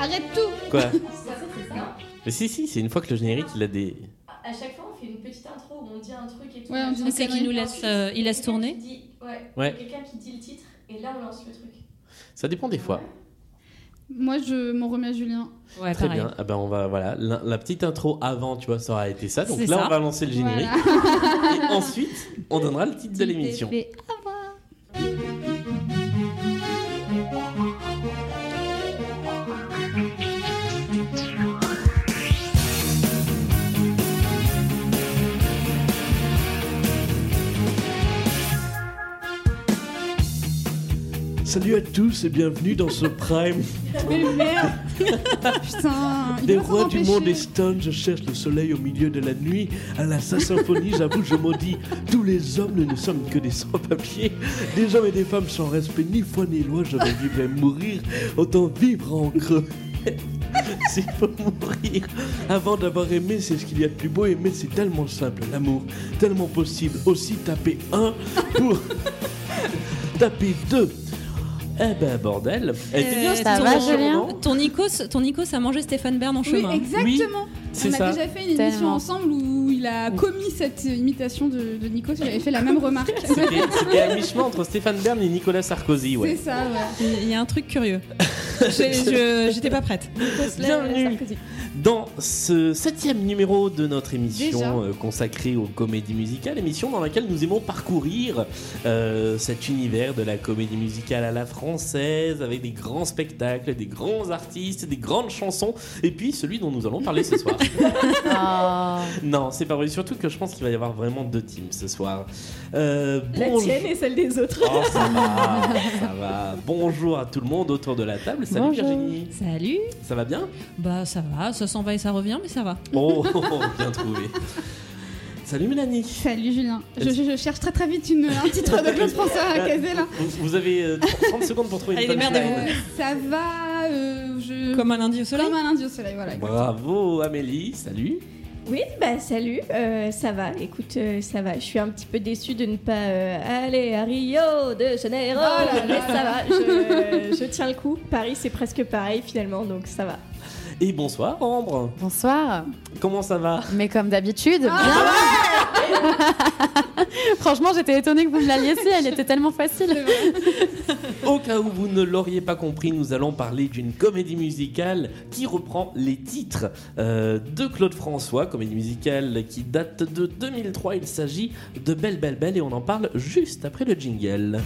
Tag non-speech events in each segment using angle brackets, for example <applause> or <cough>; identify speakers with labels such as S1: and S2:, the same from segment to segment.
S1: Arrête tout
S2: Quoi Mais si, si, c'est une fois que le générique, il a des.
S3: À chaque fois, on fait une petite intro où on dit un truc et tout.
S1: Ouais, on dit
S3: Machin.
S1: des
S4: C'est qu'il nous laisse, euh, il laisse
S3: Quelqu'un
S4: tourner.
S3: qui dit- Ouais.
S2: Ouais.
S3: Quelqu'un qui dit le titre et là, on lance le truc.
S2: Ça dépend des fois.
S1: Moi, je m'en remets à Julien.
S4: Ouais,
S2: Très
S4: pareil.
S2: bien. Ah ben on va voilà la, la petite intro avant, tu vois, ça aura été ça. Donc
S4: C'est
S2: là,
S4: ça.
S2: on va lancer le générique.
S1: Voilà.
S2: Et ensuite, on donnera le titre de l'émission.
S1: Tout est fait.
S2: Salut à tous et bienvenue dans ce
S1: <laughs>
S2: prime
S1: Mais merde Putain il
S5: Des
S1: peut pas
S5: rois du
S1: m'empêcher.
S5: monde est stone, je cherche le soleil au milieu de la nuit. À la sa symphonie, <laughs> j'avoue, je maudis. Tous les hommes, nous ne sommes que des sans-papiers. Des hommes et des femmes sans respect, ni foi ni loi. Je vais vivre et mourir, autant vivre en creux. <laughs> S'il faut mourir. Avant d'avoir aimé, c'est ce qu'il y a de plus beau. Aimer, c'est tellement simple, l'amour, tellement possible. Aussi, taper un
S2: <laughs>
S5: pour taper deux.
S2: Eh ben bordel. Elle était bien
S4: Euh,
S2: cette
S6: ça
S4: ton-
S6: va,
S2: intro,
S6: Julien
S2: non
S4: Ton Nikos, ton Nikos a mangé Stéphane Bern en
S1: Oui,
S4: chemin.
S1: exactement
S2: c'est
S1: On a
S2: ça.
S1: déjà fait une émission
S6: Tellement.
S1: ensemble où il a commis cette imitation de, de Nico, il avait fait la même remarque.
S2: C'était c'était à mi-chemin entre Stéphane Bern et Nicolas Sarkozy, <laughs>
S1: C'est
S2: ouais.
S1: ça, ouais.
S4: Il y a un truc curieux. J'ai- je- J'étais pas prête.
S2: Bienvenue dans ce septième numéro de notre
S1: Déjà.
S2: émission euh, consacrée aux comédies musicales, émission dans laquelle nous aimons parcourir euh, cet univers de la comédie musicale à la française, avec des grands spectacles, des grands artistes, des grandes chansons, et puis celui dont nous allons parler ce
S3: <laughs>
S2: soir.
S6: Ah.
S2: <laughs> non, c'est pas vrai, surtout que je pense qu'il va y avoir vraiment deux teams ce soir. Euh,
S3: La
S2: bonjour-
S3: tienne et celle des autres.
S2: Oh, ça
S3: <laughs>
S2: va, ça va. Bonjour à tout le monde autour de la table. Salut
S6: Bonjour.
S2: Virginie,
S4: Salut.
S2: ça va bien
S4: Bah ça va, ça s'en va et ça revient, mais ça va.
S2: Oh, <laughs> bien trouvé. Salut Mélanie.
S1: Salut Julien. Je, je- je cherche très très vite une, un titre de Claude François à caser là.
S2: Vous, vous avez euh, 30 secondes pour trouver une
S4: Allez,
S2: punchline.
S4: démerdez-vous.
S1: Euh, ça va, euh, je.
S4: Comme un lundi au soleil.
S1: Comme un lundi au soleil, voilà.
S2: Bravo Amélie, salut.
S3: Oui, bah salut, euh, ça va, écoute, euh, ça va. Je suis un petit peu déçue de ne pas euh, aller à Rio de Janeiro,
S1: Oh là là.
S3: mais ça va, je, je tiens le coup. Paris, c'est presque pareil finalement, donc ça va.
S2: Et bonsoir Ambre.
S6: Bonsoir.
S2: Comment ça va
S6: Mais comme d'habitude, bien. <laughs> Franchement, j'étais étonnée que vous me la laissiez, elle était tellement facile.
S2: Au cas où vous ne l'auriez pas compris, nous allons parler d'une comédie musicale qui reprend les titres euh, de Claude François, comédie musicale qui date de 2003. Il s'agit de Belle Belle Belle et on en parle juste après le jingle.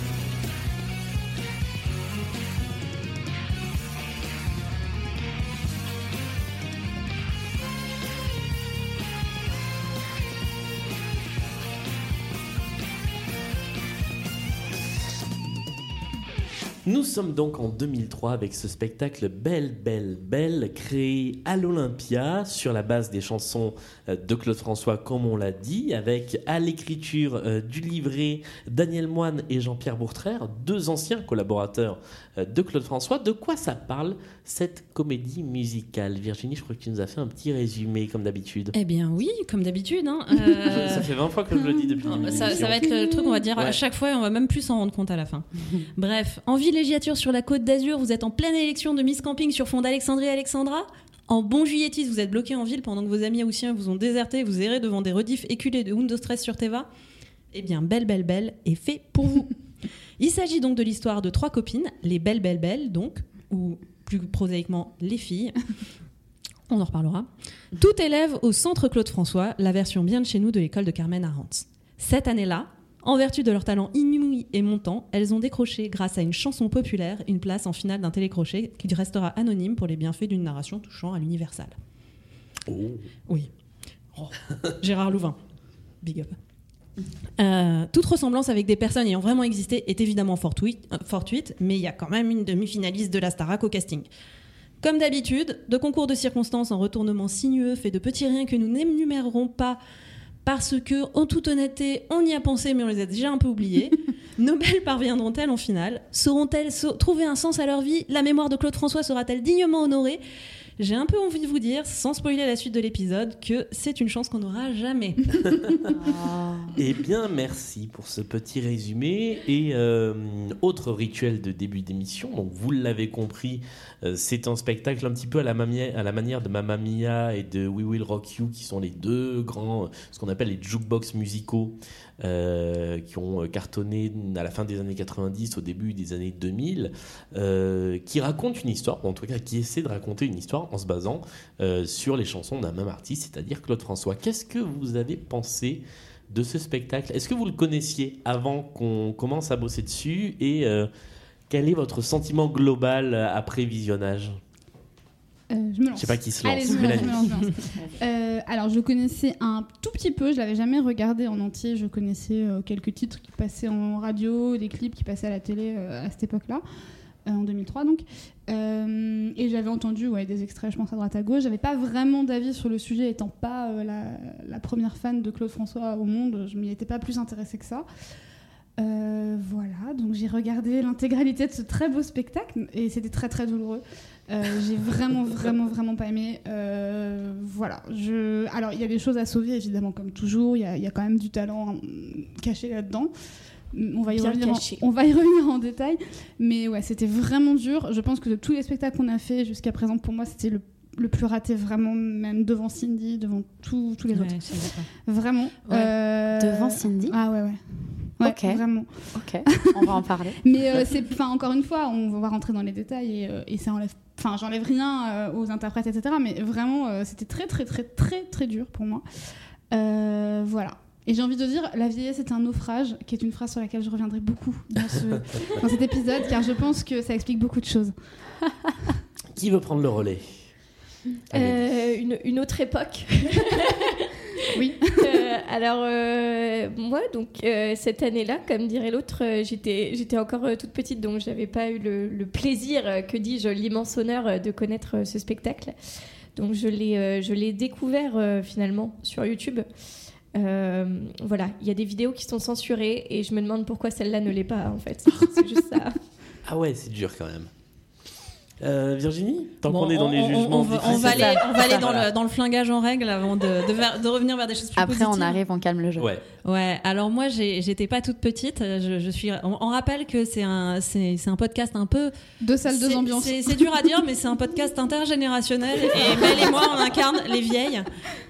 S2: Nous sommes donc en 2003 avec ce spectacle Belle, Belle, Belle, créé à l'Olympia sur la base des chansons euh, de Claude François, comme on l'a dit, avec à l'écriture euh, du livret Daniel Moine et Jean-Pierre Bourtraire, deux anciens collaborateurs euh, de Claude François. De quoi ça parle cette comédie musicale Virginie, je crois que tu nous as fait un petit résumé comme d'habitude.
S4: Eh bien oui, comme d'habitude. hein. Euh,
S2: Ça fait 20 fois que je le dis depuis.
S4: Non,
S2: le
S4: bah,
S2: début de
S4: Ça,
S2: l'émission.
S4: ça va être le truc, on va dire
S2: Ouais.
S4: à chaque fois et on va même plus s'en rendre compte à
S2: <laughs>
S4: la fin. Bref, en villégiature sur la côte d'Azur, vous êtes en pleine élection de Miss Camping sur fond d'Alexandrie et Alexandra. En bon juilletiste, vous êtes bloqué en ville pendant que vos amis haussiens vous ont déserté et vous errez devant des redifs éculés de Windows 13 sur Teva. Eh bien, Belle Belle Belle est fait
S2: <laughs>
S4: pour vous. Il s'agit donc de l'histoire de trois copines, les Belles Belles Belles, donc, ou plus prosaïquement, les filles. On en reparlera.
S2: <laughs>
S4: Tout élève au Centre Claude François, la version bien de chez nous de l'école de Carmen Arendt. Cette année-là, En vertu de leur talent inouï et montant, elles ont décroché, grâce à une chanson populaire, une place en finale d'un télécrochet qui restera anonyme pour les bienfaits d'une narration touchant à l'universal. Oui. Oh, Gérard Louvain. Big up. Euh, toute ressemblance avec des personnes ayant vraiment existé est évidemment fortuite, euh, fortuite, mais il y a quand même une demi-finaliste de la Starac au casting. Comme d'habitude, de concours de circonstances en retournement sinueux fait de petits riens que nous n'énumérerons pas parce que, en toute honnêteté, on y a pensé mais on les a déjà un peu
S6: <laughs>
S4: oubliés. Nobel parviendront-elles en finale Sauront-elles sau- trouver un sens à leur vie La mémoire de Claude François sera-t-elle dignement honorée J'ai un peu envie de vous dire, sans spoiler la suite de l'épisode, que c'est une chance qu'on n'aura
S6: <laughs>
S4: jamais.
S2: Eh bien, merci pour ce petit résumé. Et euh, autre rituel de début d'émission, donc vous l'avez compris, euh, c'est un spectacle un petit peu à la, mamie- à la manière de Mamma Mia et de We Will Rock You, qui sont les deux grands, euh, ce qu'on appelle les jukebox musicaux, euh, qui ont euh, cartonné à la fin des années 90, au début des années 2000, euh, qui racontent une histoire, ou en tout cas qui essaient de raconter une histoire en se basant euh, sur les chansons d'un même artiste, c'est-à-dire Claude François. Qu'est-ce que vous avez pensé de ce spectacle. Est-ce que vous le connaissiez avant qu'on commence à bosser dessus et euh, quel est votre sentiment global euh, après visionnage
S1: Euh, je me
S2: Je
S1: lance.
S2: sais pas qui se
S1: Allez,
S2: lance.
S1: je me lance,
S2: Mélanie.
S1: je me lance, je me lance. Euh, alors, je connaissais un tout petit peu, je l'avais jamais regardé en entier. Je connaissais euh, quelques titres qui passaient en radio, des clips qui passaient à la télé euh, à cette époque-là, euh, en 2003 donc. Euh, et j'avais entendu ouais, des extraits, je pense, à droite à gauche. J'avais pas vraiment d'avis sur le sujet, étant pas euh, la, la première fan de Claude François au monde. Je m'y étais pas plus intéressée que ça. Euh, voilà, donc j'ai regardé l'intégralité de ce très beau spectacle et c'était très très douloureux. Euh, j'ai vraiment, vraiment, vraiment pas aimé. Euh, voilà. Je... Alors, il y a des choses à sauver, évidemment, comme toujours. Il y a, il y a quand même du talent euh, caché là-dedans. On va, y
S3: Bien
S1: revenir en,
S3: caché.
S1: on va y revenir en détail. Mais ouais, c'était vraiment dur. Je pense que de tous les spectacles qu'on a fait jusqu'à présent, pour moi, c'était le, le plus raté, vraiment, même devant Cindy, devant tous tous les autres. Vraiment.
S6: Ouais.
S1: Euh,
S6: Devant Cindy
S1: Ah ouais, ouais. Ouais,
S6: Ok.
S1: vraiment.
S4: <laughs>
S6: Ok, on va en parler.
S1: Mais euh, c'est, enfin, encore une fois, on va rentrer dans les détails et, euh, et ça enlève, enfin, j'enlève rien euh, aux interprètes, etc. Mais vraiment, euh, c'était très, très, très, très, très dur pour moi. Euh, voilà. Et j'ai envie de dire, la vieillesse est un naufrage, qui est une phrase sur laquelle je reviendrai beaucoup dans, ce- dans cet épisode, car je pense que ça explique beaucoup de choses.
S2: Qui veut prendre le relais Allez.
S3: Euh, une, une autre époque.
S1: Oui.
S3: Euh, alors, euh, moi, donc, euh, cette année-là, comme dirait l'autre, euh, j'étais j'étais encore euh, toute petite, donc j'avais pas eu le, le plaisir, euh, que dis-je, l'immense honneur euh, de connaître euh, ce spectacle. Donc, je l'ai euh, je l'ai découvert euh, finalement sur YouTube. Euh, voilà, il y a des vidéos qui sont censurées et je me demande pourquoi celle-là ne l'est pas en fait. C'est juste ça.
S2: Ah ouais, c'est dur quand même. Euh, Virginie, tant
S4: Bon,
S2: qu'on est dans les
S4: on- on-
S2: jugements,
S4: on va, on
S2: difficiles-
S4: va aller, on va aller dans,
S2: Voilà.
S4: le, dans le flingage en règle avant de, de ver- de revenir vers des choses plus
S6: Après, on
S4: positives.
S6: arrive, on calme le jeu.
S2: Ouais.
S4: Ouais, alors moi, j'ai- j'étais pas toute petite. euh, Je, je suis. On, on rappelle que c'est un, c'est c'est un podcast un peu.
S1: Deux salles, deux
S4: c'est-
S1: ambiances.
S4: C'est c'est dur à dire, mais c'est un podcast intergénérationnel. Et
S1: <laughs>
S4: Mel et moi, on incarne les vieilles.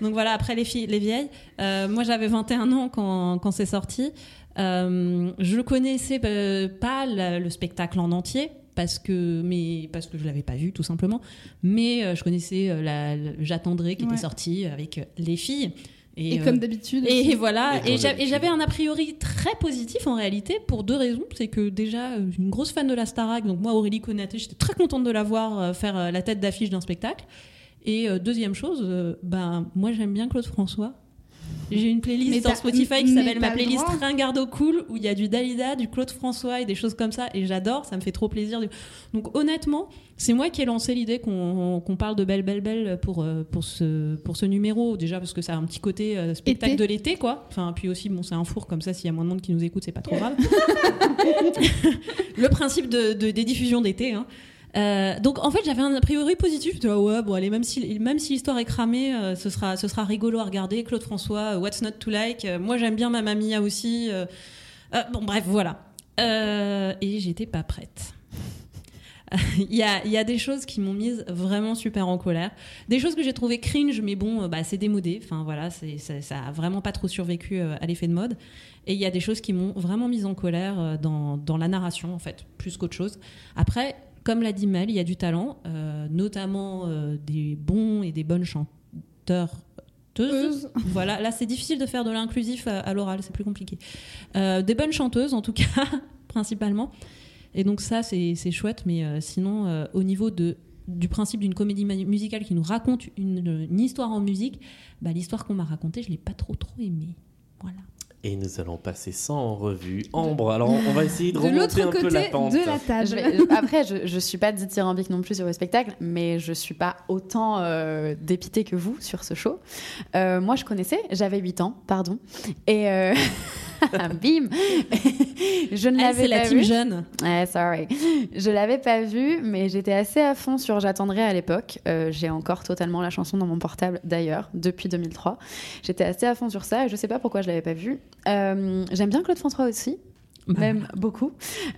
S4: Donc voilà, après les filles, les vieilles. Euh, moi, j'avais 21 ans quand, quand c'est sorti. Euh, je connaissais euh, pas la- le spectacle en entier parce que mais parce que je l'avais pas vu tout simplement. Mais euh, je connaissais euh, la, la- j'attendrai qui
S1: Ouais.
S4: était sorti avec euh, les filles.
S1: Et
S4: euh,
S1: comme d'habitude.
S4: et
S1: aussi.
S4: voilà,
S2: Et
S4: et,
S2: comme
S4: j'a- et
S2: d'habitude.
S4: j'avais un a priori très positif en réalité pour deux raisons. C'est que déjà, euh, je suis une grosse fan de la Starac, donc moi, Aurélie Conaté, j'étais très contente de la voir euh, faire euh, la tête d'affiche d'un spectacle. Et euh, deuxième chose, euh, ben, moi j'aime bien Claude François. J'ai une
S1: Mais
S4: playlist sur
S1: t'as-
S4: Spotify
S1: mais
S4: qui s'appelle
S1: t'as
S4: ma
S1: le
S4: playlist
S1: droit.
S4: Ringardo Cool où il y a du Dalida, du Claude François et des choses comme ça. Et j'adore, ça me fait trop plaisir. Donc honnêtement, c'est moi qui ai lancé l'idée qu'on qu'on parle de Belle Belle Belle pour, euh, pour, ce, pour ce numéro. Déjà parce que ça a un petit côté euh, spectacle
S1: Été.
S4: de l'été, quoi. Enfin, puis aussi, bon, c'est un four comme ça, s'il y a moins de monde qui nous écoute, c'est pas trop grave. Le principe de, de- des diffusions d'été, hein. Euh, donc en fait j'avais un a priori positif, J'étais là, ouais bon allez même si même si l'histoire est cramée, euh, ce sera ce sera rigolo à regarder. Claude François, euh, What's Not to Like, Euh, moi j'aime bien Mamma Mia aussi. euh, euh, bon, bref, voilà. Euh, et j'étais pas prête. <laughs> Il y, a, il y a des choses qui m'ont mise vraiment super en colère. Des choses que j'ai trouvées cringe, mais bon, euh, bah, c'est démodé. Enfin voilà, c'est- ça, ça a vraiment pas trop survécu euh, à l'effet de mode. Et il y a des choses qui m'ont vraiment mise en colère euh, dans, dans la narration, en fait, plus qu'autre chose. Après, comme l'a dit Mel, il y a du talent, euh, notamment euh, des bons et des bonnes chanteurs chanteuses. Voilà, là c'est difficile de faire de l'inclusif à, à l'oral, c'est plus compliqué. Euh, des bonnes chanteuses en tout cas, <laughs> principalement. Et donc ça c'est c'est chouette, mais euh, sinon euh, au niveau de du principe d'une comédie ma- musicale qui nous raconte une, une histoire en musique, bah, l'histoire qu'on m'a racontée, je l'ai pas trop trop aimée. Voilà.
S2: Et nous allons passer ça en revue. Ambre, alors on on va essayer de
S1: De l'autre
S2: remonter un peu la
S1: côté
S2: pente.
S1: de la table.
S6: Je vais- je- après, je, je suis pas dithyrambique non plus sur le spectacle, mais je suis pas autant euh, dépitée que vous sur ce show. Euh, moi, je connaissais, j'avais 8 ans, pardon. Et euh, <laughs> bim <laughs> Je ne
S4: Elle,
S6: l'avais
S4: c'est la
S6: pas
S4: team
S6: vu.
S4: jeune.
S6: Ouais, sorry. <laughs> Je l'avais pas vu, mais j'étais assez à fond sur J'attendrai à l'époque. Euh, J'ai encore totalement la chanson dans mon portable, d'ailleurs, depuis 2003. J'étais assez à fond sur ça et je sais pas pourquoi je l'avais pas vu. Euh, J'aime bien Claude François aussi.
S4: Bah,
S6: Même beaucoup.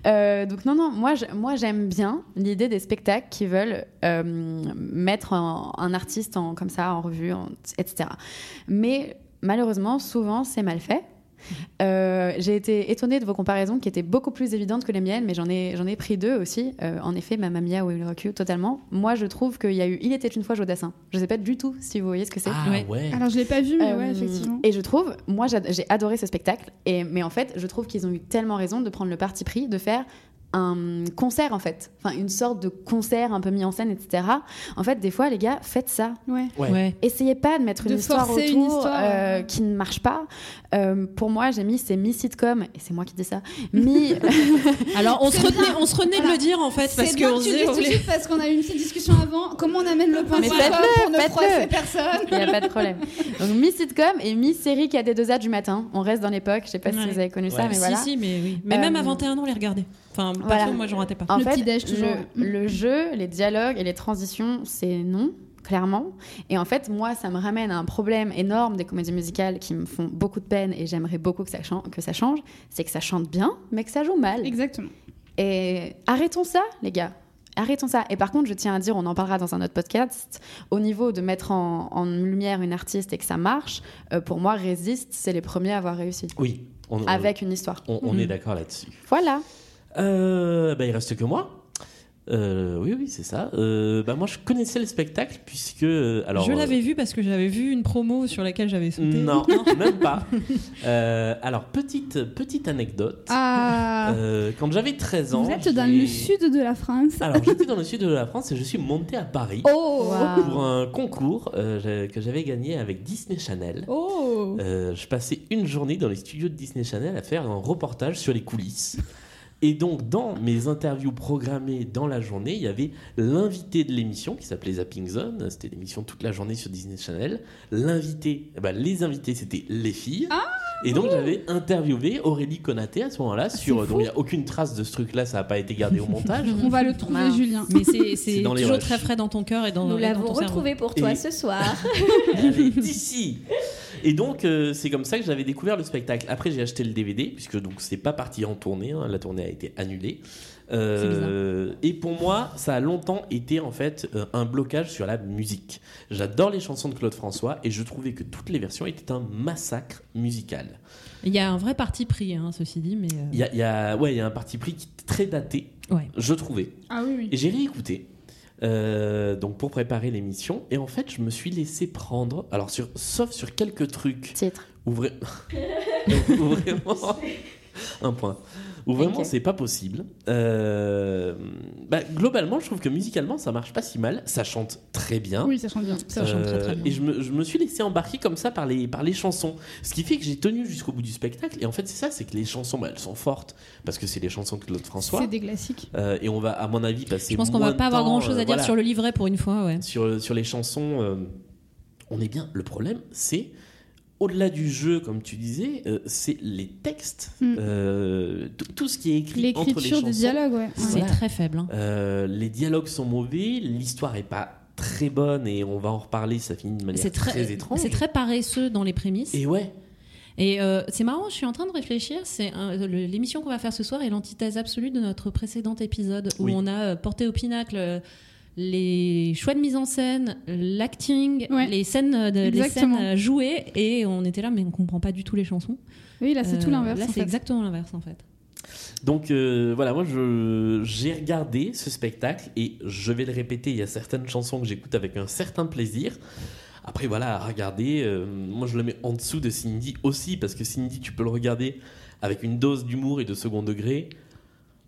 S6: Euh, donc non, non, moi, je- moi j'aime bien l'idée des spectacles qui veulent euh, mettre un, un artiste en, comme ça en revue, en- etc. Mais malheureusement, souvent, c'est mal fait. Euh, j'ai été étonnée de vos comparaisons qui étaient beaucoup plus évidentes que les miennes, mais j'en ai, j'en ai pris deux aussi. Euh, en effet, Mamma Mia ou Il recule totalement. Moi, je trouve qu'il y a eu Il était une fois Jodassin. Je sais pas du tout si vous voyez ce que c'est.
S2: Ah
S4: Ouais.
S2: ouais.
S1: Alors, je l'ai pas vu, mais
S6: Euh,
S1: ouais, effectivement.
S6: Et je trouve, moi j'ad- j'ai adoré ce spectacle, et, mais en fait je trouve qu'ils ont eu tellement raison de prendre le parti pris de faire un concert en fait, enfin une sorte de concert un peu mis en scène, etc. En fait des fois les gars, faites ça.
S1: Ouais.
S2: Ouais.
S4: ouais.
S6: Essayez pas de mettre
S1: De
S6: une histoire autour
S1: forcer une histoire,
S6: euh,
S1: ouais.
S6: qui ne marche pas. Euh, pour moi j'ai mis, c'est mi-sitcom, et c'est moi qui dis ça,
S1: <laughs>
S6: mi...
S4: Alors on se
S1: C'est
S4: retenait,
S1: bien.
S4: on se retenait de
S1: Voilà.
S4: le dire en fait parce
S1: C'est
S4: que
S1: bien
S4: on
S1: que tu
S4: disait,
S1: le
S4: on
S1: dises tout de
S4: voulait-
S1: suite parce qu'on a eu une petite discussion avant. Comment on amène le point
S6: Mais
S1: sur
S6: faites-le,
S1: toi pour ne
S6: faites-le.
S1: froisser personne
S6: Il n'y a pas de problème. Donc mi-sitcom et mi-série qui a des deux A du matin. On reste dans l'époque, je sais pas si
S4: Ouais.
S6: vous avez connu ça,
S2: Ouais.
S6: mais voilà.
S4: oh, Si si mais Bah oui. Mais même à
S6: Euh,
S4: 21 ans on les regardait. Enfin perso,
S6: voilà.
S4: moi j'en ratais pas.
S6: En
S1: Le
S6: fait,
S1: petit-déj, toujours.
S6: Le, le jeu, les dialogues et les transitions, c'est non, clairement. Et en fait, moi, ça me ramène à un problème énorme des comédies musicales qui me font beaucoup de peine et j'aimerais beaucoup que ça, chan- que ça change. C'est que ça chante bien, mais que ça joue mal.
S1: <laughs> Exactement.
S6: Et arrêtons ça, les gars. Arrêtons ça. Et par contre, je tiens à dire, on en parlera dans un autre podcast, au niveau de mettre en, en lumière une artiste et que ça marche, euh, pour moi, Résiste, c'est les premiers à avoir réussi.
S2: Oui, on, on-
S6: Avec une histoire.
S2: on- on est
S4: Mhm.
S2: d'accord là-dessus.
S6: Voilà.
S2: Euh, bah, il reste que moi. Euh, oui, oui, c'est ça. Euh, bah, moi, je connaissais le spectacle puisque. euh, Alors,
S4: je
S2: euh,
S4: l'avais vu parce que j'avais vu une promo sur laquelle j'avais sauté.
S1: <laughs>
S2: Non, même pas. Euh, alors, petite, petite anecdote.
S1: Ah.
S2: Euh, quand j'avais 13 ans.
S1: Vous êtes dans
S2: j'ai- Ah.
S1: le sud de la France.
S2: Alors, j'étais dans le sud de la France et je suis monté à Paris
S1: Oh
S6: Waouh.
S2: pour un concours euh, j'ai- que j'avais gagné avec Disney Channel.
S1: Oh
S2: Euh, je passais une journée dans les studios de Disney Channel à faire un reportage sur les coulisses. Et donc, dans mes interviews programmées dans la journée, il y avait l'invité de l'émission qui s'appelait Zapping Zone. C'était l'émission toute la journée sur Disney Channel. L'invité, eh ben, les invités, c'était les filles. et donc, j'avais interviewé Aurélie Conaté à ce moment-là. sur,
S1: fou.
S2: donc, il n'y a aucune trace de ce truc-là, ça n'a pas été gardé au montage.
S1: On va le trouver,
S6: Mince.
S1: Julien.
S4: Mais c'est- c'est
S2: <laughs> C'est dans les
S4: toujours
S2: rushs.
S4: très frais dans ton cœur et dans,
S3: Nous
S4: et dans
S3: l'avons
S4: ton cerveau.
S3: retrouvé pour toi
S2: Et-
S3: ce soir.
S2: Elle est ici. Et donc euh, c'est comme ça que j'avais découvert le spectacle. Après j'ai acheté le DVD puisque donc c'est pas parti en tournée, hein, la tournée a été annulée. Euh, et pour moi, ça a longtemps été en fait euh, un blocage sur la musique. J'adore les chansons de Claude François et je trouvais que toutes les versions étaient un massacre musical.
S4: Il y a un vrai parti pris, hein, ceci dit, mais. euh,
S2: Il y a, il y a- ouais, il y a un parti pris qui est très daté,
S4: Ouais.
S2: je trouvais.
S1: Ah oui, oui.
S2: Et j'ai réécouté. euh, donc pour préparer l'émission et en fait je me suis laissé prendre alors sur sauf sur quelques trucs
S6: Titre.
S2: ou vra- ou vraiment un point ou vraiment
S6: Ok.
S2: c'est pas possible Euh, bah, globalement je trouve que musicalement ça marche pas si mal ça chante très bien
S1: Oui, ça chante bien.
S4: Ça chante très, très
S2: Euh,
S4: bien.
S2: Et je me, je me suis laissé embarquer comme ça par les, par les chansons. Ce qui fait que j'ai tenu jusqu'au bout du spectacle. Et en fait, c'est ça, c'est que les chansons, bah, elles sont fortes. Parce que c'est les chansons de Claude François.
S1: C'est des classiques.
S2: Euh, et on va, à mon avis, passer.
S4: Je pense qu'on
S2: moins
S4: va
S2: de
S4: pas avoir
S2: temps,
S4: grand chose
S2: euh,
S4: à dire
S2: voilà.
S4: sur le livret pour une fois, ouais.
S2: Sur, sur les chansons, euh, on est bien. Le problème, c'est au-delà du jeu, comme tu disais, euh, c'est les textes,
S1: Mm.
S2: Euh, tout- tout ce qui est écrit entre les
S1: L'écriture
S2: chansons.
S1: des dialogues, ouais.
S4: C'est
S2: Voilà.
S4: très faible. hein.
S2: Euh, les dialogues sont mauvais, l'histoire est pas très bonne et on va en reparler. Ça finit de manière
S4: C'est
S2: très,
S4: très,
S2: étrange.
S4: c'est très paresseux dans les prémices. Et,
S2: Et ouais,
S4: euh, c'est marrant, je suis en train de réfléchir. C'est un- le- l'émission qu'on va faire ce soir est l'antithèse absolue de notre précédent épisode où
S2: Oui.
S4: on a euh, porté au pinacle euh, les choix de mise en scène, l'acting,
S1: Ouais.
S4: les scènes, euh, de, les
S1: Exactement.
S4: scènes euh, jouées, et on était là, mais on comprend pas du tout les chansons.
S1: Oui, là, Ah, c'est
S4: Euh,
S1: tout l'inverse.
S4: Là,
S1: en
S4: c'est
S1: fait.
S4: exactement l'inverse en fait.
S2: Donc euh, voilà, moi je- j'ai regardé ce spectacle et je vais le répéter, il y a certaines chansons que j'écoute avec un certain plaisir. Après, voilà, à regarder, euh, moi je le mets en dessous de Cindy aussi, parce que Cindy, tu peux le regarder avec une dose d'humour et de second degré.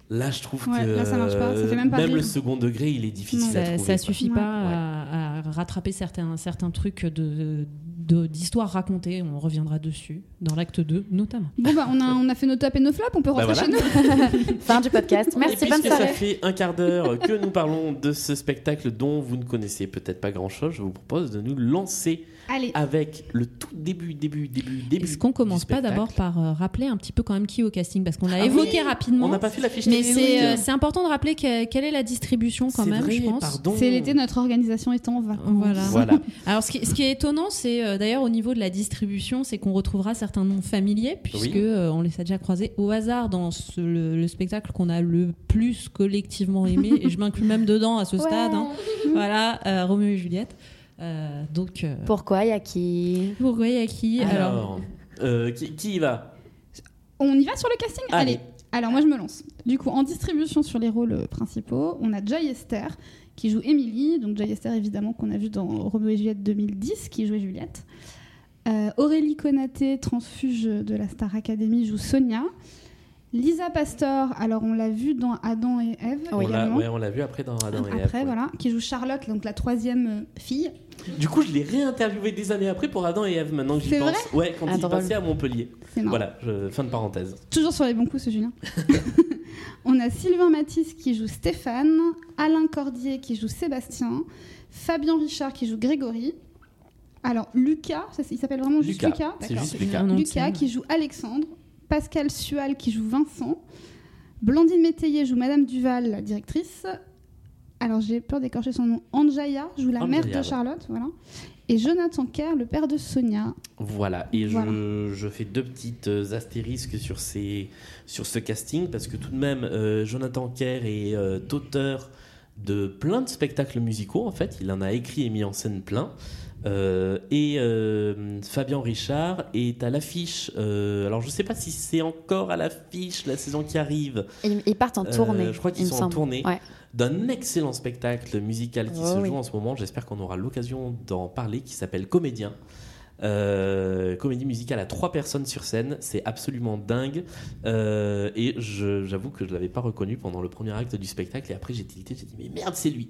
S2: Là, je trouve
S1: Ouais,
S2: que
S1: là, ça marche pas, ça fait même pas rire.
S2: le second degré, il est difficile à
S4: ça,
S2: trouver.
S4: ça
S2: quoi.
S4: suffit
S1: Ouais.
S4: pas à, à rattraper certains, certains trucs de de- d'histoires racontées. On reviendra dessus dans l'acte 2 notamment.
S1: Bon, bah, on a, on a fait nos tops et nos flops, on peut
S2: Bah
S1: rentrer
S2: voilà.
S1: chez nous.
S6: Fin du podcast. Merci,
S2: Et
S6: bonne
S2: puisque ça
S6: soirée.
S2: fait un quart d'heure que nous parlons de ce spectacle dont vous ne connaissez peut-être pas grand-chose, je vous propose de nous lancer
S1: Allez,
S2: avec le tout début, début, début, début.
S4: Est-ce qu'on
S2: du
S4: commence pas
S2: spectacle.
S4: d'abord par euh, rappeler un petit peu quand même qui est au casting parce qu'on l'a
S2: Ah
S4: évoqué
S2: oui,
S4: rapidement.
S2: On n'a pas fait la fiche
S4: Mais
S2: technique.
S4: c'est euh, c'est important de rappeler que- quelle est la distribution quand
S2: C'est
S4: même,
S2: vrai,
S4: je
S2: <laughs>
S4: pense.
S2: pardon.
S1: c'est l'été, notre organisation est en vacances.
S4: Voilà.
S2: Voilà.
S4: Alors, ce qui, ce qui est étonnant, c'est euh, d'ailleurs au niveau de la distribution, c'est qu'on retrouvera certains noms familiers, puisque euh, on les a déjà croisés au hasard dans ce- le, le spectacle qu'on a le plus collectivement aimé, et je m'inclus même dedans à ce stade. hein. Voilà, euh, Roméo et Juliette. Euh, donc, euh,
S6: Pourquoi, Yaki
S4: vous voyez à qui <laughs> Alors,
S2: Alors, euh, qui, qui y va
S1: On y va sur le casting
S2: Allez.
S1: Allez. Alors moi je me lance. Du coup, en distribution sur les rôles euh, principaux, on a Jay Esther qui joue Emily, donc Jay Esther évidemment qu'on a vu dans Roméo et Juliette 2010 qui jouait Juliette. Euh, Aurélie Konaté, transfuge de la Star Academy, joue Sonia. Lisa Pastor, alors on l'a vu dans Adam et Ève
S6: Oui.
S2: on l'a,
S1: également.
S2: ouais, on l'a vu après dans Adam et Ève,
S1: Ah Après
S2: ouais.
S1: voilà, qui joue Charlotte, donc la troisième euh, fille.
S2: Du coup, je l'ai réinterviewé des années après pour Adam et Ève, maintenant que j'y
S1: C'est
S2: pense. ouais, quand
S6: Ah,
S2: il
S6: drôle.
S2: passait à Montpellier.
S1: C'est marrant.
S2: Voilà, je- fin de parenthèse.
S1: Toujours sur les bons coups, ce Julien. <laughs> On a Sylvain Matisse qui joue Stéphane, Alain Cordier qui joue Sébastien, Fabien Richard qui joue Grégory. Alors, Lucas, ça, il s'appelle vraiment juste Lucas.
S2: c'est
S1: d'accord.
S2: juste Lucas.
S4: Un nom de
S1: Lucas
S4: scène.
S1: qui joue Alexandre, Pascal Sual qui joue Vincent, Blandine Métayer joue Madame Duval, la directrice. Alors, j'ai peur d'écorcher son nom. Anjaya joue la
S2: Anjaya,
S1: mère de
S2: ouais.
S1: Charlotte, voilà. Et Jonathan Kerr, le père de Sonia.
S2: Voilà, et je- Je,
S1: Voilà.
S2: fais deux petites euh, astérisques sur, ces, sur ce casting, parce que tout de même, euh, Jonathan Kerr est euh, auteur de plein de spectacles musicaux, en fait, il en a écrit et mis en scène plein. Euh, et euh, Fabien Richard est à l'affiche, euh, alors je sais pas si c'est encore à l'affiche la saison qui arrive,
S6: ils, ils partent en
S2: Euh,
S6: tournée.
S2: je crois qu'ils
S6: il me
S2: sont en
S6: semble.
S2: tournée.
S6: Ouais.
S2: d'un excellent spectacle musical qui
S6: Oh
S2: se
S6: oui.
S2: joue en ce moment. J'espère qu'on aura l'occasion d'en parler, qui s'appelle Comédien. Euh, comédie musicale à trois personnes sur scène, c'est absolument dingue. Euh, et je- j'avoue que je l'avais pas reconnu pendant le premier acte du spectacle. Et après, j'ai tilté, j'ai dit, mais merde, c'est lui.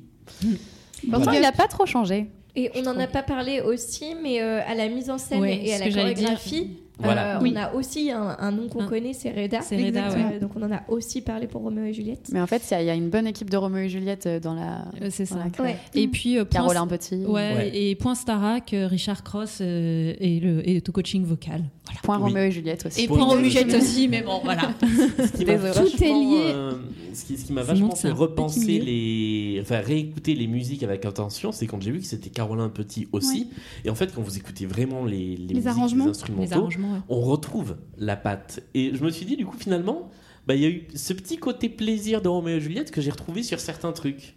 S1: Parce
S6: Il
S1: que-
S6: n'a pas trop changé.
S3: Et on n'en a pas parlé aussi, mais euh, à la mise en scène
S4: Ouais,
S3: et à
S4: ce
S3: la
S4: que j'allais dire.
S3: chorégraphie,
S2: Voilà.
S3: euh,
S1: Oui.
S3: on a aussi un, un nom qu'on
S4: Un-
S3: connaît, c'est Reda.
S4: c'est Reda,
S3: Exactement.
S4: ouais.
S3: Euh, Donc on en a aussi parlé pour Roméo et Juliette.
S6: Mais en fait, il y a- il y, a une bonne équipe de Roméo et Juliette euh, dans la.
S4: euh, c'est ça.
S6: dans la crève.
S3: Ouais.
S4: Et puis, euh, point,
S6: Caroline Petit.
S4: ouais,
S2: Ouais.
S4: et point Starak, euh, Richard Cross euh, et, le, et le coaching vocal.
S6: Point
S2: Oui.
S6: Roméo et Juliette aussi.
S4: Et
S2: Point
S4: point
S2: Roméo et
S4: Roméo et Juliette
S1: Juliette.
S4: aussi, mais bon, voilà.
S2: <laughs> Ce qui m'a
S6: Désolé.
S2: vachement,
S1: Tout est lié.
S2: euh, ce qui, ce qui m'a
S4: Ça
S2: vachement
S4: monte, c'est
S2: fait
S4: un
S2: repenser
S4: petit milieu.
S2: les. Enfin, réécouter les musiques avec attention, c'est quand j'ai vu que c'était Carolin Petit aussi. Et en fait, quand vous écoutez vraiment les, les, musiques,
S1: arrangements.
S2: les
S4: Les
S2: instrumentaux,
S4: arrangements, ouais.
S2: on retrouve la patte. Et je me suis dit, du coup, finalement, bah, il y a eu ce petit côté plaisir de Roméo et Juliette que j'ai retrouvé sur certains trucs.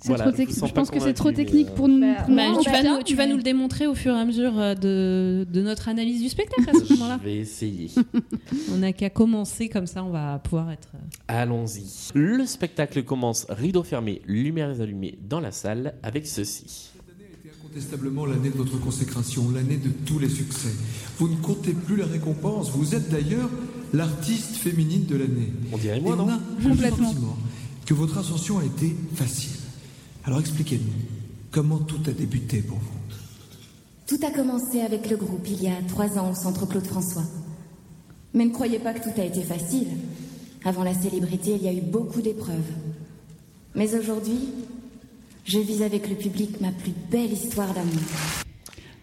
S1: c'est
S2: Voilà,
S1: trop
S2: je
S1: tec-
S2: vous
S1: je,
S2: sens pas
S1: pense que c'est trop
S2: convaincu, mais,
S1: technique
S2: euh,
S1: pour nous.
S3: Bah,
S1: pour
S4: Bah,
S1: nous,
S4: tu, vas
S1: on va
S4: nous,
S1: bien,
S4: tu vas
S1: mais-
S4: nous le démontrer au fur et à mesure euh, de, de notre analyse du spectacle à ce moment-là.
S2: Je vais essayer.
S4: On n'a qu'à commencer comme ça, on va pouvoir être. euh,
S2: Allons-y. Le spectacle commence, rideau fermé, lumières allumées dans la salle, avec ceci.
S7: Cette année était incontestablement l'année de votre consécration, l'année de tous les succès. Vous ne comptez plus la récompense, vous êtes d'ailleurs l'artiste féminine de l'année.
S2: On dirait
S7: Et
S2: moi,
S7: on
S2: non
S7: a
S1: Complètement.
S7: le sentiment que votre ascension a été facile. Alors expliquez-nous, comment tout a débuté pour vous
S8: Tout a commencé avec le groupe il y a trois ans au centre Claude François. Mais ne croyez pas que tout a été facile. Avant la célébrité, il y a eu beaucoup d'épreuves. Mais aujourd'hui, je vis avec le public ma plus belle histoire d'amour.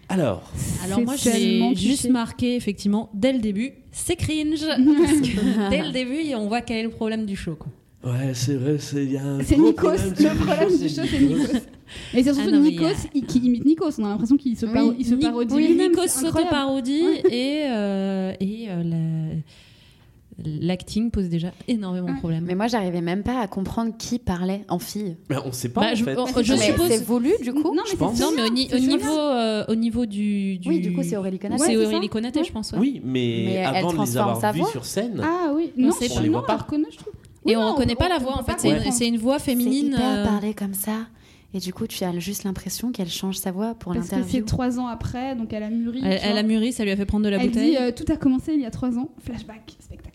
S2: Alors,
S4: Alors
S1: C'est
S4: moi,
S1: tellement
S4: j'ai juste
S1: cliché.
S4: marqué effectivement dès le début, c'est
S1: <laughs>
S4: cringe. parce que dès le début, on voit quel est le problème du show. quoi.
S5: Ouais, c'est vrai, c'est il y a un
S1: C'est
S5: gros
S1: Nikos,
S5: problème,
S1: le problème du show, c'est Nikos. Et c'est surtout
S4: Ah non, mais il y
S1: Nikos
S4: a-
S1: il- qui imite Nikos, on a l'impression qu'il se, paro- Ah, il se
S4: Ni-
S1: parodie
S4: oui,
S1: lui-même.
S4: Nikos
S1: c'est incroyable.
S4: s'auto-parodie <laughs> et, euh, et euh, la- l'acting pose déjà énormément de
S1: Ouais.
S4: problèmes.
S6: Mais moi, j'arrivais même pas à comprendre qui parlait en fille.
S2: ben, on ne sait pas
S4: Bah,
S2: en
S4: je-
S2: fait.
S4: on-
S1: Mais
S4: je
S1: c'est-
S6: Mais
S4: suppose-
S6: C'est voulu, du coup
S1: Non, mais c'est
S2: pense.
S4: Non, mais au,
S1: Julien,
S4: ni-
S1: c'est
S4: au
S1: Julien.
S4: niveau, euh, au niveau du,
S6: Oui, du coup, c'est Aurélie Connasse.
S1: Ouais,
S4: C'est
S1: c'est
S4: Aurélie
S1: ça.
S4: Konaté,
S1: Ouais.
S4: je pense. ouais.
S2: Oui, mais,
S6: Mais elle
S2: avant de les
S6: transforme
S2: avoir
S6: sa
S2: vus
S6: voix.
S2: sur scène,
S1: Ah oui,
S4: On
S1: non,
S4: sait
S1: je-
S4: pas.
S1: non,
S2: On les voit
S1: elle
S2: pas.
S1: reconnaît, je trouve.
S4: Et
S1: Oui,
S4: on
S1: non,
S4: reconnaît pas
S1: on-
S4: la
S1: on
S4: voix en
S1: peut
S4: fait,
S1: pas
S4: c'est une-
S1: comprendre.
S4: c'est une voix féminine.
S6: C'est hyper
S4: euh,
S6: parler comme ça. Et du coup, tu as juste l'impression qu'elle change sa voix pour
S1: Parce que c'est
S6: l'interview.
S1: trois ans après, donc elle a mûri.
S4: Elle,
S1: tu
S4: elle
S1: vois.
S4: a mûri, ça lui a fait prendre de la
S1: Elle
S4: bouteille.
S1: dit euh, tout a commencé il y a trois ans, flashback, spectacle.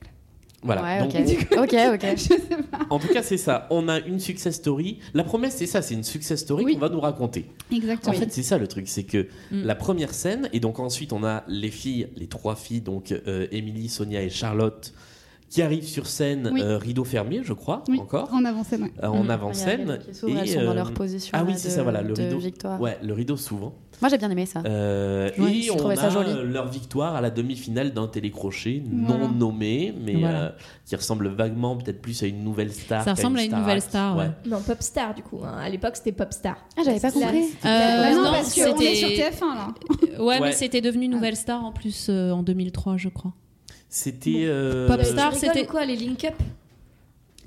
S2: Voilà.
S6: Ouais,
S2: Donc,
S6: ok.
S2: <laughs>
S6: ok, ok.
S1: Je sais pas.
S2: En tout cas, c'est ça. On a une success story. La promesse, c'est ça. C'est une success story
S1: Oui.
S2: qu'on va nous raconter.
S1: Exactement.
S2: En fait, c'est ça le truc, c'est que
S4: Mm.
S2: la première scène, et donc ensuite on a les filles, les trois filles, donc euh, Émilie, Sonia et Charlotte, qui arrivent sur scène,
S1: Oui.
S2: euh, rideau fermé, je crois,
S1: oui,
S2: encore,
S1: en avancée, ouais.
S2: euh, en
S4: Mm.
S2: avant-scène.
S6: Qui s'ouvrent, elles sont
S2: euh,
S6: dans leur hein. position.
S2: ah oui,
S6: là,
S2: c'est
S6: de-
S2: ça, voilà, le
S6: de
S2: rideau.
S6: victoire.
S2: ouais, le rideau souvent.
S6: Moi, j'ai bien aimé
S4: Ah.
S6: ça.
S2: Euh,
S6: Ouais,
S2: et
S6: je
S2: on
S6: trouvais
S2: a
S6: ça joli.
S2: euh, leur victoire à la demi-finale d'un télécrochet non
S1: Voilà.
S2: nommé, mais
S4: Voilà.
S2: euh, qui ressemble vaguement peut-être plus à une nouvelle star.
S4: Ça
S2: qu'à
S4: ressemble à une
S2: Starac.
S4: nouvelle star, ouais.
S3: Non, Popstar du coup. hein. À l'époque, c'était Popstar.
S6: Ah, j'avais pas
S3: Là,
S6: compris.
S3: c'était-
S4: Euh,
S1: Bah non,
S4: non,
S1: parce qu'on
S4: c'était-
S1: est sur TF1 là.
S4: Ouais,
S2: Ouais.
S4: mais c'était devenu Nouvelle Star en plus euh, en 2003, je crois.
S2: C'était. euh,
S4: Popstar,
S3: Tu rigoles
S4: c'était-
S3: ou quoi les Link Up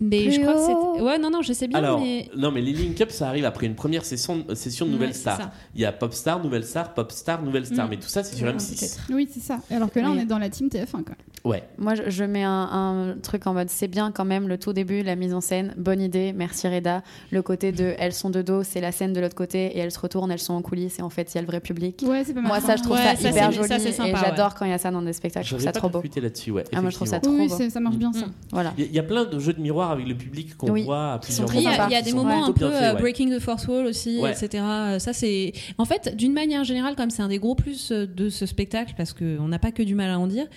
S4: Mais je
S6: Plus
S4: crois que
S6: haut.
S4: c'était. Ouais, non, non, je sais bien,
S2: Alors,
S4: mais.
S2: non, mais les Link Up, ça arrive après une première session, euh, session de Nouvelle
S4: Ouais, c'est
S2: Star.
S4: ça.
S2: Il y a Popstar, Nouvelle Star, Popstar, Nouvelle Star.
S4: Mm.
S2: Mais tout ça, c'est sur M6.
S3: Peut-être.
S1: Oui, c'est ça. Alors que là, on
S6: Oui.
S1: est dans la team TF1 quoi.
S2: Ouais.
S6: Moi, je, je mets un, un truc en mode c'est bien quand même le tout début, la mise en scène, bonne idée, merci Reda. Le côté de elles sont de dos, c'est la scène de l'autre côté et elles se retournent, elles sont en coulisses et en fait, il y a le vrai public.
S1: Ouais, c'est pas mal.
S6: Moi, ça, je trouve
S4: Ouais,
S6: ça,
S4: ça,
S6: hyper
S4: c'est-
S6: joli
S4: ça, c'est sympa,
S6: et
S4: ouais.
S6: j'adore quand il y a ça dans des spectacles. Bah, Je
S2: J'aurais
S6: trouve ça
S2: pas
S6: trop beau.
S2: discuté là-dessus, ouais.
S6: Ah, moi, je trouve ça
S2: effectivement.
S6: trop
S1: Oui,
S6: beau.
S1: c'est- ça marche bien
S3: Mm,
S1: ça.
S6: Voilà.
S2: Il y, a- il y a plein de jeux de miroir avec le public qu'on
S6: Oui.
S2: voit à
S6: sont
S2: plusieurs
S6: très
S4: Il y,
S2: moments.
S4: a,
S6: sympas,
S4: il y a
S2: Ils
S4: des
S2: sont
S4: moments un
S2: plutôt
S4: peu
S2: bien faits,
S4: euh,
S2: ouais.
S4: breaking the fourth wall aussi,
S2: Ouais.
S4: etc. Euh, Ça c'est, en fait, d'une manière générale, comme c'est un des gros plus euh, de ce spectacle, parce qu'on n'a pas que du mal à en dire,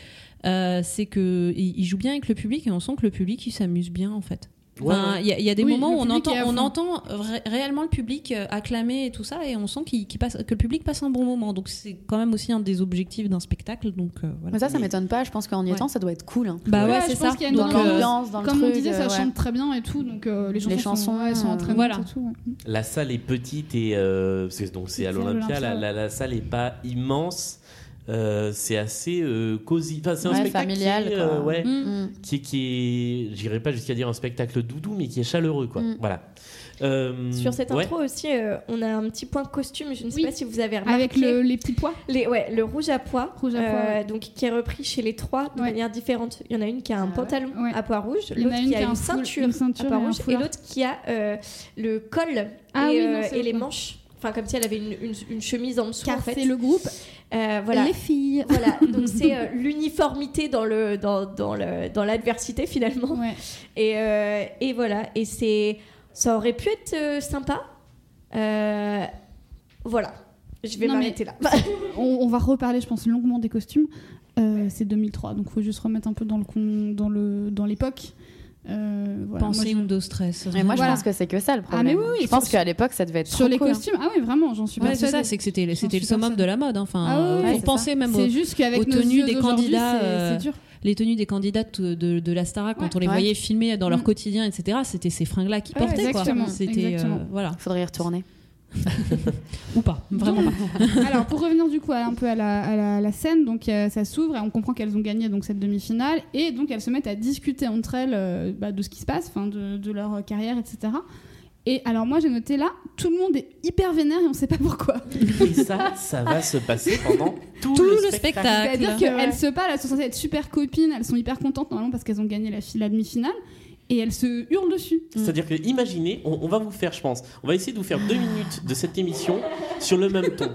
S4: euh, c'est que il il joue bien avec le public et on sent que le public il s'amuse bien en fait.
S2: Ouais,
S4: Enfin,
S2: ouais.
S4: Il y, a- il y a des
S1: Oui,
S4: moments
S1: le
S4: où on
S1: public
S4: entend,
S1: est à
S4: on
S1: fond.
S4: entend ré- réellement le public euh, acclamer et tout ça, et on sent qu'il qu'il passe, que le public passe un bon moment. Donc c'est quand même aussi un des objectifs d'un spectacle. Donc euh, voilà.
S6: Mais ça, ça m'étonne pas. Je pense qu'en y
S4: Ouais.
S6: étant, ça doit être cool. hein.
S4: Bah ouais,
S1: Ouais, je
S4: c'est
S1: pense
S4: ça.
S1: qu'il y a une
S6: Dans
S4: Donc,
S1: bonne
S4: euh,
S6: l'ambiance, dans le
S1: Comme
S6: truc.
S1: on disait, ça
S6: euh, ouais.
S1: chante très bien et tout, donc euh, les chansons,
S6: chansons,
S1: sont, ouais, sont
S6: euh,
S1: entraînantes
S4: voilà.
S1: et tout. ouais.
S2: La salle est petite et. euh, parce que donc, c'est à
S1: C'est à
S2: l'Olympia, la,
S1: l'Olympia, ouais.
S2: la- la salle est pas immense. Euh, c'est assez euh, cosy. Enfin, c'est un
S6: Ouais,
S2: spectacle
S6: familial,
S2: qui est, euh,
S6: quoi.
S2: ouais,
S4: Mm.
S6: Mm.
S2: qui, est- qui est- j'irais pas jusqu'à dire un spectacle doudou, mais qui est chaleureux, quoi.
S6: Mm.
S2: Voilà. Euh,
S3: Sur cette
S2: ouais.
S3: intro aussi, euh, on a un petit point costume. Je ne sais
S1: Oui.
S3: pas si vous avez remarqué.
S1: Avec le- les petits pois.
S3: Les- ouais, le rouge à pois, euh,
S1: Rouge à pois, ouais.
S3: donc qui est repris chez les trois de
S1: Ouais.
S3: manière différente. Il y en a une qui a
S6: Ah
S3: un
S6: ouais.
S3: pantalon
S1: Ouais.
S3: à pois rouge,
S1: Il y en a
S3: l'autre
S1: une
S3: qui a
S1: qui a
S3: une
S1: un foul-
S3: ceinture,
S1: une ceinture
S3: à
S1: et
S3: pois
S1: un
S3: rouge et
S1: foulard.
S3: l'autre qui a euh, le col
S1: Ah
S3: et,
S1: oui, non,
S3: euh,
S1: c'est
S3: et
S1: le
S3: les
S1: col.
S3: manches. Enfin, comme si elle avait une, une- une chemise en dessous
S1: Car
S3: en fait.
S1: c'est le groupe
S3: Euh, voilà.
S1: Les filles.
S3: Voilà, donc
S1: <laughs>
S3: c'est euh, l'uniformité dans le dans, dans le dans l'adversité finalement.
S1: Ouais.
S3: Et, euh, et voilà, et c'est ça aurait pu être euh, sympa. Euh, voilà, je vais
S1: Non, mais-
S3: m'arrêter là.
S1: On, on va reparler, je pense, longuement des costumes. Euh, c'est 2003, donc faut juste remettre un peu dans le con- dans le dans l'époque. Euh, voilà, moi,
S4: Pensée
S1: je-
S4: Undo Stress.
S6: Mais moi,
S1: Voilà.
S6: je pense que c'est que ça le
S1: Ah,
S6: problème.
S1: mais oui, oui,
S6: je pense
S1: sur-
S6: qu'à l'époque, ça devait être
S1: sur
S6: trop
S1: les
S6: cool, hein.
S1: costumes, ah oui, vraiment, j'en suis
S4: Ouais, c'est ça,
S1: persuadée.
S4: c'est que c'était le-
S1: J'en
S4: c'était le
S1: suis
S4: summum
S1: persuadée.
S4: de la mode. hein. Enfin,
S1: Ah oui,
S4: euh,
S1: oui,
S4: on
S6: c'est
S4: pensait même aux,
S1: C'est juste qu'avec
S4: aux
S1: nos
S4: tenues
S1: yeux
S4: des
S1: d'aujourd'hui,
S4: candidats,
S1: c'est-
S4: euh,
S1: c'est dur.
S4: les tenues des candidates de, de la Starac quand
S1: Ouais.
S4: on les
S6: Ouais.
S4: voyait filmer dans leur
S1: Mm.
S4: quotidien, etc. C'était ces fringues-là qui
S1: Ouais,
S4: portaient
S1: exactement,
S4: quoi. C'était euh,
S1: exactement.
S4: voilà
S6: Faudrait y retourner.
S4: ou pas vraiment pas.
S1: <laughs> Alors, pour revenir du coup à- un peu à la, à la- à la scène, donc euh, ça s'ouvre et on comprend qu'elles ont gagné donc cette demi-finale et donc elles se mettent à discuter entre elles euh, bah, de ce qui se passe, 'fin, de, de leur euh, carrière, etc. Et alors moi j'ai noté là, tout le monde est hyper vénère et on sait pas pourquoi.
S2: Et ça, ça va se passer
S6: <laughs>
S2: pendant tout,
S4: Tout
S2: le,
S4: le
S2: spectacle.
S4: spectacle.
S1: C'est-à-dire
S4: Ouais.
S1: qu'elles se parlent, elles sont censées être super copines, elles sont hyper contentes normalement parce qu'elles ont gagné la, fi- la demi-finale et elles se hurlent dessus.
S3: Mm.
S2: C'est-à-dire que, imaginez, on, on va vous faire, je pense, on va essayer de vous faire deux minutes de cette émission sur le même ton.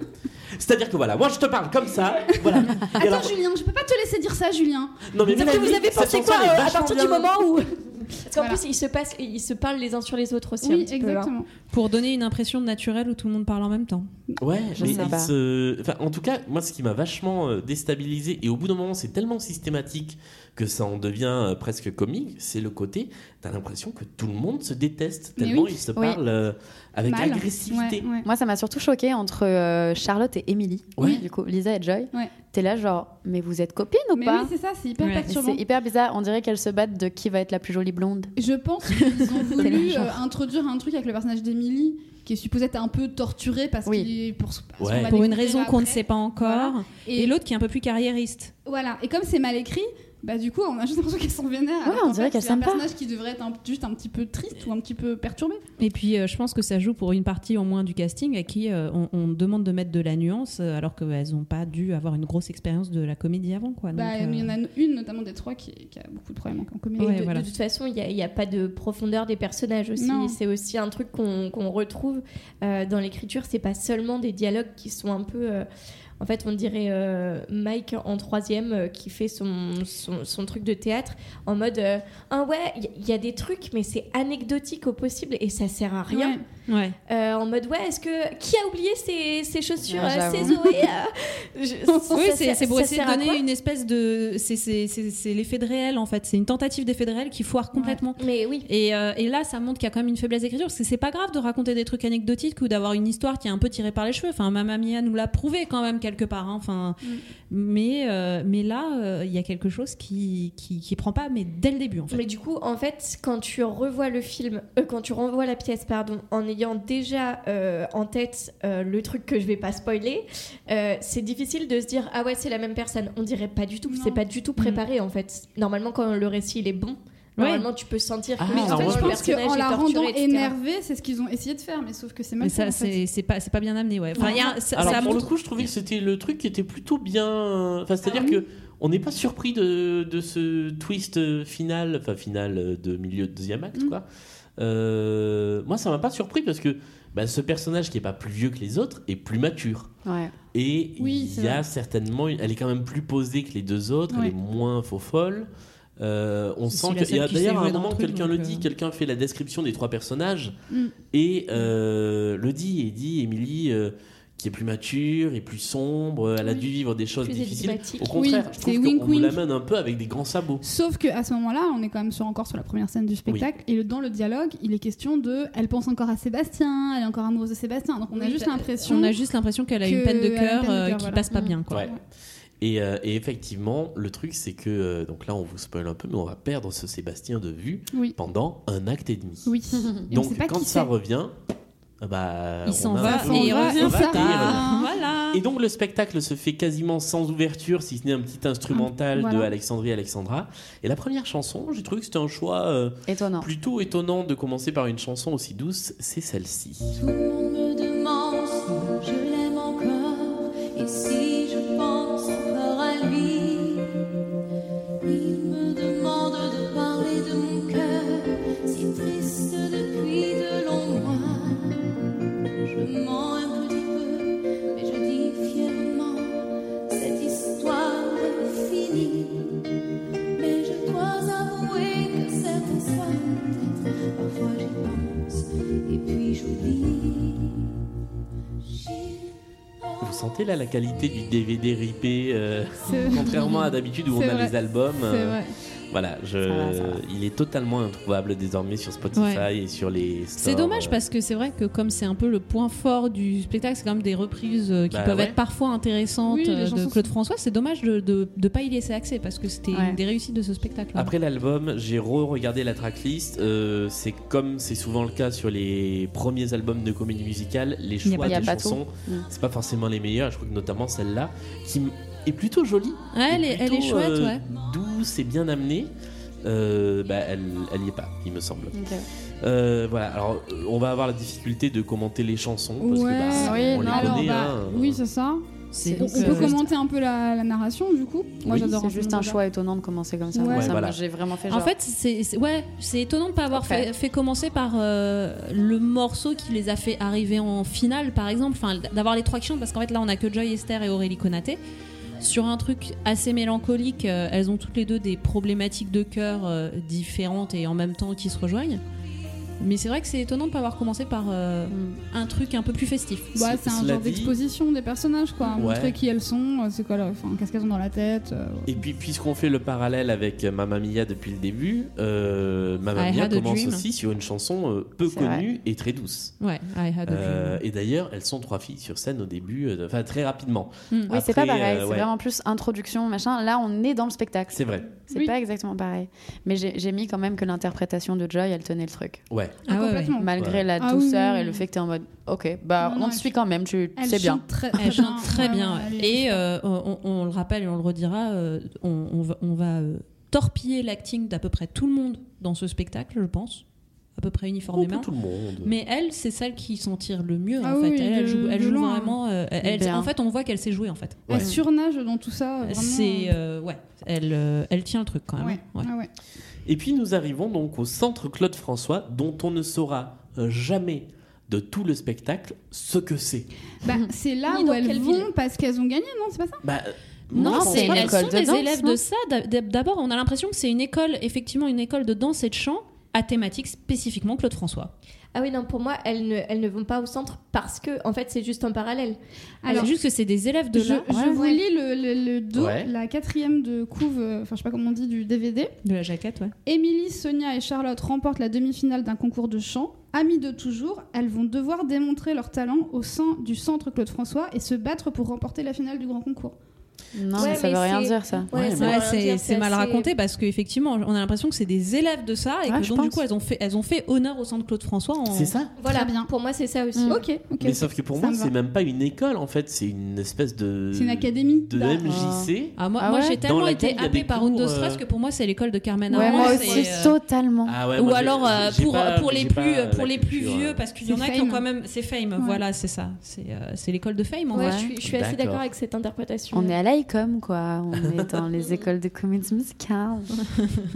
S2: C'est-à-dire que voilà, moi je te parle comme ça,
S3: <laughs>
S2: voilà. Et
S3: Ah,
S2: alors-
S1: Attends Julien, je peux pas te laisser dire ça Julien.
S2: non mais
S3: Sauf que
S2: Mélanie,
S3: vous avez
S2: cette
S3: pensé
S2: chanson,
S3: quoi
S2: elle est
S3: euh, à
S2: vachement
S3: partir du
S2: bien.
S3: moment où Parce qu'en
S1: Voilà.
S3: plus, ils se, passent, ils se parlent les uns sur les autres aussi. un
S1: Oui
S3: petit peu, hein.
S1: exactement.
S4: Pour donner une impression de naturel où tout le monde parle en même temps.
S2: Ouais,
S6: Je
S2: mais
S6: sais
S2: il
S6: pas.
S2: se- enfin, en tout cas, moi, ce qui m'a vachement euh, déstabilisé, et au bout d'un moment, c'est tellement systématique que ça en devient euh, presque comique, c'est le côté, t'as l'impression que tout le monde se déteste,
S1: Mais
S2: tellement
S1: oui.
S2: ils se
S6: Oui.
S2: parlent euh, avec
S1: Mal.
S2: agressivité.
S1: Ouais, ouais.
S6: Moi, ça m'a surtout choqué entre euh, Charlotte et Emily.
S2: Ouais.
S6: Du coup, Lisa et Joy.
S1: Ouais.
S6: T'es là, genre, mais vous êtes copines ou
S1: Mais
S6: pas
S1: oui c'est ça, c'est hyper
S4: Ouais.
S6: Et
S1: perturbant.
S6: C'est hyper bizarre. On dirait qu'elles se battent de qui va être la plus jolie blonde.
S1: Je pense
S4: <laughs>
S1: qu'ils ont
S6: C'est le
S1: voulu
S6: genre.
S1: euh, introduire un truc avec le personnage d'Emily qui est supposé être un peu torturé parce
S6: Oui.
S1: qu'il est pour, parce qu'on
S2: Ouais.
S1: va
S4: Pour une
S1: découvrir
S4: raison qu'on ne
S1: après.
S4: sait pas encore.
S1: Voilà.
S4: Et,
S1: Et,
S4: l'autre qui est un peu plus carriériste.
S1: voilà. Et comme c'est mal écrit, Bah du coup, on a juste l'impression qu'elles sont vénères.
S6: Ouais,
S1: alors
S6: on
S1: qu'en
S6: dirait
S1: fait,
S6: qu'elles
S1: c'est un
S6: s'aiment pas.
S1: personnage qui devrait être un- juste un petit peu triste ou un petit peu perturbé.
S4: Et puis, euh, je pense que ça joue pour une partie au moins du casting à qui euh, on, on demande de mettre de la nuance, euh, alors qu'elles n'ont pas dû avoir une grosse expérience de la comédie avant. Quoi.
S1: Bah,
S4: Donc,
S1: il y en
S4: euh,
S1: a une notamment des trois qui, qui a beaucoup de problèmes en- en comédie.
S3: Et
S4: Ouais,
S3: de,
S4: voilà.
S3: de toute façon, il n'y a, pas de profondeur des personnages aussi.
S1: Non.
S3: C'est aussi un truc qu'on qu'on retrouve euh, dans l'écriture. C'est pas seulement des dialogues qui sont un peu. euh, en fait, on dirait euh, Mike en troisième euh, qui fait son, son, son truc de théâtre en mode euh, Ah ouais, il y- il y, a des trucs, mais c'est anecdotique au possible et ça sert à rien.
S1: Ouais.
S4: ouais.
S3: Euh, en mode Ouais, est-ce que. Qui a oublié ses, ses chaussures
S6: Ouais,
S3: euh, ses
S6: j'avoue.
S3: Zoé euh, je- ça
S4: Ah, <laughs> Oui, c'est
S3: sert-
S4: c'est pour
S3: ça
S4: essayer
S3: sert
S4: de
S3: à quoi
S4: donner une espèce de. c'est- C'est c'est- c'est l'effet de réel, en fait. C'est une tentative d'effet de réel qui foire complètement.
S3: Mais oui.
S4: Et, euh, et là, ça montre qu'il y a quand même une faiblesse d'écriture, parce que c'est pas grave de raconter des trucs anecdotiques ou d'avoir une histoire qui est un peu tirée par les cheveux. Enfin, Mamma Mia nous l'a prouvé quand même quelque part. hein. Enfin, mais, euh, mais là, euh, il y a quelque chose qui, qui, qui prend pas, mais dès le début, en fait.
S3: Mais du coup, en fait, quand tu revois le film, euh, quand tu renvoies la pièce, pardon, en ayant déjà euh, en tête euh, le truc que je vais pas spoiler, euh, c'est difficile de se dire ah ouais c'est la même personne. On dirait pas du tout,
S1: Non.
S3: c'est pas du tout préparé en fait. Normalement, quand le récit il est bon, normalement tu peux sentir.
S2: Ah,
S3: que
S2: Mais en
S3: vraiment,
S2: fait,
S3: le
S1: je pense
S3: personnage
S1: qu'en
S3: est
S1: la
S3: torturé,
S1: rendant
S3: etc.
S1: énervée, c'est ce qu'ils ont essayé de faire, mais sauf que c'est mal
S4: Mais
S1: fait,
S4: ça,
S1: en fait.
S4: c'est c'est pas, c'est pas bien amené, ouais. Enfin, il y a- ça,
S2: Alors
S4: ça
S2: pour le
S4: montre-
S2: coup, je trouvais que c'était le truc qui était plutôt bien. euh, Enfin, c'est-à-dire
S1: Ah oui.
S2: que on n'est pas surpris de, de ce twist euh, final, enfin final euh, de milieu de deuxième acte,
S1: Mm.
S2: quoi. Euh, moi, ça m'a pas surpris parce que bah, ce personnage qui est pas plus vieux que les autres est plus mature.
S6: Ouais.
S2: Et
S1: Oui,
S2: il
S1: c'est
S2: y a certainement, une- elle est quand même plus posée que les deux autres,
S1: Ouais.
S2: elle est moins faux folle. Euh, on
S4: C'est
S2: sent
S4: la
S2: que.
S4: seule
S2: et à-
S4: qui sait
S2: D'ailleurs, à
S4: jouer
S2: un
S4: dans le
S2: moment,
S4: truc,
S2: quelqu'un le
S4: donc, euh.
S2: dit, quelqu'un fait la description des trois personnages
S1: Mm.
S2: et euh, le dit et dit Émilie. euh, qui est plus mature et plus sombre, elle a
S1: Oui.
S2: dû vivre des choses
S3: Plus
S2: difficiles.
S3: énigmatique.
S2: Au contraire,
S1: Oui,
S2: je
S1: c'est
S2: trouve
S1: wink
S2: qu'on nous
S1: wink.
S2: l'amène un peu avec des grands sabots.
S1: Sauf que à ce moment-là, on est quand même sur, encore sur la première scène du spectacle, et le, dans le dialogue, il est question de elle pense encore à Sébastien, elle est encore amoureuse de Sébastien, donc on a
S3: Oui,
S1: juste
S3: t'as-
S1: l'impression.
S4: on a juste l'impression qu'elle a
S1: que-
S4: une peine de
S1: elle a une
S4: cœur
S1: peine de
S4: euh,
S1: cœur,
S4: qui
S1: voilà.
S4: passe pas
S1: Mm.
S4: bien, quoi.
S2: Ouais. Et, euh, et effectivement, le truc, c'est que. euh, donc là, on vous spoil un peu, mais on va perdre ce Sébastien de vue
S1: Oui.
S2: pendant un acte et demi.
S1: Oui. Et on
S2: Donc
S1: sait pas
S2: quand
S1: qui
S2: ça
S1: c'est.
S2: revient, ah bah, on
S4: Il s'en
S2: a
S4: va
S2: un peu-
S4: et il
S1: on va, Ah.
S4: revient
S1: on
S4: plus
S1: s'en
S2: va, il
S4: tard.
S1: revient.
S4: Voilà.
S2: Et donc le spectacle se fait quasiment sans ouverture, si ce n'est un petit instrumental
S1: Voilà.
S2: de Alexandrie Alexandra. Et la première chanson, j'ai trouvé que c'était un choix euh,
S6: Étonnant.
S2: plutôt étonnant de commencer par une chanson aussi douce, c'est celle-ci.
S9: Tout le monde me demande si je l'aime encore et si je pense encore à lui. Il me demande de parler de mon cœur, si triste depuis de longs mois. Je mens un petit peu, mais je dis fièrement, cette histoire est finie. Mais je dois avouer que certains soirs, peut-être, parfois j'y pense et puis j'oublie.
S2: Vous sentez là la qualité du DVD ripé,
S1: <laughs>
S2: euh,
S1: C'est
S2: contrairement à d'habitude où on
S1: C'est
S2: a
S1: vrai.
S2: les albums.
S1: c'est
S2: euh,
S1: vrai.
S2: Voilà, je,
S6: Ça va, ça va.
S2: il est totalement introuvable désormais sur Spotify
S4: Ouais.
S2: et sur les. stores,
S4: C'est dommage
S2: euh,
S4: parce que c'est vrai que comme c'est un peu le point fort du spectacle, c'est quand même des reprises euh, qui
S2: Bah
S4: peuvent
S2: ouais.
S4: être parfois intéressantes
S1: Oui, les
S4: euh, de
S1: chansons
S4: Claude François. C'est dommage de ne pas y laisser accès parce que c'était
S6: Ouais.
S4: une des réussites de ce spectacle.
S2: Après l'album, j'ai re-regardé la tracklist. Euh, c'est comme c'est souvent le cas sur les premiers albums de comédie musicale, les
S4: Il y a
S2: choix
S6: pas- il y a
S2: des
S6: pas
S2: chansons,
S6: tout. Mm.
S2: c'est pas forcément les meilleurs. Je crois que notamment celle-là, qui m- est plutôt jolie,
S4: Ouais, Ah, elle, est, elle est
S2: bah, plutôt,
S4: chouette,
S2: euh,
S4: ouais.
S2: douce et bien amenée. Euh, bah, elle, elle y est pas, il me semble.
S6: Ok.
S2: Euh, voilà. Alors, euh, on va avoir la difficulté de commenter les chansons parce que
S1: Ouais.
S2: bah,
S6: Oui,
S2: on les
S6: non,
S1: Alors,
S2: connaît.
S1: bah,
S2: hein.
S1: oui, c'est ça.
S4: C'est-
S1: On, on
S6: Donc,
S4: c'est-
S1: peut
S6: euh,
S1: commenter un peu la, la narration, du coup. Moi,
S2: Oui,
S1: j'adore.
S6: C'est juste
S1: ce
S6: un
S1: moment-là.
S6: choix étonnant de commencer comme ça.
S1: Ouais.
S6: Moi,
S2: Ouais,
S6: ça
S2: voilà.
S6: me- j'ai vraiment fait
S4: En
S6: genre.
S4: fait, c'est c'est- ouais, c'est étonnant de pas avoir
S6: Après.
S4: fait, fait commencer par euh, le morceau qui les a fait arriver en finale, par exemple, enfin d'avoir les trois qui chantent, parce qu'en fait là on a que Joy Esther et Aurélie Konaté sur un truc assez mélancolique. euh, elles ont toutes les deux des problématiques de cœur euh, différentes et en même temps qui se rejoignent. Mais c'est vrai que c'est étonnant de pas avoir commencé par euh,
S6: Mm.
S4: un truc un peu plus festif.
S1: Ouais, c'est un
S2: Cela
S1: genre
S2: dit-
S1: d'exposition des personnages, quoi.
S2: Ouais.
S1: Montrer qui elles sont, euh, c'est quoi, leur- enfin, qu'est-ce qu'elles ont dans la tête. euh,
S2: Et puis, puisqu'on fait le parallèle avec Mamma Mia depuis le début, euh, Mamma
S4: I
S2: Mia
S4: had a
S2: commence
S4: dream.
S2: aussi sur une chanson euh, peu
S6: C'est
S2: connue et très douce.
S4: Ouais, I had a dream.
S2: Euh, et d'ailleurs, elles sont trois filles sur scène au début, euh, enfin très rapidement.
S4: Mm.
S6: Oui, c'est pas
S2: Après,
S6: pareil.
S2: euh,
S6: c'est
S2: ouais.
S6: vraiment plus introduction, machin. Là, on est dans le spectacle.
S2: C'est vrai,
S6: C'est
S1: Oui.
S6: pas exactement pareil. Mais j'ai j'ai mis quand même que l'interprétation de Joy, elle tenait le truc.
S2: ouais.
S4: Ah ouais, ouais.
S1: complètement.
S6: Malgré
S2: Ouais.
S6: la
S1: Ah
S6: douceur
S1: oui, oui,
S6: et le
S1: oui.
S6: fait que t'es en mode, ok, bah
S1: Non, non,
S6: on te
S1: elle
S6: suit quand même, tu
S1: Elle
S6: c'est bien.
S1: chante très,
S4: Elle chante Eh ben, très
S1: Ouais,
S4: bien.
S1: ouais, elle est-
S4: Et euh, on, on- on le rappelle et on le redira, euh, on, on va, on va, euh, torpiller l'acting d'à peu près tout le monde dans ce spectacle, je pense, à peu près uniformément.
S2: tout le monde.
S4: Mais elle, c'est celle qui s'en tire le mieux
S1: Ah
S4: en fait.
S1: oui,
S4: elle, elle
S1: de-
S4: joue, elle
S1: de
S4: joue
S1: loin. hein.
S4: vraiment. euh, elle-
S6: Bien.
S4: en fait, on voit qu'elle sait jouer en fait.
S1: Elle surnage dans tout ça. vraiment. hein.
S4: C'est euh, ouais, elle, euh, elle tient le truc quand même.
S1: Ouais,
S4: Ouais.
S1: ah ouais.
S2: Et puis nous arrivons donc au centre Claude François, dont on ne saura euh, jamais de tout le spectacle ce que c'est.
S1: Bah,
S4: Mm-hmm.
S1: c'est là
S3: Ni
S1: où
S3: dans
S1: elles
S3: quelle
S1: vont
S3: ville.
S1: parce qu'elles ont gagné, non C'est pas ça
S2: Bah, euh,
S4: Non,
S2: moi, je
S4: c'est
S2: pense-
S6: une
S4: elles
S6: école
S4: sont
S6: de
S4: des
S6: danse,
S4: élèves
S6: non
S4: de ça. D'ab- D'abord, on a l'impression que c'est une école, effectivement, une école de danse et de chant à thématique spécifiquement Claude François.
S3: Ah oui, non, pour moi, elles ne, elles ne vont pas au centre parce que, en fait, c'est juste en parallèle.
S4: Alors juste que c'est des élèves de
S1: je,
S4: la,
S1: je vous lis le, le, le dos,
S2: Ouais.
S1: la quatrième de couve, euh, enfin je sais pas comment on dit, du DVD.
S4: de la jaquette, ouais.
S1: Émilie, Sonia et Charlotte remportent la demi-finale d'un concours de chant. Amies de toujours, elles vont devoir démontrer leur talent au sein du centre Claude François et se battre pour remporter la finale du grand concours.
S6: Non,
S3: Ouais,
S6: mais ça
S3: mais
S6: veut rien
S3: c'est-
S6: dire ça.
S2: Ouais, mais-
S3: ça veut
S4: Ouais,
S3: rien
S4: c'est
S3: dire,
S4: c'est mal
S3: assez-
S4: raconté parce qu'effectivement, on a l'impression que c'est des élèves de ça et
S6: Ouais,
S4: que
S6: je
S4: donc, du
S6: pense.
S4: coup, elles ont fait, elles ont fait honneur au centre Claude François. En...
S2: C'est ça
S3: Voilà,
S1: Très bien.
S3: pour moi, c'est ça aussi.
S6: Mm.
S1: Ok, ok.
S2: Mais sauf que pour
S1: Ça
S2: moi,
S1: me va.
S2: c'est même pas une école en fait, c'est une espèce de.
S1: C'est une académie
S2: De
S1: d'art.
S2: MJC.
S4: Ah, moi,
S6: Ah
S4: moi,
S6: ouais
S4: j'ai
S2: Dans
S4: tellement
S2: laquelle
S4: été
S2: il y a
S4: happée
S2: des
S4: par
S2: cours,
S4: une de
S2: euh,
S4: stress que pour moi, c'est l'école de Carmen
S6: Ouais,
S4: Aron,
S6: moi
S4: c'est,
S6: aussi,
S4: euh,
S6: totalement.
S2: Ah ouais,
S4: Ou
S2: moi, j'ai-
S4: alors euh,
S2: j'ai
S4: pour,
S2: pas-
S4: pour les
S2: j'ai
S4: plus
S2: pas
S4: euh, pour
S2: la
S4: les plus
S2: culture,
S4: vieux
S2: euh.
S4: parce qu'il y en
S1: C'est
S4: a qui ont
S1: Fame.
S4: quand même c'est fame
S1: Ouais.
S4: voilà c'est ça c'est euh, c'est l'école de fame en
S3: Ouais,
S4: vrai.
S3: je suis, je suis assez
S2: D'accord.
S3: d'accord avec cette interprétation.
S6: On est à l'ICOM, quoi. On
S2: <laughs>
S6: est dans les écoles de comédie musicale.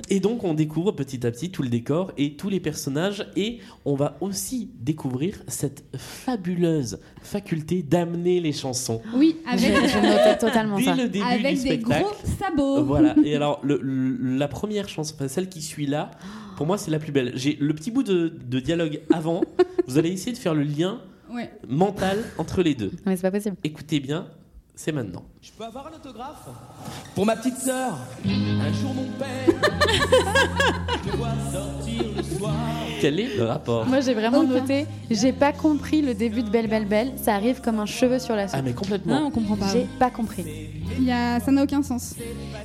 S2: Et donc on découvre petit à petit tout le décor et tous les personnages et on va aussi découvrir cette fabuleuse faculté d'amener les chansons
S1: Oui,
S2: Ah, <laughs>
S6: Je,
S1: avec,
S6: je notais totalement
S2: dès
S6: ça.
S2: le début
S1: avec
S2: du
S1: des
S2: spectacle.
S1: gros
S4: <laughs>
S1: sabots.
S2: Voilà. Et alors le- le- la première chanson, enfin, celle qui suit là, pour moi c'est la plus belle. J'ai le petit bout de, de dialogue
S4: <laughs>
S2: avant. Vous allez essayer de faire le lien
S1: Ouais.
S2: mental entre les deux.
S6: Mais c'est pas possible.
S2: Écoutez bien, c'est maintenant.
S10: Je peux avoir un autographe Pour ma petite sœur, un jour mon
S5: <laughs>
S10: père, je le vois sortir le soir.
S2: Quel est le rapport
S6: Moi, j'ai vraiment noté. J'ai pas compris le début de Belle Belle Belle. Ça arrive comme un cheveu sur la
S2: Ah
S6: soupe.
S2: mais
S4: Non,
S2: complètement.
S4: Hein, on comprend pas.
S6: J'ai pas compris.
S2: Euh,
S1: Il y a- ça n'a aucun sens.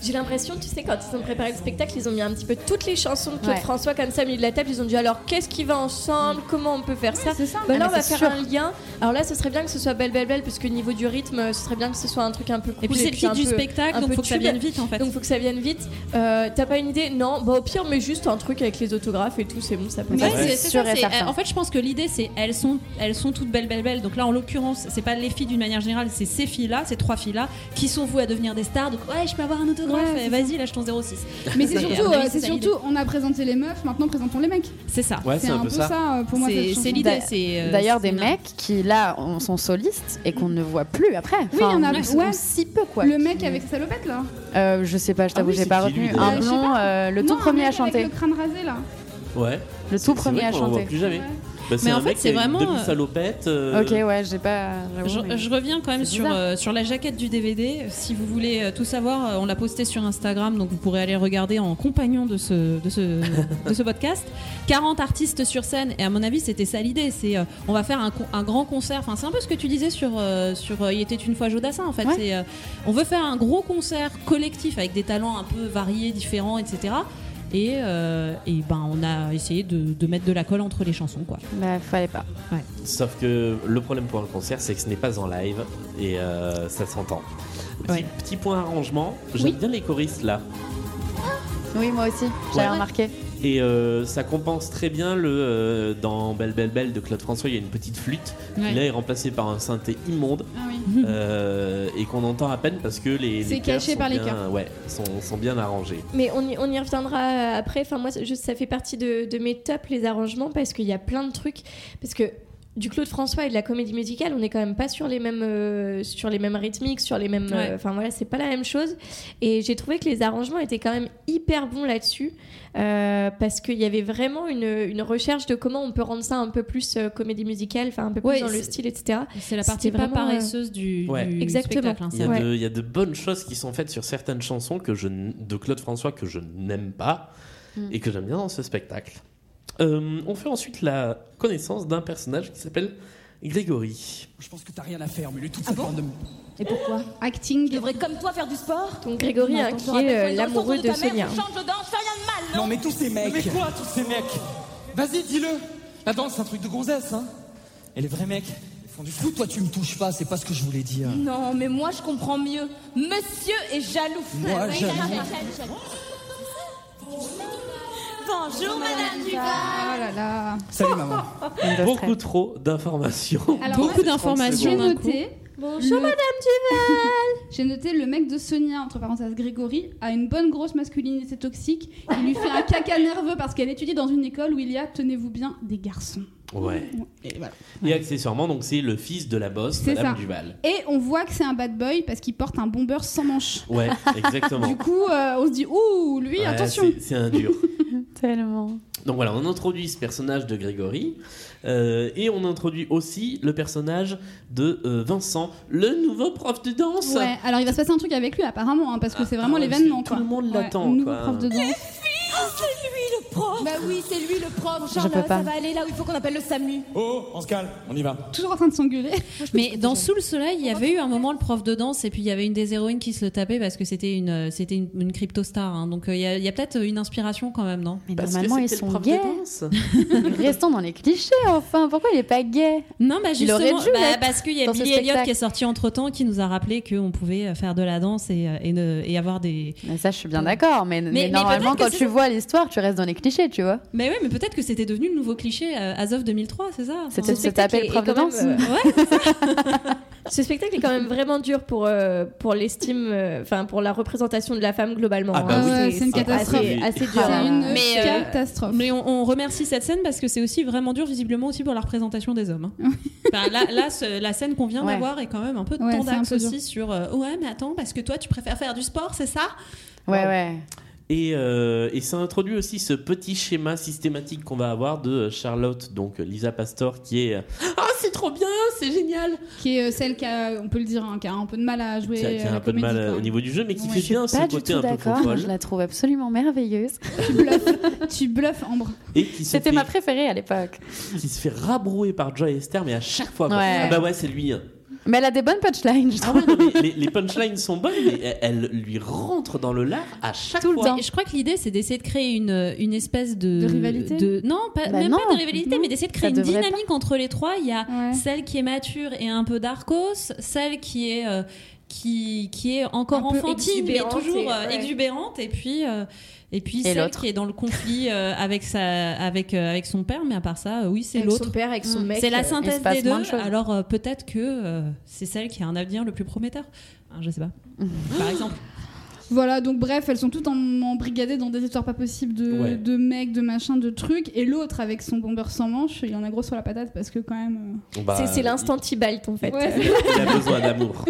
S3: J'ai l'impression, tu sais, quand ils ont préparé le spectacle, ils ont mis un petit peu toutes les chansons de Claude
S6: Ouais.
S3: François comme ça au milieu de la table. Ils ont dit alors qu'est-ce qui va ensemble Comment on peut faire ça
S1: C'est ça.
S3: Bah là,
S6: Ah,
S3: on
S6: mais
S3: va
S6: c'est
S3: faire
S6: sûr.
S3: un lien. Alors là, ce serait bien que ce soit belle, belle, belle, parce que niveau du rythme, ce serait bien que ce soit un truc un peu cool.
S4: et puis c'est le titre
S3: un
S4: du
S3: peu-
S4: spectacle
S3: un
S4: donc
S3: peu
S4: faut que ça
S3: tube.
S4: vienne vite en fait.
S3: <laughs> Donc faut que ça vienne vite. Euh, T'as pas une idée Non, bah au pire, mais juste un truc avec les autographes et tout, c'est bon, ça peut.
S4: Mais
S6: Ouais,
S4: c'est-
S6: c'est
S4: c'est
S6: sûr
S4: ça,
S6: et
S4: c'est-
S6: certain.
S4: euh, en fait, je pense que l'idée, c'est elles sont, elles sont toutes belles, belles, belles. Donc là, en l'occurrence, c'est pas les filles d'une manière générale, c'est ces filles-là, ces trois filles-là, qui sont vouées à devenir des stars. Donc ouais, je peux avoir un autographe.
S1: Ouais, c'est
S4: eh, Vas-y, lâche ton 06.
S1: Mais
S4: Ouais,
S1: c'est
S4: à
S1: surtout,
S4: mon avis,
S1: euh, c'est
S4: c'est ça
S1: surtout, on a présenté les meufs, maintenant présentons les mecs.
S4: C'est ça.
S2: Ouais,
S1: C'est un peu ça, euh, pour moi.
S4: C'est
S1: cette
S4: c'est
S1: chanson.
S4: l'idée.
S6: D'a-
S4: c'est, euh,
S6: D'ailleurs,
S4: c'est
S6: des
S4: une-
S6: mecs qui, là, on- sont solistes et qu'on ne voit plus après.
S1: Oui, il y en a-
S6: on- on-
S1: ouais.
S6: si peu, quoi.
S1: Bah, Le mec avec sa salopette là.
S6: Euh, je sais pas, je t'avoue,
S2: Ah oui,
S6: j'ai
S2: c'est
S6: pas
S2: qui,
S6: retenu.
S2: lui,
S6: Un
S1: d'ailleurs Je sais
S6: blond, euh, le tout
S1: Non, un
S6: premier
S1: mec
S6: à chanter.
S1: Avec le crâne rasé là.
S2: Ouais.
S6: Le
S2: C'est-
S6: tout
S2: c'est
S6: premier
S2: vrai
S6: à
S2: qu'on en voit
S6: chanter.
S2: plus jamais.
S1: Ouais.
S2: Bah, c'est
S4: Mais en
S2: un
S4: fait,
S2: mec
S4: c'est
S2: qui a une
S4: vraiment, euh,
S2: demi-salopette. euh,
S6: Ok, Ah ouais, j'ai pas. j'avoue,
S4: Je,
S6: mais-
S4: je reviens quand même
S6: C'est
S4: sur,
S6: bizarre.
S4: euh, sur la jaquette du DVD. Si vous voulez euh, tout savoir, euh, on l'a posté sur Instagram, donc vous pourrez aller regarder en compagnon de ce, de
S6: <laughs>
S4: ce, de ce podcast. 40 artistes sur scène, et à mon avis, c'était ça l'idée. C'est euh, on va faire un, con- un grand concert. Enfin, c'est un peu ce que tu disais sur, euh, sur euh, Il était une fois Jodassin, en fait.
S6: Ouais.
S4: C'est, euh, on veut faire un gros concert collectif avec des talents un peu variés, différents, etc. Et, euh, et ben, on a essayé de, de mettre de la colle entre les chansons, quoi.
S6: Bah, fallait pas.
S2: Sauf que le problème pour un concert, c'est que ce n'est pas en live et euh, ça s'entend. Petit,
S4: Ouais.
S2: petit point arrangement, j'aime bien les choristes là.
S6: Oui, moi aussi,
S2: Ouais.
S6: j'avais remarqué.
S2: Et euh, ça compense très bien le. euh, dans Belle Belle Belle de Claude François, il y a une petite flûte
S4: Ouais.
S2: qui là est remplacée par un synthé immonde
S1: Ah oui.
S2: euh, et qu'on entend à peine parce que les.
S1: C'est
S2: les chœurs
S1: caché
S2: sont
S1: par les
S2: bien-
S1: chœurs.
S2: Ouais, sont, sont bien arrangés.
S3: Mais on y, on y reviendra euh, après. Enfin, moi, c'est juste, ça fait partie de, de mes tops, les arrangements, parce qu'il y a plein de trucs. Parce que du Claude François et de la comédie musicale, on n'est quand même pas sur les mêmes, euh, sur les mêmes rythmiques, sur les mêmes.
S4: Ouais.
S3: euh, Enfin, voilà, c'est pas la même chose. Et j'ai trouvé que les arrangements étaient quand même hyper bons là-dessus. euh, parce qu'il y avait vraiment une, une recherche de comment on peut rendre ça un peu plus euh, comédie musicale, enfin, un peu plus
S4: Ouais,
S3: dans le
S4: c'est-
S3: style, etc.
S4: C'est la partie
S3: C'était
S4: pas
S3: vraiment, euh,
S4: paresseuse du,
S2: Ouais.
S4: du
S3: Exactement.
S4: spectacle. hein,
S2: Il y, a
S3: Ouais.
S2: de, il y a de bonnes choses qui sont faites sur certaines chansons que je, n- de Claude François que je n'aime pas
S1: Hmm.
S6: Mm.
S2: et que j'aime bien dans ce spectacle. Euh, on fait ensuite la connaissance d'un personnage qui s'appelle Grégory.
S10: Je pense que t'as rien à faire, mais le
S1: Ah
S10: tout ça demande de me-
S1: Et pourquoi Acting.
S9: comme toi faire du sport
S3: Donc Grégory, hein, qui est euh, l'amoureux de Sonia.
S9: de danse, fais rien de mal
S10: Non, mais tous ces mecs. Mais quoi, tous ces mecs Vas-y, dis-le. La danse, c'est un truc de gonzesse, hein. Et les vrais mecs, ils font du fou. Toi, tu me touches pas, c'est pas ce que je voulais dire.
S9: Non, mais moi je comprends mieux. Monsieur est jaloux.
S10: Moi, jaloux.
S4: Bonjour Madame
S1: Oh là là.
S2: Salut maman. Beaucoup trop
S1: <laughs>
S2: d'informations.
S1: Alors,
S2: Beaucoup
S1: moi,
S2: d'informations
S1: J'ai
S2: d'un
S1: noté.
S3: Bonjour, Madame
S1: Duval <laughs> J'ai noté le mec de Sonia, entre parenthèses Grégory, a une bonne grosse masculinité toxique. Il lui fait un caca nerveux parce qu'elle étudie dans une école où il y a, tenez-vous bien, des garçons.
S2: Ouais.
S1: Et,
S2: accessoirement, donc c'est le fils de la bosse,
S1: C'est
S2: Madame
S1: ça.
S2: Duval.
S1: Et on voit que c'est un bad boy parce qu'il porte un bomber sans manche. <laughs>
S2: Ouais, exactement.
S1: Du coup, euh, on se dit, ouh, lui,
S2: Ouais,
S1: attention
S2: c'est- C'est un dur.
S6: Tellement.
S2: Donc voilà, on introduit ce personnage de Grégory euh, et on introduit aussi le personnage de euh, Vincent, le nouveau prof de danse.
S1: Ouais, alors il va se passer un truc avec lui apparemment, hein, parce que c'est vraiment
S2: ah ouais,
S1: l'événement.
S2: c'est-
S1: quoi.
S2: tout le monde
S1: Ouais,
S2: l'attend,
S1: nouveau
S2: quoi.
S1: prof de danse.
S9: c'est lui le prof Bah oui, c'est lui le prof.
S4: Charles,
S1: euh,
S4: peux pas. ça va
S9: aller là où il faut qu'on appelle le SAMU.
S10: Oh, on se calme, on y va.
S1: Toujours en train de s'engueuler.
S4: Mais dans Sous le soleil, il y avait eu un moment le prof de danse et puis il y avait une des héroïnes qui se le tapait parce que c'était une euh, c'était une, une crypto-star. hein. Donc euh, il y a, il y a peut-être une inspiration quand même, non
S6: Mais normalement, Bah, ils sont gays. Restons dans les clichés, enfin. Pourquoi il est pas gay
S4: Non, bah
S6: Il aurait
S4: justement,
S6: dû
S4: bah,
S6: l'être
S4: parce qu'il y a
S6: dans ce
S4: Billy Elliot
S6: spectacle.
S4: qui est sorti entre temps qui nous a rappelé qu'on pouvait euh, faire de la danse et, euh, et, ne- et avoir des.
S6: Mais ça, je suis bien d'accord. Mais, mais
S4: mais
S6: normalement,
S4: peut-être que
S6: quand
S4: c'est
S6: tu
S4: ça.
S6: vois l'histoire, tu restes dans les clichés, tu vois.
S4: Mais ouais, mais peut-être que c'était devenu le nouveau cliché euh, Azov 2003, c'est ça Enfin,
S6: C'était de se
S3: spectacle
S6: taper
S3: est-
S6: le prof
S3: est
S6: de
S3: quand
S6: danse.
S3: même, euh, <laughs> Ce spectacle est quand même vraiment dur pour, euh, pour l'estime, euh, enfin pour la représentation de la femme globalement.
S2: Ah bah
S3: hein.
S2: oui.
S1: Ouais, c'est une
S3: assez-
S1: catastrophe.
S3: Assez, dur.
S1: C'est une
S3: Mais, euh,
S1: catastrophe.
S4: Mais on, on remercie cette scène parce que c'est aussi vraiment dur, visiblement aussi pour la représentation des hommes. hein. Enfin, là, là, ce- la scène qu'on vient
S6: Ouais.
S4: d'avoir est quand même un peu de
S1: Ouais,
S4: temps
S1: c'est un
S4: d'axe
S1: peu dur.
S4: aussi sur euh, ouais, mais attends, parce que toi, tu préfères faire du sport, c'est ça
S6: Ouais, ouais.
S2: Et, euh, et ça introduit aussi ce petit schéma systématique qu'on va avoir de Charlotte, donc Lisa Pastor, qui est euh, Ah, c'est trop bien, c'est génial
S1: Qui est euh, celle qui a, on peut le dire, hein, qui a un peu de mal à jouer.
S2: Qui a, qui a
S1: euh, la
S2: un peu de mal
S1: comédie,
S2: euh,
S1: quoi.
S2: au niveau du jeu, mais qui
S6: Ouais,
S2: fait
S6: je suis
S2: bien ce
S6: pas du
S2: côté
S6: tout
S2: un peu
S6: d'accord. Moi, je
S2: folle
S6: la trouve absolument merveilleuse.
S1: Tu bluffes, tu bluffes, Ambre.
S2: et qui se, fait,
S6: C'était ma préférée à l'époque.
S2: qui se fait rabrouer par Joy Esther, mais à chaque fois. quoi.
S6: Ouais.
S2: Ah bah ouais, c'est lui. hein.
S6: Mais elle a des bonnes punchlines, je
S2: Ah
S6: trouve.
S2: ouais, non, mais les, les punchlines sont bonnes, mais elle, elle lui rentre dans le lard à chaque
S6: Tout le
S2: fois.
S6: temps.
S4: Et je crois que l'idée, c'est d'essayer de créer une, euh, une espèce de.
S1: De rivalité
S4: de- Non, pas,
S6: Bah
S4: même
S6: non,
S4: pas de rivalité,
S6: non,
S4: mais d'essayer de
S6: ça
S4: créer une
S6: devrait pas.
S4: dynamique entre les trois. Il y a
S1: Ouais.
S4: celle qui est mature et un peu d'arcos, celle qui est. euh, qui, qui est encore
S3: Un peu
S4: enfantine mais
S3: exubérante
S4: toujours
S3: et-
S4: euh,
S3: ouais.
S4: exubérante et puis euh, et puis celle
S6: l'autre.
S4: qui est dans le conflit euh, avec sa avec euh, avec son père mais à part ça euh, oui c'est
S3: Avec
S4: l'autre
S3: son père, avec son
S6: Mm.
S3: mec.
S4: c'est la
S3: sainte
S4: synthèse
S6: passe
S4: des
S6: moins
S4: deux
S6: de choses.
S4: alors euh, peut-être que euh, c'est celle qui a un avenir le plus prometteur Hein, je sais
S6: <laughs>
S4: pas par exemple
S1: Voilà, donc bref, elles sont toutes en- embrigadées dans des histoires pas possibles de,
S2: Ouais.
S1: de mecs, de machins, de trucs. Et l'autre, avec son bomber sans manche, il en a gros sur la patate parce que quand même.
S2: Bah,
S3: C'est c'est l'instant Tibalt en
S1: euh,
S3: fait.
S1: ouais,
S2: Il a besoin
S6: <laughs>
S2: d'amour.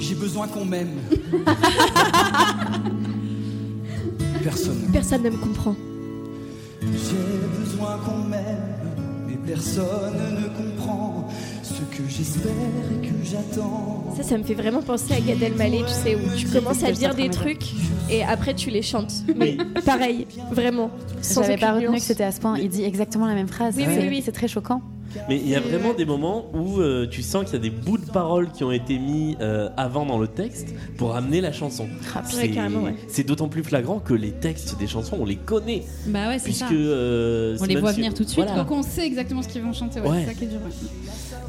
S10: J'ai besoin qu'on m'aime. Personne.
S3: Personne ne me comprend.
S10: J'ai besoin qu'on m'aime, mais personne ne comprend ce que j'espère et que j'attends.
S3: Ça, ça me fait vraiment penser à Gad Elmaleh, tu sais, où tu commences à dire des trucs et après tu les chantes. Mais pareil, vraiment. sans
S6: J'avais pas
S3: aucune
S6: retenu que
S3: nuance.
S6: c'était à ce point. Il dit exactement la même phrase.
S3: Oui,
S6: C'est-
S3: oui, oui.
S6: C'est très choquant.
S2: Mais il y a vraiment des moments où euh, tu sens qu'il y a des bouts de paroles qui ont été mis euh, avant dans le texte pour amener la chanson.
S3: Ah, ouais, carrément, ouais.
S2: c'est d'autant plus flagrant que les textes des chansons, on les connaît.
S4: bah ouais c'est
S2: Puisque,
S4: ça
S2: euh,
S4: On
S2: c'est
S4: les
S2: même
S4: voit
S2: si-
S4: venir tout de suite,
S2: voilà.
S1: donc on sait exactement ce qu'ils vont chanter. Ouais,
S2: Ah. Ouais.
S1: C'est ça qui est dur. ouais.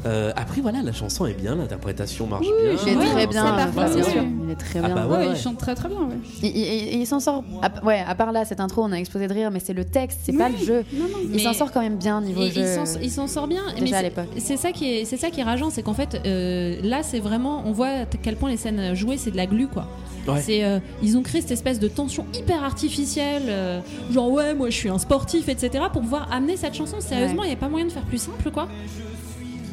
S2: Euh, après, voilà, la chanson est bien, l'interprétation marche bien.
S6: Il est
S1: oui,
S6: très
S1: c'est
S6: bien.
S1: parfait,
S6: enfin,
S1: c'est
S6: bien
S1: sûr.
S6: sûr. Il est très
S2: Ah
S6: bien.
S2: bah
S1: Ouais,
S2: ouais.
S1: ils chantent très très bien. Ouais.
S6: Il, il- il- il s'en sort. à- ouais, à part là, cette intro, on a explosé de rire, mais c'est le texte, c'est pas le jeu.
S1: Non, non.
S6: Il s'en sort quand même bien niveau
S4: Et
S6: jeu. euh,
S4: il s'en- il s'en sort bien.
S6: Déjà
S4: mais
S6: à
S4: c'est-
S6: l'époque.
S4: C'est ça qui est, c'est ça qui est rageant, c'est qu'en fait, euh, là, c'est vraiment, on voit à quel point les scènes euh, jouées, c'est de la glu, quoi.
S2: Ouais.
S4: C'est, euh, ils ont créé cette espèce de tension hyper artificielle, euh, genre ouais, moi, je suis un sportif, etc., pour pouvoir amener cette chanson. Sérieusement, il n'y a pas moyen de faire plus simple, quoi.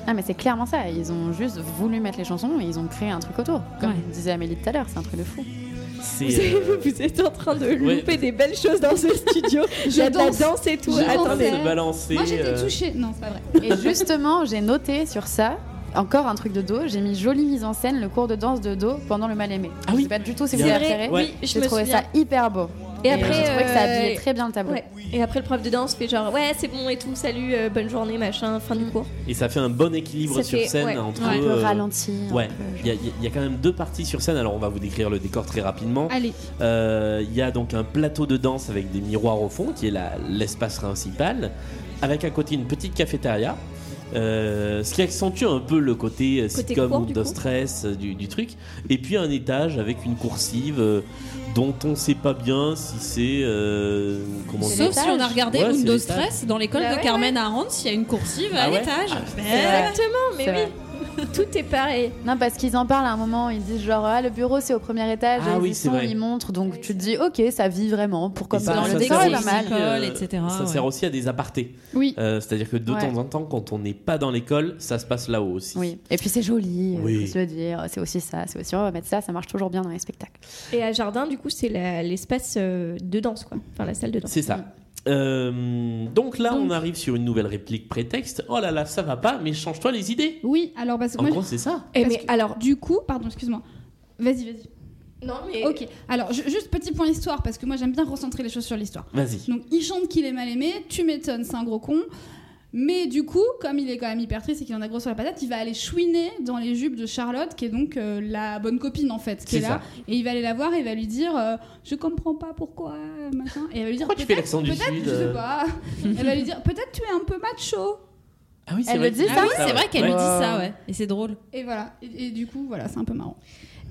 S6: Ah, mais c'est clairement ça. Ils ont juste voulu mettre les chansons et ils ont créé un truc autour. Comme
S4: Ouais.
S6: disait Amélie tout à l'heure, c'est un truc de fou.
S3: Vous,
S2: C'est,
S3: avez-
S2: euh,
S3: vous êtes en train de
S2: Ouais.
S3: louper des belles choses dans ce studio. Il y a de la
S1: danse.
S3: danse et tout.
S1: Je
S2: en train
S1: danse.
S3: Attendez.
S2: de se balancer.
S1: Moi j'étais
S2: euh,
S1: touchée. Non, c'est pas vrai.
S6: Et justement, j'ai noté sur ça. Encore un truc de dos, j'ai mis jolie mise en scène le cours de danse de dos pendant le mal aimé.
S2: Ah
S6: je
S2: oui.
S6: sais pas du tout si vous
S2: C'est
S6: avez
S3: vrai,
S6: repéré.
S2: Ouais.
S3: Oui, je
S6: J'ai
S3: me
S6: trouvé
S3: souviens.
S6: ça hyper beau.
S3: Et après,
S6: j'ai trouvé que ça
S3: euh,
S6: habillait très bien le tableau.
S3: ouais. Et après, le prof de danse fait genre ouais, c'est bon et tout, salut, euh, bonne journée, machin, fin
S6: Mm.
S3: du cours.
S2: Et ça fait un bon équilibre
S3: Ça
S2: sur
S3: fait-
S2: scène
S3: ouais.
S2: entre.
S6: Un peu
S2: euh,
S6: ralenti. un
S2: Ouais,
S6: peu, genre.
S2: il y, a- il y a- il y a quand même deux parties sur scène. Alors, on va vous décrire le décor très rapidement.
S1: Allez,
S2: Euh, Il y a donc un plateau de danse avec des miroirs au fond, qui est la- l'espace principal, avec à côté une petite cafétéria, euh, ce qui accentue un peu le côté euh,
S3: Côté
S2: sitcom
S3: court,
S2: ou
S3: du
S2: de
S3: coup.
S2: stress euh, du, du truc. Et puis un étage avec une coursive, euh, dont on sait pas bien si c'est. euh, comment
S4: Sauf
S2: dire
S4: si on a regardé
S2: Ouais, c'est
S4: Undo
S2: l'étage.
S4: Stress dans l'école
S3: Bah
S4: de
S3: ouais,
S4: Carmen Arantz, il y a une coursive
S2: Ah
S4: à
S2: ouais
S4: l'étage.
S2: Ah,
S4: Ben,
S3: Exactement, mais
S6: C'est
S3: oui. <laughs> Tout est pareil.
S6: Non, parce qu'ils en parlent à un moment, ils disent genre, ah, le bureau c'est au premier étage,
S2: Ah
S6: ils y
S2: oui, c'est
S6: sont,
S2: vrai.
S6: ils montrent, donc tu te dis, ok, ça vit vraiment, pourquoi
S2: Et
S6: pas.
S4: dans
S2: ça-
S4: le
S2: ça
S6: décor
S4: sert
S6: est pas
S4: aussi,
S6: mal.
S4: euh, école, etc.,
S2: Ça
S4: ouais.
S2: sert aussi à des apartés.
S6: Oui.
S2: Euh, C'est-à-dire que de
S6: Ouais.
S2: temps en temps, quand on n'est pas dans l'école, ça se passe là-haut aussi.
S6: Oui, et puis c'est joli, euh,
S2: Oui.
S6: je veux dire, c'est aussi ça, c'est aussi on va mettre ça, ça marche toujours bien dans les spectacles.
S3: Et à Jardin, du coup, c'est la- l'espace euh, de danse, quoi. Enfin, la salle de danse.
S2: C'est ça. Euh, donc là, on arrive sur une nouvelle réplique prétexte. Oh là là, ça va pas, mais change-toi les idées.
S1: Oui, alors parce que
S2: En
S1: moi,
S2: gros, c'est ça.
S3: Et
S1: Parce
S3: mais
S1: que-
S3: alors,
S1: du coup, pardon, excuse-moi. Vas-y, vas-y.
S3: non, mais.
S1: Ok. Alors, ju- juste petit point histoire, parce que moi j'aime bien recentrer les choses sur l'histoire.
S2: Vas-y.
S1: Donc, il chante qu'il est mal aimé, tu m'étonnes, c'est un gros con. Mais du coup, comme il est quand même hyper triste et qu'il en a gros sur la patate, il va aller chouiner dans les jupes de Charlotte, qui est donc euh, la bonne copine en fait, qui
S2: C'est
S1: est là. Et il va aller la voir et il va lui dire euh, Je comprends pas pourquoi, machin. Et elle va lui dire
S2: Pourquoi tu fais l'accent du
S1: Peut-être,
S2: sud
S1: je sais
S2: euh
S1: pas. elle va lui dire Peut-être tu es un peu macho.
S2: Ah oui, c'est
S6: Elle
S2: vrai.
S6: le dit,
S2: que-
S4: Ah
S6: ça
S4: oui, c'est vrai qu'elle lui dit
S2: Ouais.
S4: ça, ouais. Et c'est drôle.
S1: Et voilà. Et, et du coup, voilà, c'est un peu marrant.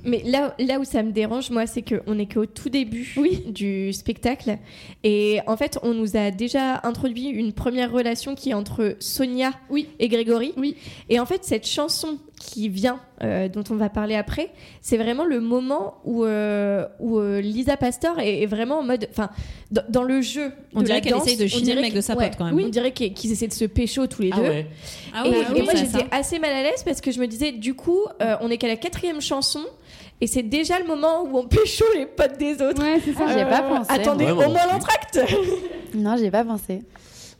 S3: Mais là, là où ça me dérange, moi, c'est qu'on est qu'au tout début du spectacle. Et en fait, on nous a déjà introduit une première relation qui est entre Sonia
S1: Oui.
S3: et Grégory.
S1: Oui.
S3: Et en fait, cette chanson qui vient, euh, dont on va parler après, c'est vraiment le moment où, euh, où euh, Lisa Pastor est, est vraiment en mode. Enfin, dans, dans le jeu.
S4: On
S3: de
S4: dirait
S3: la
S4: qu'elle
S3: danse,
S4: essaye de
S3: on
S4: chiner
S3: dirait
S4: le mec
S3: que-
S4: de sa
S3: ouais,
S4: pote, quand même.
S3: Oui, on dirait qu'ils qu'ils essaient de se pécho tous les
S2: Ah
S3: deux.
S2: ouais.
S4: Ah
S3: Et,
S4: oui,
S3: et moi j'étais assez mal à l'aise parce que je me disais du coup euh, on est qu'à la quatrième chanson et c'est déjà le moment où on <laughs> pécho les potes des autres.
S1: Ouais, c'est
S6: Ah,
S1: ça.
S6: j'y ai pas
S3: Euh,
S6: pensé.
S3: Attendez,
S2: Ouais,
S3: au
S2: moi non
S3: moins
S2: plus.
S3: l'entracte.
S6: Non, j'y ai pas pensé.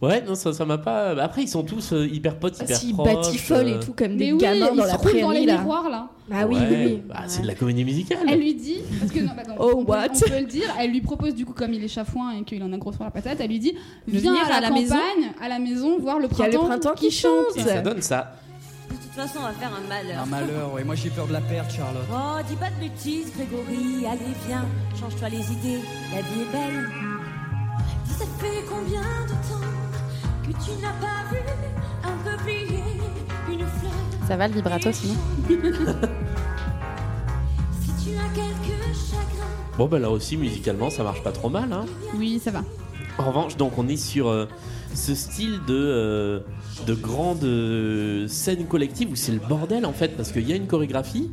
S2: Ouais, non, ça ça m'a pas. Après, ils sont tous euh, hyper potes, hyper
S3: Ah Si
S2: proches.
S3: batifolent
S2: euh.
S3: et tout comme
S1: Mais
S3: des
S1: oui,
S3: gamins
S1: ils
S3: dans
S1: se
S3: la
S1: roulent dans les
S3: prairie là.
S1: miroirs là.
S3: Bah oui,
S2: Ouais.
S3: oui, oui.
S2: Bah, c'est de la comédie musicale.
S1: Elle lui dit, parce que non, bah, attends,
S3: Oh,
S1: on, peut,
S3: what
S1: on peut le dire, elle lui propose du coup comme il est chafouin et qu'il en a gros sur la patate, elle lui dit
S4: De
S1: viens
S4: venir
S1: à la,
S4: à la
S1: campagne,
S4: maison.
S1: à la maison voir le
S3: Il y a
S1: printemps,
S3: le printemps qui chante.
S2: Et ça donne ça.
S9: De toute façon, on va faire un malheur.
S10: Un malheur, ouais. Moi, j'ai peur de la perte, Charlotte.
S9: Oh, dis pas de bêtises, Grégory, allez, viens, change-toi les idées, la vie est belle. Dis, ça fait combien de temps que tu n'as pas vu un peuplier, une fleur
S6: Ça va le vibrato
S9: une
S3: <laughs>
S6: sinon
S9: chambre Si tu as quelques chagrins,
S2: Bon, bah là aussi, musicalement, ça marche pas trop mal. Hein.
S1: Oui, ça va.
S2: En revanche, donc on est sur euh, ce style de, euh, de grande euh, scène collective où c'est le bordel en fait, parce qu'il y a une chorégraphie,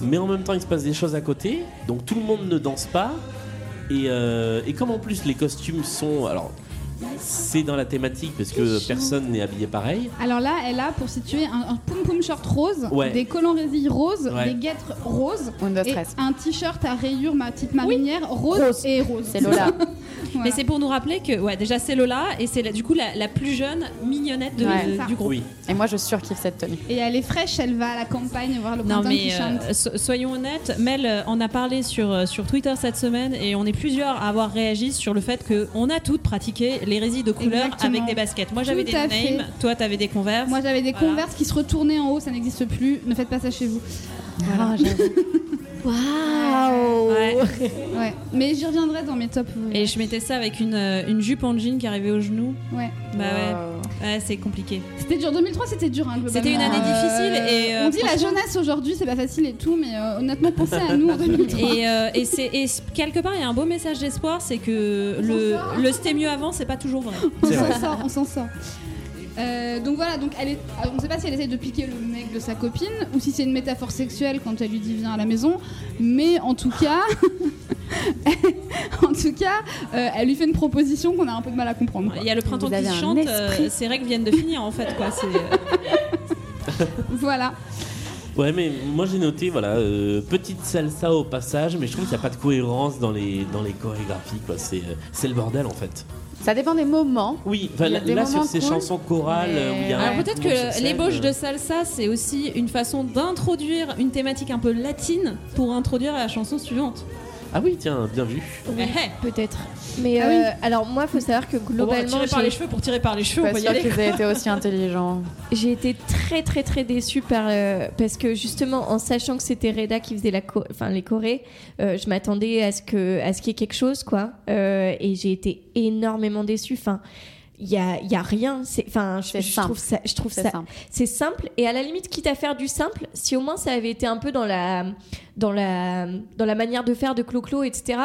S2: mais en même temps il se passe des choses à côté, donc tout le monde ne danse pas. Et, euh, et comme en plus les costumes sont. Alors, c'est dans la thématique parce que personne n'est habillé pareil.
S1: Alors là, elle a pour situer un, un poum poum short rose,
S2: Ouais.
S1: des collants résilles roses,
S2: Ouais.
S1: des guêtres roses,
S6: Windows
S1: et
S6: 13.
S1: un t-shirt à rayures ma petite marinière rose,
S6: Rose.
S1: et rose.
S6: C'est Lola.
S1: Voilà.
S4: Mais c'est pour nous rappeler que, ouais, déjà c'est Lola et c'est la- du coup la, la plus jeune mignonnette de-
S6: Ouais.
S4: de-
S1: Ça.
S4: du groupe.
S2: Oui.
S6: Et moi, je surkiffe cette tenue.
S1: Et elle est fraîche, elle va à la campagne voir le
S4: Non
S1: printemps qui
S4: mais euh,
S1: chante.
S4: so- soyons honnêtes, Mel euh, en a parlé sur, euh, sur Twitter cette semaine et on est plusieurs à avoir réagi sur le fait qu'on a toutes pratiqué les résilles de couleur
S1: Exactement.
S4: avec des baskets. Moi j'avais
S1: Tout
S4: des
S1: à
S4: names,
S1: fait.
S4: toi t'avais des converses.
S1: Moi j'avais des
S4: Voilà.
S1: converses qui se retournaient en haut, ça n'existe plus, ne faites pas ça chez vous.
S6: Ah, j'avoue.
S4: Ah, Ouais.
S1: Ouais. Mais j'y reviendrai dans mes tops.
S4: oh. Et je mettais ça avec une, euh, une jupe en jean qui arrivait au genou.
S1: Ouais.
S4: Bah ouais.
S6: Wow.
S4: Ouais, c'est compliqué.
S1: C'était dur. 2003, c'était dur. hein, globalement.
S4: C'était une année difficile et, euh,
S1: on dit la
S4: franchement-
S1: jeunesse aujourd'hui, c'est pas facile et tout, mais euh, honnêtement, pensez
S4: <laughs>
S1: à nous en 2003.
S4: Et, euh, et c'est et c- quelque part, il y a un beau message d'espoir, c'est que le, le c'était mieux avant, c'est pas toujours vrai.
S1: on
S2: c'est
S1: s'en
S2: vrai.
S1: sort, on s'en sort. Euh, donc voilà, donc elle est, alors, on sait pas si elle essaye de piquer le mec de sa copine ou si c'est une métaphore sexuelle quand elle lui dit viens à la maison, mais en tout cas, <laughs> en tout cas, euh, elle lui fait une proposition qu'on a un peu de mal à comprendre.
S4: Il y a le printemps
S6: Vous avez
S4: qui
S6: un
S4: chante, euh,
S6: esprit.
S4: ces règles viennent de finir en fait quoi. C'est, euh,
S1: Voilà.
S2: Ouais, mais moi j'ai noté, voilà, euh, petite salsa au passage, mais je trouve qu'il n'y a pas de cohérence dans les, dans les chorégraphies, quoi. C'est euh, c'est le bordel en fait.
S6: Ça dépend des moments.
S2: Oui, enfin,
S6: Il y a
S2: là,
S6: des
S2: là, sur
S6: moments
S2: ces
S6: cool,
S2: chansons chorales
S6: mais-
S2: euh, où il y a un-
S4: Alors peut-être
S2: tout le monde
S4: que
S2: sur scène,
S4: l'ébauche
S2: euh,
S4: de salsa, c'est aussi une façon d'introduire une thématique un peu latine pour introduire la chanson suivante.
S2: Ah oui, tiens, bien vu.
S4: Eh, eh,
S3: Peut-être. Mais
S1: Ah oui.
S3: euh, alors moi, faut savoir que
S4: on va
S3: globalement,
S4: tirer par
S3: j'ai-
S4: les cheveux pour tirer par les cheveux, on
S6: Pas
S4: va y
S6: sûr
S4: aller.
S6: qu'ils aient été aussi intelligents.
S3: j'ai été très très très déçue par euh, parce que justement en sachant que c'était Reda qui faisait la cho- enfin les chorés, euh, je m'attendais à ce que à ce qu'il y ait quelque chose quoi. Euh, et j'ai été énormément déçue. Enfin, il il y a, il y a rien. C'est- Enfin, je, je
S6: simple.
S3: trouve ça, je trouve
S6: C'est
S3: ça,
S6: simple.
S3: c'est simple. Et à la limite, quitte à faire du simple, si au moins ça avait été un peu dans la, dans la, dans la manière de faire de Clo-Clo, etc.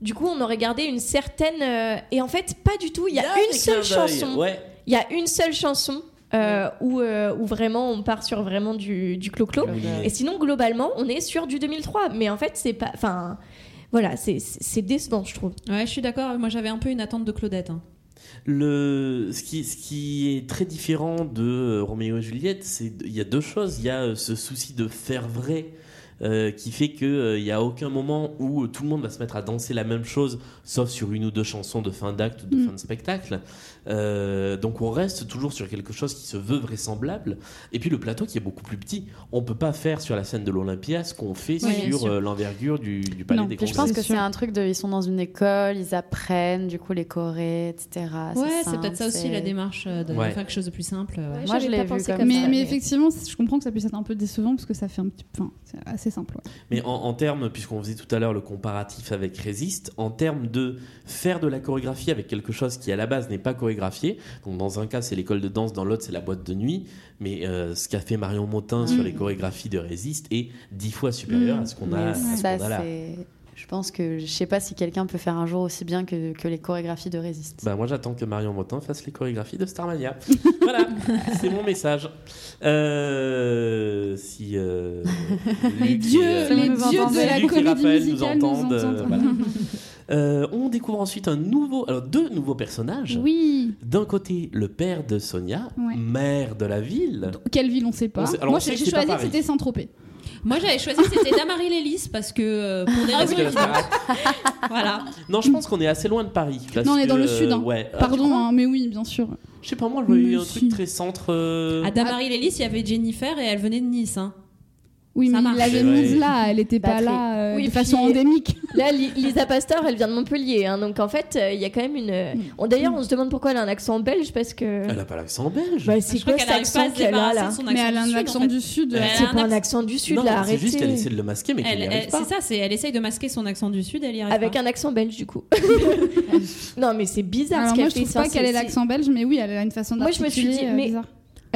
S3: Du coup, on aurait gardé une certaine. euh, et en fait, pas du tout. Il y a une
S2: des
S3: seule
S2: clins d'œil,
S3: chanson.
S2: ouais.
S3: Il y a une seule chanson euh, où, euh, où vraiment on part sur vraiment du, du clo-clo.
S2: Moulinet.
S3: Et sinon, globalement, on est sur du 2003. Mais en fait, c'est pas. Enfin, voilà, c'est- c'est c'est décevant, je trouve.
S4: Ouais, je suis d'accord. Moi, j'avais un peu une attente de Claudette. hein.
S2: Le, ce, qui, ce qui est très différent de euh, Roméo et Juliette, c'est il y a deux choses. Il y a euh, ce souci de faire vrai euh, qui fait qu'il n'y a aucun moment où euh, tout le monde va se mettre à danser la même chose, sauf sur une ou deux chansons de fin d'acte ou de
S1: Mm.
S2: fin de spectacle. Euh, donc on reste toujours sur quelque chose qui se veut vraisemblable. Et puis le plateau qui est beaucoup plus petit. On ne peut pas faire sur la scène de l'Olympia ce qu'on fait
S4: Ouais, bien
S2: sur
S4: sûr.
S2: euh, l'envergure du, du Palais
S1: Non,
S2: des
S6: Puis je
S2: Congrès.
S6: pense que
S1: sûr.
S6: c'est un truc de. Ils sont dans une école, ils apprennent, du coup, les chorés, etc.
S4: ouais, c'est
S6: simple,
S4: peut-être ça aussi
S6: Ah, c'est-
S4: la démarche euh, de
S2: Ouais.
S4: faire quelque chose de plus simple. euh.
S6: Moi, je
S3: J'avais
S6: l'ai
S3: pas
S6: vu comme
S3: pensé
S6: ça.
S3: comme
S1: mais,
S3: ça,
S1: mais
S3: mais-
S1: effectivement, c- je comprends que ça puisse être un peu décevant parce que ça fait un petit. Enfin, c'est assez simple. ouais.
S2: Mais en, en termes, puisqu'on faisait tout à l'heure le comparatif avec Résiste, en termes de faire de la chorégraphie avec quelque chose qui à la base n'est pas chorégraphié, donc dans un cas c'est l'école de danse, dans l'autre c'est la boîte de nuit, mais euh, ce qu'a fait Marion Motin sur les chorégraphies de Résiste est dix fois supérieur
S6: Mm.
S2: à ce qu'on a,
S6: Mais
S2: à ce
S6: ça,
S2: qu'on a là.
S6: Bah, c'est. Je pense que je sais pas si quelqu'un peut faire un jour aussi bien que, que les chorégraphies de Résiste.
S2: Bah moi j'attends que Marion Motin fasse les chorégraphies de Starmania. voilà, c'est mon message. Euh, si
S1: <laughs>
S2: euh,
S1: Les
S2: Luc et,
S1: dieux,
S2: euh,
S1: les
S6: nous
S1: dieux
S6: entendons.
S1: de la
S2: Luc et
S1: comédie
S2: Raphaël
S1: musicale nous entendent. <laughs>
S2: euh, voilà. <laughs> Euh, on découvre ensuite un nouveau, alors deux nouveaux personnages.
S1: Oui.
S2: D'un côté, le père de Sonia,
S1: Ouais.
S2: maire de la ville.
S1: Quelle ville on sait pas.
S2: On sait- alors, on
S1: Moi,
S2: sait que
S1: j'ai j'ai
S2: c'est pas
S1: choisi que
S2: Paris.
S1: c'était Saint-Tropez.
S4: Moi, j'avais choisi c'était Damarie Lélis parce que euh, pour
S1: Ah
S4: des
S2: Parce
S4: raisons
S1: <laughs>
S2: que la
S4: évidentes.
S2: Starac-
S4: Voilà.
S2: non, je pense qu'on est assez loin de Paris. parce
S1: Non, on est
S2: que,
S1: dans le sud, hein.
S2: ouais. Ah, tu
S1: Pardon,
S2: crois
S1: hein, mais oui, bien sûr.
S2: Je sais pas, moi, je voyais
S1: Mais
S2: un
S1: si.
S2: truc très centre. euh,
S4: À Damarie Lélis, il y avait Jennifer et elle venait de Nice. hein.
S1: Oui,
S4: Ça
S1: mais
S4: marche.
S1: il l'avait
S2: C'est vrai.
S1: mise là, elle était pas
S6: Batterie.
S1: là euh,
S3: Oui,
S1: de
S3: puis-
S1: façon endémique.
S3: Là, Li- Lisa Pasteur, elle vient de Montpellier. hein, donc en fait, euh, il y a quand même une. euh, on- D'ailleurs, on se demande pourquoi elle a un accent belge parce que.
S2: Elle a pas l'accent belge.
S3: Bah, c'est
S4: Je crois
S3: quoi
S4: qu'elle
S3: cet
S4: n'arrive pas à
S3: accent
S4: se
S3: qu'elle a
S4: débarrasser
S3: là
S4: de son accent.
S1: Mais elle a
S4: du
S1: un
S4: sud, en
S1: accent
S4: fait.
S1: du sud. euh,
S4: Elle a
S3: C'est
S4: un
S3: pas un
S4: accent-
S3: accent du sud
S2: Non,
S3: là,
S2: c'est
S3: arrêtez.
S2: juste qu'elle essaie de le masquer, mais qu'elle
S4: Elle-
S2: n'y
S4: elle-
S2: arrive pas.
S4: C'est ça, c'est- elle essaye de masquer son accent du sud, elle y arrive
S3: Avec
S4: pas.
S3: un accent belge du
S4: <laughs>
S3: coup. non mais c'est bizarre ce
S1: Alors
S3: qu'elle
S1: moi, je
S3: fait,
S1: trouve
S3: ça,
S1: pas qu'elle
S3: c'est-
S1: ait l'accent belge, mais oui, elle a une façon
S3: Moi, je me suis
S1: d'articuler.
S3: dit,
S1: euh,
S3: mais-
S1: bizarre.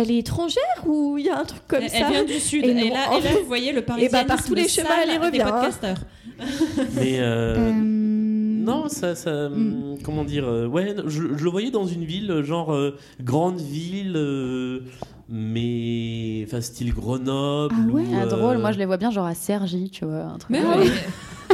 S3: Elle est étrangère ou il y a un truc comme
S4: Elle, elle
S3: ça
S4: vient du sud
S3: Et
S4: et,
S3: non,
S4: là,
S3: en
S4: et là,
S3: fait-
S4: vous voyez le
S3: Et
S4: parisianisme
S3: bah, par tous les
S4: sale
S3: chemins, elle y
S4: des
S3: revient, hein.
S4: podcasteurs.
S2: Mais euh,
S6: Mm.
S1: Euh,
S2: non, ça. ça,
S1: Mm.
S2: hum, Comment dire euh, Ouais, je, je le voyais dans une ville, euh, genre euh, grande ville, euh, mais. Enfin, style Grenoble.
S1: Ah ouais.
S2: ou,
S6: Ah,
S2: euh,
S6: drôle, moi je les vois bien genre à Sergi, tu vois. Un truc
S4: Mais
S6: comme
S4: oui.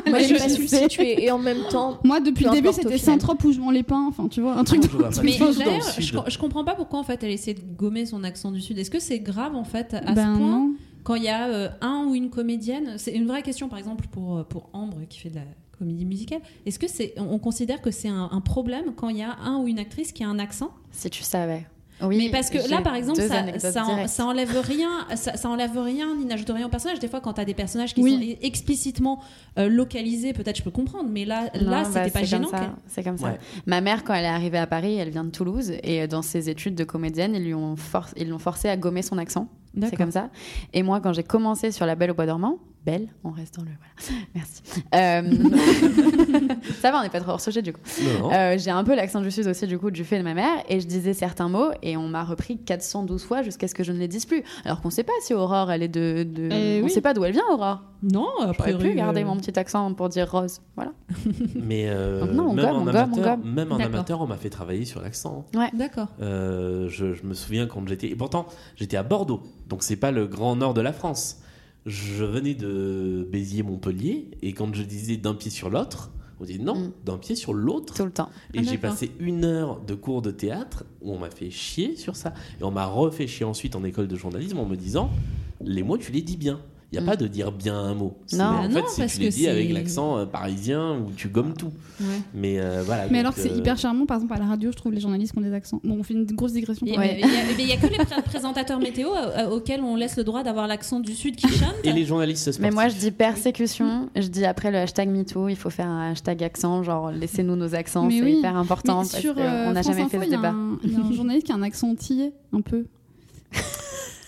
S3: Moi
S1: Elle
S3: je
S1: est
S3: pas su le
S1: passée.
S3: situer et en même
S4: <laughs>
S3: temps.
S1: Moi, depuis le
S3: Peu
S1: début,
S3: importe, au
S1: c'était
S3: final.
S1: Saint-Trope où je m'en les peins. Enfin, tu vois, un truc.
S2: je vois
S1: <laughs>
S2: pas.
S1: de-
S4: Mais
S2: Dans le
S4: d'ailleurs, je,
S2: sud.
S4: je comprends pas pourquoi en fait elle essaie de gommer son accent du sud. Est-ce que c'est grave en fait à
S1: Ben
S4: ce point
S1: non.
S4: quand il y a euh, un ou une comédienne C'est une vraie question par exemple pour, euh, pour Ambre qui fait de la comédie musicale. Est-ce que c'est on on considère que c'est un, un problème quand il y a un ou une actrice qui a un accent
S6: Si tu savais. Oui,
S4: Mais parce que
S6: j'ai
S4: là par exemple
S6: deux
S4: ça,
S6: anecdotes
S4: ça, en-
S6: directes.
S4: ça enlève rien, ça, ça enlève rien ni n'ajoute rien au personnage. Des fois quand tu as des personnages qui
S1: Oui.
S4: sont explicitement euh, localisés, peut-être je peux comprendre, mais là
S6: Non,
S4: là
S6: bah,
S4: c'était pas
S6: c'est comme
S4: gênant.
S6: ça,
S4: qu'elle-
S6: C'est comme ça.
S2: Ouais.
S6: Ma mère, quand elle est arrivée à Paris, elle vient de Toulouse et euh, dans ses études de comédienne, ils lui ont for- ils l'ont forcée à gommer son accent. C'est
S4: D'accord.
S6: comme ça. Et moi, quand j'ai commencé sur La Belle au Bois dormant, Belle, on reste dans le voilà. <laughs> Merci. Euh, <laughs> ça va, on n'est pas trop hors sujet du coup.
S2: Non, non.
S6: Euh, j'ai un peu l'accent du sud aussi du coup du fait de ma mère et je disais certains mots et on m'a repris 412 fois jusqu'à ce que je ne les dise plus. Alors qu'on ne sait pas si Aurore elle est de, de-
S1: Eh
S6: on
S1: oui.
S6: sait pas d'où elle vient Aurore.
S4: Non, a
S6: J'aurais
S4: priori,
S6: pu garder
S4: euh,
S6: mon petit accent pour dire rose. Voilà.
S2: Mais euh,
S6: Donc non, on
S2: même,
S6: gomme,
S2: en
S6: on gomme, on
S2: amateur,
S6: gomme.
S2: même en
S4: D'accord.
S2: amateur, on m'a fait travailler sur l'accent.
S4: D'accord.
S2: Euh, je, je me souviens quand j'étais. Et pourtant, j'étais à Bordeaux, donc c'est pas le grand nord de la France. Je venais de Béziers-Montpellier, et quand je disais d'un pied sur l'autre, on dit non,
S6: Mm.
S2: d'un pied sur l'autre.
S6: Tout le temps.
S2: Et
S4: Ah,
S2: j'ai
S4: d'accord.
S2: passé une heure de cours de théâtre où on m'a fait chier sur ça. Et on m'a refait chier ensuite en école de journalisme en me disant les mots, tu les dis bien. Il n'y a pas
S6: Mm.
S2: de dire bien un mot. C'est-
S6: Non.
S2: en fait,
S6: Bah
S4: non,
S2: c'est
S4: parce
S2: tu les
S4: que
S2: dis avec
S4: c'est-
S2: l'accent euh, parisien où tu gommes tout.
S4: Ouais.
S2: Mais euh, voilà.
S1: Mais
S2: donc,
S1: alors que c'est
S2: euh,
S1: hyper charmant, par exemple, à la radio, je trouve les journalistes qui ont des accents. Bon, on fait une grosse digression.
S4: Il
S1: quand
S4: y a-
S1: même.
S4: il y a- mais il y a que les pré- présentateurs météo euh, auxquels on laisse le droit d'avoir l'accent du sud
S6: <laughs>
S4: qui chante.
S2: Et les journalistes sportifs.
S6: Mais moi, je dis persécution. Je dis après le hashtag MeToo, il faut faire un hashtag accent, genre laissez-nous nos accents,
S1: Mais
S6: c'est
S1: oui.
S6: hyper important
S1: Mais
S6: parce
S1: sur,
S6: qu'on
S1: euh,
S6: n'a
S1: France
S6: jamais
S1: Info,
S6: fait ce
S1: il y a
S6: débat.
S1: un- Il y a un journaliste qui a un accent antillais, un peu.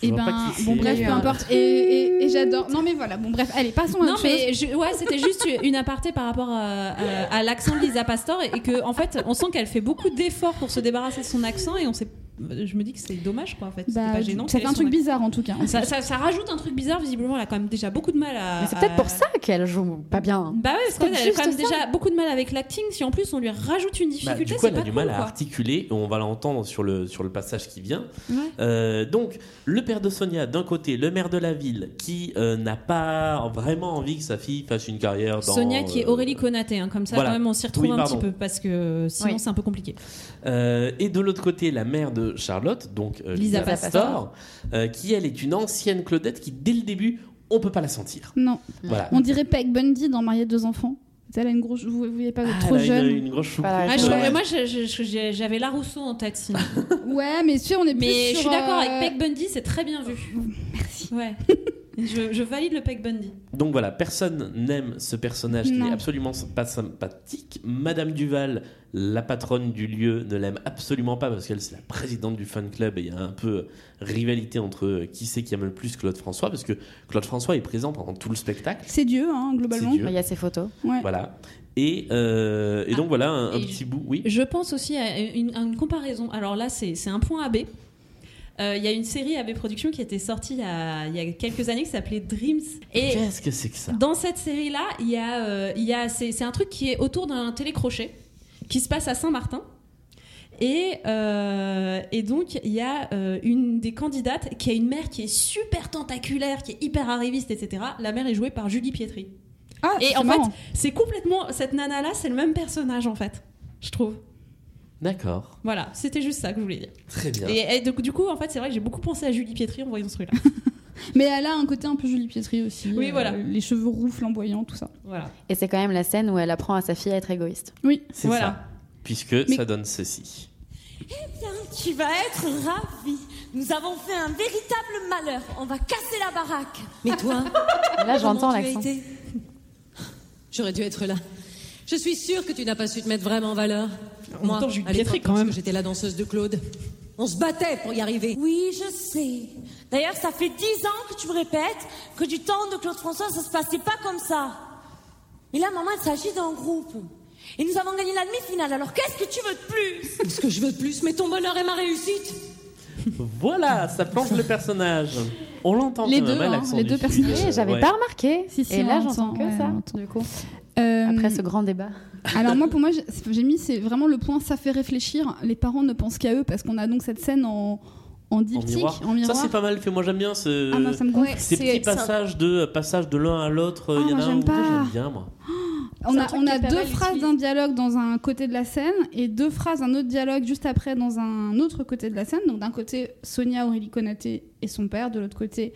S1: Et ben, bon, bref, peu importe. Et, et- et j'adore. Non, mais voilà, bon, bref, allez, passons à
S4: Non,
S1: autre
S4: mais
S1: chose.
S4: je- ouais, c'était juste une aparté par rapport à, à- à l'accent de Lisa Pastor et, et que en fait, on sent qu'elle fait beaucoup d'efforts pour se débarrasser de son accent et on sait. Je me dis que c'est dommage, quoi. En fait, c'est
S1: Bah,
S4: pas gênant.
S1: ça
S4: qu'elle
S1: fait
S4: ait
S1: un
S4: son
S1: truc
S4: accent.
S1: bizarre en tout cas.
S4: Ça, ça- ça rajoute un truc bizarre. Visiblement, elle a quand même déjà beaucoup de mal à.
S6: Mais c'est peut-être pour ça qu'elle joue pas bien. hein.
S4: Bah ouais, parce
S6: C'est
S4: qu'elle a
S6: juste
S4: quand même
S6: ça.
S4: déjà beaucoup de mal avec l'acting. Si en plus on lui rajoute une
S2: Bah,
S4: difficulté,
S2: du coup,
S4: c'est
S2: elle a
S4: pas
S2: du
S4: cool,
S2: mal à
S4: quoi.
S2: articuler. On va l'entendre sur le, sur le passage qui vient.
S4: Ouais.
S2: Euh, donc, le père de Sonia, d'un côté, le maire de la ville, qui euh, n'a pas vraiment envie que sa fille fasse une carrière dans.
S4: Sonia qui est
S2: euh,
S4: Aurélie Conaté, hein, comme ça
S2: voilà.
S4: quand même on s'y retrouve
S2: Oui,
S4: un
S2: pardon.
S4: petit peu parce que sinon
S6: Oui.
S4: c'est un peu compliqué.
S2: Euh, et de l'autre côté, la mère de Charlotte, donc euh, Lisa,
S4: Lisa Pastor,
S2: Pastor, euh, qui elle est une ancienne Claudette qui, dès le début, on peut pas la sentir.
S1: Non.
S4: Mmh.
S2: Voilà.
S1: On dirait Peg Bundy dans Marier deux enfants. Elle a une grosse. Vous vous voyez pas,
S2: Ah,
S1: trop
S2: elle a une-
S1: jeune.
S2: Une, grosse choucroute.
S6: Voilà,
S4: Ah, je-
S2: Ouais.
S4: moi je- je- je- j'avais la Rousseau en tête
S6: <laughs>
S4: sinon.
S1: Ouais, mais tu sais, on est plus
S4: Mais je suis
S1: sur,
S4: d'accord
S1: euh,
S4: avec Peg Bundy, c'est très bien vu. Merci. Ouais.
S6: <laughs>
S4: je, je valide le Peg Bundy.
S2: Donc voilà, personne n'aime ce personnage qui
S1: Non.
S2: n'est absolument pas sympathique. Madame Duval, la patronne du lieu, ne l'aime absolument pas parce qu'elle c'est la présidente du fan club et il y a un peu rivalité entre euh, qui c'est qui aime le plus Claude François parce que Claude François est présent pendant tout le spectacle.
S1: C'est Dieu, hein, globalement.
S2: C'est Dieu.
S6: Il y a ses photos.
S1: Ouais.
S2: Voilà. Et, euh, et donc voilà un, un
S4: et
S2: petit bout. Oui.
S4: Je pense aussi à une, à une comparaison. Alors là, c'est c'est un point AB. Euh, Il y a une série AB Productions qui était sortie il y a, il y a quelques années qui s'appelait Dreams. Et
S2: Qu'est-ce que c'est que ça
S4: dans cette série-là, il y a, euh, il y a- c'est c'est un truc qui est autour d'un télécrochet qui se passe à Saint-Martin. Et, euh, et donc, il y a euh, une des candidates qui a une mère qui est super tentaculaire, qui est hyper arriviste, etc. La mère est jouée par Julie Pietri.
S1: Ah,
S4: Et
S1: c'est
S4: en
S1: marrant.
S4: fait, c'est complètement. Cette nana-là, c'est le même personnage, en fait. Je trouve.
S2: D'accord.
S4: Voilà, c'était juste ça que je voulais dire.
S2: Très bien.
S4: Et, et donc, du coup, en fait, c'est vrai que j'ai beaucoup pensé à Julie Pietri en voyant ce truc-là.
S1: Mais elle a un côté un peu Julie Pietri aussi.
S4: Oui,
S1: euh,
S4: voilà.
S1: Les cheveux roux flamboyants, tout ça.
S4: Voilà.
S6: Et c'est quand même la scène où elle apprend à sa fille à être égoïste.
S1: Oui.
S2: C'est
S4: Voilà.
S2: ça. Puisque ça donne ceci.
S9: Bien, tu vas être ravi. Nous avons fait un véritable malheur. On va casser la baraque. Mais <laughs> toi,
S6: Là, j'entends
S11: Comment tu as
S6: l'accent.
S11: été <laughs> J'aurais dû être là. Je suis sûre que tu n'as pas su te mettre vraiment en valeur.
S4: En même temps, Julie
S11: à l'époque,
S4: Pietri, quand même.
S11: lorsque J'étais la danseuse de Claude. On se battait pour y arriver.
S9: oui, je sais. D'ailleurs, ça fait dix ans que tu me répètes que du temps de Claude François, ça se passait pas comme ça. Mais là, maman, il s'agit d'un groupe. Et nous avons gagné la demi-finale. Alors qu'est-ce que tu veux de plus
S11: <laughs> Ce que je veux de plus, mais ton bonheur et ma réussite.
S2: Voilà, ça plante le personnage. On l'entend
S1: Les
S2: quand même
S1: deux,
S2: à
S1: hein,
S2: l'accent
S1: les
S2: du
S1: deux
S2: Sud.
S1: personnages.
S6: Eh, J'avais
S2: Ouais.
S6: pas remarqué.
S1: Si, si,
S6: Et
S1: on
S6: là,
S1: l'entend,
S6: j'entends que
S1: ouais,
S6: ça.
S1: on l'entend.
S6: Du coup,
S1: Euh,
S6: après ce grand débat.
S1: Alors moi, pour moi, j'ai- j'ai mis, c'est vraiment le point, ça fait réfléchir. Les parents ne pensent qu'à eux parce qu'on a donc cette scène en, en
S2: En
S1: diptyque,
S2: miroir.
S1: en miroir.
S2: Ça, c'est pas mal fait. Moi, j'aime bien ce.
S1: Ah, moi, ça me gonfle.
S2: Ces petits passages de, passage de l'un à l'autre, il y en
S1: moi,
S2: a un
S1: j'aime
S2: ou deux,
S1: pas.
S2: j'aime bien, moi.
S1: On
S3: C'est un
S1: a,
S3: truc
S1: on
S3: qui
S1: a
S3: est pas
S1: deux
S3: mal
S1: phrases
S3: utilisé.
S1: d'un dialogue dans un côté de la scène et deux phrases d'un autre dialogue juste après dans un autre côté de la scène. Donc d'un côté Sonia Aurélie Conaté et son père, de l'autre côté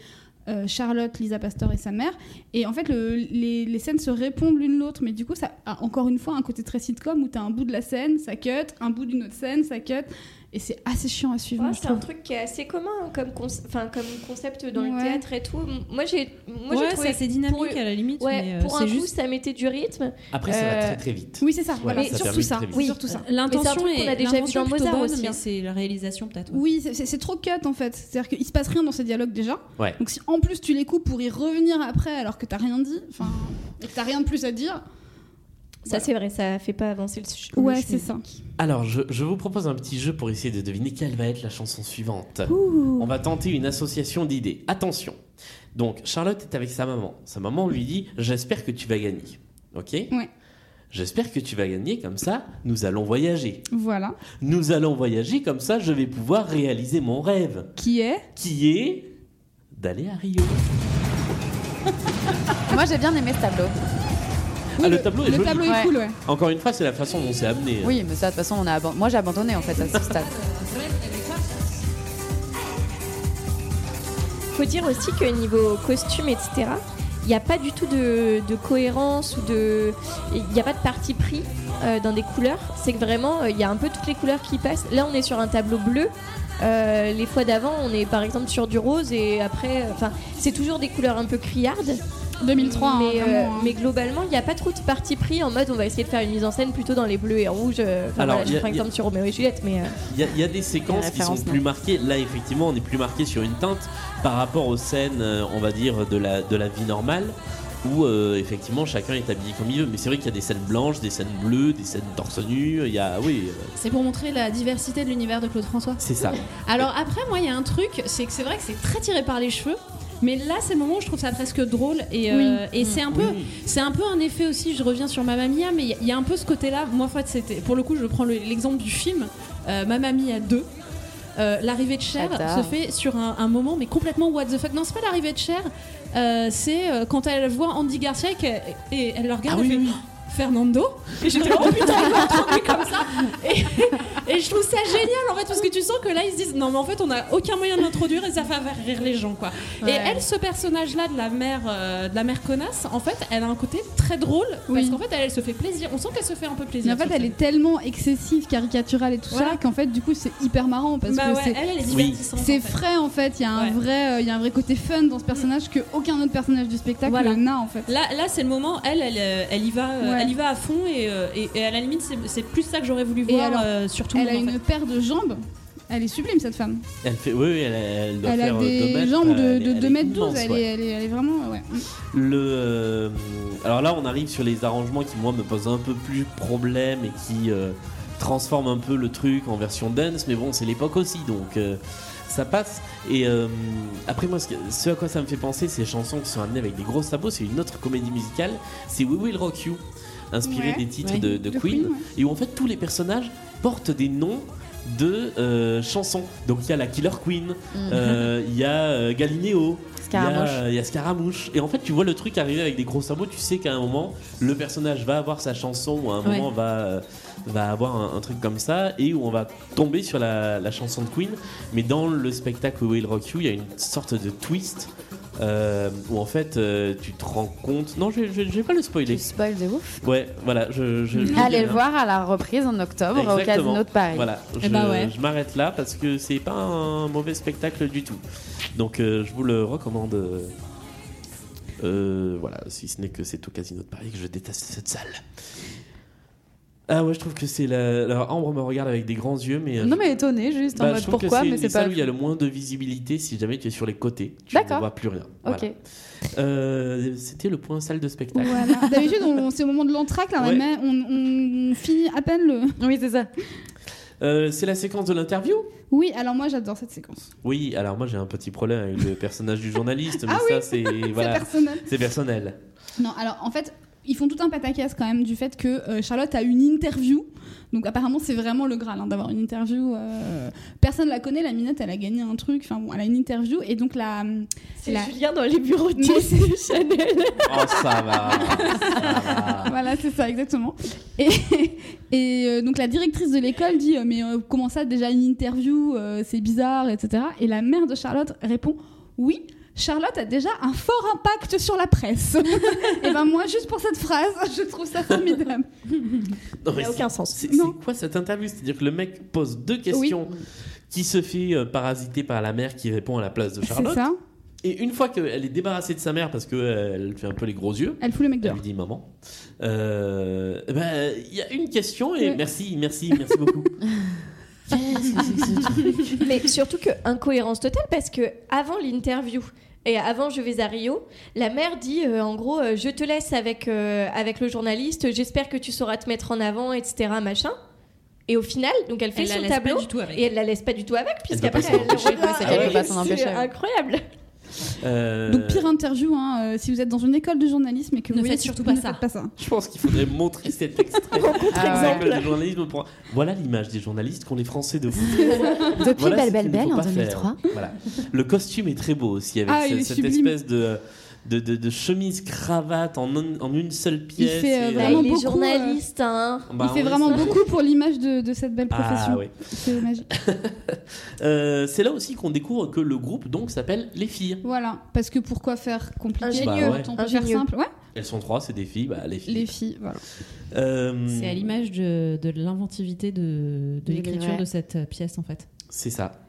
S1: euh, Charlotte, Lisa Pasteur et sa mère. Et en fait le- les, les scènes se répondent l'une l'autre, mais du coup ça a encore une fois un côté très sitcom où t'as un bout de la scène, ça cut, un bout d'une autre scène, ça cut. Et c'est assez chiant à suivre. moi, je
S3: c'est un
S1: trouve.
S3: truc qui est assez commun hein, comme, conce- enfin, comme concept dans
S1: Ouais.
S3: le théâtre et tout. Moi, j'ai moi, j'ai
S4: ouais,
S3: trouvé
S4: c'est assez dynamique
S3: pour-
S4: à la limite.
S3: Ouais,
S4: mais, euh,
S3: pour un
S4: c'est
S3: coup,
S4: juste.
S3: ça mettait du rythme.
S2: Après, ça
S3: Euh,
S2: va très très vite.
S1: Oui, c'est ça.
S2: Voilà,
S1: Voilà,
S2: ça
S1: surtout
S2: termine
S1: ça.
S2: très vite.
S1: c'est surtout ça.
S4: L'intention
S3: Mais c'est un truc
S4: est,
S3: qu'on a déjà vu
S4: l'intention
S3: dans
S4: est plutôt
S3: Mozart
S4: bonne,
S3: aussi, hein.
S4: mais c'est la réalisation peut-être. ouais.
S1: Oui, c'est- c'est c'est trop cut en fait. C'est-à-dire qu'il se passe rien dans ces dialogues déjà.
S2: Ouais.
S1: Donc si en plus tu les coupes pour y revenir après alors que t'as rien dit, enfin, et que t'as rien de plus à dire.
S3: Ça, c'est vrai, ça fait pas avancer le sujet.
S2: Alors, je, je vous propose un petit jeu pour essayer de deviner quelle va être la chanson suivante. On va tenter une association d'idées. Attention. Donc, Charlotte est avec sa maman. Sa maman lui dit J'espère que tu vas gagner. Ok
S1: Ouais.
S2: J'espère que tu vas gagner, comme ça, nous allons voyager.
S1: Voilà.
S2: Nous allons voyager, comme ça, je vais pouvoir réaliser mon rêve,
S1: Qui est
S2: qui est d'aller à Rio.
S6: Moi, j'ai bien aimé ce tableau.
S2: Ah, le tableau est
S1: Le
S2: joli.
S1: tableau est
S6: Ouais.
S1: cool, ouais.
S2: Encore une fois, c'est la façon dont c'est amené.
S6: Oui, mais ça, de toute façon, on a aban- moi, j'ai abandonné en fait à ce <laughs> stade.
S3: Faut dire aussi que niveau costume, etc., il n'y a pas du tout de, de cohérence ou de. Il n'y a pas de parti pris euh, dans des couleurs. C'est que vraiment, euh, il y a un peu toutes les couleurs qui passent. Là, on est sur un tableau bleu. Euh, les fois d'avant, on est par exemple sur du rose et après, enfin, c'est toujours des couleurs un peu criardes.
S1: 2003, hein,
S3: mais, euh,
S1: vraiment, hein.
S3: mais globalement, il n'y a pas trop de parti pris en mode on va essayer de faire une mise en scène plutôt dans les bleus et rouges. euh, Enfin,
S2: Alors,
S3: voilà,
S2: y
S3: je
S2: a-
S3: prends
S2: y a-
S3: exemple sur Roméo et Juliette, mais. euh,
S2: Il y, a- il y a des séquences qui sont
S3: références, non.
S2: plus marquées. Là, effectivement, on est plus marqué sur une teinte par rapport aux scènes, euh, on va dire, de la, de la vie normale, où euh, effectivement chacun est habillé comme il veut. Mais c'est vrai qu'il y a des scènes blanches, des scènes bleues, des scènes torse nu. Il y a, oui, euh,
S12: C'est pour montrer la diversité de l'univers de Claude François.
S2: c'est ça.
S12: Alors après, moi, il y a un truc, c'est que c'est vrai que c'est très tiré par les cheveux. Mais là, c'est le moment où je trouve ça presque drôle et, euh,
S1: Oui.
S12: et c'est un peu,
S1: Oui.
S12: c'est un peu un effet aussi. Je reviens sur Mamma Mia, mais il y a- il y, a un peu ce côté-là. Moi, en fait, c'était pour le coup, je prends le- l'exemple du film euh, Mamma Mia 2. Euh, l'arrivée de Cher
S6: Bâtard.
S12: se fait sur un, un moment, mais complètement what the fuck. Non, c'est pas l'arrivée de Cher. euh, c'est euh, quand elle voit Andy Garcia et, qu'elle- et elle le regarde. elle fait, Oh, Fernando. Et j'étais oh putain, elle m'a entendu comme ça. Et, et je trouve ça génial en fait parce que tu sens que là ils se disent non mais en fait on n'a aucun moyen de l'introduire et ça va faire rire les gens quoi. Et
S1: Ouais.
S12: elle ce personnage là de la mère euh, de la mère connasse en fait elle a un côté très drôle parce qu'en fait elle, elle se fait plaisir. On sent qu'elle se fait un peu
S1: Mais
S12: plaisir.
S1: en fait,
S12: sur
S1: elle
S12: scène.
S1: est tellement excessive, caricaturale et tout ça
S12: Voilà.
S1: qu'en fait, du coup, c'est hyper marrant parce
S12: Bah
S1: que
S12: ouais,
S1: c'est
S12: elle, elle est
S1: c'est-
S12: divertissante,
S1: c'est
S12: en fait.
S1: frais en fait. Il y a un vrai, euh, il y a un vrai côté fun dans ce personnage que aucun autre personnage du spectacle
S12: Mm. Voilà.
S1: n'a en fait.
S12: Là, là c'est le moment, elle, elle, euh, elle, y va, euh,
S1: Ouais.
S12: elle y va à fond et, euh, et- et à la limite, c'est- c'est plus ça que j'aurais voulu
S1: Et
S12: voir
S1: alors,
S12: euh, sur tout le
S1: elle a
S12: monde. en
S1: une
S12: fait.
S1: paire de jambes. Elle est sublime cette femme.
S2: <laughs> Elle fait, oui, oui, elle, elle doit
S1: elle a
S2: faire euh,
S1: des
S2: deux mètres,
S1: jambes de,
S2: elle est-
S1: de
S2: elle est
S1: 2 mètres 12.
S2: immense,
S1: elle,
S2: ouais.
S1: est, elle, est, elle est
S2: <laughs>
S1: vraiment. ouais.
S2: Le, euh, alors là, on arrive sur les arrangements qui, moi, me posent un peu plus problème et qui euh, transforment un peu le truc en version dance, mais bon, c'est l'époque aussi, donc euh, ça passe. Et euh, après, moi, ce, que- ce à quoi ça me fait penser, ces chansons qui sont amenées avec des gros sabots, c'est une autre comédie musicale, c'est We Will Rock You, inspiré
S5: Ouais.
S2: des titres
S5: Ouais.
S2: de,
S5: De
S2: de Queen,
S5: Queen, ouais.
S2: et où en fait tous les personnages portent des noms de euh, chansons. Donc il y a la Killer Queen,
S5: Mm.
S2: euh, il y a euh, Galileo, il y a-
S5: Scaramouche.
S2: il y a Scaramouche. Et en fait, tu vois le truc arriver avec des gros sabots, tu sais qu'à un moment, le personnage va avoir sa chanson ou à un
S5: Ouais.
S2: moment va, euh, va avoir un, un truc comme ça et où on va tomber sur la, la chanson de Queen. Mais dans le spectacle We Will Rock You, il y a une sorte de twist. euh, où en fait euh, tu te rends compte. Non, je, je- je vais pas le spoiler. Tu
S6: spoil de ouf.
S2: Ouais, voilà. Je, je- hein. je-
S6: Allez
S2: je-
S6: le voir à la reprise en octobre Ah bah, au
S2: Exactement.
S6: Casino de Paris.
S2: Voilà, je,
S6: ben,
S2: je m'arrête là parce que c'est pas un mauvais spectacle du tout. Donc euh, je vous le recommande. euh, euh, voilà, si ce n'est que c'est au Casino de Paris que je déteste cette salle. Ah ouais, je trouve que c'est la. Alors Ambre me regarde avec des grands yeux, mais. euh,
S6: Non
S2: je-
S6: mais étonné juste
S2: Bah,
S6: en
S2: je
S6: mode
S2: trouve que
S6: pourquoi
S2: c'est
S6: mais
S2: une des
S6: c'est pas.
S2: salles où il y a le moins de visibilité si jamais tu es sur les côtés. Tu ne
S6: D'accord.
S2: vois plus rien.
S6: Ok.
S2: Voilà. Euh, C'était le point salle de spectacle.
S1: Voilà. D'habitude, on- c'est au moment de l'entracte, là,
S2: Ouais.
S1: mais on, on finit à peine le. <laughs>
S6: Oui, <laughs> c'est ça.
S2: Euh, c'est la séquence de l'interview
S1: Oui, alors moi, j'adore cette séquence.
S2: Oui, alors moi j'ai un petit problème avec le personnage du journaliste, mais
S1: Ah
S2: ça
S1: oui. <laughs>
S2: c'est voilà,
S1: personnel.
S2: C'est personnel.
S1: Non, alors en fait, ils font tout un pataquès quand même du fait que euh, Charlotte a une interview. Donc apparemment, c'est vraiment le Graal hein, d'avoir une interview. euh, Personne la connaît, la Minette, elle a gagné un truc. Enfin bon, elle a une interview et donc la.
S3: C'est Julien dans les bureaux de
S1: <laughs> Mais c'est-
S3: Chanel.
S2: Oh ça va.
S1: <laughs> voilà, c'est ça, exactement. Et, <laughs> et euh, donc la directrice de l'école dit euh, Mais euh, comment ça, déjà une interview, euh, c'est bizarre, etc. Et la mère de Charlotte répond Oui. Charlotte a déjà un fort impact sur la presse. <laughs> et ben moi, juste pour cette phrase, <laughs> je trouve
S2: <laughs>
S1: ça
S2: Non,
S1: formidable.
S2: mais
S1: Ça n'a
S2: c'est-
S1: aucun sens.
S2: C'est c'est quoi cette interview C'est-à-dire que le mec pose deux questions qui se fait euh, parasiter par la mère qui répond à la place de Charlotte.
S1: ça.
S2: Et une fois qu'elle est débarrassée de sa mère parce qu'elle fait un peu les gros yeux,
S1: Elle fout le mec
S2: elle
S1: dehors.
S2: lui dit maman. euh, eh ben, Il y a une question et
S1: Ouais.
S2: merci, merci, merci beaucoup.
S3: Mais surtout que incohérence totale parce que avant l'interview et avant je vais à Rio, la mère dit euh, en gros euh, je te laisse avec euh, avec le journaliste, j'espère que tu sauras te mettre en avant etc machin. Et au final, donc elle fait
S4: Elle la
S3: son
S4: laisse pas
S3: tableau
S4: du tout avec.
S3: et elle la laisse pas du tout avec
S2: Elle peut
S3: puisqu'après
S2: pas s'en
S3: elle la
S2: empêcher.
S3: regarde.
S2: Ouais, c'est qu'elle peut pas s'en
S3: C'est
S2: empêcher.
S3: incroyable.
S2: Euh,
S1: <laughs> Donc pire interview, hein, euh, si vous êtes dans une école de journalisme et que vous voyez
S12: faites
S1: ce-
S12: surtout pas
S1: ne
S12: ça.
S1: faites pas ça.
S2: Je pense qu'il faudrait montrer cet
S1: <laughs>
S2: extrait.
S1: contre-exemple.
S2: Le journalisme pour- Voilà l'image des journalistes qu'on est français de vous.
S6: Depuis
S2: Voilà
S6: Belle
S2: ce qu'il ne
S6: Belle
S2: faut
S6: Belle en
S2: pas faire.
S6: 2003.
S2: Voilà. Le costume est très beau aussi avec
S1: Ah,
S2: ce-
S1: il est
S2: cette
S1: sublime.
S2: espèce de, de, de- de chemise cravate en, un- en une seule
S1: Il
S2: pièce.
S1: fait euh,
S2: et,
S1: vraiment
S3: il est
S1: beaucoup.
S3: journaliste, hein.
S1: Il
S2: Bah,
S1: fait
S2: on
S1: vraiment
S2: est-
S1: beaucoup pour l'image de, de cette belle
S2: Ah,
S1: profession.
S2: oui.
S1: C'est magique.
S2: euh, c'est là aussi qu'on découvre que le groupe donc s'appelle Les Filles.
S1: Voilà, parce que pourquoi faire compliqué
S2: Ingénieux, Bah
S1: quand on peut faire
S2: ingénieux.
S1: simple Ouais,
S2: Elles sont trois, c'est des filles, bah, les filles.
S1: les filles, voilà.
S2: Euh,
S4: C'est à l'image de, de l'inventivité de, de
S1: Oui,
S4: l'écriture
S1: ouais.
S4: de cette euh, pièce en fait.
S2: C'est ça.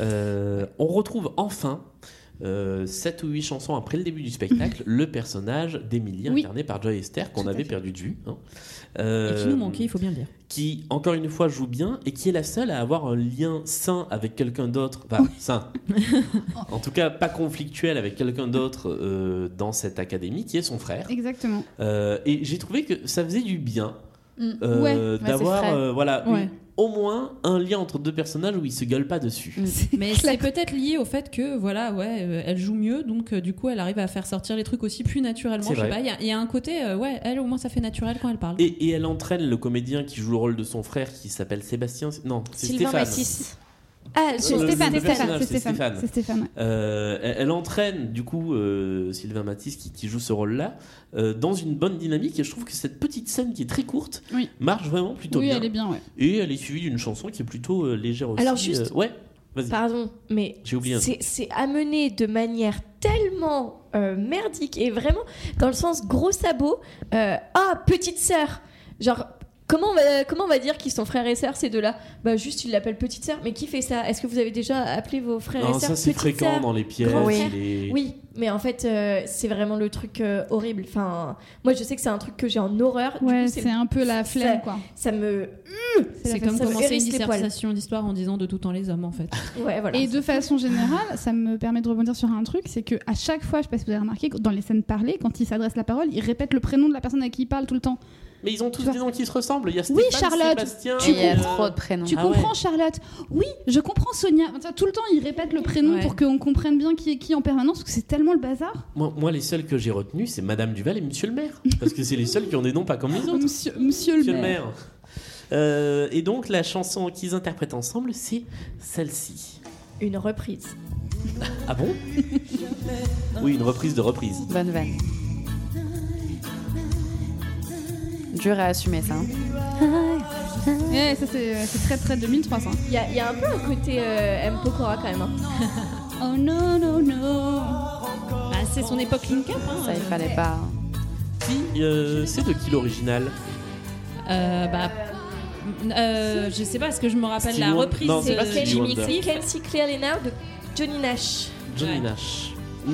S2: Euh, on retrouve enfin euh, 7 ou 8 chansons après le début du spectacle, le personnage d'Emilie,
S4: Mm. Oui.
S2: incarné par Joy Esther, qu'on
S4: Tout à
S2: avait
S4: fait.
S2: perdu de vue. hein. Euh,
S4: Et qui nous manquait, il faut bien le dire.
S2: qui, encore une fois, joue bien et qui est la seule à avoir un lien sain avec quelqu'un d'autre. Enfin,
S4: <laughs>
S2: sain. en tout cas, pas conflictuel avec quelqu'un d'autre euh, dans cette académie, qui est son frère.
S1: Exactement.
S2: Euh, et j'ai trouvé que ça faisait du bien
S1: Mm.
S2: euh,
S1: Ouais, ouais,
S2: d'avoir
S1: c'est frais.
S2: euh, voilà,
S12: Ouais.
S2: une- au moins un lien entre deux personnages où ils se gueulent pas
S1: Mm.
S2: dessus.
S12: Mais c'est peut-être lié au fait que voilà ouais euh, elle joue mieux donc euh, du coup elle arrive à faire sortir les trucs aussi plus naturellement.
S2: C'est
S12: Je sais pas,
S2: vrai.
S12: il y a- il y, a un côté euh, ouais elle au moins ça fait naturel quand elle parle.
S2: Et, et elle entraîne le comédien qui joue le rôle de son frère qui s'appelle Sébastien. Non, c'est
S1: Sylvain
S2: Stéphane.
S1: Massis. Ah,
S2: Non,
S1: c'est
S2: le- le
S1: Stéphane, c'est
S2: personnage,
S1: Stéphane,
S2: c'est
S1: c'est Stéphane, c'est Stéphane, ouais.
S2: Euh, elle, elle entraîne du coup euh, Sylvain Matisse qui, qui joue ce rôle-là euh, dans une bonne dynamique et je trouve que cette petite scène qui est très courte
S1: Oui.
S2: marche vraiment plutôt
S1: Oui,
S2: bien.
S1: elle est bien, ouais.
S2: Et elle est suivie d'une chanson qui est plutôt euh, légère aussi.
S3: Alors juste-
S2: euh, ouais, vas-y.
S3: Pardon, mais
S2: J'ai oublié un
S3: c'est-
S2: truc.
S3: c'est amené de manière tellement euh, merdique et vraiment dans le sens gros sabot. euh, ah, petite sœur. Genre, comment on va, comment on va dire qu'ils sont frères et sœurs ces deux-là Bah juste, ils l'appellent petite sœur. Mais qui fait ça Est-ce que vous avez déjà appelé vos frères
S2: Non,
S3: et sœurs
S2: ça c'est
S3: petite
S2: fréquent
S3: sœur,
S2: dans les pièces.
S3: grand
S2: et
S3: frère
S2: les-
S3: Oui, mais en fait, euh, c'est vraiment le truc euh, horrible. Enfin, moi, je sais que c'est un truc que j'ai en horreur. Du
S1: Ouais,
S3: coup,
S1: c'est un peu la flemme,
S3: ça-
S1: quoi.
S3: Ça me.
S12: C'est
S3: ça me
S12: comme commencer
S3: hérisse
S12: une
S3: les poils.
S12: dissertation d'histoire en disant de tout temps les hommes en fait.
S3: Ouais, voilà.
S1: Et de façon générale, ça me permet de rebondir sur un truc, c'est que à chaque fois, je sais pas si vous avez remarqué, dans les scènes parlées, quand il s'adresse la parole, il répète le prénom de la personne à qui il parle tout le temps.
S2: Mais ils ont tous des noms qui se ressemblent. Il y a
S1: Oui,
S2: Stéphane,
S1: Charlotte.
S2: Sébastien,
S1: Tu
S2: euh,
S1: comprends. Tu
S2: Ah
S1: comprends,
S2: ouais.
S1: Charlotte Oui, je comprends Sonia. Enfin, Tout le temps, il répète le prénom
S2: Ouais.
S1: pour qu'on comprenne bien qui est qui en permanence, parce que c'est tellement le bazar.
S2: Moi, moi, les seuls que j'ai retenus, c'est Madame Duval et Monsieur le maire. Parce que c'est les seuls qui ont des noms pas comme les autres.
S1: Monsieur, monsieur le maire.
S2: Euh, et donc, la chanson qu'ils interprètent ensemble, c'est celle-ci.
S3: Une reprise.
S2: Ah bon Oui, une reprise de reprise.
S6: Bonne vanne. Dur à assumer ça. hein.
S1: Ouais, ça c'est c'est très très 2300.
S3: Il y, a- il y a un peu un côté euh, M. Pokora quand même. hein.
S1: Oh non, non, non.
S12: Bah,
S4: c'est son époque Link Up. Hein,
S6: Ça, il fallait pas.
S2: Qui, euh, c'est de qui l'original
S4: Euh, bah, euh, je sais pas, ce que je me rappelle
S2: Stevie
S4: la
S2: Wonder-
S4: reprise
S2: non, c'est
S4: c'est
S12: euh,
S2: pas Stevie
S4: Jimmy
S2: Wonder.
S4: Cliff.
S3: Can See Clearly Now de Johnny Nash.
S2: Johnny Nash.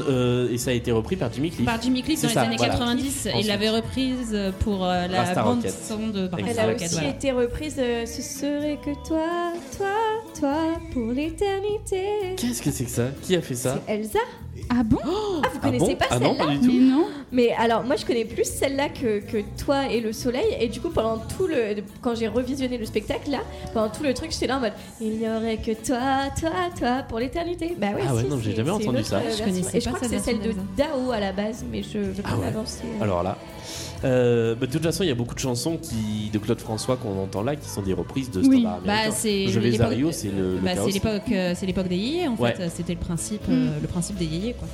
S2: Euh, et ça a été repris par Jimmy Cliff.
S4: Par Jimmy Cliff
S2: C'est
S4: dans les
S2: ça,
S4: années
S2: voilà.
S4: 90, il
S2: Ensuite.
S4: l'avait reprise pour euh, la
S2: Rasta
S4: bande
S2: Rocket.
S4: son de Rasta
S3: Elle a
S4: Rocket,
S3: aussi
S4: voilà.
S3: été reprise euh, Ce serait que toi, toi, toi pour l'éternité.
S2: Qu'est-ce que c'est que ça Qui a fait ça
S3: Elsa
S1: Ah bon
S6: Oh,
S3: Ah, vous connaissez
S2: bon
S3: pas
S2: Ah non,
S3: celle-là
S2: pas du tout. Mais non.
S3: Mais alors, moi, je connais plus celle-là que, que toi et le soleil. Et du coup, pendant tout le. Quand j'ai revisionné le spectacle, là, pendant tout le truc, j'étais là en mode Il n'y aurait que toi, toi, toi pour l'éternité. Bah ouais,
S2: Ah ouais,
S3: si,
S2: non, j'ai
S3: c'est-
S2: jamais
S3: c'est
S2: entendu
S3: une autre,
S2: ça.
S3: euh,
S2: Je
S3: version.
S2: connaissais
S3: et je
S2: pas
S3: crois que c'est
S2: cette
S3: celle de
S2: version
S3: Dao à la base, mais je, je peux m'avancer. euh.
S2: Ah Alors là. Euh, bah, de toute façon, il y a beaucoup de chansons qui, de Claude François qu'on entend là qui sont des reprises de
S4: Oui.
S2: standards
S4: Bah,
S2: américains.
S4: c'est
S2: Je vais
S4: l'époque-
S2: à Rio, c'est le, le
S4: Bah,
S2: chaos.
S4: c'est l'époque, euh, c'est l'époque des yéyés en
S2: Ouais.
S4: fait. C'était le principe, euh, le principe des yéyés quoi.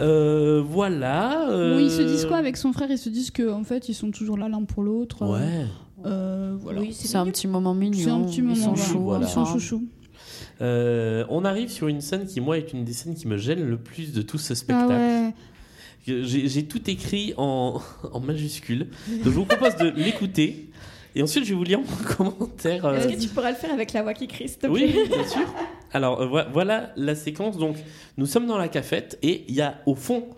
S2: Euh, voilà. euh,
S1: Oui, ils se disent quoi avec son frère Ils se disent que en fait, ils sont toujours là l'un pour l'autre.
S2: Ouais.
S1: Euh, voilà.
S6: c'est un petit moment mignon.
S1: C'est un petit moment.
S6: Ils sont
S1: voilà.
S6: chauds.
S2: voilà.
S1: Ils sont chouchous.
S2: Euh, on arrive sur une scène qui, moi, est une des scènes qui me gêne le plus de
S4: Ah
S2: tout ce
S1: Ah
S2: spectacle. Que J'ai j'ai tout écrit en, <laughs> en majuscule. Donc, je vous propose de <laughs> l'écouter. Et ensuite, je vais vous lire mon <laughs> commentaire. euh,
S3: Est-ce que tu pourras le faire avec la voix qui crie, s'il te plaît
S2: Oui, oui, bien sûr. Alors euh, vo- voilà la séquence. Donc nous sommes dans la cafette et il y a au fond,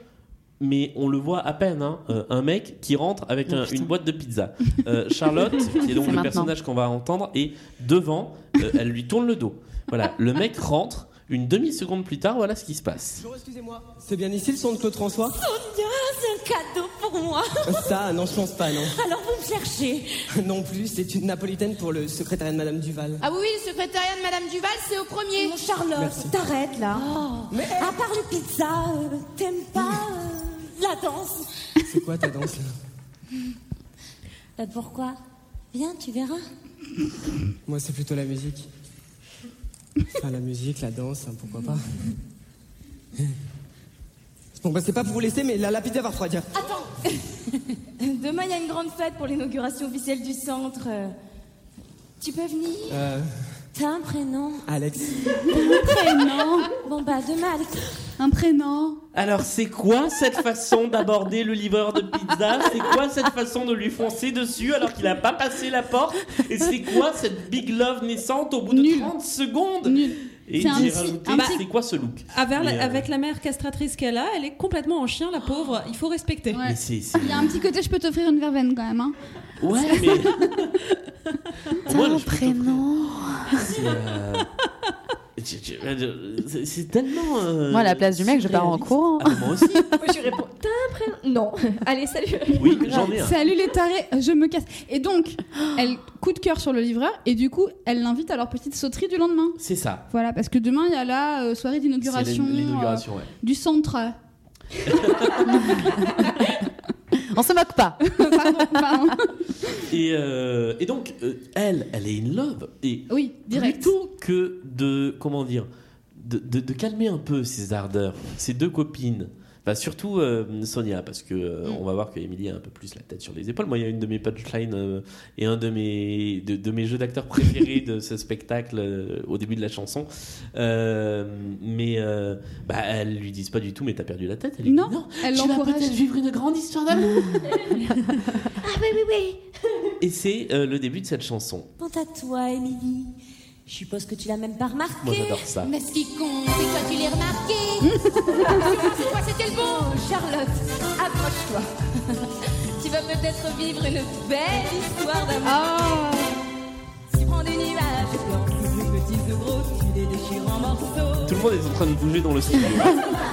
S2: mais on le voit à peine, hein, euh, un mec qui rentre avec un- une boîte de pizza. Euh, Charlotte, qui est donc
S5: C'est
S2: le
S5: maintenant.
S2: personnage qu'on va entendre, et devant, euh, elle lui tourne le dos. Voilà, le mec rentre. Une demi seconde plus tard, voilà ce qui se passe.
S13: Excusez-moi, c'est bien ici le son de Claude
S11: <laughs>
S13: François
S14: Sonia, c'est un cadeau pour moi.
S13: Ça, non, je pense pas, non. <laughs>
S14: Alors vous me cherchez.
S13: Non plus, c'est une napolitaine pour le secrétariat de Madame Duval.
S14: Ah oui, le secrétariat de Madame Duval, c'est au premier. Mon Charlotte,
S13: Merci.
S14: t'arrêtes là. À part les pizzas, euh, t'aimes pas euh, la danse
S13: C'est quoi ta danse là
S14: Bah, Pourquoi Viens, tu verras.
S13: Moi, c'est plutôt la musique. Enfin, la musique, la danse, hein, pourquoi pas. <laughs> Bon, bah, c'est pas pour vous laisser, mais la lapide elle va refroidir.
S11: Ah.
S14: Attends. <laughs> Demain, il y a une grande fête pour l'inauguration officielle du centre. Euh, Tu peux venir
S13: Euh,
S14: T'as un prénom
S13: Alex.
S14: Un prénom Bon bah demain, Alex.
S1: Un prénom
S2: Alors c'est quoi cette façon d'aborder le livreur de pizza C'est quoi cette façon de lui foncer dessus alors qu'il n'a pas passé la porte Et c'est quoi cette big love naissante au bout de 30 secondes Et
S4: C'est un
S2: j'ai
S4: petit-
S2: rajouté,
S4: un petit-
S2: c'est quoi ce look
S4: Avec,
S2: Mais, euh,
S4: avec la mère castratrice qu'elle a, elle est complètement en chien, la pauvre. Il faut respecter.
S2: Mais c'est-
S6: <laughs>
S2: c'est-
S1: Il y a un petit côté, je peux t'offrir une verveine quand même. Hein.
S2: Ouais, mais. Moi, je-
S1: prénom.
S2: c'est, euh, je- je- c'est- C'est tellement. euh,
S6: Moi, à la place du mec, je pars en courant.
S2: Ah, moi aussi.
S3: Moi, je réponds T'as un prénom Non. <laughs> Allez, salut.
S6: <laughs>
S2: Oui, j'en ai un.
S1: Salut les tarés, je me casse. Et donc, elle coup de cœur sur le livreur et du coup, elle l'invite à leur petite sauterie du lendemain.
S2: C'est ça.
S1: Voilà, parce que demain, il y a la euh, soirée d'inauguration
S2: C'est l'in- l'inauguration, ouais.
S1: du centre.
S6: On se moque pas.
S2: Et, euh, et donc, euh, elle, elle est in love. Et
S1: Oui, direct.
S2: Plutôt que de. Comment dire de, de- de calmer un peu ses ardeurs, ses deux copines. Enfin, surtout euh, Sonia, parce que euh,
S1: Mm.
S2: on va voir que Emily a un peu plus la tête sur les épaules. Moi, il y a une de mes punchlines euh, et un de mes, de, de mes jeux d'acteurs préférés de ce spectacle euh, au début de la chanson. Euh, mais euh, bah, elles lui disent pas du tout, mais t'as perdu la tête. Elle lui
S1: Non,
S2: dit, non,
S1: elle
S2: tu vas
S1: l'encourage.
S2: peut-être vivre une grande histoire d'amour.
S9: Ah oui, oui, oui.
S2: Et c'est euh, le début de cette chanson.
S9: Quant à toi, Émilie, je suppose que tu l'as même pas remarqué.
S2: Moi, j'adore ça.
S9: Mais ce qui compte, c'est que toi, tu l'es remarqué. C'est quoi, c'était le bon Charlotte,
S3: <laughs>
S9: approche-toi. tu vas peut-être vivre une belle histoire d'amour. Tu prends des nuages, tu en souffles de petits de gros, tu les déchires en morceaux.
S2: Tout le monde est en train de bouger dans le studio.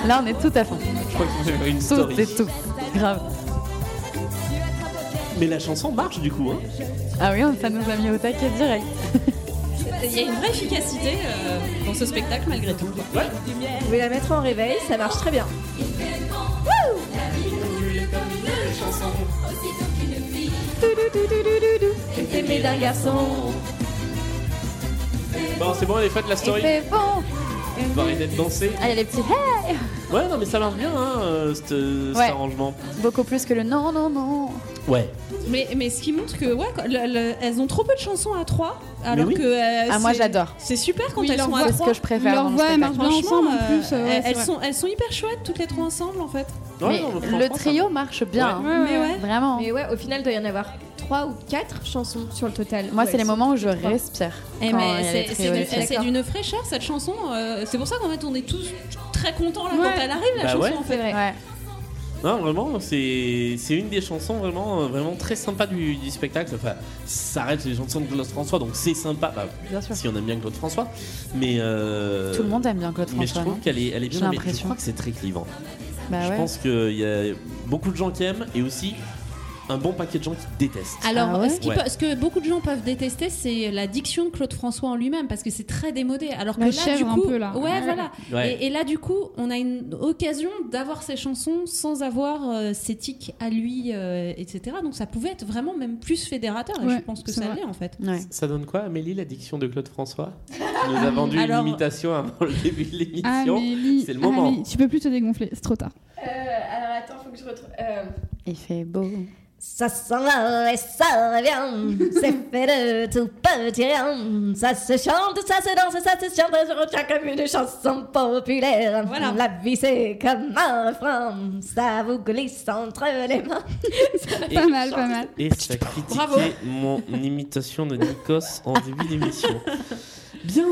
S6: Là, on est tout à fond.
S2: Je crois que j'ai une
S6: Tout
S2: story.
S6: et tout. Grave.
S2: Mais la chanson marche du coup. Hein.
S6: Ah oui, ça nous a mis au taquet direct.
S4: Il y a une vraie efficacité euh, dans ce spectacle, malgré tout.
S3: Vous pouvez la mettre en réveil, ça marche très bien.
S9: La vie coule comme une chanson, aussitôt qu'une fille
S3: est aimée d'un garçon.
S2: Bon, c'est bon, elle est faite la story.
S6: bon.
S2: On va arrêter de danser.
S6: Ah, il y a les petits hey
S2: Ouais, non, mais ça marche bien, hein, euh, cet, euh, cet
S6: Ouais.
S2: arrangement.
S6: Beaucoup plus que le non, non, non.
S2: Ouais.
S4: Mais, mais ce qui montre que, ouais, quand- le- le- elles ont trop peu de chansons à trois. Alors
S6: oui.
S4: que. euh,
S6: Ah, moi,
S4: c'est-
S6: j'adore.
S4: C'est super quand
S6: Oui,
S4: elles
S6: leur
S4: sont à
S6: voix,
S4: trois.
S6: c'est ce que je préfère Leur dans le voix, elles spectacle. marchent bien
S4: Franchement,
S6: ensemble, en
S4: euh,
S6: plus, ouais,
S4: elles-
S6: c'est
S4: elles,
S6: vrai.
S4: sont, elles sont hyper chouettes, toutes les trois ensemble, en fait.
S6: Mais le trio marche bien. hein. Vraiment.
S3: Mais ouais, au final, il doit y en avoir 3 ou 4 chansons sur le total.
S6: Moi, c'est les moments où je
S3: crois.
S6: respire.
S3: Eh,
S6: quand
S3: mais
S6: il y a les
S4: C'est-
S6: trios,
S4: C'est
S6: c'est
S4: du- c'est
S6: d'accord.
S4: d'une fraîcheur cette chanson. euh, c'est pour ça qu'en fait on est tous très contents là,
S6: Ouais.
S4: quand elle arrive la
S2: Bah
S4: chanson
S2: ouais.
S4: en fait.
S2: Non, vraiment, c'est c'est une des chansons vraiment, euh, vraiment très sympa du, du spectacle. Enfin, ça reste les chansons de Claude François, donc c'est sympa. Bah,
S6: Bien sûr.
S2: Si on aime bien Claude François. Mais, euh,
S6: Tout le monde aime bien Claude
S2: Mais je
S6: François,
S2: trouve
S6: non
S2: qu'elle est, elle est
S6: J'ai
S2: bien, mais je
S6: l'impression.
S2: crois que c'est très clivant.
S6: Bah
S2: je
S6: ouais.
S2: pense qu'il y a beaucoup de gens qui aiment et aussi un bon paquet de gens qui détestent.
S1: Ah
S4: Alors, ce, qui
S2: Ouais.
S4: peut- ce que beaucoup de gens peuvent détester, c'est la diction de Claude François en lui-même, parce que c'est très démodé. Alors que
S1: La
S4: là, du
S1: chèvre un
S4: coup,
S1: peu, là.
S4: ouais,
S1: Ouais.
S4: voilà.
S2: Ouais.
S4: Et, et là, du coup, on a une occasion d'avoir ces chansons sans avoir euh, ses tics à lui, euh, etc. Donc, ça pouvait être vraiment même plus fédérateur. Et
S1: Ouais,
S4: je pense que
S1: c'est
S4: ça
S1: vrai.
S4: l'est en fait.
S2: Ça donne quoi, Amélie, l'addiction de Claude François Tu
S4: <laughs>
S2: nous a vendu
S4: Alors-
S2: une imitation avant le début de l'émission.
S1: Amélie,
S2: C'est le moment.
S1: Amélie, tu peux plus te dégonfler, c'est trop tard.
S3: Euh, alors attends, faut que je retrouve. euh.
S6: Il fait beau.
S9: Ça s'en va
S14: <laughs>
S9: et ça revient, c'est fait de tout petit rien. Ça se chante, ça se danse, ça se chante, je retiens comme une chanson populaire. La vie c'est comme un refrain, ça vous glisse entre les mains.
S1: Pas mal, pas mal.
S2: Et ça critiquait
S9: Bravo.
S2: mon imitation de Nikos en début d'émission. Bien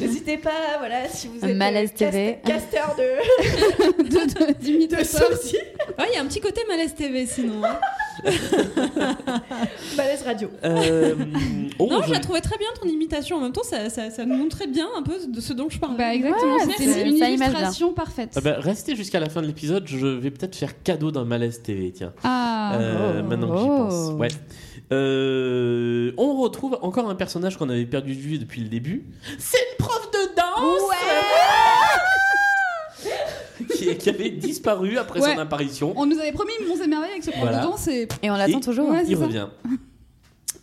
S3: N'hésitez pas, voilà, si vous êtes
S6: Malaise
S3: euh,
S6: TV.
S3: cast- casteur de.
S1: <laughs> de,
S3: sourcils.
S4: Ouais, Ah, il y a un petit côté malaise TV sinon. hein.
S3: Malaise radio.
S1: <laughs>
S2: Euh, oh,
S4: non, je
S2: joli.
S4: la trouvais très bien ton imitation. En même temps, ça, ça- ça nous montrait bien un peu de ce dont je parlais.
S1: Bah, exactement, Ouais, c'était c'est- une ça image illustration bien. parfaite.
S2: Ah bah, restez jusqu'à la fin de l'épisode, je vais peut-être faire cadeau d'un malaise TV, tiens.
S1: Ah.
S2: Euh,
S1: Oh.
S2: Maintenant que j'y pense. Ouais. Euh, on retrouve encore un personnage qu'on avait perdu de vue depuis le début, C'est une prof de danse <laughs> qui, qui avait disparu après
S1: Ouais.
S2: son apparition.
S1: On nous avait promis mon émerveillé avec ce prof
S2: Voilà.
S1: de danse et...
S6: on hein.
S2: Et
S1: Ouais, c'est
S2: il
S1: ça.
S2: revient.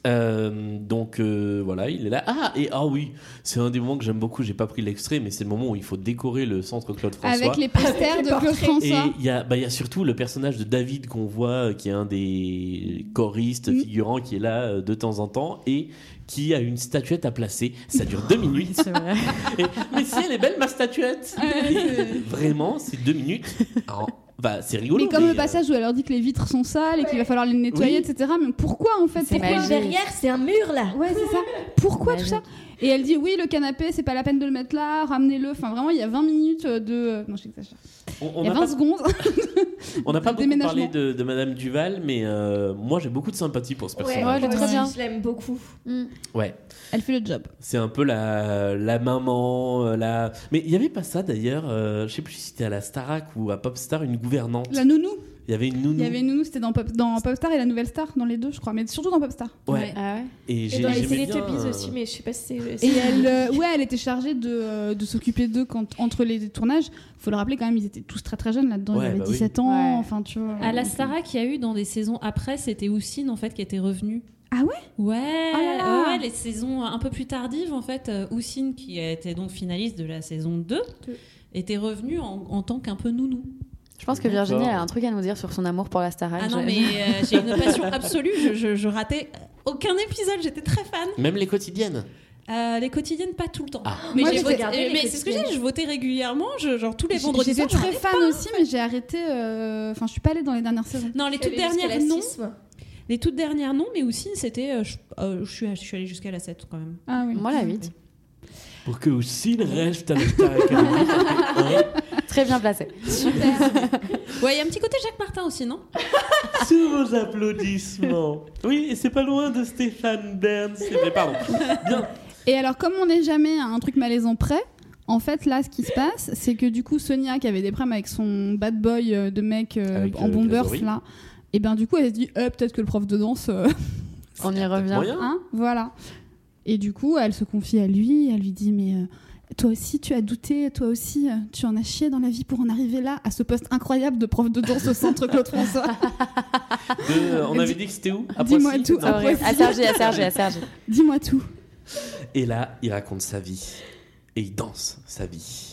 S2: Euh, donc euh, voilà, il est là. Ah et ah oui, c'est un des moments que j'aime beaucoup. J'ai pas pris l'extrait, mais c'est le moment où il faut décorer le centre Claude François.
S1: Avec <laughs> les posters de Claude
S2: Et
S1: François.
S2: il y, a- bah, il y a surtout le personnage de David qu'on voit, euh, qui est un des choristes
S1: Mm.
S2: figurants, qui est là euh, de temps en temps et qui a une statuette à placer. Ça dure
S1: <laughs>
S2: deux minutes. <laughs> Et- mais si elle est belle, ma statuette
S1: Ah,
S2: <laughs> Vraiment, c'est deux minutes. Alors, bah, c'est rigolo.
S1: Mais comme
S2: mais,
S1: le passage où elle leur dit que les vitres sont sales et qu'il va falloir les nettoyer,
S2: Oui.
S1: etc. Mais pourquoi en fait
S3: C'est
S1: Pourquoi
S3: magique. Derrière,
S1: c'est un mur là. Ouais, c'est ça. Pourquoi tout ça Et elle dit oui, le canapé, c'est pas la peine de le mettre là, ramenez-le. Enfin, vraiment, il y a 20 minutes euh, de. Non, j'exagère.
S2: euh, On- on
S1: Il y a
S2: n'a
S1: 20
S2: pas-
S1: secondes.
S2: On n'a pas beaucoup
S1: Déménagement.
S2: parlé de, de Madame Duval, mais euh, moi j'ai beaucoup de sympathie pour ce personnage.
S3: moi
S1: très
S3: aussi,
S1: bien.
S3: Je l'aime beaucoup.
S2: Ouais.
S1: Elle fait le job.
S2: C'est un peu la, la maman, euh, la. Mais il n'y avait pas ça d'ailleurs, euh, je sais plus si c'était à la Starac ou à Popstar, une gouvernante.
S1: La nounou.
S2: Il y avait une nounou.
S1: Il y avait une nounou, c'était dans, Pop, dans Popstar et la Nouvelle Star, dans les deux, je crois, mais surtout dans Popstar.
S2: Ouais. Ouais.
S6: Ah
S2: Et j'ai-
S3: dans les
S2: j'aimais bien,
S3: Teletubbies
S2: euh,
S3: aussi, mais je sais pas si c'est.
S1: Et
S2: <laughs>
S1: elle, euh, ouais, elle était chargée de, euh, de s'occuper d'eux quand, entre les tournages. Faut le rappeler quand même, ils étaient tous très très jeunes là-dedans.
S2: Ouais,
S1: ils avaient
S2: bah oui.
S1: 17 ans, enfin tu vois.
S4: À la Stara qu'il y a eu dans des saisons après, c'était Oussine en fait qui était revenue.
S1: Ah ouais
S4: Ouais,
S1: Ah là là.
S4: ouais, les saisons un peu plus tardives en fait, euh, Oussine qui était donc finaliste de la saison 2 était revenue en, en tant qu'un peu nounou.
S6: Je pense que Virginie elle a un truc à nous dire sur son amour pour la Starac.
S4: Ah non
S6: Je-
S1: <laughs>
S4: mais euh, j'ai une passion absolue, je, je- je ratais aucun épisode, j'étais très fan.
S2: Même les quotidiennes.
S4: Euh, les quotidiennes pas tout le temps. Mais,
S1: Ah. Moi,
S4: j'ai
S1: j'étais-
S4: voté-
S1: regardais les
S4: mais c'est ce que j'ai, dit, je votais régulièrement, je- genre tous les
S1: J-
S4: vendredis.
S1: J'étais
S4: soirs, je
S1: très
S4: regardais
S1: fan aussi, mais j'ai arrêté. euh, Enfin, je suis pas allée dans les dernières saisons.
S4: Non, les toutes dernières non. Les toutes dernières non, mais aussi c'était, euh, je, euh, je suis, je suis allée jusqu'à la 7 quand même.
S1: Ah oui.
S6: <laughs> Moi, la 8.
S5: Pour que aussi le reste à la Star Academy.
S2: <laughs>
S6: Très bien placé.
S1: <laughs>
S4: Ouais, il y a un petit côté Jacques Martin aussi, non
S2: Sous vos applaudissements. Oui, et c'est pas loin de Stéphane Bern. c'est- Mais pardon. Bien.
S1: Et alors, comme on n'est jamais à un truc malaisant près, en fait, là, ce qui se passe, c'est que du coup, Sonia, qui avait des problèmes avec son bad boy euh, de mec euh,
S6: Avec,
S1: en
S6: euh,
S1: bombers,
S6: Lazarus.
S1: là, et bien du coup, elle se dit, Euh, peut-être que le prof de danse. euh,
S6: On y revient.
S1: Hein, voilà. Et du coup, elle se confie à lui, elle lui dit mais euh, toi aussi tu as douté, toi aussi euh, tu en as chié dans la vie pour en arriver là à ce poste incroyable de prof de danse au centre Claude François.
S2: De- euh, on avait dit que c'était où À
S1: Dis-moi
S2: Poissy
S1: tout.
S2: Non.
S6: Ah ouais, à Sergi, à Sergi, à Sergi.
S1: Dis-moi tout.
S2: Et là, il raconte sa vie. Et il danse sa vie.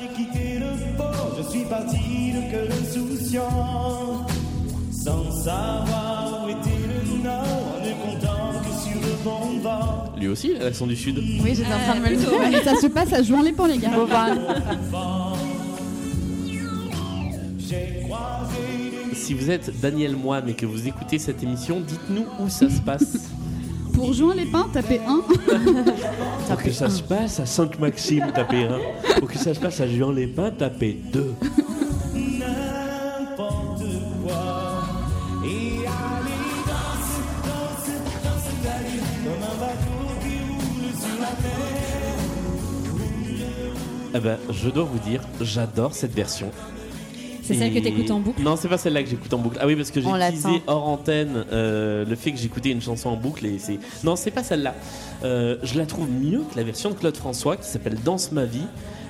S15: J'ai quitté le port, je suis parti de cœur insouciant. Sans savoir où était le nord, en ne comptant que sur le bon vent.
S2: Lui aussi, il a l'accent du Sud.
S6: Oui, j'étais en train de me le
S1: plutôt, ouais. Ça se passe à jouer les pans les gars.
S15: J'ai croisé
S2: Si vous êtes Daniel Moine et que vous écoutez cette émission, dites-nous où ça se passe.
S1: Pour jouer les pins, tapez 1.
S5: Pour que ça se passe à Sainte-Maxime, tapez 1. Pour que ça se passe à Juan-les-Pins, tapez 2.
S15: n'importe quoi. Et allez, danse, danse, danse, d'aller comme un bateau qui roule sur la mer.
S2: Eh ben, je dois vous dire, j'adore cette version.
S4: C'est celle que t'écoutes en
S2: boucle Non, c'est pas celle-là que j'écoute en boucle. Ah oui, parce que j'ai
S4: On l'attend.
S2: teasé hors antenne euh, le fait que j'écoutais une chanson en boucle et c'est. Non, c'est pas celle-là. Euh, je la trouve mieux que la version de Claude François qui s'appelle Danse ma vie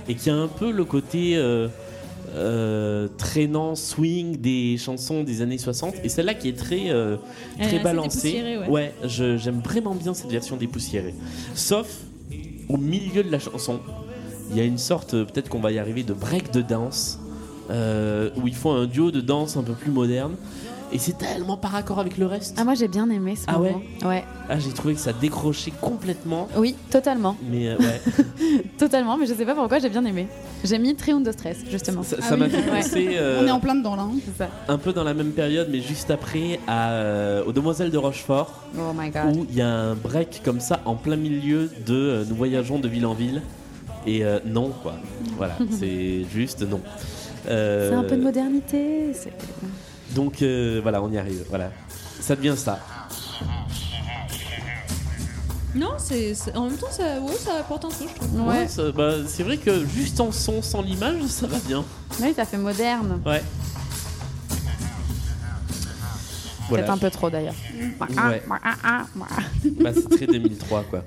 S2: et qui a un peu le côté euh, euh, traînant swing des chansons des années 60 et celle-là qui est très, euh,
S4: Elle est
S2: très
S4: assez
S2: balancée.
S4: dépoussiérée, ouais.
S2: je- j'aime vraiment bien cette version dépoussiérée. Sauf au milieu de la chanson, il y a une sorte, euh, peut-être qu'on va y arriver, de break de danse, euh, où ils font un duo de danse un peu plus moderne. Et c'est tellement par accord avec le reste.
S6: Ah, moi, j'ai bien aimé ce
S2: Ah ouais
S6: moment. Ouais.
S2: Ah, j'ai trouvé que ça décrochait complètement.
S6: Oui, totalement.
S2: Mais euh,
S6: <laughs>
S2: ouais,
S6: Totalement, mais je sais pas pourquoi j'ai bien aimé. J'ai mis Triune de stress, justement.
S2: ça- ça m'a fait penser euh,
S1: On est en plein dedans là. hein.
S2: un peu dans la même période, mais juste après, à, euh, aux Demoiselles de Rochefort,
S6: Oh my god.
S2: où il y a un break comme ça en plein milieu de euh, Nous voyageons de ville en ville. Et euh, non, quoi.
S6: <laughs>
S2: Voilà, c'est juste non. Euh,
S6: C'est un peu de modernité. c'est-
S2: Donc euh, voilà, on y arrive. Voilà, ça devient ça.
S12: Non, c'est c'est- en même temps, ça, ouais, ça apporte un truc, je trouve.
S2: Ouais, ça- bah, c'est vrai que juste en son, sans l'image, ça va bien.
S6: Oui, ça fait moderne.
S10: Oh,
S2: Ouais. Voilà.
S6: Peut-être un peu trop d'ailleurs.
S2: Ouais. Bah, c'est très 2003 quoi.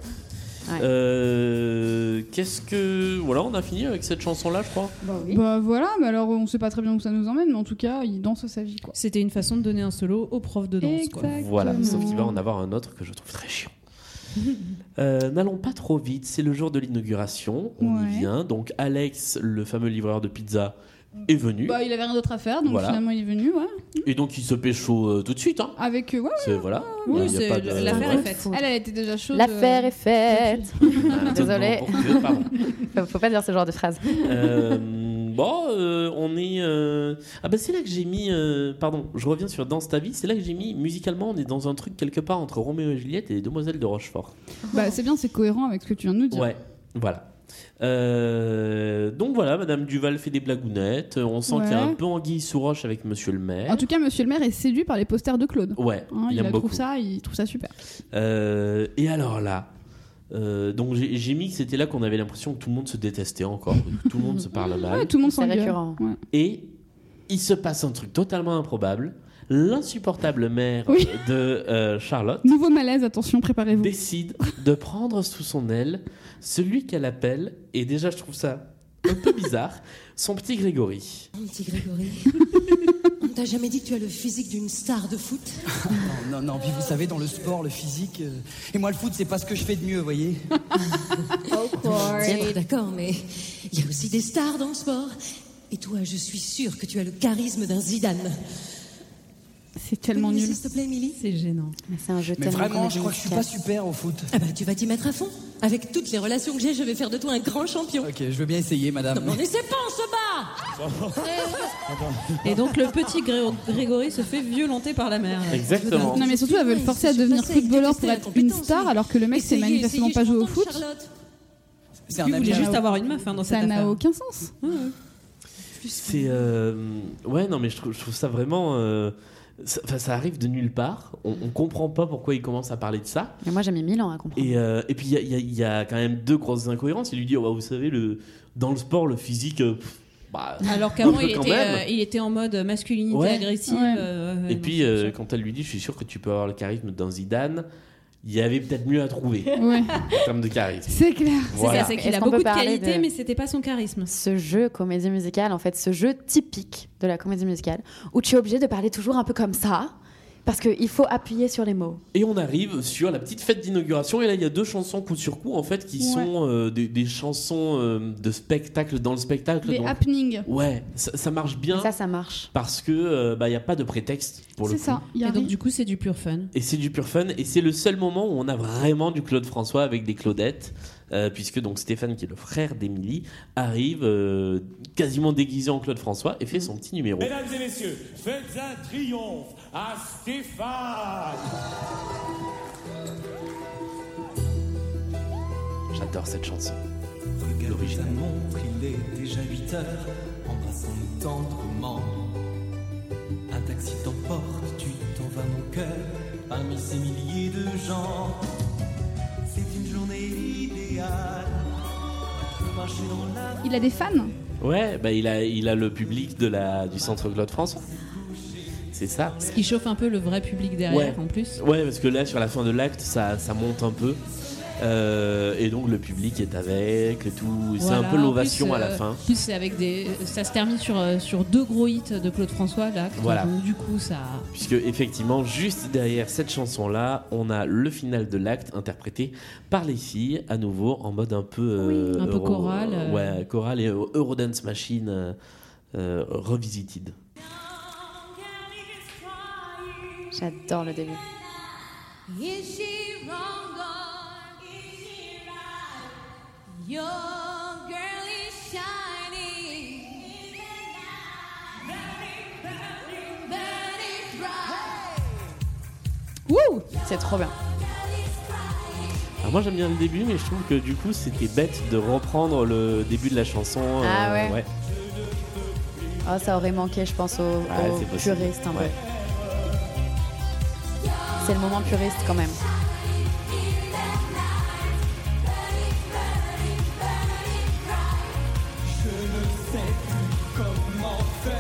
S6: Ouais.
S2: Euh, Qu'est-ce que voilà, on a fini avec cette chanson là, je crois.
S1: Bah voilà, mais alors on sait pas très bien où ça nous emmène, mais en tout cas, il danse sa vie quoi.
S12: C'était une façon de donner un solo au prof de danse. Quoi.
S2: Voilà, sauf qu'il va en avoir un autre que je trouve très chiant. Euh, N'allons pas trop vite, c'est le jour de l'inauguration, on
S1: Ouais.
S2: y vient. Donc Alex, le fameux livreur de pizza, est venu.
S1: Bah, il avait rien d'autre à faire, donc
S2: Voilà.
S1: finalement il est venu, ouais.
S2: Et donc il se pécho euh, tout de suite. Hein.
S1: Avec euh, ouais.
S2: C'est- voilà.
S1: ouais.
S2: Il y a pas de- voilà.
S1: Elle, elle était déjà chaude.
S6: L'affaire
S1: euh,
S6: est faite.
S2: Ah,
S6: <laughs> Désolée.
S2: étonnant, bon, pardon.
S6: Faut pas dire ce genre de phrase.
S2: Euh, bon, euh, on est. euh, Ah bah c'est là que j'ai mis. euh, Pardon, je reviens sur Danse ta vie. C'est là que j'ai mis musicalement. On est dans un truc quelque part entre Roméo et Juliette et les Demoiselles de Rochefort.
S1: Bah, c'est bien, c'est cohérent avec ce que tu viens de nous dire.
S2: Ouais, voilà. Euh, donc voilà, Madame Duval fait des blagounettes. On sent qu'il y a
S1: Ouais.
S2: un peu anguille sous roche avec Monsieur le Maire.
S1: En tout cas, monsieur le maire est séduit par les posters de Claude.
S2: Ouais,
S1: Hein,
S2: il
S1: il,
S2: aime beaucoup.
S1: trouve ça, il trouve ça super.
S2: Euh, et alors là, euh, donc j'ai j'ai mis que c'était là qu'on avait l'impression que tout le monde se détestait encore, que tout le monde se parle mal.
S1: <laughs> Ouais, tout le monde s'engueule.
S2: Et il se passe un truc totalement improbable. L'insupportable mère
S1: Oui.
S2: de euh, Charlotte
S1: Nouveau malaise, attention, préparez-vous.
S2: décide de prendre sous son aile celui qu'elle appelle, et déjà je trouve ça un peu bizarre, son petit Grégory.
S11: Mon petit Grégory, on t'a jamais dit que tu as le physique d'une star de foot
S10: Non, non, puis vous savez, dans le sport, le physique. euh, et moi, le foot, c'est pas ce que je fais de mieux, voyez.
S11: Ah, Tiens, Eh ben, D'accord, mais il y a aussi des stars dans le sport. Et toi, je suis sûre que tu as le charisme d'un Zidane.
S1: C'est tellement nul.
S11: S'il te plaît, Émilie
S4: C'est gênant.
S6: C'est un jeu
S10: Mais vraiment, je crois que je suis pas super au foot.
S11: Ah bah, tu vas t'y mettre à fond. Avec toutes les relations que j'ai, je vais faire de toi un grand champion.
S10: Ok, je veux bien essayer, madame.
S15: Euh,
S11: Non, mais on essaie pas, on se bat
S4: Et donc le petit Gré- Grégory se fait violenter par la mère.
S2: Exactement.
S1: Non mais surtout elle veut le forcer à devenir footballeur pour être une star alors que le mec sait manifestement pas jouer au foot.
S10: C'est
S4: un
S2: ami à
S4: juste
S2: la-
S4: avoir une meuf hein, dans
S1: Ça
S4: cette
S1: n'a
S4: affaire.
S1: aucun sens.
S2: C'est euh, ouais non mais je trouve, je trouve ça vraiment euh, ça, enfin, ça arrive de nulle part. On, on comprend pas pourquoi il commence à parler de ça.
S6: Mais moi, j'ai mis 1000 ans à comprendre.
S2: Et, euh, et puis il y a, il y a- il y a quand même deux grosses incohérences. Il lui dit oh, bah, vous savez le dans le sport le physique euh, pff, bah,
S4: Alors
S2: un <laughs>
S4: qu'avant
S2: peu
S4: il,
S2: quand
S4: était,
S2: même.
S4: euh, il était en mode masculinité
S2: Ouais.
S4: agressive.
S2: Ouais.
S4: euh, ouais,
S2: Et
S4: non.
S2: puis euh, quand elle lui dit je suis sûr que tu peux avoir le charisme d'un Zidane, il y avait peut-être mieux à trouver
S1: <laughs> Ouais.
S4: <laughs>
S2: en termes de charisme.
S1: C'est clair.
S2: Voilà.
S4: C'est ça, c'est qu'il
S6: Est-ce
S4: a
S6: qu'on peut
S4: beaucoup de
S6: parler
S4: qualités,
S6: de-
S4: mais c'était pas son charisme.
S6: ce jeu comédie musicale, en fait, ce jeu typique de la comédie musicale, où tu es obligé de parler toujours un peu comme ça, parce qu'il faut appuyer sur les mots.
S2: Et on arrive sur la petite fête d'inauguration. Et là, il y a deux chansons coup sur coup, en fait, qui
S1: Ouais.
S2: sont euh, des, des chansons euh, de spectacle dans le spectacle.
S1: Des
S2: donc-
S1: happenings.
S2: Ouais, ça, ça marche bien.
S6: Ça, ça marche.
S2: Parce que euh, bah, il n'y a pas de prétexte pour le
S4: C'est
S2: coup.
S4: ça.
S1: il y a
S4: Et donc
S1: rien.
S4: du coup c'est du pur fun.
S2: Et c'est du pur fun. Et c'est le seul moment où on a vraiment du Claude François avec des Claudettes. euh, puisque donc Stéphane, qui est le frère d'Émilie, arrive euh, quasiment déguisé en Claude François et fait son petit numéro.
S15: Mesdames et messieurs, faites un triomphe à Stéphane.
S2: J'adore cette chanson.
S15: Regarde ta montre, il est déjà 8 heures. Embrassons-nous tendrement. Un taxi t'emporte, tu t'en vas mon cœur. Parmi ces milliers de gens, c'est une journée idéale. Marcher dans la
S1: Il a des fans.
S2: Ouais, bah, il, a, il a le public de la, du centre Claude François. C'est ça.
S4: Ce qui chauffe un peu le vrai public derrière
S2: Ouais.
S4: en plus.
S2: Ouais, parce que là, sur la fin de l'acte, ça, ça monte un peu. Euh, et donc, le public est avec, et tout.
S4: Voilà,
S2: C'est un peu l'ovation
S4: en plus,
S2: à la
S4: euh,
S2: fin.
S4: en Plus c'est avec des, ça se termine sur euh, sur deux gros hits de Claude François là.
S2: Voilà.
S4: Donc du coup ça.
S2: Puisque, effectivement, juste derrière cette chanson-là, on a le final de l'acte interprété par les filles, à nouveau, en mode un peu. euh,
S4: Oui, un peu
S2: euro-
S4: chorale, euh.
S2: Ouais, chorale et euh, Eurodance Machine euh, euh, revisited.
S6: J'adore le début.
S9: Is she wrong or is she right? Your girl is shining in the night, burning, burning, burning bright.
S1: Wouh
S6: C'est trop bien.
S2: Alors, moi, j'aime bien le début, mais je trouve que, du coup, c'était bête de reprendre le début de la chanson.
S6: Ah
S2: euh,
S6: ouais. Oh, ça aurait manqué, je pense, aux,
S2: Ouais,
S6: aux
S2: Ah, c'est possible.
S6: puristes un peu.
S2: Ouais.
S6: C'est le moment puriste quand même.
S15: Comment faire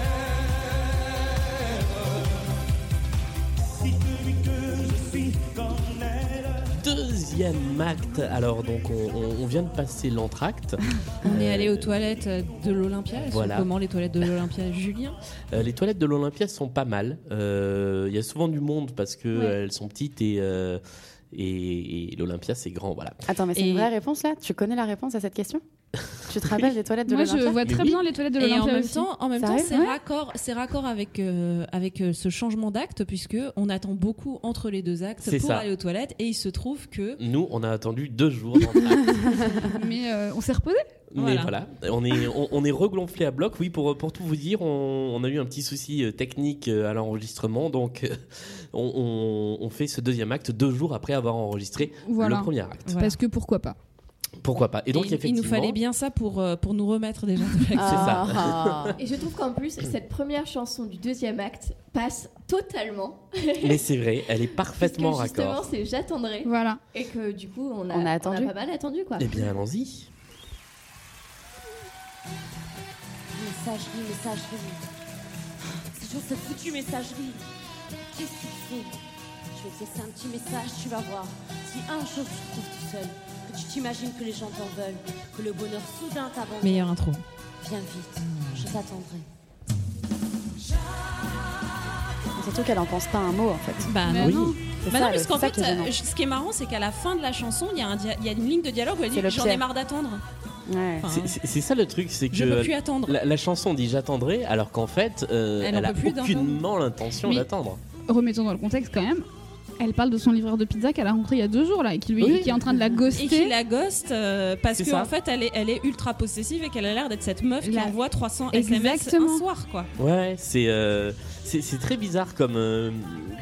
S15: Dites-lui que je suis comme elle.
S2: Deuxième acte, alors donc on, on- on vient de passer l'entracte.
S4: On est
S2: Euh,
S4: allé aux toilettes de l'Olympia. Elles sont
S2: voilà.
S4: Comment les toilettes de l'Olympia, Julien
S2: euh, les toilettes de l'Olympia sont pas mal. Euh, Il y a souvent du monde parce que euh, elles sont petites et, euh, et, et l'Olympia c'est grand, voilà.
S6: Attends, mais c'est
S4: Et-
S6: une vraie réponse là Tu connais la réponse à cette
S2: <laughs>
S6: question Tu te rappelles des toilettes de
S1: Moi je
S6: l'Olympia
S1: vois très
S2: oui.
S1: bien les toilettes de
S4: Et en
S1: l'Olympia
S4: même
S1: aussi.
S4: temps, en même
S6: Ça
S4: temps,
S6: arrive
S4: c'est
S6: Ouais.
S4: raccord, c'est raccord avec euh, avec euh, ce changement d'acte puisque on attend beaucoup entre les deux actes
S2: C'est
S4: pour
S2: ça.
S4: aller aux toilettes et il se trouve que
S2: Nous on a attendu deux jours. d'entracte.
S1: Mais euh, on s'est reposé.
S2: Mais voilà, on est, on, on est regonflé à bloc. Oui, pour, pour tout vous dire, on, on a eu un petit souci euh, technique euh, à l'enregistrement. Donc, <laughs> euh, on, on- on fait ce deuxième acte deux jours après avoir enregistré
S1: Voilà.
S2: le premier acte.
S1: Parce que pourquoi pas
S2: Pourquoi pas Et donc,
S4: il- il
S2: effectivement.
S4: nous fallait bien ça pour, euh, pour nous remettre déjà de
S2: C'est ça. Ah.
S3: Et je trouve qu'en plus, cette première chanson du deuxième acte passe totalement.
S2: Mais c'est vrai, elle est parfaitement en
S3: Parce que justement,
S2: raccord.
S3: c'est j'attendrai.
S1: Voilà.
S3: Et que du coup, on a,
S2: On a
S3: on a
S2: attendu.
S3: pas mal attendu
S4: Ah.
S3: quoi.
S2: Eh bien, allons-y.
S9: Messagerie, messagerie. C'est toujours cette foutue messagerie. Qu'est-ce qu'il fait Je vais te laisser un petit message, tu vas voir. Si un jour tu te trouves tout seul, que tu t'imagines que les gens t'en veulent, que le bonheur soudain t'abandonne.
S4: Meilleure
S6: <laughs>
S4: intro.
S9: Viens vite, je t'attendrai.
S6: ah. Surtout qu'elle en pense pas un mot en fait.
S4: Bah
S9: non.
S4: non.
S6: C'est
S4: Bah
S6: ça,
S4: non,
S6: le-
S4: parce qu'en
S6: c'est ça
S4: fait,
S6: qui est gênant.
S4: euh, je- ce qui est marrant, c'est qu'à la fin de la chanson, il y, a un dia- il y a une ligne de dialogue où elle dit
S6: C'est le
S4: J'en ai
S6: pire.
S4: marre d'attendre. Enfin,
S2: C'est- C'est c'est ça le truc, c'est que
S4: Je peux plus attendre.
S2: La, la chanson dit j'attendrai, alors qu'en fait, euh,
S1: Elle
S2: elle,
S1: en
S2: a
S1: peut plus d'attendre.
S2: aucunement l'intention
S1: Oui.
S2: d'attendre.
S1: Remettons dans le contexte quand même. Elle parle de son livreur de pizza qu'elle a rencontré il y a deux jours là et qui lui qui est en train de la ghoster.
S4: Et qui la ghost euh, parce
S1: C'est
S4: que
S1: ça.
S4: en fait, elle est, elle est ultra possessive et qu'elle a l'air d'être cette meuf qui envoie 300 SMS
S1: Exactement.
S4: un soir, quoi.
S2: Ouais, c'est euh, c'est c'est très bizarre comme, euh,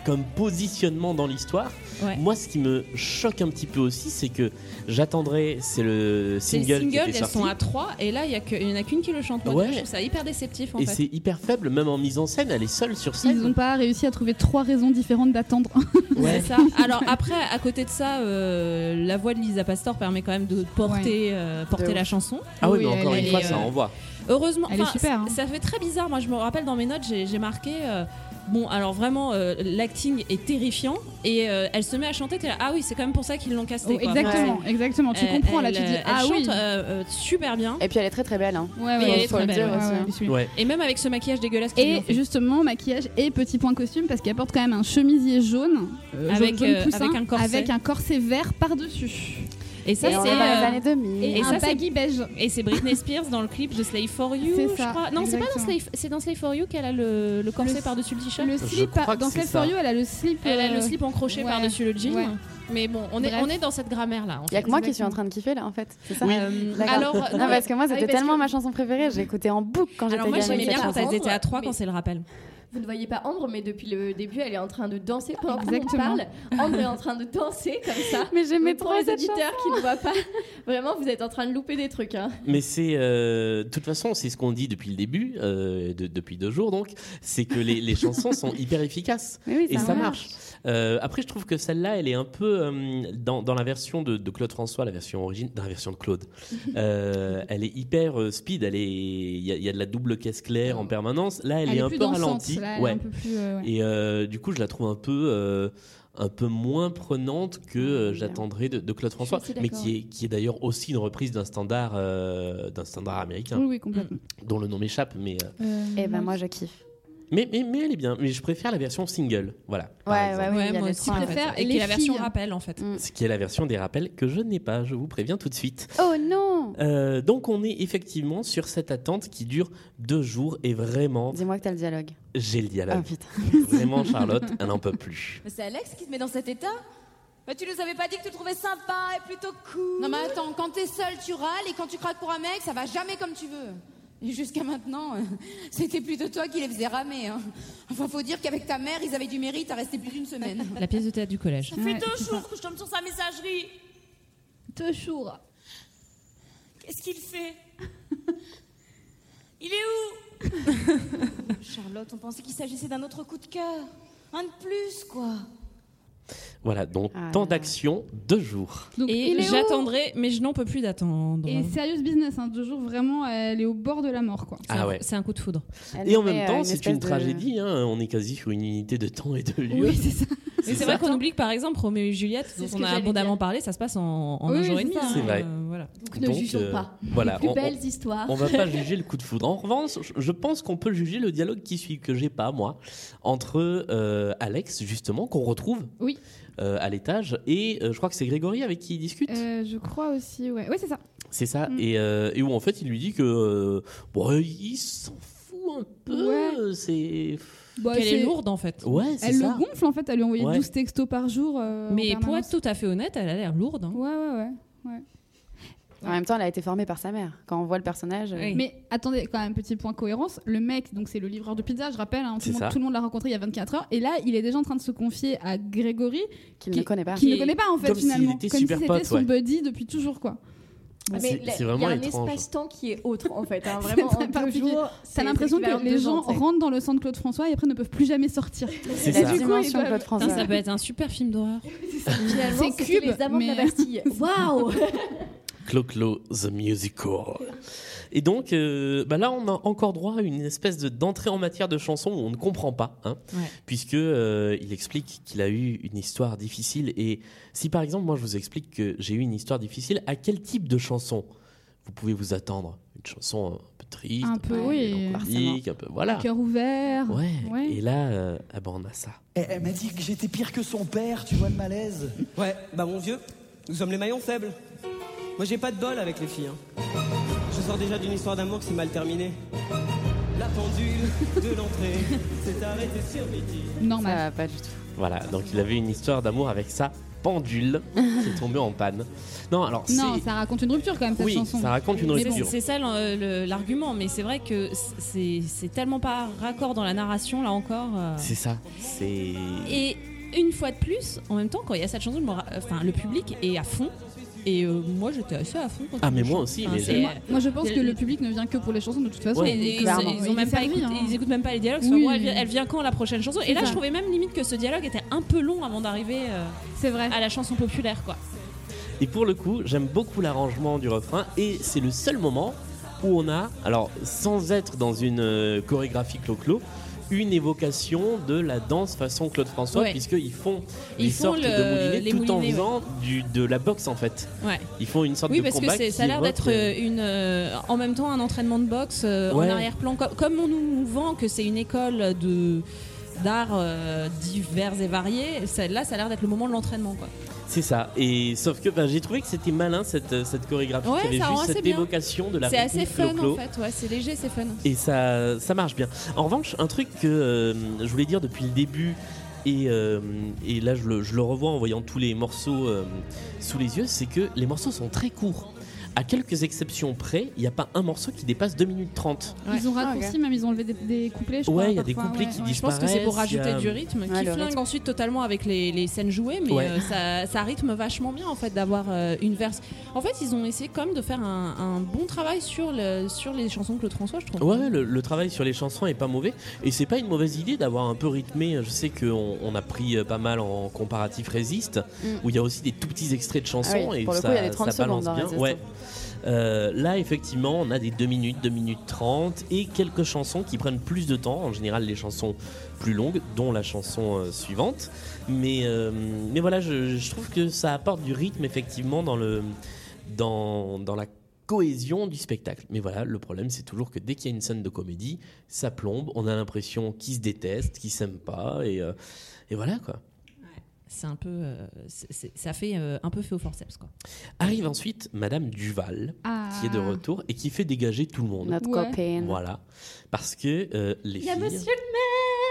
S2: comme positionnement dans l'histoire.
S4: Ouais.
S2: Moi, ce qui me choque un petit peu aussi, c'est que j'attendrai, c'est le
S4: C'est
S2: single,
S4: les
S2: qui
S4: singles,
S2: était
S4: elles
S2: sorti.
S4: sont à 3 et là, il y, a que- il y en a qu'une qui le chante. Moi,
S2: Ouais.
S4: je trouve ça hyper déceptif en
S2: Et c'est
S4: fait.
S2: hyper faible, même en mise en scène, elle est seule sur
S1: Ils
S2: scène.
S1: n'ont pas réussi à trouver trois raisons différentes d'attendre.
S4: Oh,
S2: Ouais.
S4: C'est ça. Alors après, à côté de ça, euh, la voix de Lisa Pastor permet quand même de porter, euh, porter
S2: De
S4: la
S2: ouf.
S4: chanson.
S2: Ah oui, mais encore
S4: elle
S2: une fois,
S4: est,
S2: ça
S4: euh,
S2: envoie.
S4: Heureusement,
S1: Elle est
S4: enfin,
S1: super, hein.
S4: ça fait très bizarre. Moi, je me rappelle dans mes notes, j'ai j'ai marqué. euh, Bon, alors vraiment, euh, l'acting est terrifiant et euh, elle se met à chanter. T'es là, ah oui, c'est quand même pour ça qu'ils l'ont casté.
S1: Oh, exactement, exactement.
S4: Euh,
S1: Tu comprends, là, tu dis, ah oui.
S4: super bien.
S6: Et puis elle est très très belle. Hein.
S1: Ouais,
S4: Mais
S1: ouais,
S4: elle est
S1: faut
S4: très
S1: le
S4: belle,
S1: dire
S4: ouais.
S1: aussi.
S4: Ouais.
S2: Ouais.
S4: Et même avec ce maquillage dégueulasse. qu'ils lui
S1: Et
S4: ont fait.
S1: justement, maquillage et petit point costume parce qu'elle porte quand même un chemisier jaune, euh, jaune,
S4: Avec,
S1: jaune
S4: euh,
S1: poussin,
S4: avec un corset.
S1: avec un corset vert par-dessus.
S4: Et ça,
S1: Et
S4: c'est
S1: on est dans les
S4: euh,
S1: années 2000. Et un baggy beige.
S4: Et c'est Britney Spears dans le clip de Slave for You,
S1: C'est
S4: je
S1: ça,
S4: crois. Non, c'est pas dans
S1: exactement.
S4: Slave, c'est dans Slave for You qu'elle a le, le corset
S1: Le-
S4: par-dessus le t-shirt.
S1: Le slip, par- dans Slave For You, elle a le slip.
S4: Elle a le
S1: euh,
S4: slip en crochet
S1: ouais,
S4: par-dessus le jean.
S1: ouais.
S4: Mais bon, on est,
S1: Bref.
S4: on est dans cette grammaire là.
S6: Il y a que moi qui suis en train de kiffer là en fait. C'est ça
S4: Oui.
S6: D'accord.
S4: Alors, euh,
S6: non,
S4: non,
S6: parce que moi
S4: oui,
S6: c'était
S4: parce
S6: tellement ma chanson préférée, j'ai écouté en boucle quand j'étais
S4: Alors moi
S6: gamine,
S4: j'aimais
S6: cette
S4: bien quand
S6: chanson.
S4: elles étaient à 3 quand c'est le rappel.
S3: Vous ne voyez pas Ambre, mais depuis le début, elle est en train de danser. Pendant qu'on
S4: Exactement.
S3: parle, Ambre est en train de danser comme ça.
S6: <laughs> Mais j'aimais
S3: Donc, pour
S6: trop
S3: les
S6: cette
S3: auditeurs qui ne voient pas. <laughs> Vraiment, vous êtes en train de louper des trucs. hein.
S2: Mais c'est. euh, De toute façon, c'est ce qu'on dit depuis le début, euh, de- depuis deux jours donc, c'est que les, les chansons sont hyper
S1: <laughs>
S2: efficaces.
S6: Mais oui,
S2: et
S6: ça
S2: ça marche.
S6: marche.
S2: Euh, après, je trouve que celle-là, elle est un peu. euh, dans, dans la version de, de Claude François, la version origine, dans la version de
S1: <laughs>
S2: Claude, euh, elle est hyper euh, speed, elle est- il y, a- il y a de la double caisse claire en permanence. Là, elle,
S1: Elle est
S2: un
S1: plus
S2: peu
S1: dansante,
S2: ralentie.
S1: là, elle est un peu plus, euh, ouais.
S2: Et euh, du coup, je la trouve un peu. euh, un peu moins prenante
S1: Ah
S2: que euh, j'attendrais de, de Claude François,
S1: assez
S2: mais
S1: d'accord.
S2: qui est, qui est d'ailleurs aussi une reprise d'un standard, euh, d'un standard américain,
S1: Oui, oui, complètement.
S4: Mm.
S2: dont le nom m'échappe, mais, euh,
S1: Mm.
S6: Et ben moi je kiffe.
S2: mais, mais mais elle est bien. Mais je préfère la version single, voilà. par
S6: Ouais,
S2: exemple.
S6: ouais, oui, il y a
S4: moi
S6: les
S4: aussi,
S6: trois,
S4: je
S6: en
S4: préfère.
S6: fait.
S4: Et qui est la
S6: Les
S4: version
S6: filles.
S4: rappel en fait.
S2: Ce qui est la version des rappels que je n'ai pas, je vous préviens tout de suite.
S6: Oh non
S2: Euh, donc on est effectivement sur cette attente qui dure deux jours et vraiment,
S6: Dis-moi que t'as le dialogue.
S2: j'ai le dialogue.
S6: Ah, putain.
S2: vraiment
S1: <laughs>
S2: Charlotte, elle n'en peut plus.
S14: Mais c'est Alex qui te met dans cet état mais tu nous avais pas dit que tu le trouvais sympa et plutôt cool.
S16: Non mais attends, quand t'es seule, tu râles et quand tu craques pour un mec, ça va jamais comme tu veux. Et jusqu'à maintenant, <laughs> euh, c'était plutôt toi qui les faisais ramer. hein. Enfin, faut dire qu'avec ta mère, ils avaient du mérite à rester plus d'une
S1: <laughs>
S16: semaine.
S4: La pièce de théâtre du collège.
S16: Ça fait
S4: Ouais.
S16: deux
S14: Toujours que je tombe sur sa messagerie.
S3: Deux jours.
S14: Qu'est-ce qu'il fait Il est où Charlotte, on pensait qu'il s'agissait d'un autre coup de cœur. Un de plus, quoi.
S2: Voilà, donc
S1: Ah
S2: tant d'action, deux jours.
S4: Et
S1: il est où
S4: j'attendrai, mais je n'en peux plus d'attendre.
S1: Et serious business, hein, deux jours vraiment, elle est au bord de la mort quoi.
S2: Ah ouais.
S4: C'est un coup de foudre.
S2: Et en même
S4: euh,
S2: temps, c'est une tragédie. hein, On est quasi sur une unité de temps et de lieu.
S4: Oui, c'est
S1: ça.
S4: Mais c'est vrai qu'on oublie que par exemple Roméo et Juliette, dont
S3: ce
S4: on
S3: que
S4: a
S3: j'allais
S4: abondamment parlé, ça se passe en, en
S3: Oui,
S4: un jour
S3: c'est
S4: et demi. hein. Euh,
S3: ça.
S2: C'est vrai.
S4: voilà.
S3: Donc ne jugeons pas.
S2: euh, Voilà,
S3: Les plus belles histoires.
S2: On va pas juger le coup de foudre. En revanche, je- je pense qu'on peut juger le dialogue qui suit que j'ai pas moi entre euh, Alex justement qu'on retrouve
S1: Oui.
S2: euh, à l'étage et euh, je crois que c'est Grégory avec qui il discute.
S1: Euh, je crois aussi, ouais. Ouais, c'est ça.
S2: C'est ça. Et, euh, et où en fait il lui dit que euh, bon, il s'en fout un peu. C'est
S1: Bah,
S4: Qu'elle
S1: c'est-
S4: est lourde en
S3: Oh,
S4: fait.
S2: Ouais, c'est
S1: Elle
S2: ça.
S1: le gonfle en fait, elle lui envoyait
S2: Ouais.
S1: 12 textos par jour. euh, en
S4: Mais pour
S1: permanence.
S3: Oh,
S4: être tout à fait honnête, elle a l'air lourde. hein.
S1: Ouais, ouais, ouais. ouais.
S6: En même temps, elle a été formée par sa mère. Quand on voit le personnage. euh,
S1: Mais attendez, quand même, petit point cohérence. Le mec, donc c'est le livreur de pizza, je rappelle, hein, tout,
S6: C'est
S1: le monde,
S6: ça.
S1: tout le monde l'a rencontré il y a 24 heures. Et là, il est déjà en train de se confier à Grégory.
S6: Qu'il ne connaît
S4: Bah,
S6: pas.
S1: Qu'il ne
S6: Qui-
S1: connaît pas, en fait,
S6: comme s'il
S1: finalement.
S6: était
S1: comme
S6: super
S1: si c'était
S6: pote,
S1: son
S6: ouais.
S1: buddy depuis toujours, quoi.
S3: Ah, mais la-
S2: c'est vraiment
S3: Il y a un
S2: étrange.
S3: espace-temps qui est autre en fait. hein. Vraiment,
S1: <laughs>
S3: en
S1: C'est très
S3: deux
S1: particulier.
S3: jours,
S1: T'as
S3: c'est
S1: l'impression
S3: l'équivalent
S1: que
S3: de
S1: les
S3: deux
S1: gens
S3: ans, tu sais.
S1: rentrent dans le sang de Claude François et après ne peuvent plus jamais sortir.
S3: C'est La ça. dimension
S1: ils
S3: de Claude François.
S4: Putain, ça peut être un super film d'horreur.
S3: Finalement,
S1: <laughs> C'est
S3: c'était
S1: cube,
S3: les amants de la
S1: mais- <laughs>
S3: Bastille. Waouh
S2: Clo-Clo the Musical. Et donc, euh, bah là, on a encore droit à une espèce de- d'entrée en matière de chanson où on ne comprend pas, hein,
S15: Ouais.
S2: puisque euh, il explique qu'il a eu une histoire difficile. Et si par exemple, moi, je vous explique que j'ai eu une histoire difficile, à quel type de chanson vous pouvez vous attendre Une chanson un peu triste,
S1: Un peu, oui.
S2: mélancolique, un peu, voilà.
S1: Cœur ouvert.
S2: Ouais.
S1: Ouais.
S2: Et là, euh, ah bah, on a ça.
S17: Elle, elle m'a dit que j'étais pire que son père, tu vois le malaise
S10: Ouais, bah mon vieux, nous sommes les maillons faibles. Moi j'ai pas de bol avec les filles. hein. Je sors déjà d'une histoire d'amour qui s'est mal terminée. La pendule de l'entrée s'est arrêtée sur midi.
S1: Normal.
S6: Ça va pas du tout.
S2: Voilà, donc il avait une histoire d'amour avec sa pendule qui est tombée en panne. Non, alors
S1: Non,
S2: c'est-
S1: ça raconte une rupture quand même, cette
S2: Oui,
S1: chanson.
S2: ça raconte une
S4: Mais bon,
S2: rupture.
S4: c'est ça l'en- euh, le- l'argument, mais c'est vrai que c'est c'est tellement pas raccord dans la narration, là encore. euh.
S2: C'est ça. C'est.
S4: Et une fois de plus, en même temps, quand il y a cette chanson, je me ra- enfin, le public est à fond. Et euh, moi, j'étais assez à fond. quand
S2: Ah,
S4: il
S2: mais
S4: me
S2: moi
S4: chante.
S2: aussi,
S4: Enfin,
S2: mais
S4: c'est-
S2: j'ai-
S1: Moi, moi, je pense que le public ne vient que pour les chansons de toute façon.
S4: Et- et ils, ils ont même pas
S1: hein.
S4: écouté- ils écoutent même pas les dialogues. soit
S1: Oui.
S4: moi, elle, vient, elle vient quand la prochaine chanson
S1: C'est
S4: Et là,
S1: ça.
S4: je trouvais même limite que ce dialogue était un peu long avant d'arriver euh, à la chanson populaire, quoi.
S2: Et pour le coup, j'aime beaucoup l'arrangement du refrain et c'est le seul moment où on a, alors sans être dans une euh, chorégraphie clo-clo, une évocation de la danse façon Claude François,
S4: Ouais.
S2: puisqu'ils font
S4: Ils
S2: des
S4: font
S2: sortes
S4: le-
S2: de moulinets
S4: les
S2: tout en
S4: moulinets, ouais.
S2: faisant du- de la boxe en fait.
S4: Ouais.
S2: Ils font une sorte
S4: Oui,
S2: de
S4: parce que
S2: combat
S4: c'est- ça
S2: qui
S4: a l'air
S2: évoque,
S4: d'être
S2: euh,
S4: euh, une, euh, en même temps un entraînement de boxe euh,
S2: Ouais.
S4: en arrière-plan, co- comme on nous vend que c'est une école de d'arts euh, divers et variés. ça- Là, ça a l'air d'être le moment de l'entraînement, quoi.
S2: C'est ça. Et sauf que ben, j'ai trouvé que c'était malin cette, euh, cette chorégraphie
S4: Ouais,
S2: qui avait
S4: ça rend
S2: juste
S4: assez
S2: cette
S4: bien.
S2: évocation de la
S4: C'est assez
S2: rythmique
S4: fun
S2: clo-clo.
S4: en fait, ouais, c'est léger, c'est fun.
S2: Et ça, ça marche bien. En revanche, un truc que euh, je voulais dire depuis le début, et, euh, et là je le, je le revois en voyant tous les morceaux euh, sous les yeux, c'est que les morceaux sont très courts. À quelques exceptions près, il n'y a pas un morceau qui dépasse 2 minutes 30.
S1: Ils
S4: Ah,
S1: ont raccourci, même ils ont enlevé des, des couplets. Je
S2: Ouais,
S1: crois,
S2: il y a des
S1: parfois,
S2: couplets
S1: ouais,
S2: qui
S1: ouais.
S4: Je pense que c'est pour
S2: disparaissent, il y a-
S4: rajouter du rythme,
S2: Ouais,
S4: qui
S2: le
S4: flingue
S2: rythme.
S4: ensuite totalement avec les, les scènes jouées, mais
S2: Ouais.
S4: euh, ça, ça rythme vachement bien en fait d'avoir euh, une verse. En fait, ils ont essayé quand même de faire un, un bon travail sur, le, sur les chansons de Claude François, je trouve.
S2: Ouais, ouais, le, le travail sur les chansons est pas mauvais et c'est pas une mauvaise idée d'avoir un peu rythmé. Je sais qu'on on a pris euh, pas mal en comparatif résiste
S6: Mm.
S2: où il y a aussi des tout petits extraits de chansons
S6: Ah oui,
S2: et
S6: pour le
S2: ça,
S6: coup, il y a des 30
S2: ça balance
S6: secondes dans
S2: bien.
S6: Resist.
S2: Ouais. Euh, là, effectivement, on a des 2 minutes, 2 minutes 30 et quelques chansons qui prennent plus de temps. En général, les chansons plus longues, dont la chanson euh, suivante. Mais, euh, mais voilà, je, je trouve que ça apporte du rythme effectivement dans, le, dans, dans la cohésion du spectacle. Mais voilà, le problème, c'est toujours que dès qu'il y a une scène de comédie, ça plombe. On a l'impression qu'ils se détestent, qu'ils s'aiment pas. Et, euh, et voilà quoi.
S4: C'est un peu, euh, c'est- c'est- ça fait euh, un peu fait au forceps quoi.
S2: Arrive ensuite Madame Duval,
S4: Ah.
S2: qui est
S1: Euh.
S2: de retour et qui fait dégager tout le monde.
S4: Notre Ouais. copine.
S2: Voilà. Parce que euh, les
S4: Il y a
S2: filles.
S4: monsieur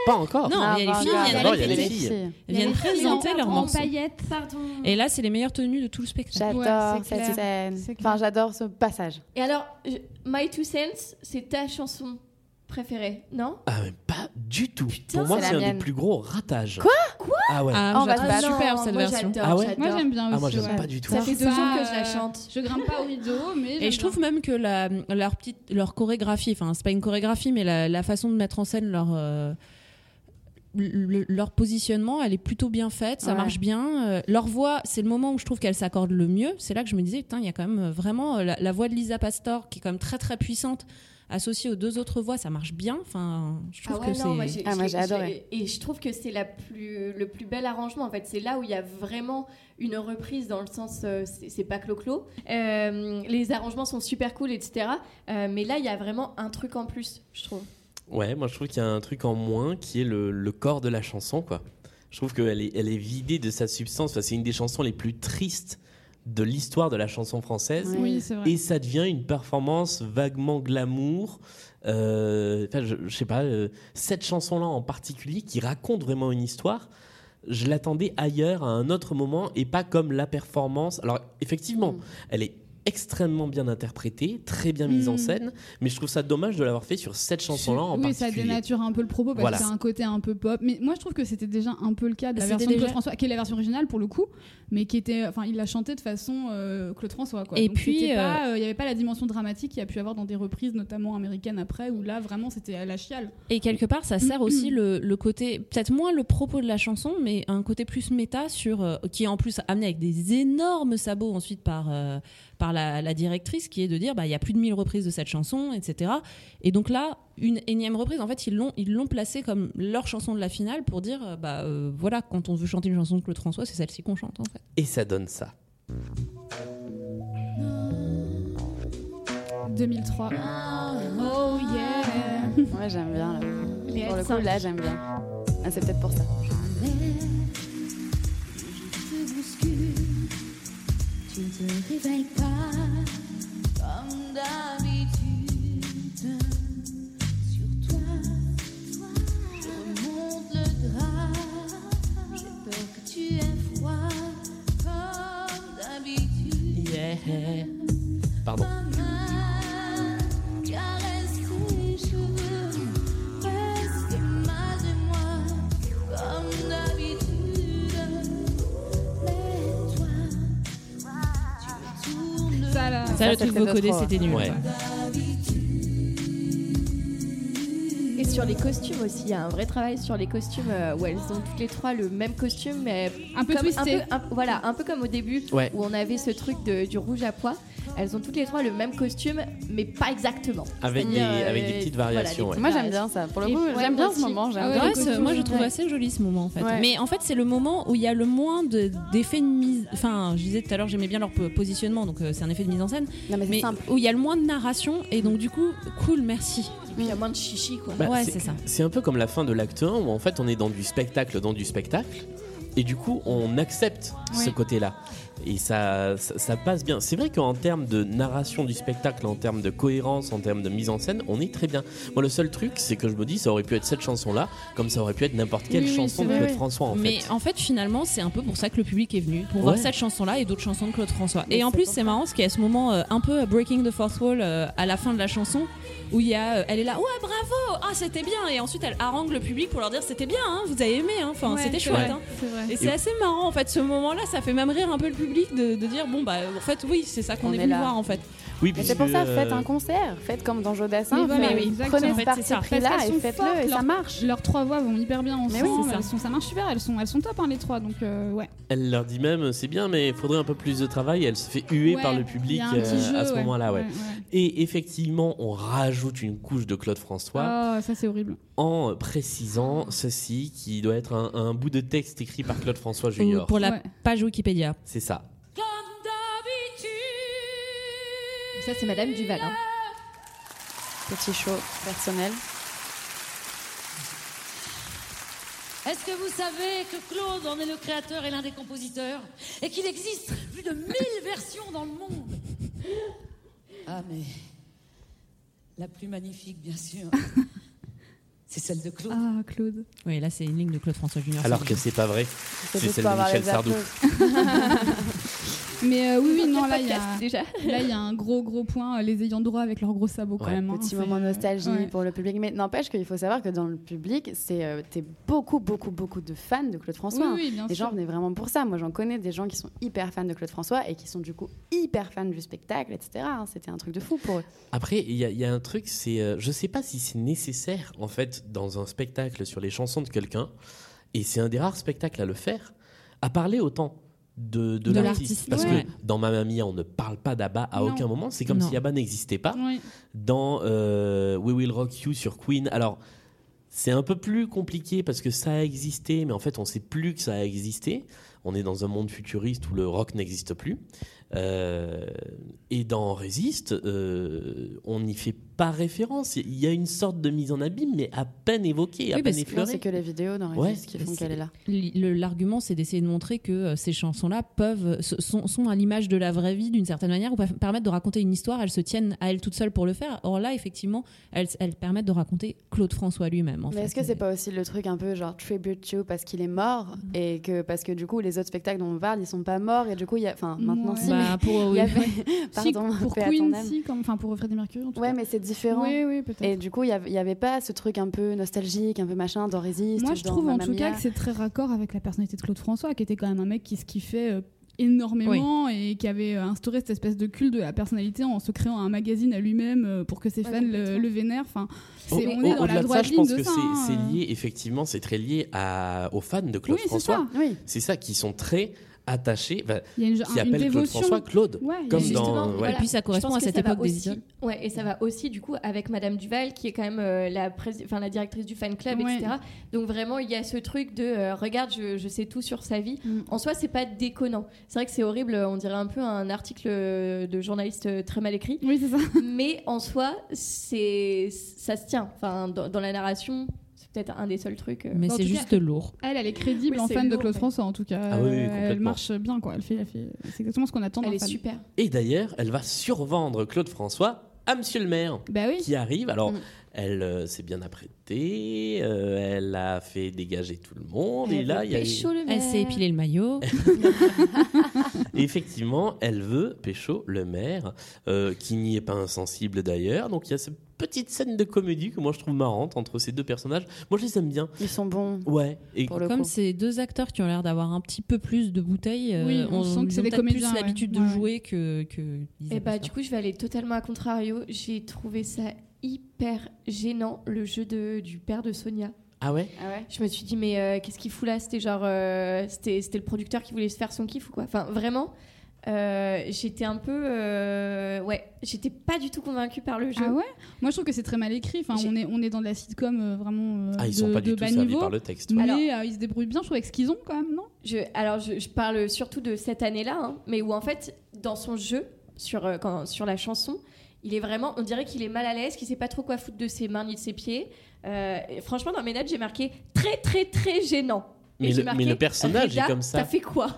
S2: Pas encore.
S4: Non, mais il y a les filles, Oh. il y a
S2: D'abord,
S4: les
S2: il y a les
S4: filles.
S2: filles.
S4: Elles viennent présenter leur morceau.
S1: paillettes.
S3: Pardon.
S4: Et là, c'est les meilleures tenues de tout le spectacle.
S6: J'adore cette scène. Enfin, j'adore ce passage.
S3: Et alors, je- My Two Cents, c'est ta chanson préférée, non
S2: Ah, Du tout.
S3: Putain,
S2: Pour moi,
S3: c'est
S2: c'est
S3: la
S2: un des
S3: mienne.
S2: plus gros ratages.
S3: Quoi
S2: Quoi Ah ouais.
S4: Ah, Ah, on va je te la battre. superbe, cette
S3: moi,
S4: version.
S3: j'adore,
S2: Ah ouais
S3: j'adore.
S2: Moi, j'aime bien Ah, moi, aussi, j'aime ouais. pas du tout.
S3: Ça fait deux jours
S1: Ça,
S3: que je la
S1: euh,
S3: chante.
S1: Je grimpe pas au rideau, mais.
S4: Et je trouve même que la, leur petite, leur chorégraphie, enfin c'est pas une chorégraphie, mais la, la façon de mettre en scène leur euh, le- leur positionnement, elle est plutôt bien faite, ça
S12: Ouais.
S4: marche bien. Euh, leur voix, c'est le moment où je trouve qu'elle s'accorde le mieux. C'est là que je me disais, putain, il y a quand même euh, vraiment euh, la, la voix de Lisa Pastor qui est quand même très très puissante, associée aux deux autres voix, ça marche bien. Enfin, je trouve
S3: Ah ouais,
S4: que
S3: non, moi,
S4: c'est.
S3: j'ai- je l'ai- je l'ai- Et je trouve que c'est la plus, le plus bel arrangement. En fait, c'est là où il y a vraiment une reprise dans le sens, euh, c'est c'est pas clo-clo. Euh, les arrangements sont super cool, etc. Euh, mais là, il y a vraiment un truc en plus, je trouve.
S2: Ouais, moi je trouve qu'il y a un truc en moins qui est le, le corps de la chanson, quoi. Je trouve qu'elle est, elle est vidée de sa substance. Enfin, c'est une des chansons les plus tristes de l'histoire de la chanson française.
S1: Oui, c'est vrai.
S2: Et ça devient une performance vaguement glamour. Euh, enfin, je, je sais pas, euh, cette chanson-là en particulier qui raconte vraiment une histoire. Je
S1: Mm.
S2: l'attendais ailleurs, à un autre moment, et pas comme la performance. Alors, effectivement, elle est extrêmement bien interprétée, très bien mise en
S1: Mm.
S2: scène, mais je trouve ça dommage de l'avoir fait sur cette chanson-là en
S1: oui, ça
S2: particulier.
S1: dénature un peu le propos parce
S2: Voilà.
S1: que c'est un côté un peu pop. Mais moi, je trouve que c'était déjà un peu le cas de la
S4: C'était
S1: version de Claude
S4: déjà-
S1: François, qui est la version originale pour le coup, mais qui était, enfin, il l'a chanté de façon euh, Claude François. Quoi.
S4: Et
S1: Donc,
S4: puis,
S1: c'était pas,
S4: euh,
S1: euh, il n'y avait pas la dimension dramatique qu'il y a pu avoir dans des reprises, notamment américaines après, où là, vraiment, c'était à la chiale.
S4: Et quelque part, ça sert aussi le, le côté, peut-être moins le propos de la chanson, mais un côté plus méta sur, euh, qui est en plus amené avec des énormes sabots ensuite par, euh, par la, la directrice, qui est de dire, bah, il y a plus de 1000 reprises de cette chanson, etc. Et donc là, une énième reprise, en fait, ils l'ont, ils l'ont placée comme leur chanson de la finale pour dire, euh, bah, euh, voilà, quand on veut chanter une chanson de Claude François, c'est celle-ci qu'on chante, en fait.
S2: Et ça donne ça.
S1: 2003.
S16: Oh
S6: Ah, yeah Ouais, j'aime bien là.
S16: Les
S6: Pour le coup,
S16: L5.
S6: là, j'aime bien. Ah, c'est peut-être pour ça.
S9: te bouscule, tu ne te réveilles pas comme d'habitude. Sur toi, je remonte le drap. J'ai peur que tu aies froid comme d'habitude.
S2: Pardon.
S9: Maman, caresse tes cheveux, reste mal de moi comme d'habitude. Mais toi, tu tournes
S1: Ça, là.
S4: Ça, le truc vocodé, c'était nul.
S2: Ouais.
S3: Et sur les costumes aussi, il y a un vrai travail sur les costumes euh, où elles ont toutes les trois le même costume, mais
S1: Un peu
S3: comme-
S1: twisté.
S3: un peu- un- voilà, un peu comme au début
S2: Ouais.
S3: où on avait ce truc de- du rouge à pois. Elles ont toutes les trois le même costume, mais pas exactement.
S1: Mm.
S2: Avec des-
S3: C'est-à-dire,
S2: avec
S1: Euh,
S2: des petites variations, ouais.
S6: Moi, j'aime bien ça. Pour le
S3: Et
S6: coup,
S3: ouais,
S6: j'aime
S3: moi
S6: bien ce
S3: aussi.
S6: moment.
S3: Ah
S6: J'aime
S3: ouais,
S6: bien.
S3: les costumes,
S4: moi je trouve
S3: ouais.
S4: assez joli ce moment en fait.
S6: Ouais.
S4: Mais en fait c'est le moment où il y a le moins de- d'effets de mise. Enfin je disais tout à l'heure j'aimais bien leur po- positionnement donc euh, c'est un effet de mise en scène.
S6: mais
S4: mais où il y a le moins de narration et donc du coup cool merci.
S3: Il y a moins de chichi quoi.
S2: Bah,
S4: ouais c'est ça.
S2: C'est un peu comme la fin de l'acte 1 où en fait on est dans du spectacle, dans du spectacle, et du coup on accepte ce
S4: Ouais.
S2: côté-là. Et ça, ça, ça passe bien. C'est vrai qu'en termes de narration du spectacle, en termes de cohérence, en termes de mise en scène, on est très bien. Moi, le seul truc, c'est que je me dis, ça aurait pu être cette chanson-là, comme ça aurait pu être n'importe quelle
S4: Oui, oui,
S2: chanson de
S4: c'est vrai,
S2: Claude
S4: ouais.
S2: François, en
S4: Mais
S2: fait.
S4: en fait finalement c'est un peu pour ça que le public est venu pour voir
S2: Ouais.
S4: cette chanson là et d'autres chansons de Claude François.
S3: Mais
S4: et en
S3: c'est
S4: plus
S3: pour
S4: c'est marrant parce qu'il y a ce moment euh, un peu breaking the fourth wall euh, à la fin de la chanson où il y a euh, elle est là ouais bravo ah c'était bien et ensuite elle harangue le public pour leur dire c'était bien hein, vous avez aimé hein. enfin
S1: Ouais,
S4: c'était
S1: c'est
S4: chouette.
S1: vrai,
S4: hein.
S1: c'est vrai.
S4: Et c'est assez marrant en fait ce moment là ça fait même rire un peu le public de, de dire bon bah en fait oui c'est ça qu'on
S6: On
S4: est
S6: est
S4: venu
S6: là.
S4: voir en fait.
S2: Oui,
S6: Mais c'est pour ça, hein.
S2: puisque,
S6: faites
S2: euh,
S6: un concert, faites comme dans Jodassin,
S1: Mais voilà,
S6: prenez-
S1: exactement.
S6: prenez
S1: En fait,
S6: ce parti
S1: c'est ça. Parce
S6: pris-là
S1: qu'elles
S6: et
S1: sont
S6: faites-le
S1: fortes,
S6: et ça
S1: leurs-
S6: marche.
S1: Leurs trois voix vont hyper bien
S6: Mais oui,
S1: ensemble.
S6: c'est ça.
S1: elles sont, ça marche super. Elles sont, elles sont top, hein, les trois. Donc, euh, ouais.
S2: Elle leur dit même, c'est bien, mais il faudrait un peu plus de travail. Elle se fait huer
S1: Ouais,
S2: par le
S1: il y
S2: public
S1: a un petit
S2: euh, à
S1: jeu,
S2: ce
S1: ouais.
S2: moment-là. Ouais.
S1: Ouais, ouais.
S2: Et effectivement, on rajoute une couche de Claude François.
S1: Ah, ça, c'est horrible.
S2: en précisant ceci qui doit être un, un bout de texte écrit par Claude François
S4: Ou
S2: Junior.
S4: pour la page Wikipédia.
S2: C'est ça.
S3: Ça c'est Madame Duval. hein.
S6: Petit show personnel.
S11: Est-ce que vous savez que Claude en est le créateur et l'un des compositeurs et qu'il existe plus de 1000 versions dans le monde Ah mais la plus magnifique bien sûr. C'est celle de Claude.
S1: Ah, Claude.
S4: Oui là c'est une ligne de Claude François Junior.
S2: Alors que c'est pas vrai. C'est celle de Michel Sardou.
S1: Mais euh, oui, oui, non, là, il y a
S3: podcast, déjà.
S1: là, il y a un gros, gros point. euh, Les ayants droit avec leurs gros sabots, quand
S6: Ouais.
S1: même. hein.
S6: Petit
S1: C'est-
S6: moment nostalgie
S1: ouais.
S6: pour le public. Mais n'empêche qu'il faut savoir que dans le public, c'est euh, t'es beaucoup, beaucoup, beaucoup de fans de Claude François.
S1: Oui,
S6: hein.
S1: oui, bien
S6: les
S1: sûr.
S6: gens venaient vraiment pour ça. Moi, j'en connais des gens qui sont hyper fans de Claude François et qui sont du coup hyper fans du spectacle, etc. hein. C'était un truc de fou pour eux.
S2: Après, il y, a- il y a un truc, c'est, euh, je sais pas si c'est nécessaire en fait dans un spectacle sur les chansons de quelqu'un, et c'est un des rares spectacles à le faire, à parler autant de, de
S4: De l'artiste,
S2: l'artiste, parce
S4: ouais.
S2: que dans Ma Mamie, on ne parle pas d'Abba à
S4: Non.
S2: aucun moment. C'est comme
S4: Non.
S2: si Abba n'existait pas.
S1: Oui.
S2: Dans euh, We Will Rock You sur Queen, alors c'est un peu plus compliqué parce que ça a existé, mais en fait on sait plus que ça a existé. On est dans un monde futuriste où le rock n'existe plus. Euh, et dans Résiste, euh, on n'y fait pas référence. Il y a une sorte de mise en abîme, mais à peine évoquée, à peine
S6: que
S2: effleurée.
S6: c'est que les vidéos dans
S2: Ouais.
S6: les qui font qu'elle est là.
S4: L- le- L'argument, c'est d'essayer de montrer que euh, ces chansons-là peuvent se- sont, sont à l'image de la vraie vie d'une certaine manière ou pa- permettent de raconter une histoire. Elles se tiennent à elles toutes seules pour le faire. Or là, effectivement, elles, elles permettent de raconter Claude François lui-même. en
S6: Mais
S4: fait.
S2: Mhm.
S6: est-ce que c'est pas aussi le truc un peu genre tribute to parce qu'il est mort et que parce que du coup les les autres spectacles dont on parle, ils sont pas morts et du coup, il y a. Enfin, maintenant,
S1: Ouais.
S6: si.
S1: Bah,
S6: mais
S1: pour-
S6: il
S1: oui.
S6: y avait- <laughs>
S1: Ouais. Si,
S6: Pardon,
S1: pour
S6: paix à ton
S1: Queen,
S6: âme.
S1: si, comme- enfin pour Freddie Mercury en tout
S6: Ouais,
S1: cas.
S6: mais c'est différent.
S1: Oui, oui, peut-être.
S6: Et du coup, il n'y avait pas ce truc un peu nostalgique, un peu machin, dans Résiste.
S1: Moi,
S6: ou
S1: je
S6: dans
S1: trouve en
S6: Mamma
S1: tout cas
S6: Mia.
S1: que c'est très raccord avec la personnalité de Claude François, qui était quand même un mec qui se kiffait euh, énormément et qui avait euh, instauré cette espèce de culte de la personnalité en se créant un magazine à lui-même euh, pour que ses fans le, le vénèrent. Enfin, c'est-
S2: Au-
S1: on
S2: au-
S1: est dans
S2: au-delà de
S1: la
S2: ça,
S1: droite
S2: je
S1: ligne
S2: pense
S1: de
S2: que
S1: ça.
S2: c'est-
S1: hein.
S2: c'est lié, effectivement, c'est très lié à, aux fans de Claude
S1: Oui, c'est
S2: François.
S1: ça, oui.
S2: C'est ça, qui sont très attachés, bah,
S1: Il y a une-
S2: qui
S1: un- une
S2: appellent Claude
S1: dévotion.
S2: François Claude.
S3: Ouais, il y a
S2: comme
S3: <laughs> justement-
S2: dans, ouais.
S3: voilà. Je pense que ça va aussi-
S2: idiots.
S3: Ouais, et ça va aussi du coup avec Madame Duval qui est quand même euh, la, prés- enfin, la directrice du fan club,
S1: Ouais.
S3: etc. Donc vraiment il y a ce truc de euh, regarde je, je sais tout sur sa vie.
S1: Mm.
S3: En soi c'est pas déconnant. C'est vrai que c'est horrible, on dirait un peu un article euh, de journaliste euh, très mal
S1: <laughs>
S3: écrit.
S1: Oui c'est ça.
S3: Mais en soi c'est ça se tient. Enfin dans, dans la narration c'est peut-être un des seuls trucs. euh.
S1: Mais
S3: En
S1: c'est
S3: tout cas,
S1: juste
S4: lourd.
S1: Elle, elle est crédible
S3: Oui,
S1: en
S3: c'est
S1: fan de
S3: lourd,
S1: Claude
S3: ouais.
S1: François en tout cas.
S2: Ah oui, oui,
S1: Euh, elle
S2: complètement.
S1: marche bien quoi. Elle fait, elle fait- C'est exactement ce qu'on attend. Elle est super.
S2: Et d'ailleurs, elle va survendre Claude François à Monsieur le maire,
S1: Bah oui.
S2: qui arrive. Alors,
S1: Mm.
S2: elle euh, s'est bien apprêtée, euh, elle a fait dégager tout le monde. et là, il y a eu-
S4: Elle s'est épilé
S3: <laughs>
S4: le maillot.
S2: Effectivement, elle veut Pécho le maire, euh, qui n'y est pas insensible d'ailleurs. Donc il y a cette petite scène de comédie que moi je trouve marrante entre ces deux personnages. Moi je les aime bien.
S6: Ils sont bons.
S2: Ouais. Et
S4: Comme ces deux acteurs qui ont l'air d'avoir un petit peu plus de bouteilles, euh,
S3: Oui, on sent que
S4: ils
S3: c'est
S4: ont
S3: des
S4: peut-être
S3: comédiens,
S4: plus
S3: ouais.
S4: l'habitude
S3: Ouais,
S4: de
S3: ouais.
S4: jouer que. que ils
S3: Et bah
S4: aiment
S3: du coup je vais aller totalement à contrario. J'ai trouvé ça hyper gênant le jeu de, du père de Sonia.
S2: Ah ouais
S3: Je me suis dit mais euh, qu'est-ce qu'il fout là C'était genre euh, c'était c'était le producteur qui voulait se faire son kiff ou quoi Enfin vraiment euh, j'étais un peu euh, ouais j'étais pas du tout convaincue par le jeu.
S1: Ah ouais Moi je trouve que c'est très mal écrit. Enfin, on est on est dans de la sitcom euh, vraiment. euh,
S2: Ah, ils
S1: de,
S2: sont pas
S1: de
S2: du tout
S1: bas
S2: servis
S1: niveau,
S2: par le texte, ouais.
S1: Mais
S3: Alors-
S1: euh, ils se débrouillent bien. Je trouve avec ce qu'ils ont quand même, non
S3: Je, alors, je, je parle surtout de cette année-là, hein, mais où en fait, dans son jeu, sur, euh, quand- sur la chanson, il est vraiment, on dirait qu'il est mal à l'aise, qu'il sait pas trop quoi foutre de ses mains ni de ses pieds. Euh, et franchement, dans mes notes, j'ai marqué très, très, très gênant. Et
S2: Mais
S3: j'ai
S2: le- mais le personnage
S3: Reda,
S2: est comme ça.
S3: T'as fait quoi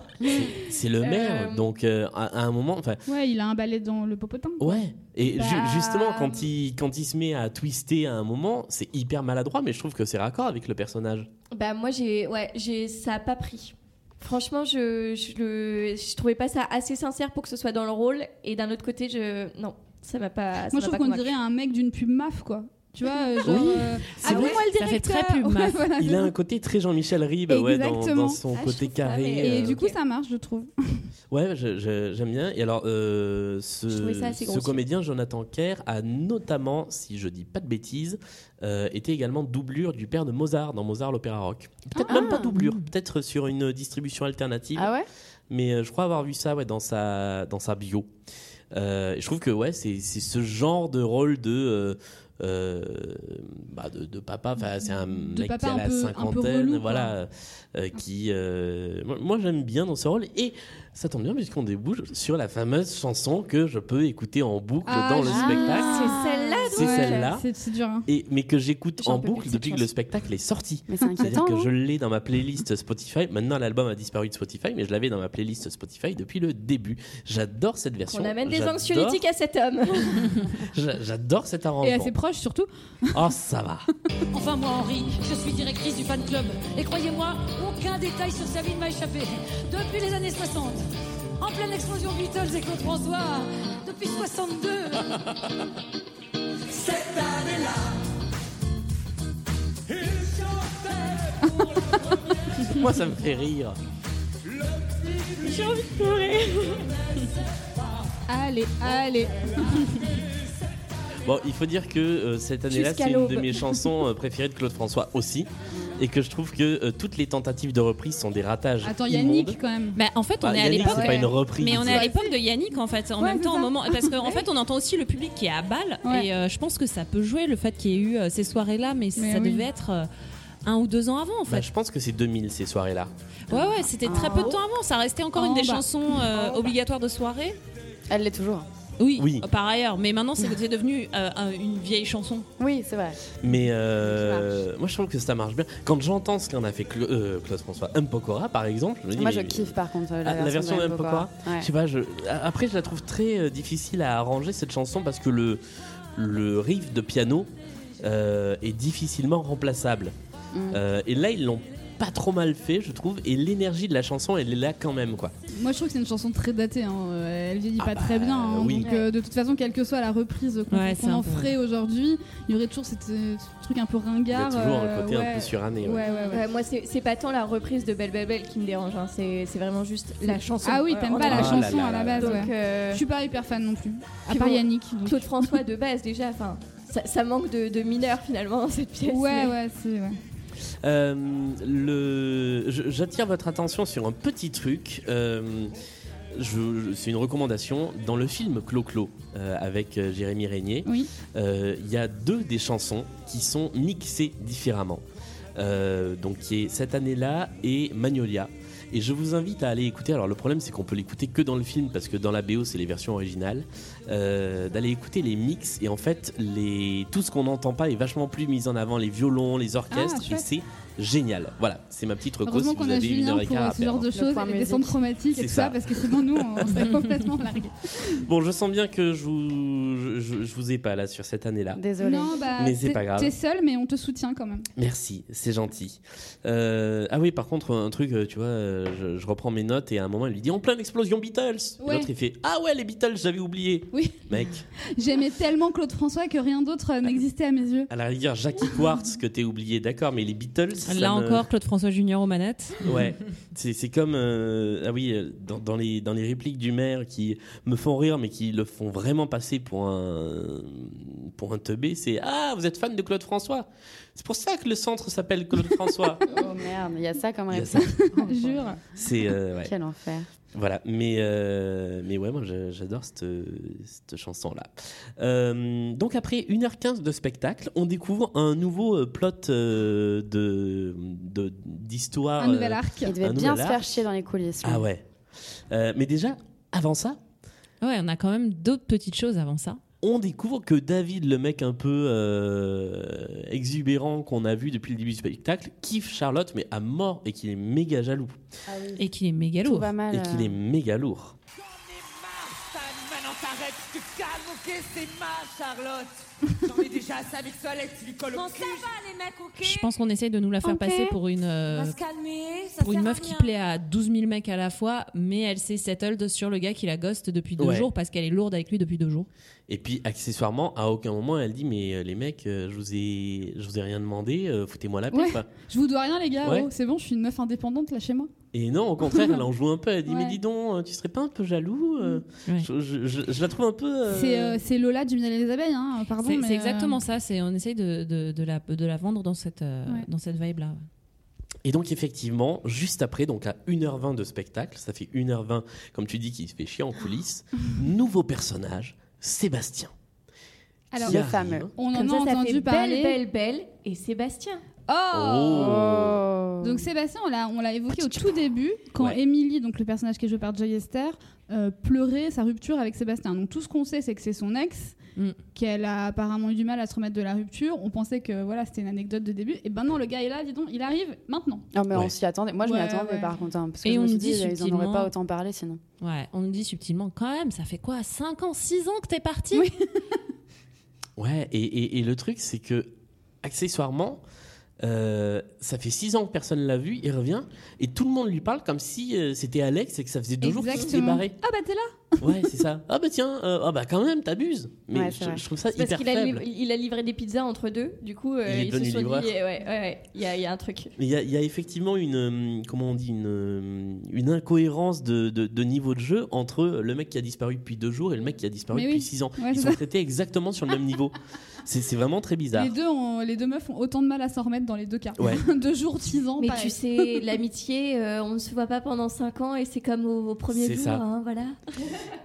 S2: C'est le maire,
S1: Euh,
S2: donc euh, à, à un moment. enfin,
S1: Ouais, il a un balai dans le popotin. quoi.
S2: Ouais. Et ju-
S1: Bah,
S2: justement, quand il, quand il se met à twister à un moment, c'est hyper maladroit, mais je trouve que c'est raccord avec le personnage.
S3: Bah, moi, j'ai, ouais, j'ai, ça a pas pris. Franchement, je, je, le- je trouvais pas ça assez sincère pour que ce soit dans le rôle, et d'un autre côté, je. Non, ça m'a pas. ça m'a
S1: Moi je trouve
S3: pas
S1: qu'on
S3: convaincue.
S1: dirait un mec d'une pub MAF quoi. Tu vois, euh, genre.
S2: Oui.
S1: euh,
S3: Ah
S2: C'est vrai,
S1: appelez-moi le
S2: ça fait
S1: directeur.
S2: très pub,
S1: Ouais,
S2: Maf.
S1: voilà,
S2: Il
S1: c'est
S2: a
S1: ça.
S2: un côté très Jean-Michel Ribes ouais, dans,
S1: Ah, Exactement.
S2: dans son
S1: Ah, je
S2: côté carré.
S1: Et
S2: euh,
S1: du coup, ça marche, je trouve.
S2: Ouais, je- je- j'aime bien. Et alors, euh, ce,
S1: Je trouvais ça assez
S2: ce
S1: grossier.
S2: comédien, Jonathan Kerr, a notamment, si je dis pas de bêtises, euh, été également doublure du père de Mozart dans Mozart l'Opéra Rock. Peut-être
S1: Ah.
S2: même pas doublure, peut-être sur une distribution alternative.
S6: Ah ouais
S2: Mais euh, je crois avoir vu ça ouais, dans, sa, dans sa bio. Euh, et je trouve que ouais, c'est c'est ce genre de rôle de. euh, euh, bah, de, de papa, Enfin, c'est un mec
S1: papa
S2: qui a
S1: un
S2: la
S1: peu- un peu
S2: cinquantaine,
S1: relou, quoi.
S2: voilà, euh, qui euh, moi, moi, j'aime bien dans ce rôle et ça tombe bien puisqu'on débouche sur la fameuse chanson que je peux écouter en boucle
S1: Ah,
S2: dans le
S1: génial.
S2: spectacle
S1: C'est celle-là,
S2: Ah, c'est
S1: donc.
S2: celle-là
S1: C'est- c'est dur, hein.
S2: et mais que j'écoute
S1: J'en
S2: en
S1: peux plus de
S2: boucle
S1: cette
S2: depuis que le
S1: chanson.
S2: spectacle est sorti
S1: Mais c'est
S2: c'est-à-dire
S1: inquiétant,
S2: que
S1: hein.
S2: je l'ai dans ma playlist Spotify maintenant l'album a disparu de Spotify mais je l'avais dans ma playlist Spotify depuis le début j'adore cette version
S3: On amène des
S2: J'adore-
S3: anxiolytiques à cet homme.
S2: j'a- j'adore cet
S3: Et à
S2: arrangement
S3: ses
S1: proches surtout.
S2: oh ça va
S11: Enfin, moi, Henri, je suis directrice du fan club. Et croyez-moi, aucun détail sur sa vie ne m'a échappé. Depuis les années 60, en pleine explosion Beatles et Claude François, depuis 62. Cette année-là.
S2: moi ça me fait rire
S9: J'ai envie de pleurer.
S1: Allez,
S2: Oh.
S1: allez.
S2: Bon, il faut dire que euh, cette année-là,
S1: Jusqu'à
S2: c'est une
S1: l'aube.
S2: de mes chansons euh, préférées de Claude François aussi. Et que je trouve que euh, toutes les tentatives de reprise sont des ratages.
S4: Attends,
S2: immondes.
S4: Yannick,
S1: quand même.
S4: Bah, en fait, on
S2: Bah,
S4: est à
S2: Yannick,
S4: l'époque.
S2: c'est pas une reprise. Bah,
S4: Mais on est à
S2: Ouais.
S4: l'époque de Yannick, en fait.
S12: <laughs>
S4: En
S12: Ouais,
S4: même temps,
S12: c'est
S4: au
S12: ça.
S4: moment. Parce qu'en fait, on entend aussi le public qui est à balle.
S12: Ouais.
S4: Et euh, je pense que ça peut jouer le fait qu'il y ait eu euh, ces soirées-là, mais,
S12: Mais
S4: ça
S12: oui.
S4: devait être euh, un ou deux ans avant, en
S2: Bah,
S4: fait.
S2: je pense que c'est 2000 ces soirées-là.
S4: Ouais, ouais, c'était
S12: Ah.
S4: très peu de temps avant. Ça restait encore
S6: En
S4: une des
S12: bah.
S6: bas.
S4: chansons euh,
S6: En bas.
S4: obligatoires de soirée.
S6: Elle l'est toujours.
S4: Oui,
S2: Oui.
S4: par ailleurs. Mais maintenant, c'est c'est devenu euh, un- une vieille chanson.
S6: Oui, c'est vrai.
S2: Mais euh, moi, je trouve que ça marche bien. Quand j'entends ce qu'en a fait Cla- euh, Claude François M. Pokora, par exemple, je me dis.
S6: Moi,
S2: mais-
S6: je kiffe par contre la,
S2: Ah, la, version
S6: de
S2: de
S6: M. Pokora. Ouais.
S2: Je sais pas, je... a- Après, je la trouve très euh, difficile à arranger cette chanson parce que le, le riff de piano euh, est difficilement remplaçable.
S6: Mm.
S2: Euh, et là, ils l'ont pas trop mal fait, je trouve, et l'énergie de la chanson, elle est là quand même, quoi.
S1: Moi, je trouve que c'est une chanson très datée. hein. Euh, Elle vieillit pas très bien. hein.
S2: Ah bah, oui.
S1: Donc, euh, de toute façon, quelle que soit la reprise qu'on
S2: Ouais,
S1: qu'on
S2: c'est un
S1: en
S2: peu-
S1: ferait aujourd'hui, il y aurait toujours cette, euh, ce truc un peu ringard.
S2: Il y a toujours un
S1: euh,
S2: côté un
S1: ouais.
S2: peu suranné, ouais.
S3: Ouais, moi, c'est c'est pas tant la reprise de Belle Belle Belle qui me dérange, hein, c'est c'est vraiment juste la chanson.
S1: Ah oui,
S2: Oh
S1: t'aimes pas la
S3: en tant que
S1: chanson
S3: telle.
S1: à la base.
S3: Donc,
S1: ouais.
S3: euh,
S1: Je suis pas hyper fan non plus. À
S3: Puis
S1: part
S3: bon,
S1: Yannick.
S3: <laughs> Claude François de base déjà, enfin, ça, ça manque de, de mineurs finalement <laughs> dans cette pièce.
S1: Ouais,
S3: mais-
S1: ouais, c'est. ouais.
S2: Euh, le... je- J'attire votre attention sur un petit truc. euh, je- je- C'est une recommandation. Dans le film Clo-Clo euh, avec euh, Jérémy Régnier, euh, il
S1: Oui.
S2: y a deux des chansons qui sont mixées différemment. Euh, donc, qui est cette année-là et Magnolia. Et je vous invite à aller écouter. Alors, le problème, c'est qu'on peut l'écouter que dans le film parce que dans la BO, c'est les versions originales. euh, D'aller écouter les mix et en fait, les... tout ce qu'on n'entend pas est vachement plus mis en avant les violons, les orchestres. et
S1: Ah, chouette.
S2: c'est génial. Voilà, c'est ma petite reco si
S1: Heureusement
S2: vous
S1: qu'on a
S2: avez une
S1: Julien
S2: heure et
S1: pour
S2: quart
S1: euh,
S2: à
S1: ce genre
S2: perdre.
S1: de choses, et les descentes traumatiques
S2: C'est
S1: et tout ça,
S2: ça.
S1: parce que sinon,
S3: <laughs>
S1: nous, on serait complètement largués.
S2: Bon, je sens bien que je vous, je, je- je vous ai pas là sur cette année-là.
S1: Non, bah,
S2: Mais c'est
S1: t'es-
S2: pas grave.
S1: T'es seul, mais on te soutient quand même.
S2: Merci, c'est gentil. Euh, ah oui, par contre, un truc, euh, tu vois, euh, je, je reprends mes notes et à un moment, elle lui dit en pleine explosion Beatles. Et
S1: Ouais.
S2: L'autre, il fait Ah ouais, les Beatles, j'avais oublié.
S1: Oui.
S2: Mec,
S1: J'aimais tellement Claude François que rien d'autre euh, n'existait à mes yeux.
S2: à la rigueur, Jackie Quartz que t'es oublié, d'accord, mais les Beatles. ça
S4: Là
S2: me-
S4: encore, Claude François Junior aux manettes.
S2: Ouais, c'est c'est comme euh, ah oui euh, dans, dans les dans les répliques du maire qui me font rire mais qui le font vraiment passer pour un pour un teubé. C'est ah vous êtes fan de Claude François. C'est pour ça que le centre s'appelle Claude François.
S6: Oh merde, il y a ça comme
S2: Il y a
S6: <laughs> réponse.
S1: Jure.
S2: C'est euh, ouais.
S6: Quel enfer.
S2: Voilà, mais euh, mais ouais moi je- j'adore cette cette chanson là. Euh, donc après 1h15 de spectacle, on découvre un nouveau euh, plot euh, de de- d'histoire.
S6: Un nouvel
S2: euh,
S6: arc. Il devait
S2: un
S6: bien
S2: nouvel
S6: se
S2: arc.
S6: faire chier dans les coulisses. lui.
S2: Ah ouais. Euh, mais déjà, avant ça,
S4: Ouais, on a quand même d'autres petites choses avant ça.
S2: on découvre que David, le mec un peu euh, exubérant qu'on a vu depuis le début du spectacle, kiffe Charlotte, mais à mort, et qu'il est méga jaloux.
S4: Et qu'il est méga
S2: Tout
S4: lourd.
S2: va
S6: Ah euh.
S2: Et qu'il est méga lourd.
S18: Maintenant t'arrêtes, tu te calmes, ok C'est ma Charlotte J'en ai déjà assez avec ça, Alex, tu lui colles au cul ça va les mecs, ok
S4: Je pense qu'on essaye de nous la faire
S18: Ok.
S4: passer pour une, euh,
S18: On va se calmer, ça
S4: pour une
S18: sert à
S4: meuf qui
S18: rien.
S4: plaît à 12 000 mecs à la fois, mais elle s'est settled sur le gars qui la ghost depuis deux
S2: Ouais.
S4: jours parce qu'elle est lourde avec lui depuis deux jours.
S2: Et puis, accessoirement, à aucun moment, elle dit Mais euh, les mecs, euh, je, vous ai, je vous ai rien demandé, euh, foutez-moi la paix.
S1: Ouais.
S2: quoi.
S1: Je vous dois rien, les gars.
S2: Ouais.
S1: oh, c'est bon, je suis une meuf indépendante, lâchez-moi.
S2: Et non, au contraire, elle en joue un peu. Elle dit
S1: Ouais.
S2: Mais dis donc, euh, tu serais pas un peu jaloux euh, je, je- je- je la trouve un peu. euh,
S1: C'est euh, c'est Lola du Miel et les abeilles, hein. pardon.
S4: C'est
S1: mais,
S4: c'est
S1: euh,
S4: exactement ça. C'est on essaye de, de, de la de la vendre dans cette euh,
S1: Ouais.
S4: dans cette vibe là.
S2: Et donc effectivement, juste après, donc à 1h20 de spectacle, ça fait 1h20, comme tu dis, qu'il se fait chier en
S1: <laughs>
S2: coulisses, nouveau personnage, Sébastien.
S3: Alors,
S2: Qui Le arrive. fameux.
S1: On en
S3: Comme
S1: a
S3: ça, ça
S1: entendu
S3: fait
S1: parler.
S3: Belle, belle, belle et Sébastien.
S1: Oh
S3: Oh.
S1: Donc Sébastien, on l'a, on l'a évoqué au tout début, quand Émilie, donc le personnage qui est joué par Joy Esther, euh, pleurait sa rupture avec Sébastien. Donc tout ce qu'on sait, c'est que c'est son ex,
S2: Mm.
S1: qu'elle a apparemment eu du mal à se remettre de la rupture. On pensait que voilà, c'était une anecdote de début. Et ben non, le gars est là, dis donc, il arrive maintenant.
S6: Non, mais on s'y attendait. Moi, je m'y
S1: Ouais,
S6: attendais
S1: ouais.
S6: par contre. hein, parce que
S4: Et
S6: je
S4: on
S6: me suis
S4: nous dit
S6: dit, ils en auraient
S4: subtilement-
S6: pas autant parlé sinon.
S4: Ouais, on nous dit subtilement quand même. Ça fait quoi 5 ans, 6 ans que t'es parti
S2: Ouais, et, et- et le truc, c'est que, accessoirement, euh, ça fait 6 ans que personne l'a vu, il revient, et tout le monde lui parle comme si euh, c'était Alex et que ça faisait 2 jours qu'il s'était
S1: Exactement.
S2: barré.
S1: Ah bah t'es là
S2: Ouais, c'est ça. Ah bah tiens, euh, ah bah quand même, t'abuses. Mais je, je trouve ça
S3: C'est parce
S2: hyper
S3: qu'il a,
S2: faible.
S3: livré- il a livré des pizzas entre deux, du coup, euh,
S2: Il est
S3: ils
S2: devenu
S3: se sont
S2: livreur.
S3: dit, eh, ouais, ouais, ouais, il y, a- il y a un truc.
S2: Mais il y, a- il y a effectivement une, euh, comment on dit, une, euh, une incohérence de, de- de niveau de jeu entre le mec qui a disparu depuis deux jours et le mec qui a disparu
S1: Mais
S2: depuis
S1: oui.
S2: six ans.
S1: Ouais,
S2: Ils
S1: c'est
S2: sont
S1: ça.
S2: traités exactement sur le même niveau. C'est c'est vraiment très bizarre.
S1: Les deux, ont- les deux meufs ont autant de mal à s'en remettre dans les deux cas.
S2: Ouais.
S1: <laughs> deux jours, six ans.
S3: Mais
S1: pareil.
S3: tu sais, l'amitié, euh, on ne se voit pas pendant 5 ans et c'est comme au, au premier
S2: C'est
S3: jour,
S2: ça.
S3: hein, voilà.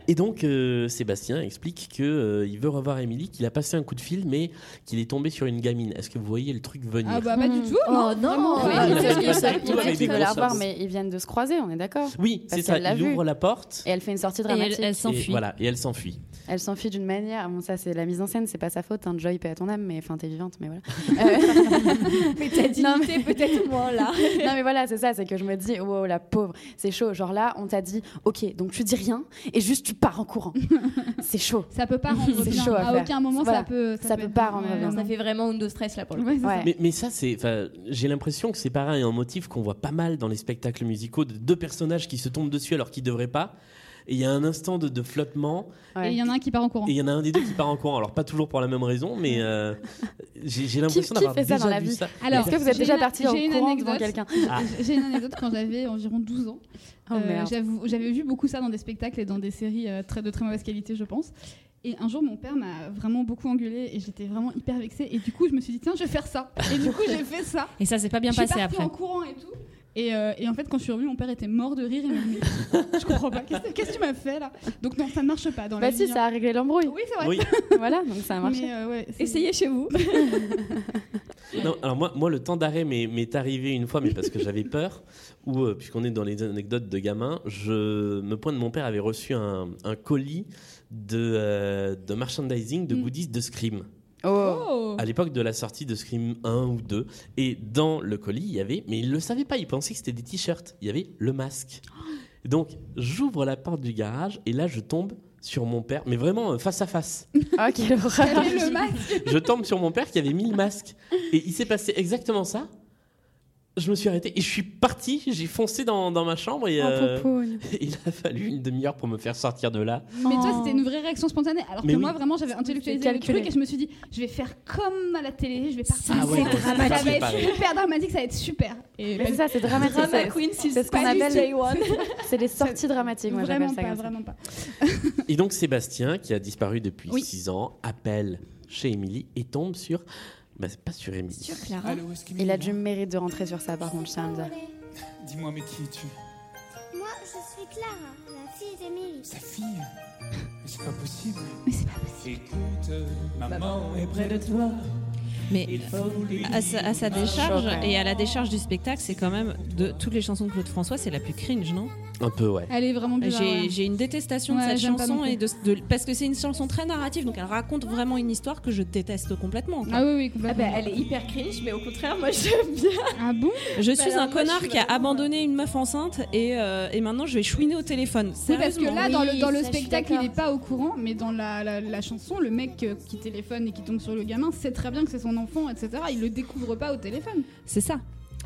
S2: Et donc, euh, Sébastien explique qu'il veut revoir Émilie, qu'il a passé un coup de fil, mais qu'il est tombé sur une gamine. Est-ce que vous voyez le truc venir
S1: Ah bah pas
S6: Mm.
S1: du tout.
S3: Oh non,
S2: Ouais,
S6: Ouais,
S2: il
S6: Ah, mais
S2: a
S6: c'est ce
S2: fait
S6: que
S2: ça
S6: ça,
S2: avec
S6: il
S2: toi, avec des
S6: veut
S2: grosses
S6: la voir,
S2: choses.
S6: mais ils viennent de se croiser, on est d'accord
S2: Oui, c'est
S6: Parce
S2: ça.
S6: qu'elle l'a
S2: Il
S6: vu.
S2: ouvre la porte.
S6: Et elle fait une sortie dramatique.
S2: Et voilà, et elle s'enfuit.
S6: Elle s'enfuit d'une manière. Bon, ça, c'est la mise en scène, c'est pas sa faute. Hein. Joy, paix à ton âme, mais enfin, t'es vivante, mais
S2: <laughs>
S6: voilà. Euh, <laughs>
S3: Mais ta dignité, peut-être moins, là.
S6: non, mais voilà, c'est ça, c'est que je me dis, wow, la pauvre, c'est chaud. Genre là, on t'a dit, ok, donc tu dis rien et juste tu pars
S2: <laughs>
S6: en courant. c'est chaud.
S1: Ça peut pas rendre
S6: <laughs> C'est
S1: bien.
S6: chaud à,
S1: À
S6: faire.
S1: aucun moment, ça peut- ça
S6: Ça
S1: peut
S6: peut
S1: être-
S6: pas rendre
S1: ouais,
S6: bien.
S1: non, ça
S3: fait vraiment une de stress là pour le
S1: coup.
S2: Mais, mais ça, c'est. enfin, J'ai l'impression que c'est pareil, un motif qu'on voit pas mal dans les spectacles musicaux de deux personnages qui se tombent dessus alors qu'ils devraient pas. Et il y a un instant de, de flottement.
S1: Et il y en a un qui part en courant.
S2: Et il y en a un des deux qui part en courant. Alors, pas toujours pour la même raison, mais euh, j'ai j'ai
S6: Qui,
S2: l'impression
S6: qui
S2: d'avoir
S6: fait
S2: déjà
S6: ça dans la
S2: vu
S6: vie
S2: ça.
S6: Alors, Est-ce que vous êtes
S1: J'ai
S6: déjà
S1: une-
S6: parti en
S1: j'ai une
S6: courant devant quelqu'un
S1: anecdote.
S2: Ah.
S1: J'ai- J'ai une anecdote quand j'avais environ 12 ans.
S6: Oh, merde.
S1: Euh, j'avoue- J'avais vu beaucoup ça dans des spectacles et dans des séries euh, très, de très mauvaise qualité, je pense. Et un jour, mon père m'a vraiment beaucoup engueulé et j'étais vraiment hyper vexée. Et du coup, je me suis dit, tiens, je vais faire ça. Et du coup, j'ai fait ça.
S4: Et ça s'est pas bien
S1: Je suis
S4: passé
S1: partie
S4: après.
S1: en courant et tout. Et, euh, et en fait, quand je suis revenue, mon père était mort de rire. Il m'a dit, mais je comprends pas. Qu'est-ce que- qu'est-ce que tu m'as fait là Donc, non, ça ne marche pas. Dans
S6: Bah
S1: la
S6: si,
S1: vie,
S6: ça a
S1: hein.
S6: réglé l'embrouille.
S1: <laughs> Oui, c'est vrai.
S2: Oui.
S6: voilà, donc ça a marché.
S1: Mais, euh, ouais, c'est-
S3: Essayez chez vous.
S2: Non, alors moi, moi, le temps d'arrêt m'est m'est arrivé une fois, mais parce que j'avais peur, ou euh, puisqu'on est dans les anecdotes de gamin, je me pointe, mon père avait reçu un, un colis de, euh, de merchandising, de goodies de Scream.
S6: Oh.
S2: À l'époque de la sortie de Scream 1 ou 2. Et dans le colis, il y avait, mais il le savait pas, il pensait que c'était des t-shirts, il y avait le masque. Donc j'ouvre la porte du garage et là je tombe sur mon père, mais vraiment euh, face à face.
S6: Ah, quelle
S1: <laughs>
S6: horreur.
S1: J'avais le masque.
S2: je tombe sur mon père qui avait mis le masque. Et il s'est passé exactement ça. Je me suis arrêté et je suis parti. J'ai foncé dans, dans ma chambre et
S6: <laughs>
S1: Oh,
S2: euh,
S1: poupoune.
S2: <laughs> il a fallu une demi-heure pour me faire sortir de là.
S1: Mais toi, c'était une vraie réaction spontanée. Alors
S2: Mais
S1: que
S2: oui.
S1: moi, vraiment, j'avais intellectualisé le
S6: Oh. calculé.
S1: truc et je me suis dit, je vais faire comme à la télé, je vais partir.
S2: Ah ouais,
S1: ça
S2: c'est
S1: va
S2: pas
S1: être
S2: pareil.
S1: super dramatique, ça va être super. Et
S6: Mais c'est ça, c'est dramatique.
S1: Drama
S6: c'est-
S1: queen, si
S6: c'est ce qu'on
S1: pas du
S6: appelle
S1: day one.
S6: <laughs> C'est les sorties dramatiques, moi j'appelle
S1: Vraiment
S6: ça.
S1: pas,
S6: comme ça.
S1: vraiment pas.
S2: Et donc Sébastien, qui a disparu depuis
S1: Oui.
S2: 6 ans, appelle chez Émilie et tombe sur. Bah, c'est pas sur Émilie.
S6: Il a du mérite de rentrer sur ça par contre, je tiens à le dire.
S17: Dis-moi, mais qui es-tu
S19: Moi, je suis Clara, la fille d'Émilie.
S17: Sa fille Mais c'est pas possible.
S1: Mais c'est pas
S17: possible. Écoute, maman est près de toi.
S4: Mais à sa, à sa décharge
S17: Choquant.
S4: et à la décharge du spectacle, c'est quand même de toutes les chansons de Claude François, c'est la plus cringe, non
S2: Un peu, ouais.
S1: Elle est vraiment bizarre. hein.
S4: J'ai
S1: Bah ouais.
S4: j'ai une détestation
S1: Ouais,
S4: de cette
S1: j'aime pas non
S4: chanson
S1: plus.
S4: et de, de- parce que c'est une chanson très narrative, donc elle raconte vraiment une histoire que je déteste complètement. quoi.
S3: Ah bah, elle est hyper cringe, mais au contraire, moi j'aime bien.
S6: bah,
S1: Ah bon
S4: Je suis un connard qui a abandonné une meuf enceinte et, euh, et maintenant je vais chouiner au téléphone.
S1: Oui, parce que là, dans le, dans le spectacle, il
S4: est
S1: est pas au courant, mais dans la, la- la chanson, le mec euh, qui téléphone et qui tombe sur le gamin sait très bien que c'est son enfant, etc. Il le découvre pas au téléphone.
S4: C'est ça.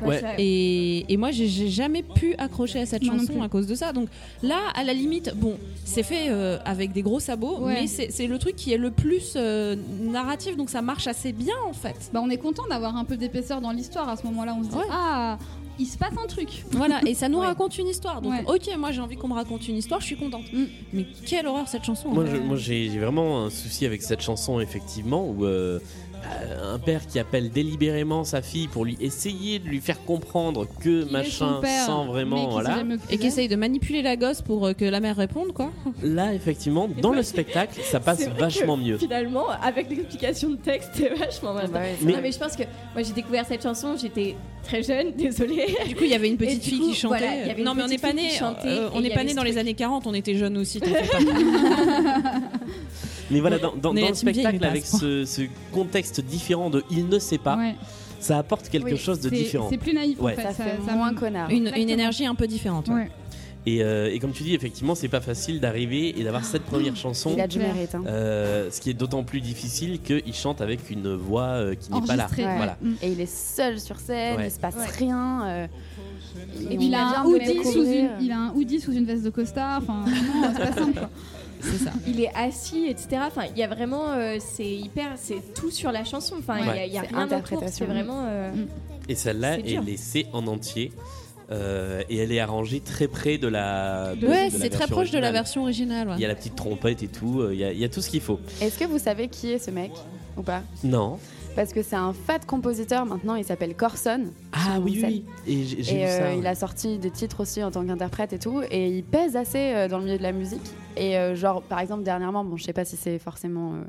S1: Ouais. Ouais.
S4: Et, et moi, j'ai- j'ai jamais pu accrocher à cette
S1: Moi non
S4: chanson
S1: plus.
S4: à cause de ça. Donc là, à la limite, bon, c'est fait euh, avec des gros sabots,
S1: Ouais.
S4: mais c'est c'est le truc qui est le plus euh, narratif, donc ça marche assez bien en fait.
S1: Bah, on est content d'avoir un peu d'épaisseur dans l'histoire à ce moment-là. On se dit, ah, il se passe un truc.
S4: Voilà, et ça nous raconte une histoire. Donc,
S1: Ouais.
S4: ok, moi j'ai envie qu'on me raconte une histoire, je suis contente.
S3: Mm.
S4: Mais quelle horreur cette chanson. en
S2: Moi,
S4: fait.
S2: je- moi, j'ai j'ai vraiment un souci avec cette chanson, effectivement, où euh, euh, un père qui appelle délibérément sa fille pour lui essayer de lui faire comprendre que machin sans vraiment. Voilà.
S4: Et qui essaye de manipuler la gosse pour euh, que la mère réponde,
S3: <laughs>
S4: quoi.
S2: Là, effectivement, dans le spectacle, ça passe
S3: C'est vrai
S2: vachement
S3: que,
S2: mieux.
S3: Finalement, avec l'explication de texte, <laughs> c'est vachement mal.
S1: bah
S2: Mais-
S3: mais... Non, mais je pense que moi j'ai découvert cette chanson, j'étais très jeune, désolée.
S4: Du coup, il y avait une
S3: Et
S4: petite
S3: du
S4: fille
S3: coup,
S4: qui chantait.
S3: voilà, il y avait
S4: non,
S3: une
S4: mais on n'est
S3: petite
S4: pas
S3: fille
S4: né,
S3: qui chantait,
S4: euh,
S3: et
S4: on
S3: il
S4: n'est
S3: y
S4: pas
S3: avait
S4: né
S3: ce
S4: dans les années 40, on était
S3: <laughs>
S4: jeunes aussi. euh, t'en fais pas.
S2: Mais voilà, dans, dans-
S4: On est
S2: dans
S4: la
S2: le
S4: team vieille,
S2: spectacle,
S4: mais pas à
S2: avec ce,
S4: ce
S2: ce contexte différent de il ne sait pas, ça apporte quelque
S4: Oui,
S2: chose de
S4: c'est-
S2: différent.
S4: c'est plus naïf, en
S2: Ouais.
S4: fait.
S6: Ça,
S4: Ça-
S6: fait
S4: ça-
S6: moins connard.
S4: Une, une énergie un peu différente. ouais.
S2: Et, euh, et comme tu dis, effectivement, c'est pas facile d'arriver et d'avoir cette première chanson.
S6: Il a du mérite, hein.
S2: Euh, ce qui est d'autant plus difficile qu'il chante avec une voix euh, qui n'est pas là.
S6: Enregistré. Ouais.
S2: Voilà.
S6: Et il est seul sur scène,
S2: Ouais.
S6: il se passe
S1: Mm, Ouais.
S6: rien. euh,
S1: Et
S6: on
S1: puis il
S6: vient
S1: a, un
S6: de
S1: hoodie
S6: découvrir.
S1: sous une, il a un hoodie sous une veste de
S6: <laughs>
S1: costard. Enfin, vraiment, c'est pas simple. quoi.
S3: Il est assis, etc. Enfin, il y a vraiment, euh, c'est hyper, c'est tout sur la chanson. Enfin, il y a- il y a,
S6: Ouais. C'est
S3: rien autour.
S6: interprétation.
S3: C'est vraiment. euh,
S2: Et celle-là
S3: C'est
S2: est,
S3: dur.
S2: laissée en entier. euh, et elle est arrangée très près de la. de-
S4: Ouais,
S2: de la
S4: c'est très
S2: version
S4: proche de la
S2: originale.
S4: version originale.
S2: Il y a la petite trompette et tout. euh, Il y a- il y, a tout ce qu'il faut.
S6: Est-ce que vous savez qui est ce mec ou pas
S2: Non.
S6: Parce que c'est un fat compositeur maintenant, il s'appelle Corson.
S2: Ah oui,
S6: oui.
S2: Et j'ai j'ai
S6: Et
S2: vu
S6: euh,
S2: ça.
S6: il a sorti des titres aussi en tant qu'interprète et tout. Et il pèse assez euh, dans le milieu de la musique. Et euh, genre, par exemple, dernièrement, bon, je sais pas si c'est forcément. euh,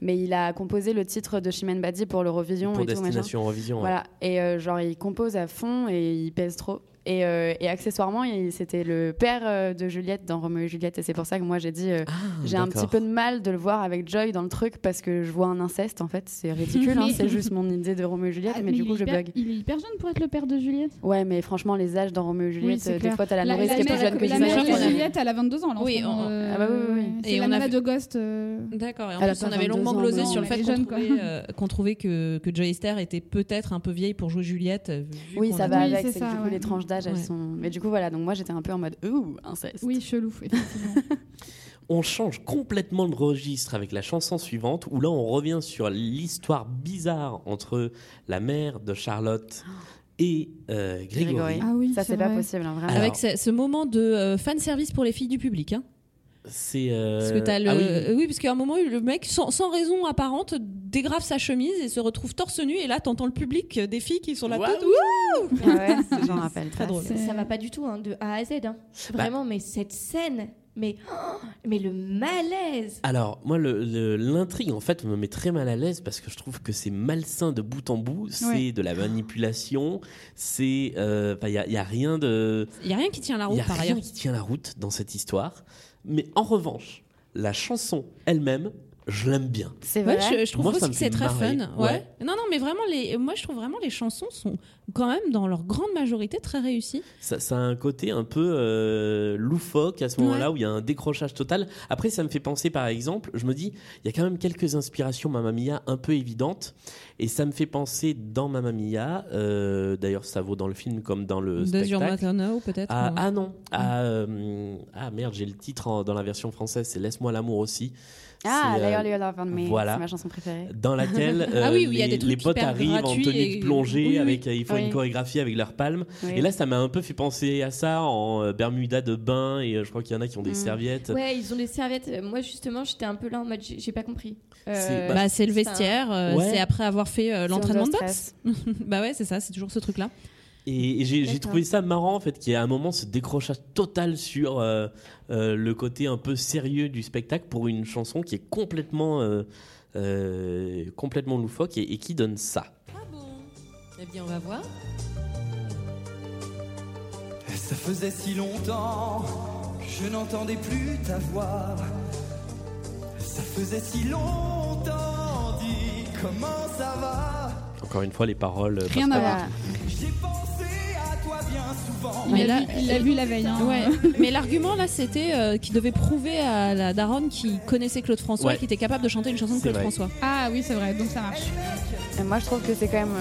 S6: mais il a composé le titre de Chimène Badi pour l'Eurovision
S2: Pour
S6: et tout.
S2: Destination
S6: machin.
S2: Eurovision, ouais.
S6: Voilà. Et euh, genre, il compose à fond et il pèse trop. Et, euh, et accessoirement, il- c'était le père euh, de Juliette dans Roméo et Juliette. Et c'est pour ça que moi, j'ai dit,
S2: Ah,
S6: euh, j'ai un
S9: d'accord.
S6: petit peu de mal de le voir avec Joy dans le truc parce que je vois un inceste en fait. C'est ridicule,
S2: <laughs>
S6: hein,
S1: Mais-
S6: c'est juste mon idée de Roméo et Juliette.
S1: Ah,
S6: mais, du
S1: il
S6: coup,
S1: est
S6: je
S1: hyper-
S6: bug.
S1: Il est hyper jeune pour être le père de Juliette.
S6: Ouais, mais franchement, les âges dans Roméo et
S1: Oui,
S6: Juliette,
S1: c'est
S6: euh, des
S1: clair.
S6: fois, t'as la
S1: La-
S6: nourrice
S1: la
S6: qui est plus
S1: mère-
S6: jeune que
S1: la
S6: Juliette.
S1: mère de Juliette, elle a 22 ans là. en
S6: Oui,
S1: ce moment,
S6: en-
S1: euh,
S6: ah bah oui, oui, oui.
S1: C'est
S4: Et
S1: la
S4: on a
S1: nana
S4: vu-
S1: de Ghost. euh,
S4: D'accord, et en
S6: Elle a
S4: plus,
S6: pas
S4: on avait
S6: 22
S4: longuement
S6: ans,
S4: glosé
S6: non,
S4: sur le
S6: elle
S4: fait
S6: est
S4: qu'on
S6: jeune, quoi.
S4: trouvait, euh, qu'on trouvait que, que Joy Star était peut-être un peu vieille pour jouer Juliette. euh, vu
S6: Oui,
S4: qu'on
S6: ça
S4: a-
S6: va avec. C'est que du coup, les tranches d'âge, elles
S4: Ouais.
S6: sont. Mais du coup, voilà. Donc moi, j'étais un peu en mode ouh, inceste.
S1: Oui, chelou.
S2: On change complètement de registre avec la chanson suivante, où là on revient sur l'histoire bizarre entre la mère de Charlotte et euh, Grégory.
S6: Ah oui, ça c'est pas possible, hein, vraiment.
S4: Avec ce, ce moment de euh, fan service pour les filles du public. hein.
S2: C'est. euh,
S4: Parce que t'as le...
S2: ah oui.
S4: euh, oui. parce qu'à un moment, le mec, sans, sans raison apparente, dégrave sa chemise et se retrouve torse nu. Et là, t'entends le public euh, des filles qui sont là
S3: Waouh.
S4: toutes. Wouh
S6: Ouais, j'en rappelle
S4: très drôle.
S3: Ça va pas du tout, hein, de A à Z. hein.
S6: Bah.
S3: Vraiment, mais cette scène, mais, oh, mais le malaise.
S2: Alors, moi, le- le- l'intrigue, en fait, me met très mal à l'aise parce que je trouve que c'est malsain de bout en bout. C'est
S4: Ouais.
S2: de la manipulation. C'est. euh, enfin, Il n'y a, rien de.
S4: Il y a rien qui tient la route
S2: Il y a
S4: par
S2: rien
S4: ailleurs.
S2: qui tient la route dans cette histoire. Mais en revanche, la chanson elle-même, je l'aime bien.
S6: C'est
S4: Ouais, je, je trouve
S2: Moi, ça
S4: aussi
S2: me
S4: que c'est
S2: fait
S4: très
S2: marrer.
S4: fun. Ouais. Non, non, mais vraiment, les, moi, je trouve vraiment les chansons sont quand même, dans leur grande majorité, très réussies.
S2: Ça, ça a un côté un peu euh, loufoque à ce moment-là où il y a un décrochage total. Après, ça me fait penser, par exemple, je me dis, il y a quand même quelques inspirations Mamma Mia un peu évidentes. Et ça me fait penser dans Mamma Mia, euh, d'ailleurs, ça vaut dans le film comme dans le
S4: Désir
S2: spectacle.
S4: Maternel, peut-être.
S2: Ah,
S4: ou-
S2: ah non, ah, euh, ah merde, j'ai le titre en- dans la version française, c'est Laisse-moi l'amour aussi.
S6: Ah,
S2: C'est, euh,
S6: d'ailleurs, You Love on Me.
S2: voilà.
S6: C'est ma chanson préférée.
S2: Dans laquelle euh,
S6: <laughs> Ah oui, oui, il y
S2: les,
S6: a des trucs
S2: les potes
S6: hyper
S2: arrivent en
S6: gratuits
S2: tenue
S6: et-
S2: de plongée,
S6: oui, oui.
S2: avec, euh, ils font
S6: Oui.
S2: une chorégraphie avec leurs palmes.
S6: Oui.
S2: Et là, ça m'a un peu fait penser à ça en euh, Bermuda de bain, et euh, je crois qu'il y en a qui ont des serviettes.
S3: Ouais, ils ont des serviettes. Euh, Moi, justement, j'étais un peu là en mode, j'ai j'ai pas compris. Euh,
S2: C'est-
S4: Bah, c'est le
S3: un-
S4: vestiaire, euh,
S2: Ouais.
S4: c'est après avoir fait euh,
S3: C'est
S4: l'entraînement de
S3: under
S4: boxe. <laughs> bah ouais, c'est ça, c'est toujours ce truc-là.
S2: Et, et j'ai j'ai
S4: D'accord.
S2: trouvé ça marrant en fait qu'il y ait à un moment ce décrochage total sur euh, euh, le côté un peu sérieux du spectacle pour une chanson qui est complètement euh, euh, complètement loufoque et, et qui donne ça.
S1: Ah
S11: Eh bien, on va voir.
S18: Ça faisait si longtemps que je n'entendais plus ta voix. Ça faisait si longtemps, dis comment ça va.
S2: Encore une fois les paroles. euh,
S1: Rien
S2: passent
S1: à
S2: pas
S1: voir.
S4: Mais
S1: Il
S4: là-
S1: l'a vu- il l'a vu la veille. hein.
S4: Ouais. <laughs> Mais l'argument là, c'était euh, qu'il devait prouver à la daronne qui connaissait Claude François
S6: Ouais.
S4: et qui était capable de chanter une chanson de
S6: C'est
S4: Claude
S6: vrai.
S4: François.
S1: Ah oui, c'est vrai, donc ça marche.
S6: Et moi, je trouve que c'est quand même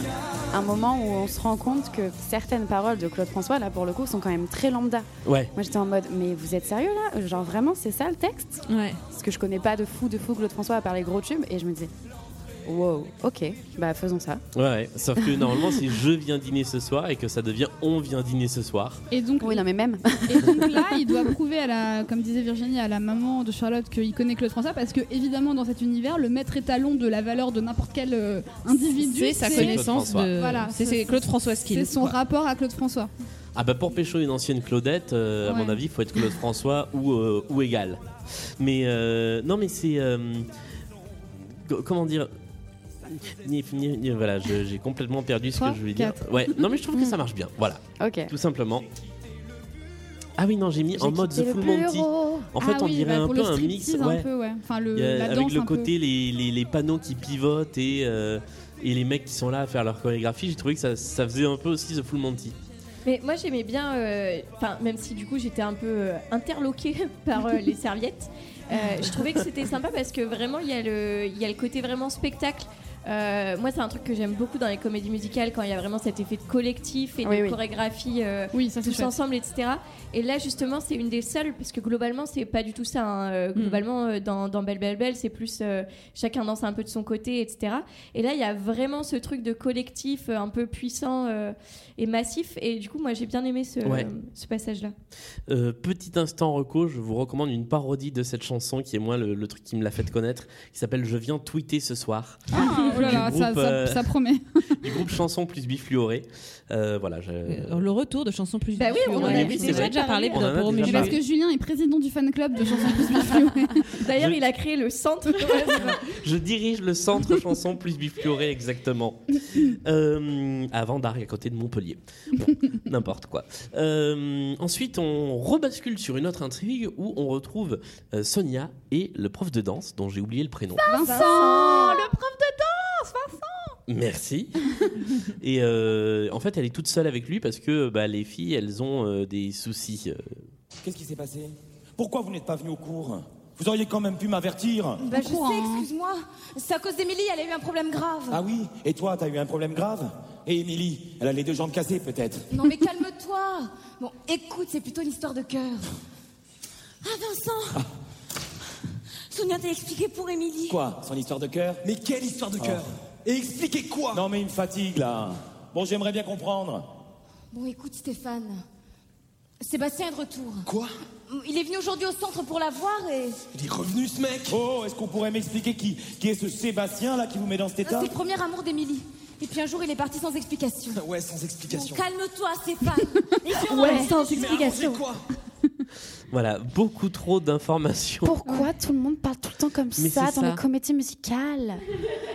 S6: un moment où on se rend compte que certaines paroles de Claude François, là, pour le coup, sont quand même très lambda.
S2: Ouais.
S6: Moi, j'étais en mode, mais vous êtes sérieux là Genre vraiment, c'est ça le texte
S4: Ouais.
S6: Parce que je connais pas de fou de fou Claude François à part les gros tubes, et je me disais, wow, ok, bah faisons ça.
S2: Ouais, ouais. sauf que normalement c'est je viens dîner ce soir et que ça devient on vient dîner ce soir.
S1: Et donc,
S6: oui, non, mais même. <laughs>
S1: Et donc là, il doit prouver, à la, comme disait Virginie, à la maman de Charlotte qu'il connaît Claude François, parce que évidemment, dans cet univers, le maître étalon de la valeur de n'importe quel euh, individu,
S4: C'est sa connaissance
S2: Claude Bah, François.
S4: de.
S1: Voilà,
S4: c'est c'est Claude François Skill.
S1: C'est son
S4: quoi.
S1: rapport à Claude François.
S2: Ah bah pour pécho une ancienne Claudette, euh, à
S1: Ouais.
S2: mon avis, il faut être Claude François ou, euh, ou égal. Mais euh, non, mais c'est euh, co- comment dire. Ni- ni- ni- Voilà, je- j'ai complètement perdu ce
S6: Trois,
S2: que je voulais dire.
S6: quatre.
S2: Ouais, non mais je trouve
S1: Mm.
S2: que ça marche bien. Voilà.
S6: Ok.
S2: Tout simplement. Ah oui, non, j'ai mis
S1: J'ai
S2: en mode
S1: quitté
S2: The
S1: le
S2: Full Monty.
S1: bureau.
S2: En fait,
S1: Ah
S2: on
S1: oui,
S2: dirait
S1: bah,
S2: un
S1: pour
S2: peu
S1: le
S2: un mix.
S1: striptease un
S2: ouais.
S1: peu, ouais. Enfin, le-
S2: Il y a-
S1: la
S2: avec
S1: danse
S2: le
S1: un peu.
S2: côté, les, les- les panneaux qui pivotent et, euh, et les mecs qui sont là à faire leur chorégraphie, j'ai trouvé que ça, ça faisait un peu aussi The Full Monty.
S3: Mais moi j'aimais bien, euh, enfin même si du coup j'étais un peu euh, interloquée <laughs> par euh, les serviettes, euh, je trouvais que c'était sympa parce que vraiment il y, a le- il y a le côté vraiment spectacle. Euh, moi c'est un truc que j'aime beaucoup dans les comédies musicales quand il y a vraiment cet effet de collectif et
S1: Oui,
S3: de
S1: oui.
S3: chorégraphie euh,
S1: ça, c'est
S3: tous
S1: chouette.
S3: ensemble etc. Et là justement c'est une des seules parce que globalement c'est pas du tout ça. hein. Euh, Globalement euh, dans, dans Belle Belle Belle c'est plus euh, chacun danse un peu de son côté etc. Et là il y a vraiment ce truc de collectif euh, un peu puissant euh, et massif. Et du coup, moi, j'ai bien aimé ce,
S2: Ouais.
S3: ce passage-là.
S2: Euh, petit instant reco, je vous recommande une parodie de cette chanson qui est moi le, le truc qui me l'a fait connaître, qui s'appelle Je viens tweeter ce soir.
S1: Oh là
S2: du
S1: là, ça-
S2: groupe,
S1: ça-
S2: euh,
S1: ça promet.
S2: du groupe chanson plus bifluoré. Euh, voilà, je-
S4: Le retour de chansons plus
S1: Bah oui, on en
S4: Ouais,
S1: avait
S4: oui, c'est
S1: déjà
S4: vrai. déjà parlé
S2: On en a
S4: pour
S2: déjà
S4: Roméo.
S1: Parce que Julien est président du fan club de chansons plus
S4: <laughs>
S1: bifluorées.
S3: D'ailleurs, il a créé le centre.
S2: Je dirige le centre chanson plus bifluoré exactement. Euh, avant d'arriver à côté de Montpellier. Bon, n'importe quoi. Euh, ensuite, on rebascule sur une autre intrigue où on retrouve euh, Sonia et le prof de danse dont j'ai oublié le prénom.
S1: Vincent,
S9: le prof de danse, Vincent
S2: Merci. <laughs> et euh, en fait, elle est toute seule avec lui parce que bah, les filles, elles ont euh, des soucis. euh.
S20: Qu'est-ce qui s'est passé Pourquoi vous n'êtes pas venu au cours Vous auriez quand même pu m'avertir.
S14: Bah, je sais, excuse-moi. C'est à cause d'Emilie, elle a eu un problème grave.
S20: Ah oui Et toi, t'as eu un problème grave Et Émilie, elle a les deux jambes cassées peut-être
S14: Non, mais calme-toi. Bon, écoute, c'est plutôt une histoire de cœur.
S11: Ah Vincent Sonia t'a expliqué pour Émilie.
S20: Quoi Son histoire de cœur
S11: Mais quelle histoire de
S20: cœur
S11: Et expliquez quoi
S20: Non mais il me fatigue là. Bon, j'aimerais bien comprendre.
S14: Bon, écoute, Stéphane. Sébastien est de retour. Quoi Il est venu aujourd'hui au centre pour la voir et.
S20: Il est revenu ce mec Oh, est-ce qu'on pourrait m'expliquer qui, qui est ce Sébastien là qui vous met dans cet
S14: C'est
S20: état
S14: le premier amour d'Émilie. Et puis un jour, il est parti sans explication.
S20: Ouais, sans explication.
S14: Calme-toi, Stéphane. Et puis, on
S11: Ouais,
S14: arrête.
S11: sans explication.
S2: Voilà, beaucoup trop d'informations.
S21: Pourquoi tout le monde parle tout le temps comme
S2: Mais
S21: ça
S2: c'est
S21: dans
S2: ça.
S21: les comédies musicales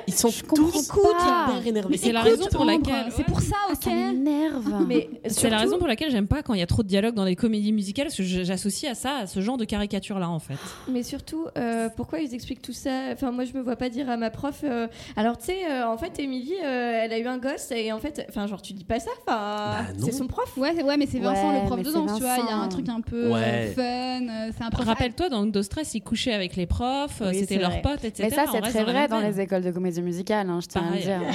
S2: Ils sont
S21: Je comprends pas.
S6: Ah,
S4: Mais c'est la raison pour laquelle.
S1: C'est pour ça, ok.
S21: Ça m'énerve.
S3: <laughs>
S4: Mais c'est la
S21: surtout-
S4: raison pour laquelle j'aime pas quand il y a trop de dialogue dans les comédies musicales, parce que je- j'associe à ça, à ce genre de caricature là en fait.
S3: Mais surtout, euh, pourquoi ils expliquent tout ça Enfin, moi, je me vois pas dire à ma prof. euh, alors, tu sais, euh, en fait, Émilie, euh, elle a eu un gosse et en fait, enfin, genre, tu dis pas ça. Enfin,
S1: non.
S3: c'est son prof.
S1: Ouais, ouais, mais c'est Vincent
S3: Ouais,
S1: le prof
S3: mais
S1: de
S3: c'est
S1: danse, tu vois. Il y a
S3: Vincent.
S1: un truc un peu euh,
S4: Ouais.
S1: fun. euh, C'est un prof.
S4: Rappelle-toi, dans de Stress, ils couchaient avec les profs, euh,
S21: Oui,
S4: c'était
S21: c'est
S4: leurs
S21: vrai.
S4: potes, etc.
S21: Mais ça,
S4: On
S21: c'est
S4: reste
S21: très
S4: la
S21: vrai
S4: même
S21: dans
S4: veine.
S21: les hein. écoles de comédie musicale, hein, je tiens
S4: Pareil.
S21: à le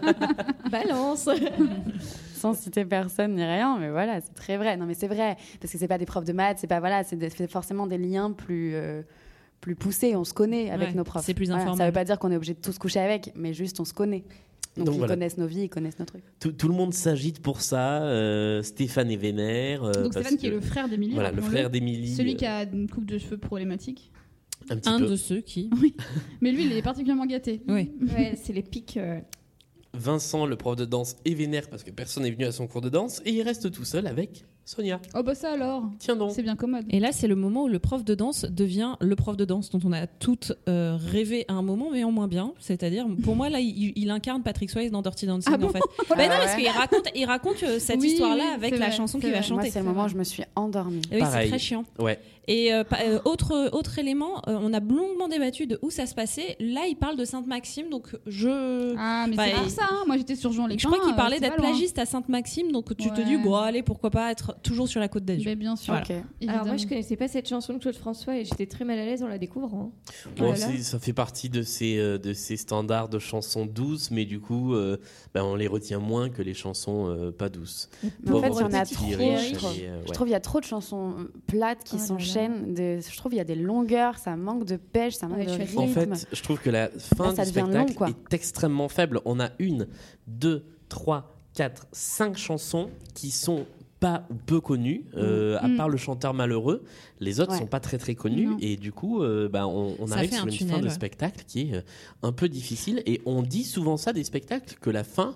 S21: dire.
S3: <laughs> Balance
S21: Sans citer personne ni rien, mais voilà, c'est très vrai. Non, mais c'est vrai, parce que c'est pas des profs de maths, c'est pas voilà, c'est des- c'est forcément des liens plus euh, plus poussés. On se connaît avec
S4: Ouais,
S21: nos profs.
S4: c'est plus
S21: Voilà, ça
S4: informel.
S21: veut pas dire qu'on est obligé de tous coucher avec, mais juste on se connaît. Donc,
S2: Donc
S21: ils
S2: voilà.
S21: connaissent nos vies, ils connaissent nos
S4: <laughs>
S21: trucs.
S2: Tout, tout le monde s'agite pour ça. euh, Stéphane est vénère. euh,
S1: Donc
S2: parce
S1: Stéphane qui est
S2: que-
S1: le frère d'Émilie.
S2: Voilà, le
S1: rappelons-le.
S2: frère euh. d'Émilie.
S1: Celui qui a une coupe de cheveux problématique.
S21: <laughs>
S2: euh, un petit
S4: Un
S2: peu.
S4: de ceux qui.
S1: Mais lui, il est particulièrement gâté.
S4: Oui.
S3: Ouais, c'est les pics. euh,
S2: Vincent, le prof de danse, est vénère parce que personne n'est venu à son cours de danse et il reste tout seul avec Sonia.
S1: Oh bah ça alors.
S2: Tiens donc.
S1: C'est bien commode.
S4: Et là, c'est le moment où le prof de danse devient le prof de danse dont on a toutes euh, rêvé à un moment, mais en moins bien. C'est-à-dire, pour moi, là, il, il incarne Patrick Swayze dans Dirty Dancing,
S21: Ah
S4: en fait. Bah non, parce qu'il raconte, il raconte euh, cette
S21: Oui,
S4: histoire-là
S21: oui,
S4: avec
S21: c'est
S4: la
S21: vrai,
S4: chanson
S21: c'est
S4: qu'il va
S21: vrai. Moi,
S4: chanter.
S21: c'est le moment où je me suis endormie.
S4: Et oui, c'est très chiant.
S2: Ouais.
S4: Et euh, pa- euh, autre, autre élément, euh, on a longuement débattu de où ça se passait. Là, il parle de Sainte-Maxime, donc je.
S1: Ah, mais
S4: Bah,
S1: c'est
S4: il-
S1: pour ça. hein. Moi, j'étais sur Jean Lépin.
S4: Je crois qu'il
S1: euh,
S4: parlait
S1: c'est
S4: d'être
S1: pas loin.
S4: plagiste à Sainte-Maxime, donc tu te
S1: Ouais.
S4: dis, bon, allez, pourquoi pas être toujours sur la côte d'Azur.
S1: Mais bien sûr.
S4: Voilà.
S3: Alors, moi, je connaissais pas cette chanson de Claude François et j'étais très mal à l'aise en la découvrant.
S2: Bon,
S3: Voilà.
S2: c'est- ça fait partie de ces, euh, de ces standards de chansons douces, mais du coup, euh, bah, on les retient moins que les chansons euh, pas douces.
S21: Mais en fait, il y en a
S2: Pauvre
S21: trop.
S2: petit riche,
S21: Je trouve,
S2: et, euh,
S21: Je
S2: ouais.
S21: trouve il y a trop de chansons euh, plates
S4: Oh
S21: qui s'enchaînent. des- Je trouve il y a des longueurs, ça manque de pêche, ça manque de rythme.
S2: En fait, je trouve que la fin
S21: Là, ça
S2: du
S21: devient
S2: spectacle
S21: long, quoi.
S2: est extrêmement faible. On a une, deux, trois, quatre, cinq chansons qui sont pas ou peu connues, euh, à
S4: Mm.
S2: part le chanteur malheureux. Les autres
S4: Ouais.
S2: sont pas très très connus
S4: Non.
S2: et du coup, euh, bah, on, on
S4: Ça
S2: arrive
S4: fait
S2: sur
S4: un
S2: une fin
S4: tunnel,
S2: de
S4: ouais.
S2: spectacle qui est euh, un peu difficile et on dit souvent ça des spectacles que la fin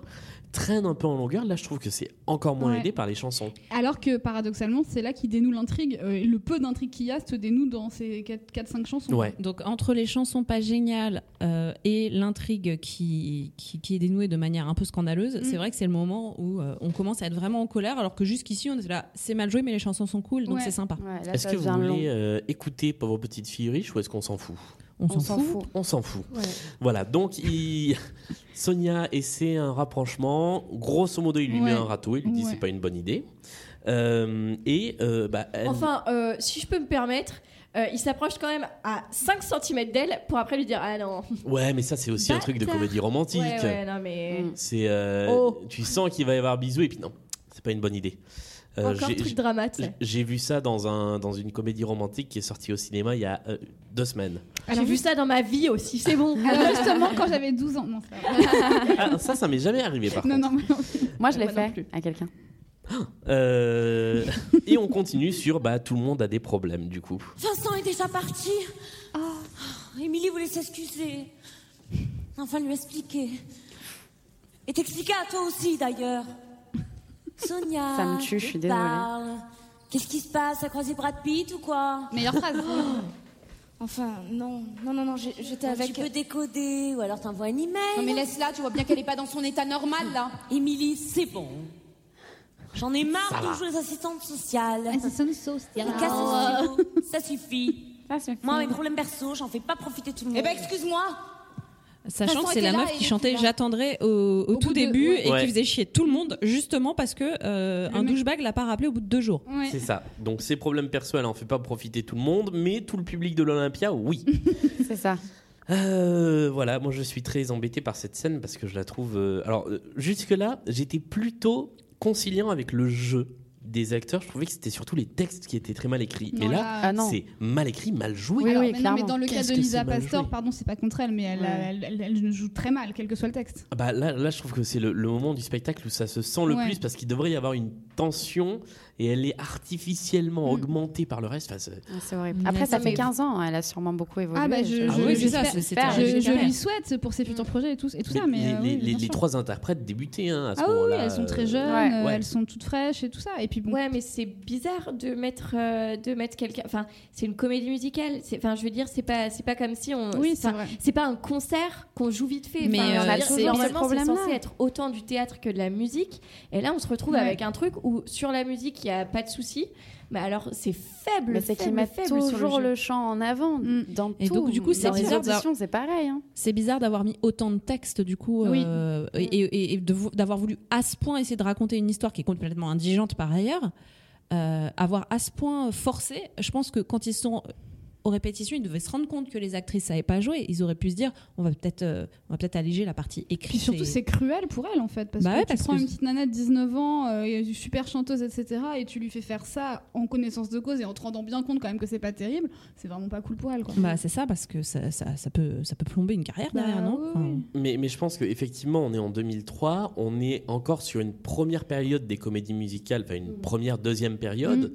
S2: traîne un peu en longueur. Là, je trouve que c'est encore moins
S1: Ouais.
S2: aidé par les chansons.
S1: Alors que paradoxalement, c'est là qui dénoue l'intrigue. Euh, et le peu d'intrigue qu'il y a se dénoue dans ces 4-5
S4: Mm.
S1: chansons.
S4: Donc entre les chansons pas géniales euh, et l'intrigue qui, qui, qui est dénouée de manière un peu scandaleuse,
S1: Mm.
S4: c'est vrai que c'est le moment où euh, on commence à être vraiment en colère, alors que jusqu'ici on était là, c'est mal joué mais les chansons sont cool, donc
S21: Ouais.
S4: c'est sympa.
S21: Ouais,
S2: Est-ce que vous voulez euh, écouter Pauvre Petite Fille Riche ou est-ce qu'on s'en fout
S4: On On s'en s'en fout. fout.
S2: On s'en fout.
S4: Ouais.
S2: Voilà, donc il- <laughs> Sonia essaie un rapprochement. Grosso modo, il lui met
S3: Ouais.
S2: un râteau, il lui dit
S3: Ouais.
S2: c'est pas une bonne idée. Euh, et euh, bah, elle-
S3: Enfin, euh, si je peux me permettre, euh, il s'approche quand même à 5 cm d'elle pour après lui dire Ah non.
S2: Ouais, mais ça, c'est aussi un truc de
S3: Bâtard.
S2: comédie romantique.
S3: Ouais, ouais, non, mais.
S2: C'est, euh,
S3: Oh.
S2: Tu sens qu'il va y avoir bisous et puis non, c'est pas une bonne idée. Euh,
S3: Encore
S2: j'ai-
S3: truc
S2: j'ai-
S3: dramate, ça.
S2: J'ai vu ça dans, un, dans une comédie romantique qui est sortie au cinéma il y a euh, deux
S3: <laughs>
S2: semaines.
S3: J'ai vu ça dans ma vie aussi, c'est <laughs> bon.
S1: Alors Euh, justement, quand j'avais 12 ans. Non, c'est pas vrai.
S2: Ah, ça, ça m'est jamais arrivé par
S1: non,
S2: contre.
S1: non, mais non.
S4: Ah,
S21: Moi, je l'ai fait à quelqu'un.
S2: Euh, <laughs> et on continue sur bah, tout le monde a des problèmes du coup.
S11: Vincent est déjà parti. Émilie voulait s'excuser. Enfin, lui expliquer. Et t'expliquer à toi aussi, d'ailleurs. Sonia.
S21: Ça me tue, je suis
S11: te
S21: désolée.
S11: parle. Qu'est-ce qui se passe T'as croisé Brad Pitt ou quoi
S14: Meilleure phrase. Enfin, non, non, non, non, j'ai- j'étais
S11: Ouais,
S14: avec.
S11: Tu peux décoder ou alors t'envoies un email.
S14: Non, mais
S11: laisse-la, tu vois bien qu'elle n'est pas dans son état normal là. Émilie, c'est bon. J'en ai marre
S14: Ça va.
S11: toujours les assistantes sociales. Assistantes sociales.
S14: Ah.
S11: ça suffit. Moi, mes problèmes perso, j'en fais pas profiter tout le monde. Eh ben, excuse-moi.
S4: Sachant
S11: Vincent
S4: que c'est la
S11: était là
S4: meuf
S11: et
S4: qui
S11: il
S4: chantait J'attendrai au, au tout début
S2: ouais.
S4: et
S2: Ouais.
S4: qui faisait chier tout le monde justement parce que euh, un douchebag l'a pas rappelé au bout de deux jours.
S2: C'est ça. Donc ses problèmes perso, elle en fait pas profiter tout le monde, mais tout le public de l'Olympia,
S1: <laughs>
S2: oui.
S21: C'est ça.
S2: Euh, voilà, moi je suis très embêté par cette scène parce que je la trouve. euh, Alors euh, jusque-là, j'étais plutôt conciliant avec le jeu des acteurs. Je trouvais que c'était surtout les textes qui étaient très mal écrits.
S1: Non,
S2: Et là,
S1: là- Ah non.
S2: c'est mal écrit, mal joué.
S1: Alors, mais non, mais dans le cas
S2: Qu'est-ce
S1: de
S2: que
S1: Lisa
S2: c'est mal
S1: Pastor,
S2: joué
S1: pardon, c'est pas contre elle, mais elle, a- elle, elle- elle joue très mal, quel que soit le texte.
S2: Ah Bah là, là, je trouve que c'est le, le moment du spectacle où ça se sent le
S1: Ouais.
S2: plus parce qu'il devrait y avoir une tension et elle est artificiellement
S1: Mm.
S2: augmentée par le reste. Enfin, c'est-
S21: Ah, C'est horrible.
S1: Mais
S21: Après, ça
S1: ça
S21: fait
S1: fait-
S21: 15 ans, elle a sûrement beaucoup évolué.
S1: Ah bah je,
S2: Ah
S1: je-
S2: oui,
S1: je-
S2: c'est ça,
S1: j'espère-
S2: c'est- c'était un
S1: je,
S2: jeu
S1: je
S2: carré.
S1: lui souhaite pour ses futurs projets et tout, et tout ça,
S2: les,
S1: mais
S2: les-
S1: euh, oui,
S2: les-
S1: bien
S2: les
S1: sûr.
S2: trois interprètes débutaient hein, à ce
S1: Ah oui,
S2: moment-là.
S1: elles sont très jeunes,
S3: euh,
S2: Ouais.
S1: elles sont toutes fraîches et tout ça. Et puis bon.
S3: Ouais, mais c'est bizarre de mettre euh, de mettre quelqu'un. Enfin, c'est une comédie musicale. C'est- Enfin, je veux dire, c'est pas c'est pas comme si on.
S1: Oui,
S3: enfin,
S1: c'est vrai.
S3: C'est pas un concert qu'on joue vite fait.
S4: Mais,
S3: Enfin,
S4: euh,
S3: je veux dire,
S4: c'est-
S3: normalement,
S4: c'est le problème
S3: c'est
S4: là.
S3: censé être autant du théâtre que de la musique. Et là, on se retrouve
S21: Ouais.
S3: avec un truc où sur la musique, il y a pas de souci. Mais alors, c'est faible.
S21: Mais c'est qu'ils
S3: faible,
S21: mettent
S3: faible sur
S21: toujours
S3: le, jeu.
S21: le chant en avant
S1: Mm.
S21: dans
S4: Et
S21: tout.
S4: donc, du coup, c'est
S21: Dans les
S4: bizarre d'avoir-
S21: auditions, c'est pareil. hein.
S4: C'est bizarre d'avoir mis autant de textes du coup euh, et, et- et de vou- d'avoir voulu à ce point essayer de raconter une histoire qui est complètement indigente par ailleurs. euh, avoir à ce point forcé, je pense que quand ils sont aux répétitions, ils devaient se rendre compte que les actrices savaient pas jouer. Ils auraient pu se dire, on va peut-être, euh, on va peut-être alléger la partie écrite.
S1: Puis surtout,
S4: et-
S1: c'est cruel pour elle en fait, parce
S4: Bah
S1: que
S4: ouais,
S1: tu
S4: parce
S1: prends
S4: que-
S1: une petite nana de 19 ans, euh, et super chanteuse, etc., et tu lui fais faire ça en connaissance de cause et en te rendant bien compte quand même que c'est pas terrible, c'est vraiment pas cool pour elle quoi.
S4: Bah c'est ça parce que ça, ça, ça peut, ça peut plomber une carrière
S1: Bah
S4: derrière, non Enfin,
S2: Mais, mais je pense qu'effectivement, on est en 2003, on est encore sur une première période des comédies musicales, enfin une première, deuxième période,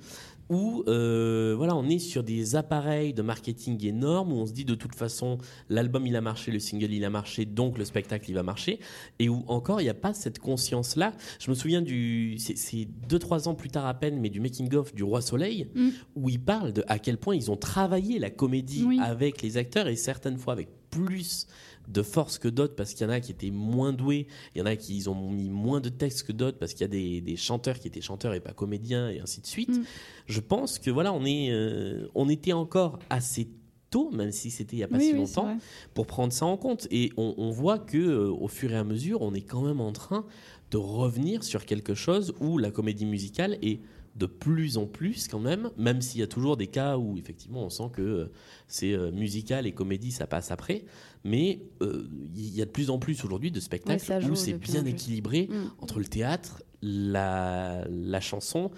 S2: où euh, voilà, on est sur des appareils de marketing énormes, où on se dit de toute façon, l'album il a marché, le single il a marché, donc le spectacle il va marcher, et où encore il n'y a pas cette conscience-là. Je me souviens du. c'est- C'est 2-3 ans plus tard à peine, mais du making-of du Roi Soleil,
S1: Mm.
S2: où ils parlent de à quel point ils ont travaillé la comédie
S1: Oui.
S2: avec les acteurs et certaines fois avec plus de force que d'autres parce qu'il y en a qui étaient moins doués, il y en a qui ils ont mis moins de texte que d'autres parce qu'il y a des, des chanteurs qui étaient chanteurs et pas comédiens et ainsi de suite.
S1: Mm.
S2: Je pense que voilà, on, est, euh, on était encore assez tôt, même si c'était il n'y a pas
S1: Oui,
S2: si
S1: oui, c'est
S2: longtemps,
S1: vrai.
S2: pour prendre ça en compte. Et on, on voit que euh, au fur et à mesure, on est quand même en train de revenir sur quelque chose où la comédie musicale est de plus en plus quand même, même s'il y a toujours des cas où effectivement on sent que euh, c'est euh, musical et comédie, ça passe après, mais euh, il y a de plus en plus aujourd'hui de
S21: Oui,
S2: spectacles
S21: ça joue
S2: où c'est
S21: de plus
S2: bien
S21: en plus.
S2: équilibré
S21: Mm.
S2: entre le théâtre, la, la chanson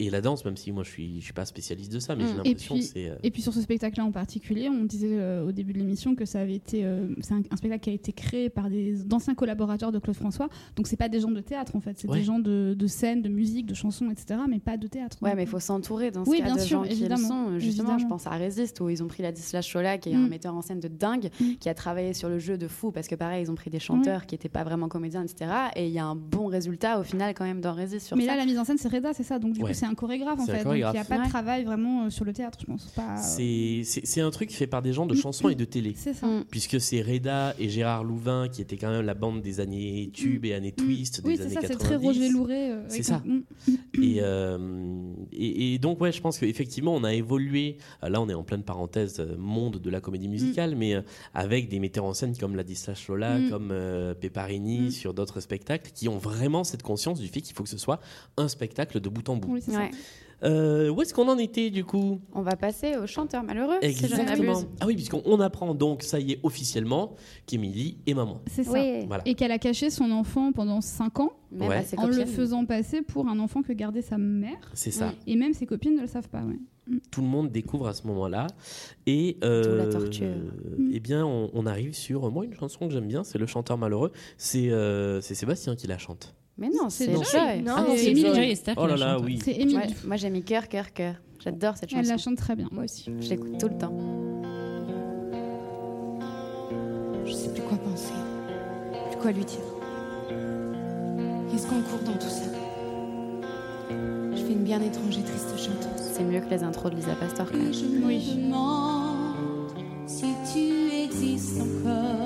S2: et la danse, même si moi je suis, je suis pas spécialiste de ça,
S21: Mm.
S2: mais j'ai
S1: Et
S2: l'impression que
S1: puis,
S2: c'est... euh,
S1: et puis sur ce spectacle-là en particulier, on disait euh, au début de l'émission que ça avait été, euh, c'est un, un spectacle qui a été créé par des d'anciens collaborateurs de Claude François. Donc c'est pas des gens de théâtre en fait, c'est
S21: Ouais.
S1: des gens de, de scène, de musique, de chansons, etc. Mais pas de théâtre.
S21: Ouais, mais il faut s'entourer dans ce
S1: Oui,
S21: cas
S1: bien
S21: de
S1: sûr,
S21: gens qui le
S1: évidemment,
S21: sont. Justement, je
S1: évidemment.
S21: pense à Résiste, où ils ont pris Ladislas Chola, qui est un
S1: Mm.
S21: metteur en scène de dingue, qui a travaillé sur le jeu de fou, parce que pareil, ils ont pris des chanteurs qui n'étaient pas vraiment comédiens, etc. Et il y a un bon résultat au final quand même dans Résiste sur
S1: mais
S21: ça.
S1: là, la mise en scène, c'est Reda, c'est ça. Donc, du
S2: Ouais.
S1: coup, c'est un chorégraphe, en
S2: C'est un
S1: fait. Donc, il n'y a
S2: chorégraphe.
S1: pas
S21: Ouais.
S1: de travail vraiment euh, sur le théâtre, je pense. Pas...
S2: C'est- C'est c'est un truc fait par des gens
S21: Mm.
S2: de chansons et de télé.
S1: C'est ça.
S2: Puisque c'est Reda et Gérard Louvain qui étaient quand même la bande des années tubes et années twist des
S1: Mm. Oui, c'est
S2: années
S1: ça,
S2: 90.
S1: c'est très Roger Louret. euh,
S2: C'est
S1: avec
S2: ça.
S1: un- Mm.
S2: Et, euh, et, et donc, ouais, je pense qu'effectivement, on a évolué. Euh, Là, on est en pleine parenthèse euh, monde de la
S1: Mm.
S2: comédie musicale, mais euh, avec des metteurs en scène comme Ladislas Chola,
S1: Mm.
S2: comme euh, Peparini, sur d'autres spectacles, qui ont vraiment cette conscience du fait qu'il faut que ce soit un spectacle de bout en bout.
S21: Oui, c'est ça. Ouais.
S2: Euh, où est-ce qu'on en était du coup
S21: On va passer au chanteur malheureux. Si je ne
S2: Exactement.
S21: m'abuse.
S2: ah oui, puisqu'on on apprend donc, ça y est, officiellement, qu'Émilie est maman.
S1: C'est ça.
S2: Voilà.
S1: Et qu'elle a caché son enfant pendant 5 ans
S21: bah,
S2: Même à ses
S1: en
S2: copines.
S1: le faisant passer pour un enfant que gardait sa mère.
S2: C'est
S21: Mm.
S2: ça.
S1: Et même ses copines ne le savent pas. ouais.
S2: Tout le monde découvre à ce moment-là. Et, euh,
S1: la torture.
S2: euh, eh bien, on, on arrive sur, euh, moi, une chanson que j'aime bien, c'est Le chanteur malheureux. C'est euh, c'est Sébastien qui la chante.
S21: Mais non,
S1: C'est
S21: c'est
S1: Joy.
S21: Joy.
S1: Non, Ah non, c'est c'est Emily. Joy. Joy et Steph
S2: Oh là là, oui.
S1: C'est Émilie.
S21: Ouais, moi, j'ai mis cœur, cœur, cœur. J'adore cette chanson.
S1: Elle la chante très bien.
S21: Moi aussi. Je l'écoute tout le temps.
S9: Je sais plus quoi penser.
S14: quoi lui dire. Qu'est-ce qu'on court dans tout ça Je fais une bien étrange et triste chanteuse.
S21: C'est mieux que les intros de Lisa Pastor. quand même.
S9: Et je me demande si tu existes encore.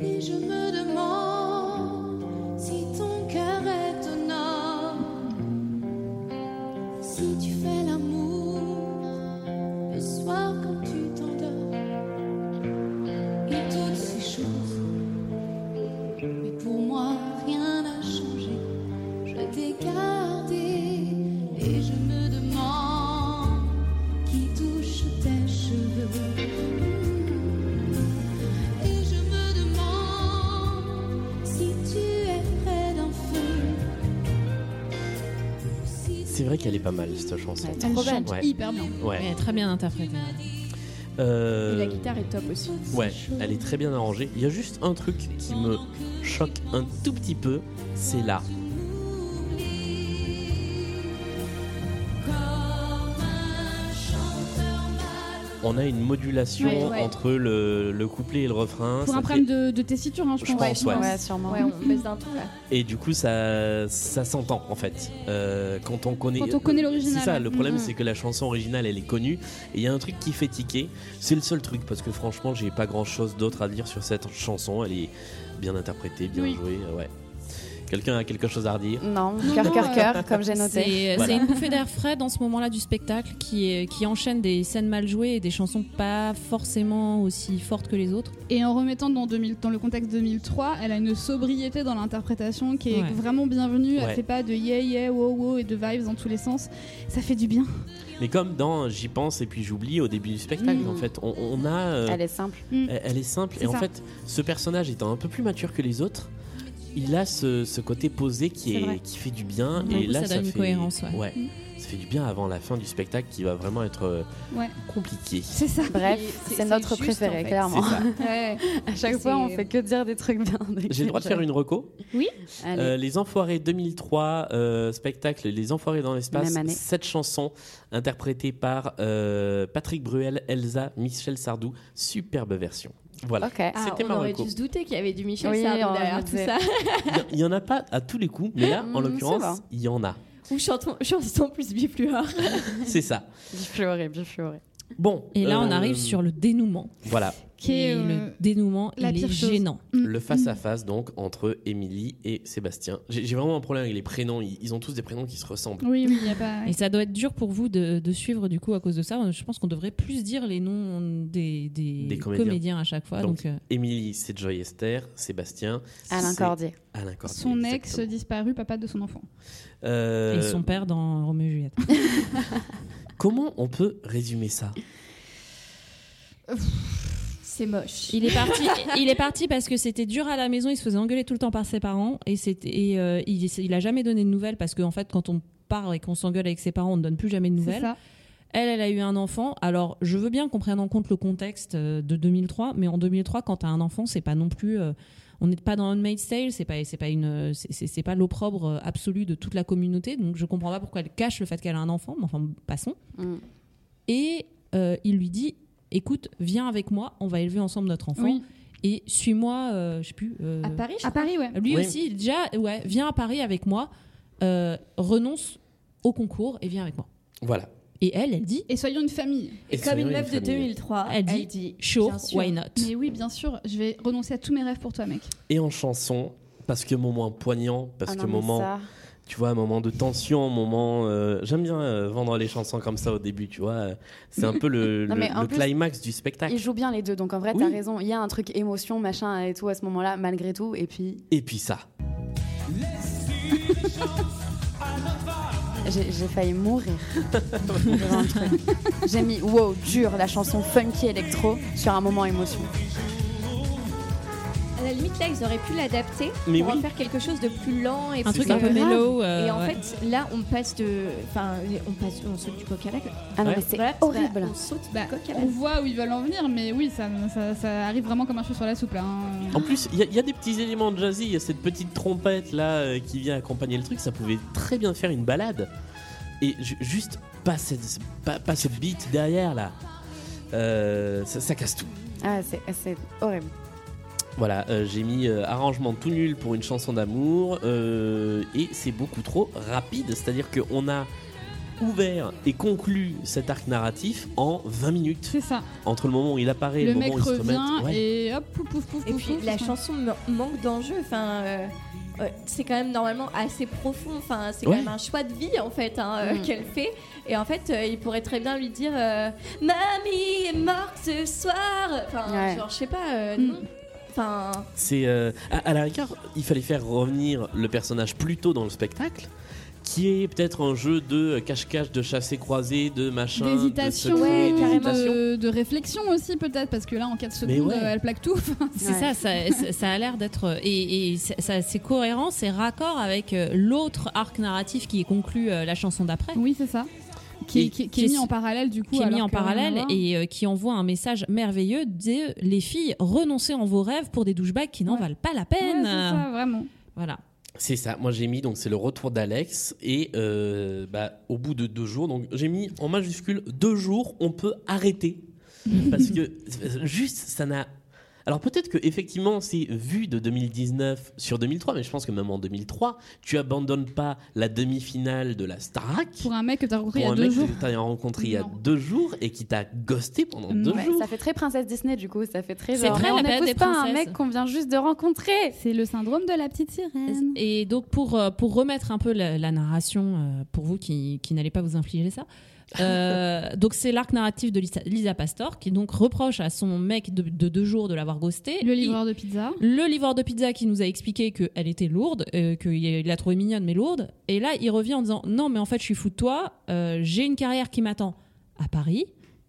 S9: Et je me demande si ton cœur est au nord. Si tu fais l'amour le soir quand tu t'endors. Et toutes ces choses. Mais pour moi, rien n'a changé. Je t'ai gardé et je me demande qui touche tes cheveux. Et je me demande si tu es près d'un feu.
S2: C'est vrai qu'elle est pas mal cette chanson.
S1: Bah,
S4: Elle est trop belle.
S2: Ouais.
S4: Hyper bien.
S2: Ouais.
S4: Elle est très bien interprétée.
S2: Euh,
S3: La guitare est top aussi.
S2: Ouais, elle est très bien arrangée. Il y a juste un truc qui me choque un tout petit peu, c'est là. On a une modulation
S1: Ouais, ouais.
S2: entre le, le couplet et le refrain.
S1: Pour
S2: ça fait-
S1: un problème de, de tessiture, hein, je,
S2: Je
S1: pense.
S2: pense, ouais. Ouais,
S21: sûrement.
S3: Ouais, on baisse d'un ton là.
S2: Et du coup, ça, ça s'entend en fait. Euh, quand on connaît,
S1: Quand on connaît l'original.
S2: C'est ça, le problème
S1: Mhm.
S2: c'est que la chanson originale elle est connue. Et il y a un truc qui fait tiquer. C'est le seul truc parce que franchement, j'ai pas grand chose d'autre à dire sur cette chanson. Elle est bien interprétée, bien
S21: Oui.
S2: jouée. euh, Ouais. Quelqu'un a quelque chose à redire
S21: Non, cœur, cœur, cœur, comme j'ai noté.
S4: C'est
S2: Voilà.
S4: c'est une bouffée d'air frais dans ce moment-là du spectacle qui, est- qui enchaîne des scènes mal jouées et des chansons pas forcément aussi fortes que les autres.
S1: Et en remettant dans, 2000, dans le contexte 2003, elle a une sobriété dans l'interprétation qui est
S4: Ouais.
S1: vraiment bienvenue. Elle
S2: Ouais.
S1: fait pas de yeah yeah wow wow et de vibes dans tous les sens. Ça fait du bien.
S2: Mais comme dans J'y pense et puis j'oublie au début du spectacle,
S1: Mm.
S2: en fait, on, on a. euh,
S21: Elle est simple.
S1: Mm.
S2: Elle, elle est simple.
S21: C'est
S2: et en
S21: ça.
S2: fait, ce personnage étant un peu plus mature que les autres, il a ce, ce côté posé qui,
S4: C'est
S2: est,
S4: vrai.
S2: qui fait du bien.
S4: D'un
S2: et
S4: coup,
S2: là,
S4: ça
S2: ça,
S4: donne une
S2: fait.
S4: cohérence, ouais.
S1: Mm.
S2: Ça fait du bien avant la fin du spectacle qui va vraiment être euh,
S1: Ouais.
S2: compliqué.
S1: C'est ça.
S21: Bref,
S1: Et
S21: c'est notre préféré, clairement.
S2: C'est ça.
S21: à chaque fois, on fait que dire des trucs bien.
S2: J'ai le droit de faire une reco
S21: Oui.
S2: Euh, les Enfoirés 2003, euh, spectacle Les Enfoirés dans l'espace,
S21: Même année.
S2: cette chanson interprétée par euh, Patrick Bruel, Elsa, Michel Sardou, superbe version. Voilà,
S3: Ah,
S2: c'était
S3: on
S2: ma
S3: aurait
S2: reco.
S3: dû se douter qu'il y avait du Michel
S21: Oui,
S3: Sardou
S21: on
S3: derrière
S21: le
S3: tout
S21: disait.
S3: ça.
S2: Il n'y en a pas à tous les coups, mais là, en
S3: Mm, ça va.
S2: l'occurrence, il y en a.
S3: Ou <laughs> chanson, chanson plus bifluor.
S2: C'est ça.
S21: Bifluoré, bifluoré.
S2: Bon.
S4: Et là,
S2: euh,
S4: on arrive sur le dénouement.
S2: Voilà.
S4: Qui est, Et le euh, dénouement, la il est pire chose. gênant.
S2: Le face-à-face, donc, entre Émilie et Sébastien. J'ai j'ai vraiment un problème avec les prénoms. Ils, ils ont tous des prénoms qui se ressemblent.
S1: il a pas.
S4: Et ça doit être dur pour vous de, de suivre du coup à cause de ça. Je pense qu'on devrait plus dire les noms des, des,
S2: Des comédiens.
S4: à chaque fois. Donc, euh,
S2: Donc, Émilie, c'est Joy Esther. Sébastien,
S1: Alain
S2: c'est
S1: Cordier.
S2: Alain Cordier.
S1: Son ex disparu, papa de son enfant.
S2: Euh,
S4: Et son père dans Roméo et Juliette.
S2: Comment on peut résumer ça
S3: C'est moche.
S4: Il est parti. il est parti parce que c'était dur à la maison. Il se faisait engueuler tout le temps par ses parents et c'était. et, euh, il, il a jamais donné de nouvelles parce qu'en fait, quand on part et qu'on s'engueule avec ses parents, on ne donne plus jamais de nouvelles.
S1: ça.
S4: Elle, elle a eu un enfant. Alors, je veux bien qu'on prenne en compte le contexte euh, de 2003, mais en 2003, quand t'as un enfant, c'est pas non plus. euh, on n'est pas dans Handmaid's Tale, c'est pas, c'est pas une, euh, c'est- c'est c'est pas l'opprobre euh, absolu de toute la communauté. Donc, je comprends pas pourquoi elle cache le fait qu'elle a un enfant. Mais enfin, passons.
S21: Mm.
S4: Et euh, il lui dit, écoute, viens avec moi, on va élever ensemble notre enfant.
S1: Oui.
S4: Et suis-moi, euh, je sais plus. euh,
S1: À Paris, À Paris, ouais.
S4: Lui aussi, il- déjà, ouais, viens à Paris avec moi, euh, renonce au concours et viens avec moi.
S2: Voilà.
S4: Et elle, elle dit.
S1: Et soyons une famille.
S4: Et Et comme soyons une une meuf de famille. 2003, Elle dit, elle dit, sure,
S1: bien sûr.
S4: why not
S1: Mais oui, bien sûr, je vais renoncer à tous mes rêves pour toi, mec.
S2: Et en chanson, parce que moment poignant, parce
S1: Ah non,
S2: que
S1: mais
S2: moment.
S1: ça.
S2: Tu vois, un moment de tension, un moment. euh, J'aime bien euh, vendre les chansons comme ça au début, tu vois. euh, C'est un peu le,
S21: Non,
S2: le-
S21: mais en
S2: le
S21: plus,
S2: climax du spectacle.
S21: Ils jouent bien les deux, donc en vrai, t'as raison. Il y a un truc émotion, machin et tout à ce moment-là, malgré tout. Et puis,
S2: Et puis ça.
S21: j'ai j'ai failli mourir devant le truc. J'ai mis wow, dur, la chanson funky électro sur un moment émotion.
S3: À la limite, là, ils auraient pu l'adapter
S21: Mais
S3: pour en
S21: oui.
S3: faire quelque chose de plus lent et
S4: Un
S3: plus,
S4: truc un peu mellow, euh,
S3: et en
S4: ouais.
S3: fait, là, on passe de, enfin, on passe, on saute du coq à l'âne.
S21: Ah non, mais c'est horrible.
S3: on saute
S1: Bah,
S3: du coq à
S1: on
S3: l'âne.
S1: voit où ils veulent en venir, mais oui, ça, ça, ça arrive vraiment comme un cheveu sur la soupe. là, hein.
S2: En plus, il y, a- il y a des petits éléments de jazzy. Il y a cette petite trompette là euh, qui vient accompagner le truc. Ça pouvait très bien faire une balade. Et ju- juste pas, cette, pas, pas ce beat derrière là. Euh, ça, ça casse tout.
S21: Ah,
S6: ah,
S21: c'est c'est horrible.
S2: Voilà, euh, j'ai mis euh, arrangement tout nul pour une chanson d'amour euh, et c'est beaucoup trop rapide. C'est-à-dire qu'on a ouvert et conclu cet arc narratif en 20 minutes.
S1: C'est ça.
S2: Entre le moment où il apparaît et le,
S1: le mec
S2: moment où il se remet.
S1: revient
S2: Ouais.
S1: et hop, pouf, pouf, pouf,
S3: Et
S1: pouf,
S3: puis
S1: pouf,
S3: la
S1: pouf.
S3: chanson man- manque d'enjeu. Enfin, euh, euh, c'est quand même normalement assez profond. Enfin, c'est
S2: Ouais.
S3: quand même un choix de vie en fait hein, euh,
S1: Mm.
S3: qu'elle fait. Et en fait, euh, il pourrait très bien lui dire euh, "Mamie est morte ce soir." Enfin,
S1: Ouais.
S3: genre je sais pas. euh, non. Enfin,
S2: C'est euh, à, à la rigueur, il fallait faire revenir le personnage plus tôt dans le spectacle, qui est peut-être un jeu de euh, cache-cache, de chassé-croisé, de machin,
S1: D'hésitation,
S2: de secret,
S1: ouais, carrément,
S2: d'hésitation.
S1: de, de réflexion aussi peut-être, parce que là en 4
S2: Mais
S1: secondes
S2: ouais.
S1: euh, elle plaque tout. <laughs> Enfin,
S4: C'est ça, ça, ça- ça a l'air d'être. euh, Et, et ça, ça- c'est cohérent, c'est raccord avec euh, l'autre arc narratif qui conclut euh, la chanson d'après.
S1: Oui, c'est ça. Qui, est- qui est- qui est mis en parallèle du coup.
S4: Qui est mis
S1: alors
S4: en
S1: que rien à
S4: parallèle
S1: voir.
S4: et euh, qui envoie un message merveilleux de les filles, renoncez en vos rêves pour des douchebags qui n'en valent pas la peine.
S1: Ouais, c'est ça, vraiment.
S4: Voilà.
S2: C'est ça, moi j'ai mis, donc c'est le retour d'Alex, et euh, bah, au bout de deux jours, donc j'ai mis en majuscule deux jours, on peut arrêter.
S1: <laughs>
S2: Parce que euh, juste, ça n'a. Alors peut-être que effectivement c'est vu de 2019 sur 2003, mais je pense que même en 2003, tu abandonnes pas la demi-finale de la Starac
S1: Pour un mec que t'as rencontré il y
S2: pour
S1: a
S2: un
S1: deux
S2: mec
S1: jours.
S2: que t'as rencontré il y a
S1: Non.
S2: deux jours et qui t'a ghosté pendant deux
S6: Ouais,
S2: jours.
S6: ça fait très princesse Disney du coup, ça fait très
S4: C'est
S6: genre,
S4: très
S6: mais
S4: la
S6: on
S4: période
S6: n'épouse
S4: des
S6: pas un
S4: princesses.
S6: mec qu'on vient juste de rencontrer.
S1: C'est le syndrome de la petite sirène.
S4: Et donc pour, euh, pour remettre un peu la, la narration, euh, pour vous qui, qui n'allez pas vous infliger ça,
S1: <laughs>
S4: euh, donc c'est l'arc narratif de Lisa, Lisa Pastor qui donc reproche à son mec de, de deux jours de l'avoir ghosté.
S1: Le livreur de pizza.
S4: Le livreur de pizza qui nous a expliqué qu'elle était lourde, euh, qu'il il l'a trouvée mignonne mais lourde. Et là, il revient en disant Non, mais en fait, je suis fou de toi, euh, j'ai une carrière qui m'attend à Paris.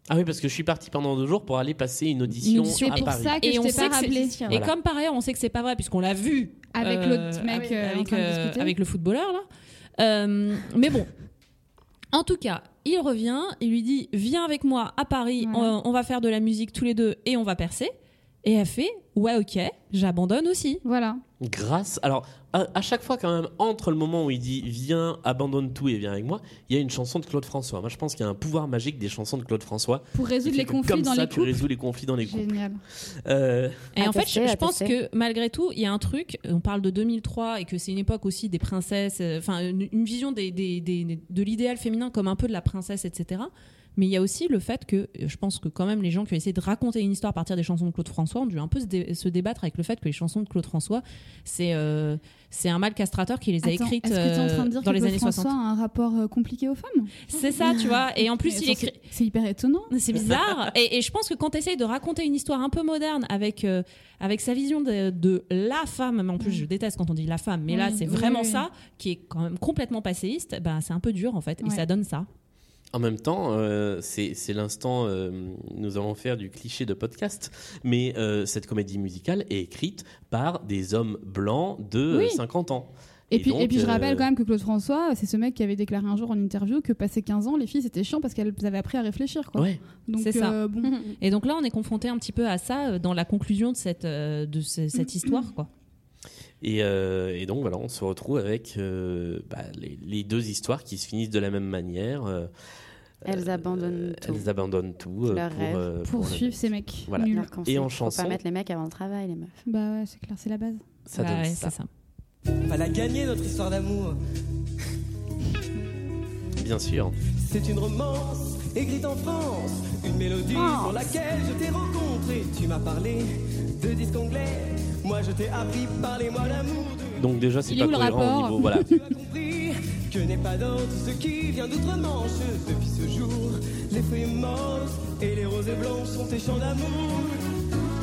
S2: Ah oui, parce que je suis parti pendant deux jours pour aller passer une audition,
S4: Une audition
S2: à
S4: pour
S2: Paris.
S4: ça que Et je on t'ai sait pas que c'est- rappelé. et
S2: Voilà.
S4: comme par ailleurs, on sait que c'est pas vrai, puisqu'on l'a vu
S1: Avec l'autre mec,
S4: avec,
S1: euh, en
S4: avec,
S1: train de
S4: euh,
S1: discuter.
S4: avec le footballeur, là. Euh, mais bon, en tout cas, il revient, il lui dit Viens avec moi à Paris, on, on va faire de la musique tous les deux et on va percer. Et elle fait Ouais, ok, j'abandonne aussi.
S1: Voilà.
S2: Grâce. Alors, à, à chaque fois, quand même, entre le moment où il dit Viens, abandonne tout et viens avec moi, il y a une chanson de Claude François. Moi, je pense qu'il y a un pouvoir magique des chansons de Claude François.
S1: Pour résoudre
S2: Qui fait
S1: les
S2: que
S1: conflits
S2: comme
S1: dans
S2: ça,
S1: les
S2: tu
S1: couples.
S2: résous les conflits dans les couples.
S1: Génial.
S2: Euh,
S4: Et en fait,
S2: Attesté,
S4: je, je pense
S2: attesté.
S4: que malgré tout, il y a un truc. On parle de 2003 et que c'est une époque aussi des princesses, euh, enfin une, une vision des, des- des- de l'idéal féminin comme un peu de la princesse, etc. Mais il y a aussi le fait que euh, je pense que quand même les gens qui ont essayé de raconter une histoire à partir des chansons de Claude François ont dû un peu se, dé- se débattre avec le fait que les chansons de Claude François, c'est euh, c'est un mal castrateur qui les a
S1: Attends,
S4: écrites
S1: est-ce que t'es en train de
S4: euh,
S1: dire
S4: dans
S1: que
S4: les
S1: Claude
S4: années
S1: François
S4: 60.
S1: a un rapport euh, compliqué aux femmes
S4: C'est ça, tu vois. Et en plus,
S1: Mais
S4: il
S1: attends,
S4: écrit-
S1: c'est- C'est hyper étonnant.
S4: C'est bizarre. et, et je pense que quand tu essayes de raconter une histoire un peu moderne avec, euh, avec sa vision de, de la femme, mais en plus je déteste quand on dit la femme, mais là
S1: Oui,
S4: c'est
S1: oui,
S4: vraiment
S1: oui.
S4: ça, qui est quand même complètement passéiste, bah, c'est un peu dur en fait. Et
S1: Ouais.
S4: ça donne ça.
S2: En même temps, euh, c'est c'est l'instant, euh, nous allons faire du cliché de podcast, mais euh, cette comédie musicale est écrite par des hommes blancs de euh,
S1: Oui.
S2: 50 ans.
S1: Et, puis, et
S2: donc,
S1: puis je
S2: euh,
S1: rappelle quand même que Claude François, c'est ce mec qui avait déclaré un jour en interview que passé 15 ans, les filles c'était chiant parce qu'elles avaient appris à réfléchir. Quoi.
S2: Ouais.
S1: Donc,
S4: C'est ça.
S1: euh, bon.
S3: Mm.
S4: Et donc là on est confronté un petit peu à ça euh, dans la conclusion de cette, euh, de ce- cette histoire. Quoi.
S2: Et, euh, et donc voilà, on se retrouve avec euh, bah, les, les deux histoires qui se finissent de la même manière. euh,
S6: Elles abandonnent tout.
S2: Elles abandonnent tout euh,
S6: Leurs
S2: pour,
S6: rêves.
S2: euh,
S1: Pour
S2: pour la-
S1: suivre ces mecs.
S2: Voilà.
S1: nuls.
S6: Leur
S2: Et
S6: conseil,
S2: en
S6: faut
S2: chanson,
S6: pas mettre les mecs avant le travail, les meufs.
S1: Bah ouais, c'est clair, c'est la base.
S2: ça
S4: Bah
S2: donne
S4: ouais,
S2: ça.
S4: c'est ça.
S10: On va la gagner notre histoire d'amour.
S2: Bien sûr.
S10: C'est une romance écrite en France, une mélodie sur laquelle je t'ai rencontré. Tu m'as parlé de disque anglais, moi je t'ai appris, parlez-moi d'amour.
S2: Donc déjà, c'est
S10: Il est
S2: pas
S10: où le
S2: cohérent au
S10: rapport
S2: niveau. Voilà.
S10: Tu as compris que n'est pas dans tout ce qui vient d'outre-manche. Depuis ce jour, les feuilles mortes et les roses blanches sont tes chants d'amour.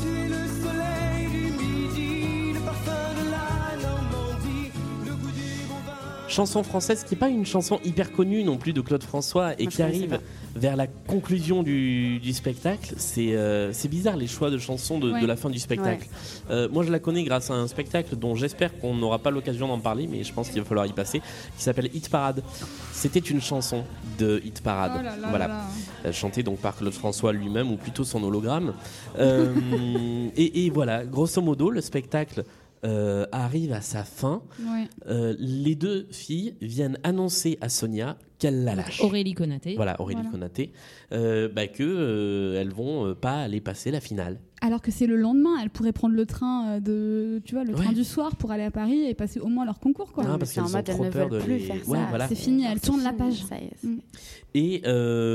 S10: Tu es le soleil du midi, le parfum de la Normandie, le goût du bon vin.
S2: chanson française qui n'est pas une chanson hyper connue non plus de Claude François et
S6: Moi, je
S2: qui
S6: connaissais
S2: arrive vers la conclusion du, du spectacle. C'est euh, c'est bizarre les choix de chansons de, de
S6: Ouais.
S2: la fin du spectacle. Euh, moi, je la connais grâce à un spectacle dont j'espère qu'on n'aura pas l'occasion d'en parler, mais je pense qu'il va falloir y passer, qui s'appelle Hit Parade. C'était une chanson de Hit Parade.
S1: Oh là là
S2: voilà.
S1: là là.
S2: Euh, Chantée donc par Claude François lui-même,
S1: <laughs>
S2: ou plutôt son hologramme. Euh, et, et voilà, grosso modo, le spectacle euh, arrive à sa fin,
S1: Ouais.
S2: euh, les deux filles viennent annoncer à Sonia qu'elle la lâche.
S4: Aurélie Conaté.
S2: Voilà, Aurélie
S1: Voilà.
S2: Conaté, euh, bah, que euh, elles vont euh, pas aller passer la finale.
S1: Alors que c'est le lendemain, elles pourraient prendre le train euh, de, tu vois, le train
S2: Ouais.
S1: du soir pour aller à Paris et passer au moins leur concours, quoi.
S2: Ah, parce C'est en qu'elles ont mode, elles trop ne peur veulent de plus les- faire Ouais, ça, voilà.
S1: C'est fini, elles tournent la page. Mm.
S2: Et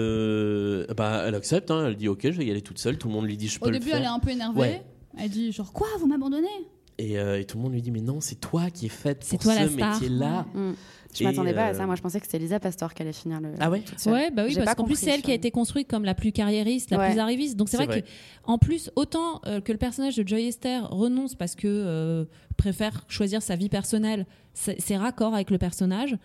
S2: euh, bah, elle accepte, hein, elle dit ok, je vais y aller toute seule. Tout le monde lui dit je peux
S1: Au
S2: le
S1: début,
S2: faire.
S1: elle est un peu énervée.
S2: Ouais.
S1: Elle dit genre quoi, vous m'abandonnez
S2: Et, euh, et tout le monde lui dit mais non, c'est toi qui es faite pour
S1: toi
S2: ce
S1: la star.
S2: métier-là.
S1: Ouais.
S6: Mm. Je
S2: Et,
S6: m'attendais pas à
S2: euh,
S6: ça. Moi, je pensais que c'était Lisa Pastor qui allait finir le.
S2: Ah ouais
S6: toute seule.
S4: Ouais, bah oui,
S6: J'ai
S4: parce
S6: pas
S4: qu'en plus,
S6: compris,
S4: c'est elle
S6: ça.
S4: qui a été construite comme la plus carriériste, la
S6: Ouais.
S4: plus arriviste. Donc, c'est
S6: C'est
S4: vrai, que,
S6: vrai.
S4: en plus, autant euh, que le personnage de Joy Esther renonce parce que euh, préfère choisir sa vie personnelle, c'est c'est raccord avec le personnage.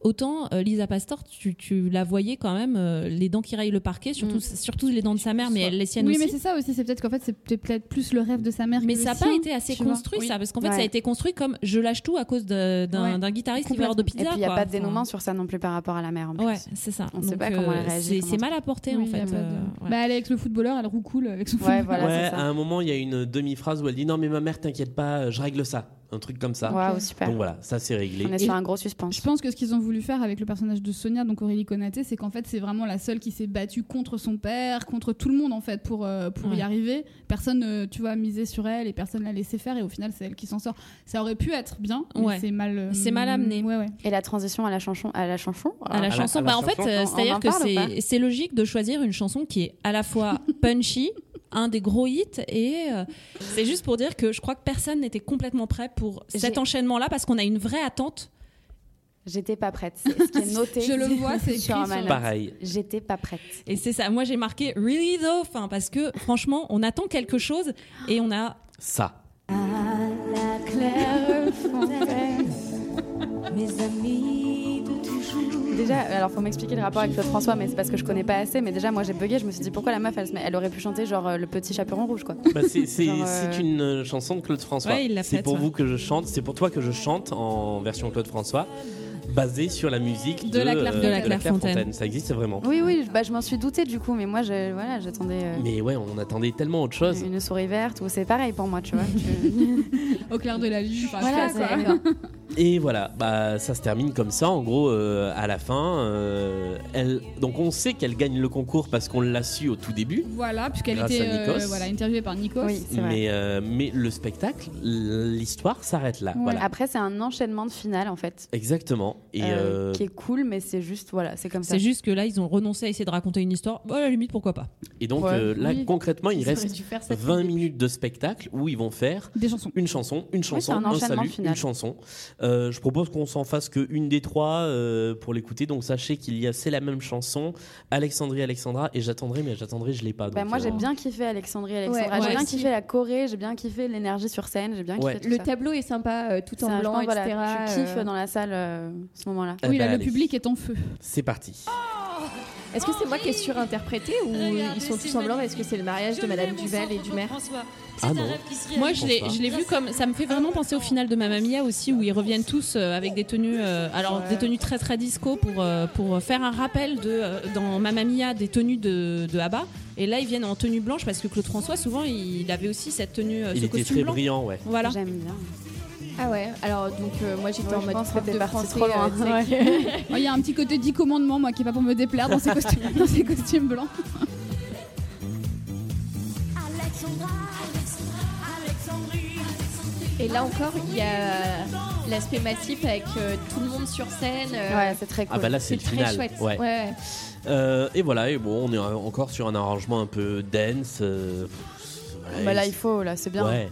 S4: Autant euh, Lisa Pastor, tu, tu la voyais quand même, euh, les dents qui rayent le parquet, surtout,
S1: Mm.
S4: surtout les dents de sa mère, mais elle les siennes
S1: Oui,
S4: aussi.
S1: mais c'est ça aussi. C'est peut-être qu'en fait, c'est peut-être plus le rêve de sa mère.
S4: Mais
S1: que le
S4: ça n'a pas
S1: sien,
S4: été assez
S1: tu vois.
S4: construit,
S1: Oui.
S4: ça, parce qu'en fait,
S1: Ouais.
S4: ça a été construit comme je lâche tout à cause de- d'un
S6: Ouais.
S4: d'un guitariste qui veut avoir de pizza.
S6: Et puis, il n'y a
S4: quoi.
S6: pas de
S4: Enfin,
S6: dénouement sur ça non plus par rapport à la mère. En plus.
S4: Ouais, c'est ça.
S6: On ne sait
S4: Donc,
S6: pas comment
S4: euh,
S6: elle réagit.
S4: c'est- C'est mal apporté, en
S1: Oui, y
S4: fait.
S1: a pas de-
S4: euh, ouais.
S1: Bah, elle est avec le footballeur, elle roucoule avec son
S6: Ouais,
S1: footballeur.
S2: ouais, à un moment, il y a une demi-phrase où elle dit non mais ma mère t'inquiète pas, euh, je règle ça, un truc comme ça.
S6: Waouh, super.
S2: Donc voilà, ça c'est réglé.
S6: gros suspense.
S1: Je pense que ce qu'ils ont voulu faire avec le personnage de Sonia, donc Aurélie Conaté, c'est qu'en fait, c'est vraiment la seule qui s'est battue contre son père, contre tout le monde, en fait, pour, euh, pour
S4: Ouais.
S1: y arriver. Personne, euh, tu vois, misé sur elle et personne l'a laissé faire, et au final, c'est elle qui s'en sort. Ça aurait pu être bien, mais
S6: Ouais.
S1: c'est mal. euh,
S4: C'est mal amené.
S1: Ouais, ouais.
S6: Et la transition à la chanson, à la chanson,
S4: à la chanson. bah, en fait, euh, c'est-à-dire que c'est- c'est logique de choisir une chanson qui est à la <laughs> fois punchy, un des gros hits, et euh, c'est juste pour dire que je crois que personne n'était complètement prêt pour cet
S6: J'ai-
S4: enchaînement-là parce qu'on a une vraie attente.
S6: J'étais pas prête. C'est
S4: <laughs>
S6: ce qui est noté.
S4: Je le vois, c'est écrit
S6: sur
S4: sur
S6: ma
S4: le-
S6: note.
S4: Pareil.
S6: J'étais pas prête.
S4: Et c'est ça. Moi, j'ai marqué really though, enfin parce que franchement, on attend quelque chose et on a
S2: ça.
S9: La claire fontaine, <laughs> mes amis de toujours.
S6: Déjà, alors faut m'expliquer le rapport avec Claude François, mais c'est parce que je connais pas assez. Mais déjà, moi j'ai bugué, je me suis dit pourquoi la meuf elle, se met- elle aurait pu chanter genre euh, le petit chaperon rouge quoi.
S2: Bah,
S6: <laughs>
S2: c'est c'est-
S6: Genre, euh,
S2: c'est une euh, chanson de Claude François.
S6: Ouais, il l'a
S2: c'est
S6: faite,
S2: pour
S6: ouais.
S2: vous que je chante, c'est pour toi que je chante en version Claude François, basée sur la musique
S6: De
S2: de,
S6: la
S2: euh,
S6: Claire- de la Claire
S2: Fontaine.
S6: Fontaine.
S2: Ça existe vraiment.
S6: Oui, oui, je- bah, je m'en suis doutée du coup, mais moi je, voilà, j'attendais euh,
S2: Mais ouais, on attendait tellement autre chose.
S6: une souris verte ou c'est pareil pour moi,
S4: <laughs>
S6: tu vois. tu-
S1: Au clair de la lune,
S6: <laughs>
S1: enfin,
S6: Voilà,
S1: je sais pas,
S6: c'est-
S1: quoi.
S2: Et voilà, bah ça se termine comme ça. En gros, euh, à la fin, euh, elle donc on sait qu'elle gagne le concours parce qu'on l'a su au tout début.
S1: Voilà, puisqu'elle
S2: Grâce
S1: était
S2: à Nikos.
S1: euh, voilà, interviewée par Nikos.
S2: Mais, euh, mais le spectacle, l'histoire s'arrête là.
S6: Ouais.
S2: Voilà.
S6: Après, c'est un enchaînement de finale en fait,
S2: Exactement. Et
S6: euh,
S2: euh,
S6: qui est cool, mais c'est juste voilà, c'est comme ça.
S4: C'est juste que là, ils ont renoncé à essayer de raconter une histoire. Bon, à la limite, pourquoi pas
S2: Et donc
S4: Ouais.
S2: euh, là,
S4: Oui.
S2: concrètement, il
S4: Ils auraient
S2: reste
S4: dû faire ça depuis
S2: 20 minutes de spectacle où ils vont faire une chanson, une chanson,
S6: c'est
S2: un,
S6: un enchaînement
S2: salut,
S6: final.
S2: une chanson. Euh, je propose qu'on s'en fasse qu'une des trois euh, pour l'écouter. Donc sachez qu'il y a c'est la même chanson, Alexandrie, Alexandra, et j'attendrai, mais j'attendrai, je l'ai pas.
S6: Bah,
S2: donc,
S6: moi
S2: euh,
S6: j'ai bien kiffé Alexandrie, Alexandra.
S3: Ouais,
S6: j'ai
S3: ouais,
S6: bien
S3: aussi.
S6: kiffé la Corée, j'ai bien kiffé l'énergie sur scène, j'ai bien
S2: Ouais.
S6: kiffé tout
S3: Le
S6: ça.
S3: tableau est sympa, euh, tout
S6: C'est un-
S3: en
S6: je
S3: blanc,
S6: pense, voilà,
S3: etc.
S6: tu
S3: euh,
S6: kiffes dans la salle euh, ce moment-là.
S2: Eh ben, allez.
S1: est en feu.
S2: C'est parti.
S6: Ah,
S3: Est-ce que c'est moi qui ai surinterprété ou ils sont tous en blanc Est-ce que c'est le mariage de Madame Duval et du maire
S2: Ah non.
S4: Moi, je l'ai, je l'ai vu comme ça me fait vraiment penser au final de Mamma Mia aussi, où ils reviennent tous euh, avec des tenues, euh, alors des tenues très très disco pour euh, pour faire un rappel de euh, dans Mamma Mia des tenues de, de Abba. Et là, ils viennent en tenue blanche parce que Claude François, souvent, il avait aussi cette tenue, euh,
S2: Il
S4: ce
S2: était
S4: costume
S2: très
S4: blanc.
S2: brillant, ouais.
S4: Voilà.
S6: J'aime bien.
S3: Ah ouais, alors donc euh, moi j'étais
S6: Ouais,
S3: en
S6: je
S3: mode
S6: pense que
S3: prof
S6: t'es
S3: de
S6: partie
S3: français.
S6: trop loin.
S3: euh, tu sais,
S1: Ouais. Oh, Il y a un petit côté 10 commandements, moi, qui est pas pour me déplaire dans ces costumes, <laughs> dans ces costumes blancs.
S9: Alexandra, Alexandra, Alexandrie,
S3: Et là encore, il y a l'aspect massif avec euh, tout le monde sur scène. euh,
S6: <laughs> Ouais, c'est très cool.
S2: Ah bah là c'est le
S3: très
S2: final.
S3: chouette.
S2: Ouais. Euh, et voilà, et bon, on est encore sur un arrangement un peu dense. euh, pff, voilà,
S6: Bah là
S2: et-
S6: il faut, là c'est bien.
S2: Ouais.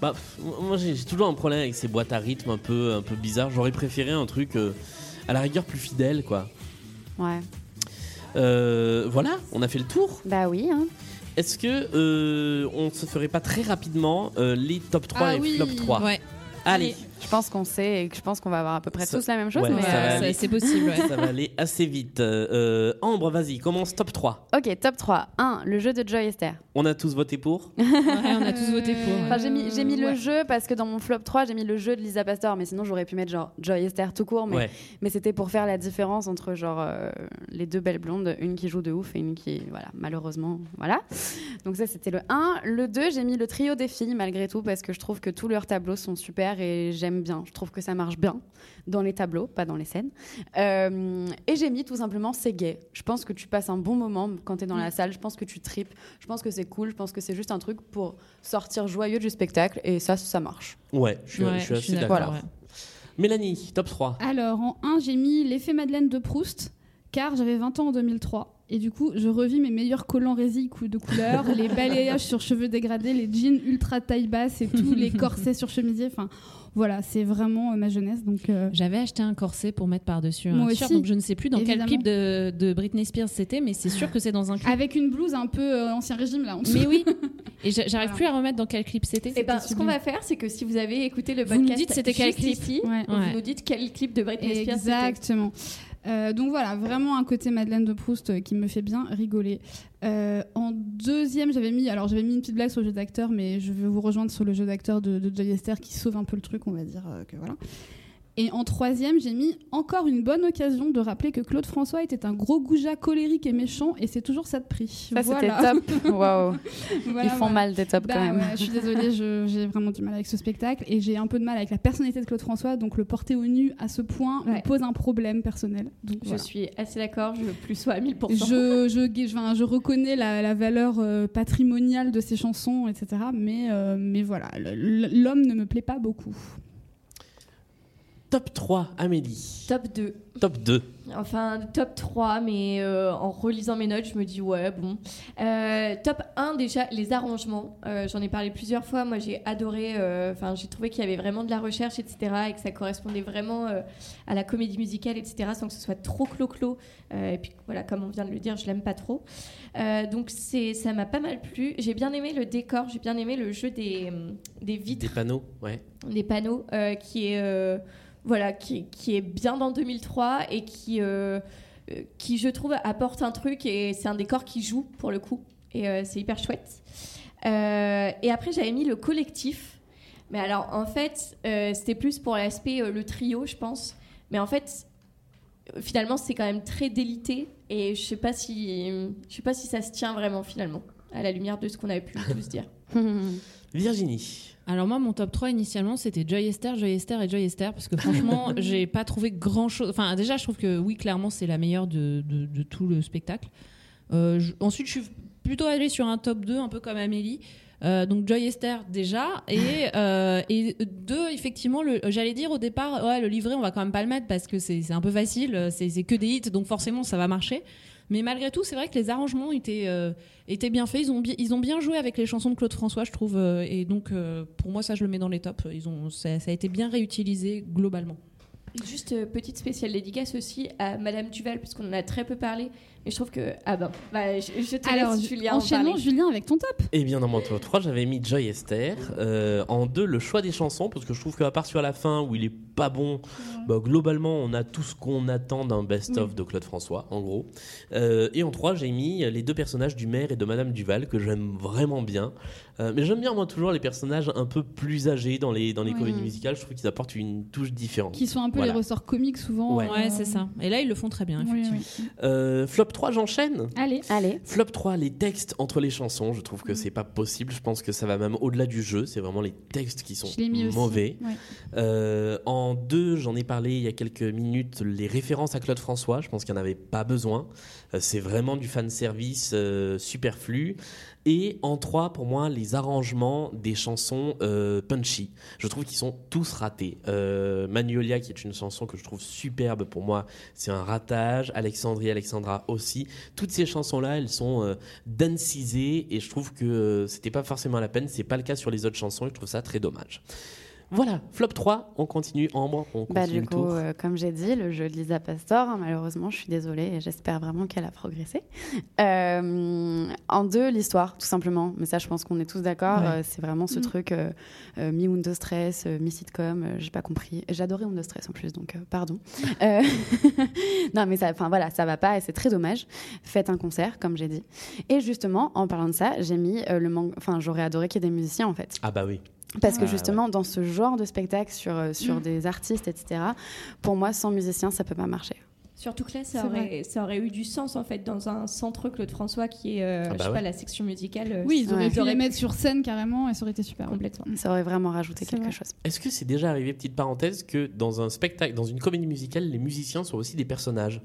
S2: Bah, pff, moi j'ai j'ai toujours un problème avec ces boîtes à rythme un peu, un peu bizarres. J'aurais préféré un truc euh, à la rigueur plus fidèle, quoi.
S6: Ouais.
S2: Euh, voilà, on a fait le tour.
S6: Bah oui. Hein.
S2: Est-ce que euh, on se ferait pas très rapidement euh, les top 3
S6: Ah
S2: et
S6: oui.
S2: flop 3
S6: Ouais.
S2: Allez,
S21: Je pense qu'on sait et que je pense qu'on va avoir à peu près
S2: Ça-
S21: tous la même chose.
S2: ouais,
S21: mais
S2: ça
S6: euh,
S2: va aller-
S21: c'est possible.
S2: <laughs> Ça va aller assez vite. Euh, euh, Ambre, vas-y, commence top 3.
S21: Ok, top 3. 1. Le jeu de Joy Esther.
S2: On a tous voté pour
S21: on
S4: a tous voté pour.
S21: Enfin, j'ai mis, j'ai mis
S4: Ouais.
S21: le jeu parce que dans mon flop 3, j'ai mis le jeu de Lisa Pastor, mais sinon j'aurais pu mettre genre Joy Esther tout court, mais,
S4: Ouais.
S21: mais c'était pour faire la différence entre genre euh, les deux belles blondes, une qui joue de ouf et une qui, voilà, malheureusement, voilà. Donc ça, c'était le 1. Le 2, j'ai mis le trio des filles malgré tout parce que je trouve que tous leurs tableaux sont super et j'aime bien. Je trouve que ça marche bien dans les tableaux, pas dans les scènes. Euh, et j'ai mis tout simplement c'est gay. Je pense que tu passes un bon moment quand tu es dans la salle. Je pense que tu tripes. Je pense que c'est cool. Je pense que c'est juste un truc pour sortir joyeux du spectacle et ça, ça marche.
S2: Ouais, je suis,
S21: Ouais,
S2: je suis
S21: je
S2: assez
S21: suis
S2: d'accord.
S21: d'accord,
S2: Mélanie, top 3.
S1: Alors, en 1, j'ai mis l'effet Madeleine de Proust, car j'avais 20 ans en 2003. Et du coup, je revis mes meilleurs collants résil cou- de couleur, les balayages sur cheveux dégradés, les jeans ultra taille basse et tous les corsets sur chemisier. Enfin, voilà, c'est vraiment euh, ma jeunesse. Donc,
S4: J'avais acheté un corset pour mettre par-dessus
S1: Moi
S4: un t-shirt,
S1: aussi,
S4: donc je ne sais plus dans
S1: évidemment.
S4: quel clip de, de Britney Spears c'était, mais c'est sûr que c'est dans un clip.
S1: Avec une blouse un peu euh, ancien régime, là. en dessous. <laughs>
S4: Mais oui, et j'a- j'arrive plus à remettre dans quel clip c'était.
S3: Et ben, ce qu'on va faire, c'est que si vous avez écouté le
S4: Vous nous
S3: podcast,
S4: dites c'était quel
S3: juste
S4: clip.
S3: ici,
S4: Ouais.
S3: vous
S4: Ouais.
S3: nous dites quel clip de Britney Spears. c'était.
S1: Exactement. Euh, donc voilà, vraiment un côté Madeleine de Proust euh, qui me fait bien rigoler. Euh, en deuxième, j'avais mis, alors j'avais mis une petite blague sur le jeu d'acteur, mais je vais vous rejoindre sur le jeu d'acteur de, de Joy Esther qui sauve un peu le truc, on va dire euh, que voilà. Et en troisième, j'ai mis encore une bonne occasion de rappeler que Claude François était un gros goujat colérique et méchant, et c'est toujours ça de prix.
S21: Ça,
S1: Voilà.
S21: c'était top. Waouh.
S1: <laughs> Voilà,
S21: Ils font
S1: voilà.
S21: mal des tops
S1: Bah
S21: quand même.
S1: ouais, je suis désolée, je- j'ai vraiment du mal avec ce spectacle et j'ai un peu de mal avec la personnalité de Claude François, donc le porter au nu à ce point me pose un problème personnel. Donc,
S3: Je
S1: voilà.
S3: suis assez d'accord, je plus sois à 1000%.
S1: Je, je, je, enfin, je reconnais la, la valeur euh, patrimoniale de ses chansons, etc. Mais, euh, mais voilà, le- le- l'homme ne me plaît pas beaucoup.
S2: Top 3, Amélie.
S3: Top 2.
S2: Top 2.
S3: Enfin, top 3, mais euh, en relisant mes notes, je me dis ouais, bon. Euh, top 1, déjà, les arrangements. Euh, J'en ai parlé plusieurs fois. Moi, j'ai adoré. euh, Enfin, j'ai trouvé qu'il y avait vraiment de la recherche, etc. Et que ça correspondait vraiment euh, à la comédie musicale, etc. Sans que ce soit trop clo-clo. Euh, et puis, voilà, comme on vient de le dire, je l'aime pas trop. Euh, donc, c'est- ça m'a pas mal plu. J'ai bien aimé le décor, j'ai bien aimé le jeu des, des vitres
S2: Des panneaux, ouais.
S3: des panneaux euh, qui est euh, voilà qui, qui est bien dans 2003 et qui euh, euh, qui je trouve apporte un truc et c'est un décor qui joue pour le coup et euh, c'est hyper chouette Euh, et après j'avais mis le collectif mais alors en fait euh, c'était plus pour l'aspect euh, le trio je pense mais en fait euh, finalement c'est quand même très délité et je sais pas si je sais pas si ça se tient vraiment finalement à la lumière de ce qu'on avait pu tous dire
S21: <laughs>
S2: Virginie.
S4: Alors moi, mon top 3 initialement, c'était Joy Esther, Joy Esther et Joy Esther, parce que franchement, j'ai pas trouvé grand-chose. Enfin, déjà, je trouve que oui, clairement, c'est la meilleure de, de- de tout le spectacle. Euh, je- ensuite, je suis plutôt allée sur un top 2, un peu comme Amélie. Euh, donc Joy Esther déjà et, euh, et deux effectivement le- j'allais dire au départ ouais le livret on va quand même pas le mettre parce que c'est c'est un peu facile euh, c'est c'est que des hits donc forcément ça va marcher mais malgré tout c'est vrai que les arrangements étaient euh, étaient bien faits ils ont bi- ils ont bien joué avec les chansons de Claude François je trouve euh, et donc euh, pour moi ça je le mets dans les tops ils ont ça, ça a été bien réutilisé globalement
S3: Juste euh, petite spéciale dédicace aussi à Madame Duval, puisqu'on en a très peu parlé. Mais je trouve que. Ah ben, bah, je, je te
S1: Alors,
S3: laisse, Julien. en
S1: enchaînons
S3: parler.
S1: Julien avec ton top.
S2: Eh bien, dans mon top 3, j'avais mis Joy Esther. Euh, en deux, le choix des chansons, parce que je trouve qu'à part sur la fin, où il est pas bon, bah, globalement, on a tout ce qu'on attend d'un best-of
S5: Oui.
S2: de Claude François, en gros. Euh, et en trois, j'ai mis les deux personnages du maire et de Madame Duval, que j'aime vraiment bien. Euh, mais j'aime bien, moi, toujours les personnages un peu plus âgés dans les, dans les
S1: Ouais.
S2: comédies musicales. Je trouve qu'ils apportent une touche différente.
S1: Qui sont un peu
S2: Voilà.
S1: les ressorts comiques souvent. euh,
S2: Ouais. Ouais,
S4: c'est ça. Et là, ils le font très bien,
S1: effectivement.
S2: Euh, flop 3, j'enchaîne.
S1: Allez.
S21: Allez.
S2: Flop 3, les textes entre les chansons, je trouve que
S1: Mhm.
S2: c'est pas possible. Je pense que ça va même au-delà du jeu. C'est vraiment les textes qui sont
S1: Je l'ai mis aussi,
S2: mauvais.
S1: ouais.
S2: Euh, en deux, j'en ai parlé il y a quelques minutes, les références à Claude François. Je pense qu'il n'y en avait pas besoin. Euh, c'est vraiment du fan service euh, superflu. Et en trois, pour moi, les arrangements des chansons euh, punchy. Je trouve qu'ils sont tous ratés. Euh, Magnolia, qui est une chanson que je trouve superbe pour moi, c'est un ratage. Alexandrie, Alexandra aussi. Toutes ces chansons-là, elles sont euh, dancisées et je trouve que euh, c'était pas forcément la peine. C'est pas le cas sur les autres chansons et je trouve ça très dommage. Voilà, flop 3, on continue Ambre, on continue
S6: Bah, du
S2: le
S6: coup,
S2: tour.
S6: euh, comme j'ai dit, le jeu de Lisa Pastor, hein, malheureusement, je suis désolée et j'espère vraiment qu'elle a progressé. Euh, en deux, l'histoire, tout simplement. Mais ça, je pense qu'on est tous d'accord.
S4: Ouais.
S6: euh, c'est vraiment ce
S2: Mm.
S4: Mhm.
S6: truc euh, euh, mi-Windows Stress, euh, mi-sitcom, euh, j'ai pas compris. J'adorais Windows Stress en plus, donc euh,
S2: <laughs>
S6: pardon. Euh, <laughs> non, mais ça, enfin voilà, ça va pas et c'est très dommage. Faites un concert, comme j'ai dit. Et justement, en parlant de ça, j'ai mis euh, le manque. Enfin, j'aurais adoré qu'il y ait des musiciens en fait.
S2: Ah bah oui.
S6: Parce que
S2: Ah,
S6: justement, dans ce genre de spectacle sur, euh, sur
S3: Mm.
S6: des artistes, etc., pour moi, sans musicien, ça peut pas marcher.
S3: Surtout que là, ça
S6: C'est
S3: aurait, ça aurait eu du sens en fait dans un centre Claude François qui est, euh,
S6: Ah bah
S3: je sais
S6: ouais.
S3: pas, la section musicale. euh,
S1: Oui, ils auraient pu les
S3: pu-
S1: mettre sur scène carrément et ça aurait été super.
S3: Complètement.
S6: Ça aurait vraiment rajouté quelque chose.
S2: Est-ce que c'est déjà arrivé, petite parenthèse, que dans un spectacle, dans une comédie musicale, les musiciens sont aussi des personnages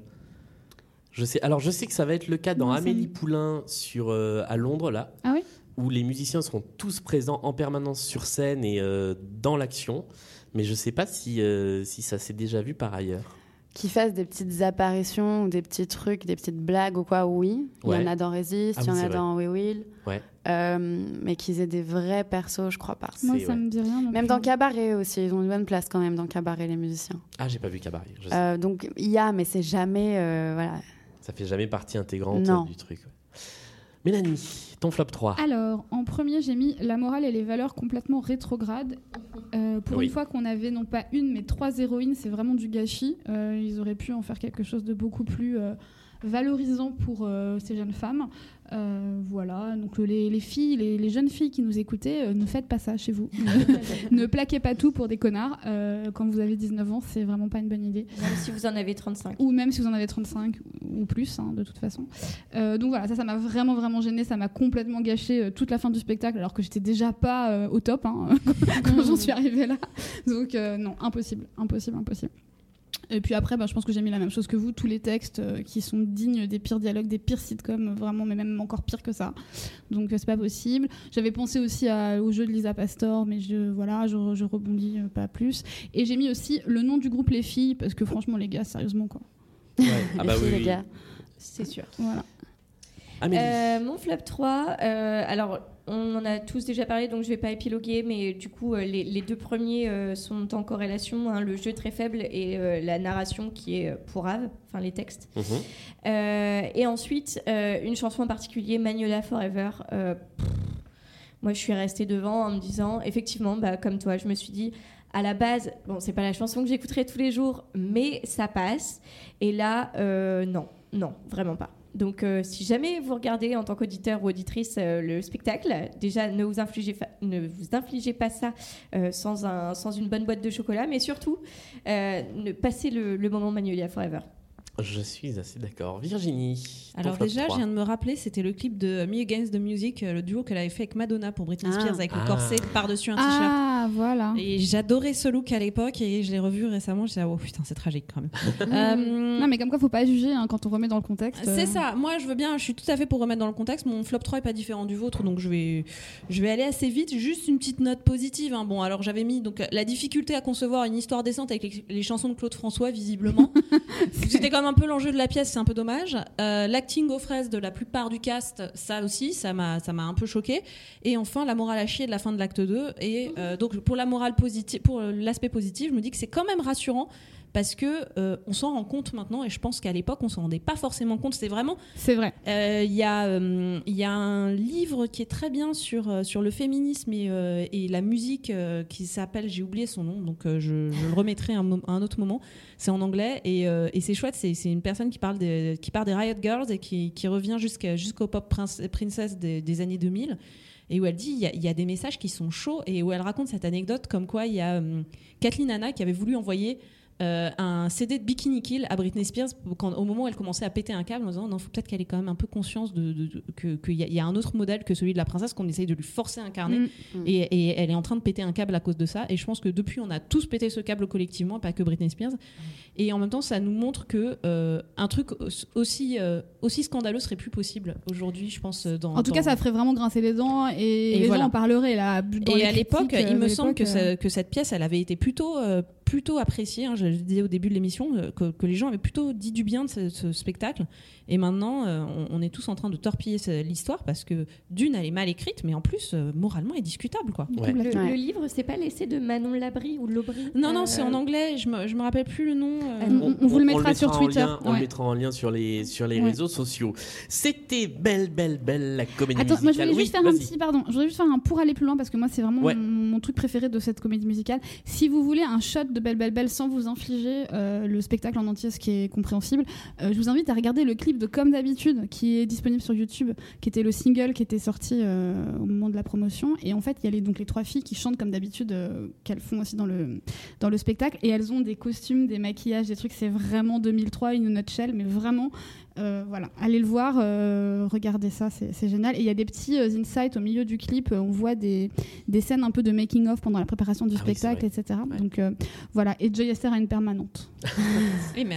S2: je sais, alors je sais que ça va être le cas dans
S1: Non, ça me-
S2: Amélie Poulain sur, euh, à Londres, là,
S1: Ah oui
S2: où les musiciens seront tous présents en permanence sur scène et euh, dans l'action, mais je sais pas si, euh, si ça s'est déjà vu par ailleurs.
S6: Qu'ils fassent des petites apparitions, ou des petits trucs, des petites blagues ou quoi, oui. Il
S2: Ouais.
S6: y en a dans Resist,
S2: Ah
S6: il
S2: oui,
S6: y en
S2: c'est
S6: a
S2: vrai.
S6: dans We Will.
S2: Ouais.
S6: Euh, mais qu'ils aient des vrais persos, je crois pas.
S1: Moi, ça me dit rien. euh, non
S6: Même
S1: plus.
S6: dans Cabaret aussi, ils ont une bonne place quand même dans Cabaret, les musiciens.
S2: Ah, j'ai pas vu Cabaret. je sais.
S6: Euh, donc il y a, mais c'est jamais. euh, voilà.
S2: Ça fait jamais partie intégrante
S6: Non.
S2: euh, du truc. ouais. Mélanie, ton flop 3.
S1: Alors, en premier, j'ai mis la morale et les valeurs complètement rétrogrades. Euh, pour
S2: Oui.
S1: une fois qu'on avait non pas une, mais trois héroïnes, c'est vraiment du gâchis. Euh, ils auraient pu en faire quelque chose de beaucoup plus euh, valorisant pour euh, ces jeunes femmes. Euh, voilà, donc euh, les, les filles, les, les jeunes filles qui nous écoutaient, euh, ne faites pas ça chez vous. ne plaquez pas tout pour des connards. Euh, quand vous avez 19 ans, c'est vraiment pas une bonne idée.
S3: Même si vous en avez 35.
S1: Ou même si vous en avez 35 ou plus, hein, de toute façon. Euh, donc voilà, ça, ça m'a vraiment, vraiment gêné. Ça m'a complètement gâché euh, toute la fin du spectacle, alors que j'étais déjà pas euh, au top hein, <laughs> quand j'en suis arrivée là. Donc euh, non, impossible, impossible, impossible. Et puis après, bah, je pense que j'ai mis la même chose que vous, tous les textes euh, qui sont dignes des pires dialogues, des pires sitcoms, euh, vraiment, mais même encore pire que ça. Donc euh, c'est pas possible. J'avais pensé aussi à- au jeu de Lisa Pastor, mais je, voilà, je, re- je rebondis euh, pas plus. Et j'ai mis aussi le nom du groupe Les Filles, parce que franchement, les gars, sérieusement quoi.
S2: Ah
S6: <laughs>
S2: bah oui, oui.
S3: C'est sûr.
S1: Voilà.
S2: Amélie.
S3: Euh, mon flop 3, euh, alors on en a tous déjà parlé, donc je vais pas épiloguer, mais du coup, euh, les, les deux premiers euh, sont en corrélation hein, le jeu très faible et euh, la narration qui est euh, pourrave, enfin les textes.
S9: Mhm.
S3: Euh, et ensuite, euh, une chanson en particulier, Magnolia Forever. euh, pff, moi, je suis restée devant en me disant, effectivement, bah, comme toi, je me suis dit, à la base, bon, c'est pas la chanson que j'écouterai tous les jours, mais ça passe. Et là, euh, non, non, vraiment pas. Donc, euh, si jamais vous regardez en tant qu'auditeur ou auditrice euh, le spectacle, déjà ne vous infligez, fa- ne vous infligez pas ça euh, sans, un, sans une bonne boîte de chocolat, mais surtout, euh, ne passez le, le moment Magnolia Forever.
S2: Je suis assez d'accord. Virginie. ton
S4: Alors
S2: flop
S4: déjà,
S2: 3.
S4: je viens de me rappeler, c'était le clip de euh, Me Against the Music, euh, le duo qu'elle avait fait avec Madonna pour Britney
S1: Ah.
S4: Spears avec
S2: Ah.
S4: le corset par-dessus un t-shirt.
S1: Ah, voilà.
S4: Et j'adorais ce look à l'époque et je l'ai revu récemment. J'ai dit, ah, oh putain, c'est tragique quand même.
S2: <laughs>
S4: Euh,
S1: Non, mais comme quoi, faut pas juger hein, quand on remet dans le contexte. euh.
S4: C'est ça. Moi, je veux bien. Je suis tout à fait pour remettre dans le contexte. Mon flop 3 est pas différent du vôtre, donc je vais, je vais aller assez vite. Juste une petite note positive. hein. Bon, alors j'avais mis donc la difficulté à concevoir une histoire décente avec les, les chansons de Claude François, visiblement. C'était quand même un peu l'enjeu de la pièce. C'est un peu dommage. Euh, L'acting aux fraises de la plupart du cast, ça aussi, ça m'a, ça m'a un peu choqué. Et enfin, la morale à chier de la fin de l'acte 2. Et euh, donc pour la morale positive, pour l'aspect positif, je me dis que c'est quand même rassurant parce que euh, on s'en rend compte maintenant et je pense qu'à l'époque on s'en rendait pas forcément compte c'est vraiment
S1: c'est vrai
S4: il y a euh, il y a un livre qui est très bien sur euh, sur le féminisme et, euh, et la musique euh, qui s'appelle j'ai oublié son nom donc euh, je, je le remettrai un mo- à un autre moment c'est en anglais et, euh, et c'est chouette c'est c'est une personne qui parle des, qui part des Riot Girls et qui, qui revient jusqu'à jusqu'au pop prince- princess des, des années 2000 et où elle dit il y, a- il y a des messages qui sont chauds et où elle raconte cette anecdote comme quoi il y a hum, Kathleen Anna qui avait voulu envoyer euh, un CD de Bikini Kill à Britney Spears quand, au moment où elle commençait à péter un câble en disant non faut peut-être qu'elle ait quand même un peu conscience de, de- de- que qu'il y, a- il y a un autre modèle que celui de la princesse qu'on essaye de lui forcer à incarner
S1: Mm.
S4: et, et elle est en train de péter un câble à cause de ça et je pense que depuis on a tous pété ce câble collectivement pas que Britney Spears et en même temps ça nous montre que euh, un truc aussi- aussi euh, aussi scandaleux serait plus possible aujourd'hui je pense euh, dans
S1: En tout cas,
S4: dans-
S1: ça ferait vraiment grincer les dents et, les
S4: voilà.
S1: gens en parleraient là. dans
S4: et
S1: les
S4: à l'époque,
S1: critiques, euh,
S4: il
S1: de
S4: me semble que,
S1: l'époque, euh,
S4: ce- que cette pièce, elle avait été plutôt euh, plutôt apprécié. hein, je le disais au début de l'émission euh, que, que les gens avaient plutôt dit du bien de ce, ce spectacle. Et maintenant, euh, on, on est tous en train de torpiller ce- l'histoire parce que d'une, elle est mal écrite, mais en plus, euh, moralement, elle est discutable. Quoi.
S3: Le, le livre, c'est pas l'essai de Euh, Manon Labri ou Lobry
S4: Non, non, c'est en anglais. Je me, je me rappelle plus le nom. euh.
S2: en lien- on
S4: Ouais.
S2: le mettra en lien sur les, sur les
S1: Ouais.
S2: réseaux sociaux. C'était belle, belle, belle la comédie
S1: Attends, moi je
S2: musicale.
S1: voulais juste
S2: Oui,
S1: faire un
S2: vas-y.
S1: petit, pardon, je voulais juste faire un pour aller plus loin parce que moi c'est vraiment
S2: Ouais.
S1: mon, mon truc préféré de cette comédie musicale. Si vous voulez un shot de Belle Belle Belle sans vous infliger euh, le spectacle en entier, ce qui est compréhensible, euh, je vous invite à regarder le clip de Comme d'habitude qui est disponible sur YouTube, qui était le single qui était sorti euh, au moment de la promotion. Et en fait, il y a les, donc les trois filles qui chantent comme d'habitude, euh, qu'elles font aussi dans le, dans le spectacle. Et elles ont des costumes, des maquillages, des trucs. C'est vraiment 2003, une nutshell, mais vraiment. Euh, voilà, allez le voir, euh, regardez ça, c'est c'est génial. Et il y a des petits euh, insights au milieu du clip, euh, on voit des, des scènes un peu de making-of pendant la préparation
S2: Ah
S1: du
S2: oui, c'est
S1: spectacle,
S2: vrai.
S1: etc. Donc euh, voilà, et Joy Esther a une permanente.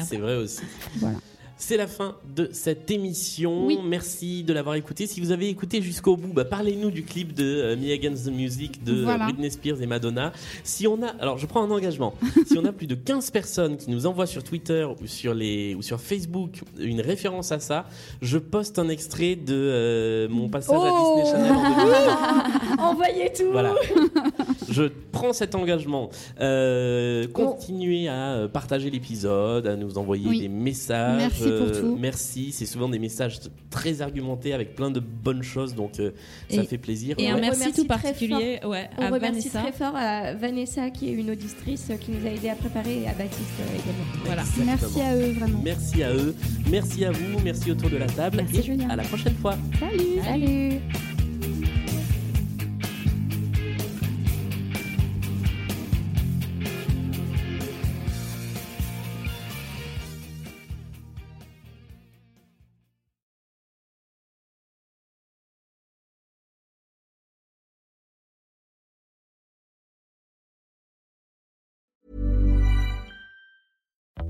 S2: C'est vrai aussi.
S1: Voilà.
S2: C'est la fin de cette émission.
S1: Oui.
S2: Merci de l'avoir écouté. Si vous avez écouté jusqu'au bout, bah, parlez-nous du clip de euh, Me Against the Music de euh,
S1: Voilà.
S2: Britney Spears et Madonna. Si on a, alors je prends un
S1: <laughs>
S2: engagement. si on a plus de 15 personnes qui nous envoient sur Twitter ou sur les ou sur Facebook une référence à ça, je poste un extrait de euh, mon passage à Disney Channel.
S1: Oh
S2: en
S1: <laughs>
S2: 2020.
S3: <laughs> Envoyez tout
S2: Voilà. Je prends cet engagement. Euh, continuez à euh, partager l'épisode, à nous envoyer
S1: Oui.
S2: des messages. euh,
S1: Merci pour tout.
S2: Merci. C'est souvent des messages très argumentés avec plein de bonnes choses, donc euh, ça
S4: Et-
S2: fait plaisir.
S4: et un
S2: Ouais.
S4: merci
S3: remercie
S4: tout
S3: très
S4: particulier,
S3: fort-
S4: ouais,
S3: on
S4: à
S3: remercie
S4: Ah, Vanessa.
S3: très fort à Vanessa qui est une auditrice euh, qui nous a aidé à préparer et à Baptiste euh, également.
S2: Voilà.
S1: Merci
S2: Exactement.
S1: à eux, vraiment.
S2: Merci à eux. Merci à vous. Merci autour de la table. et à la prochaine fois.
S1: Salut
S6: Salut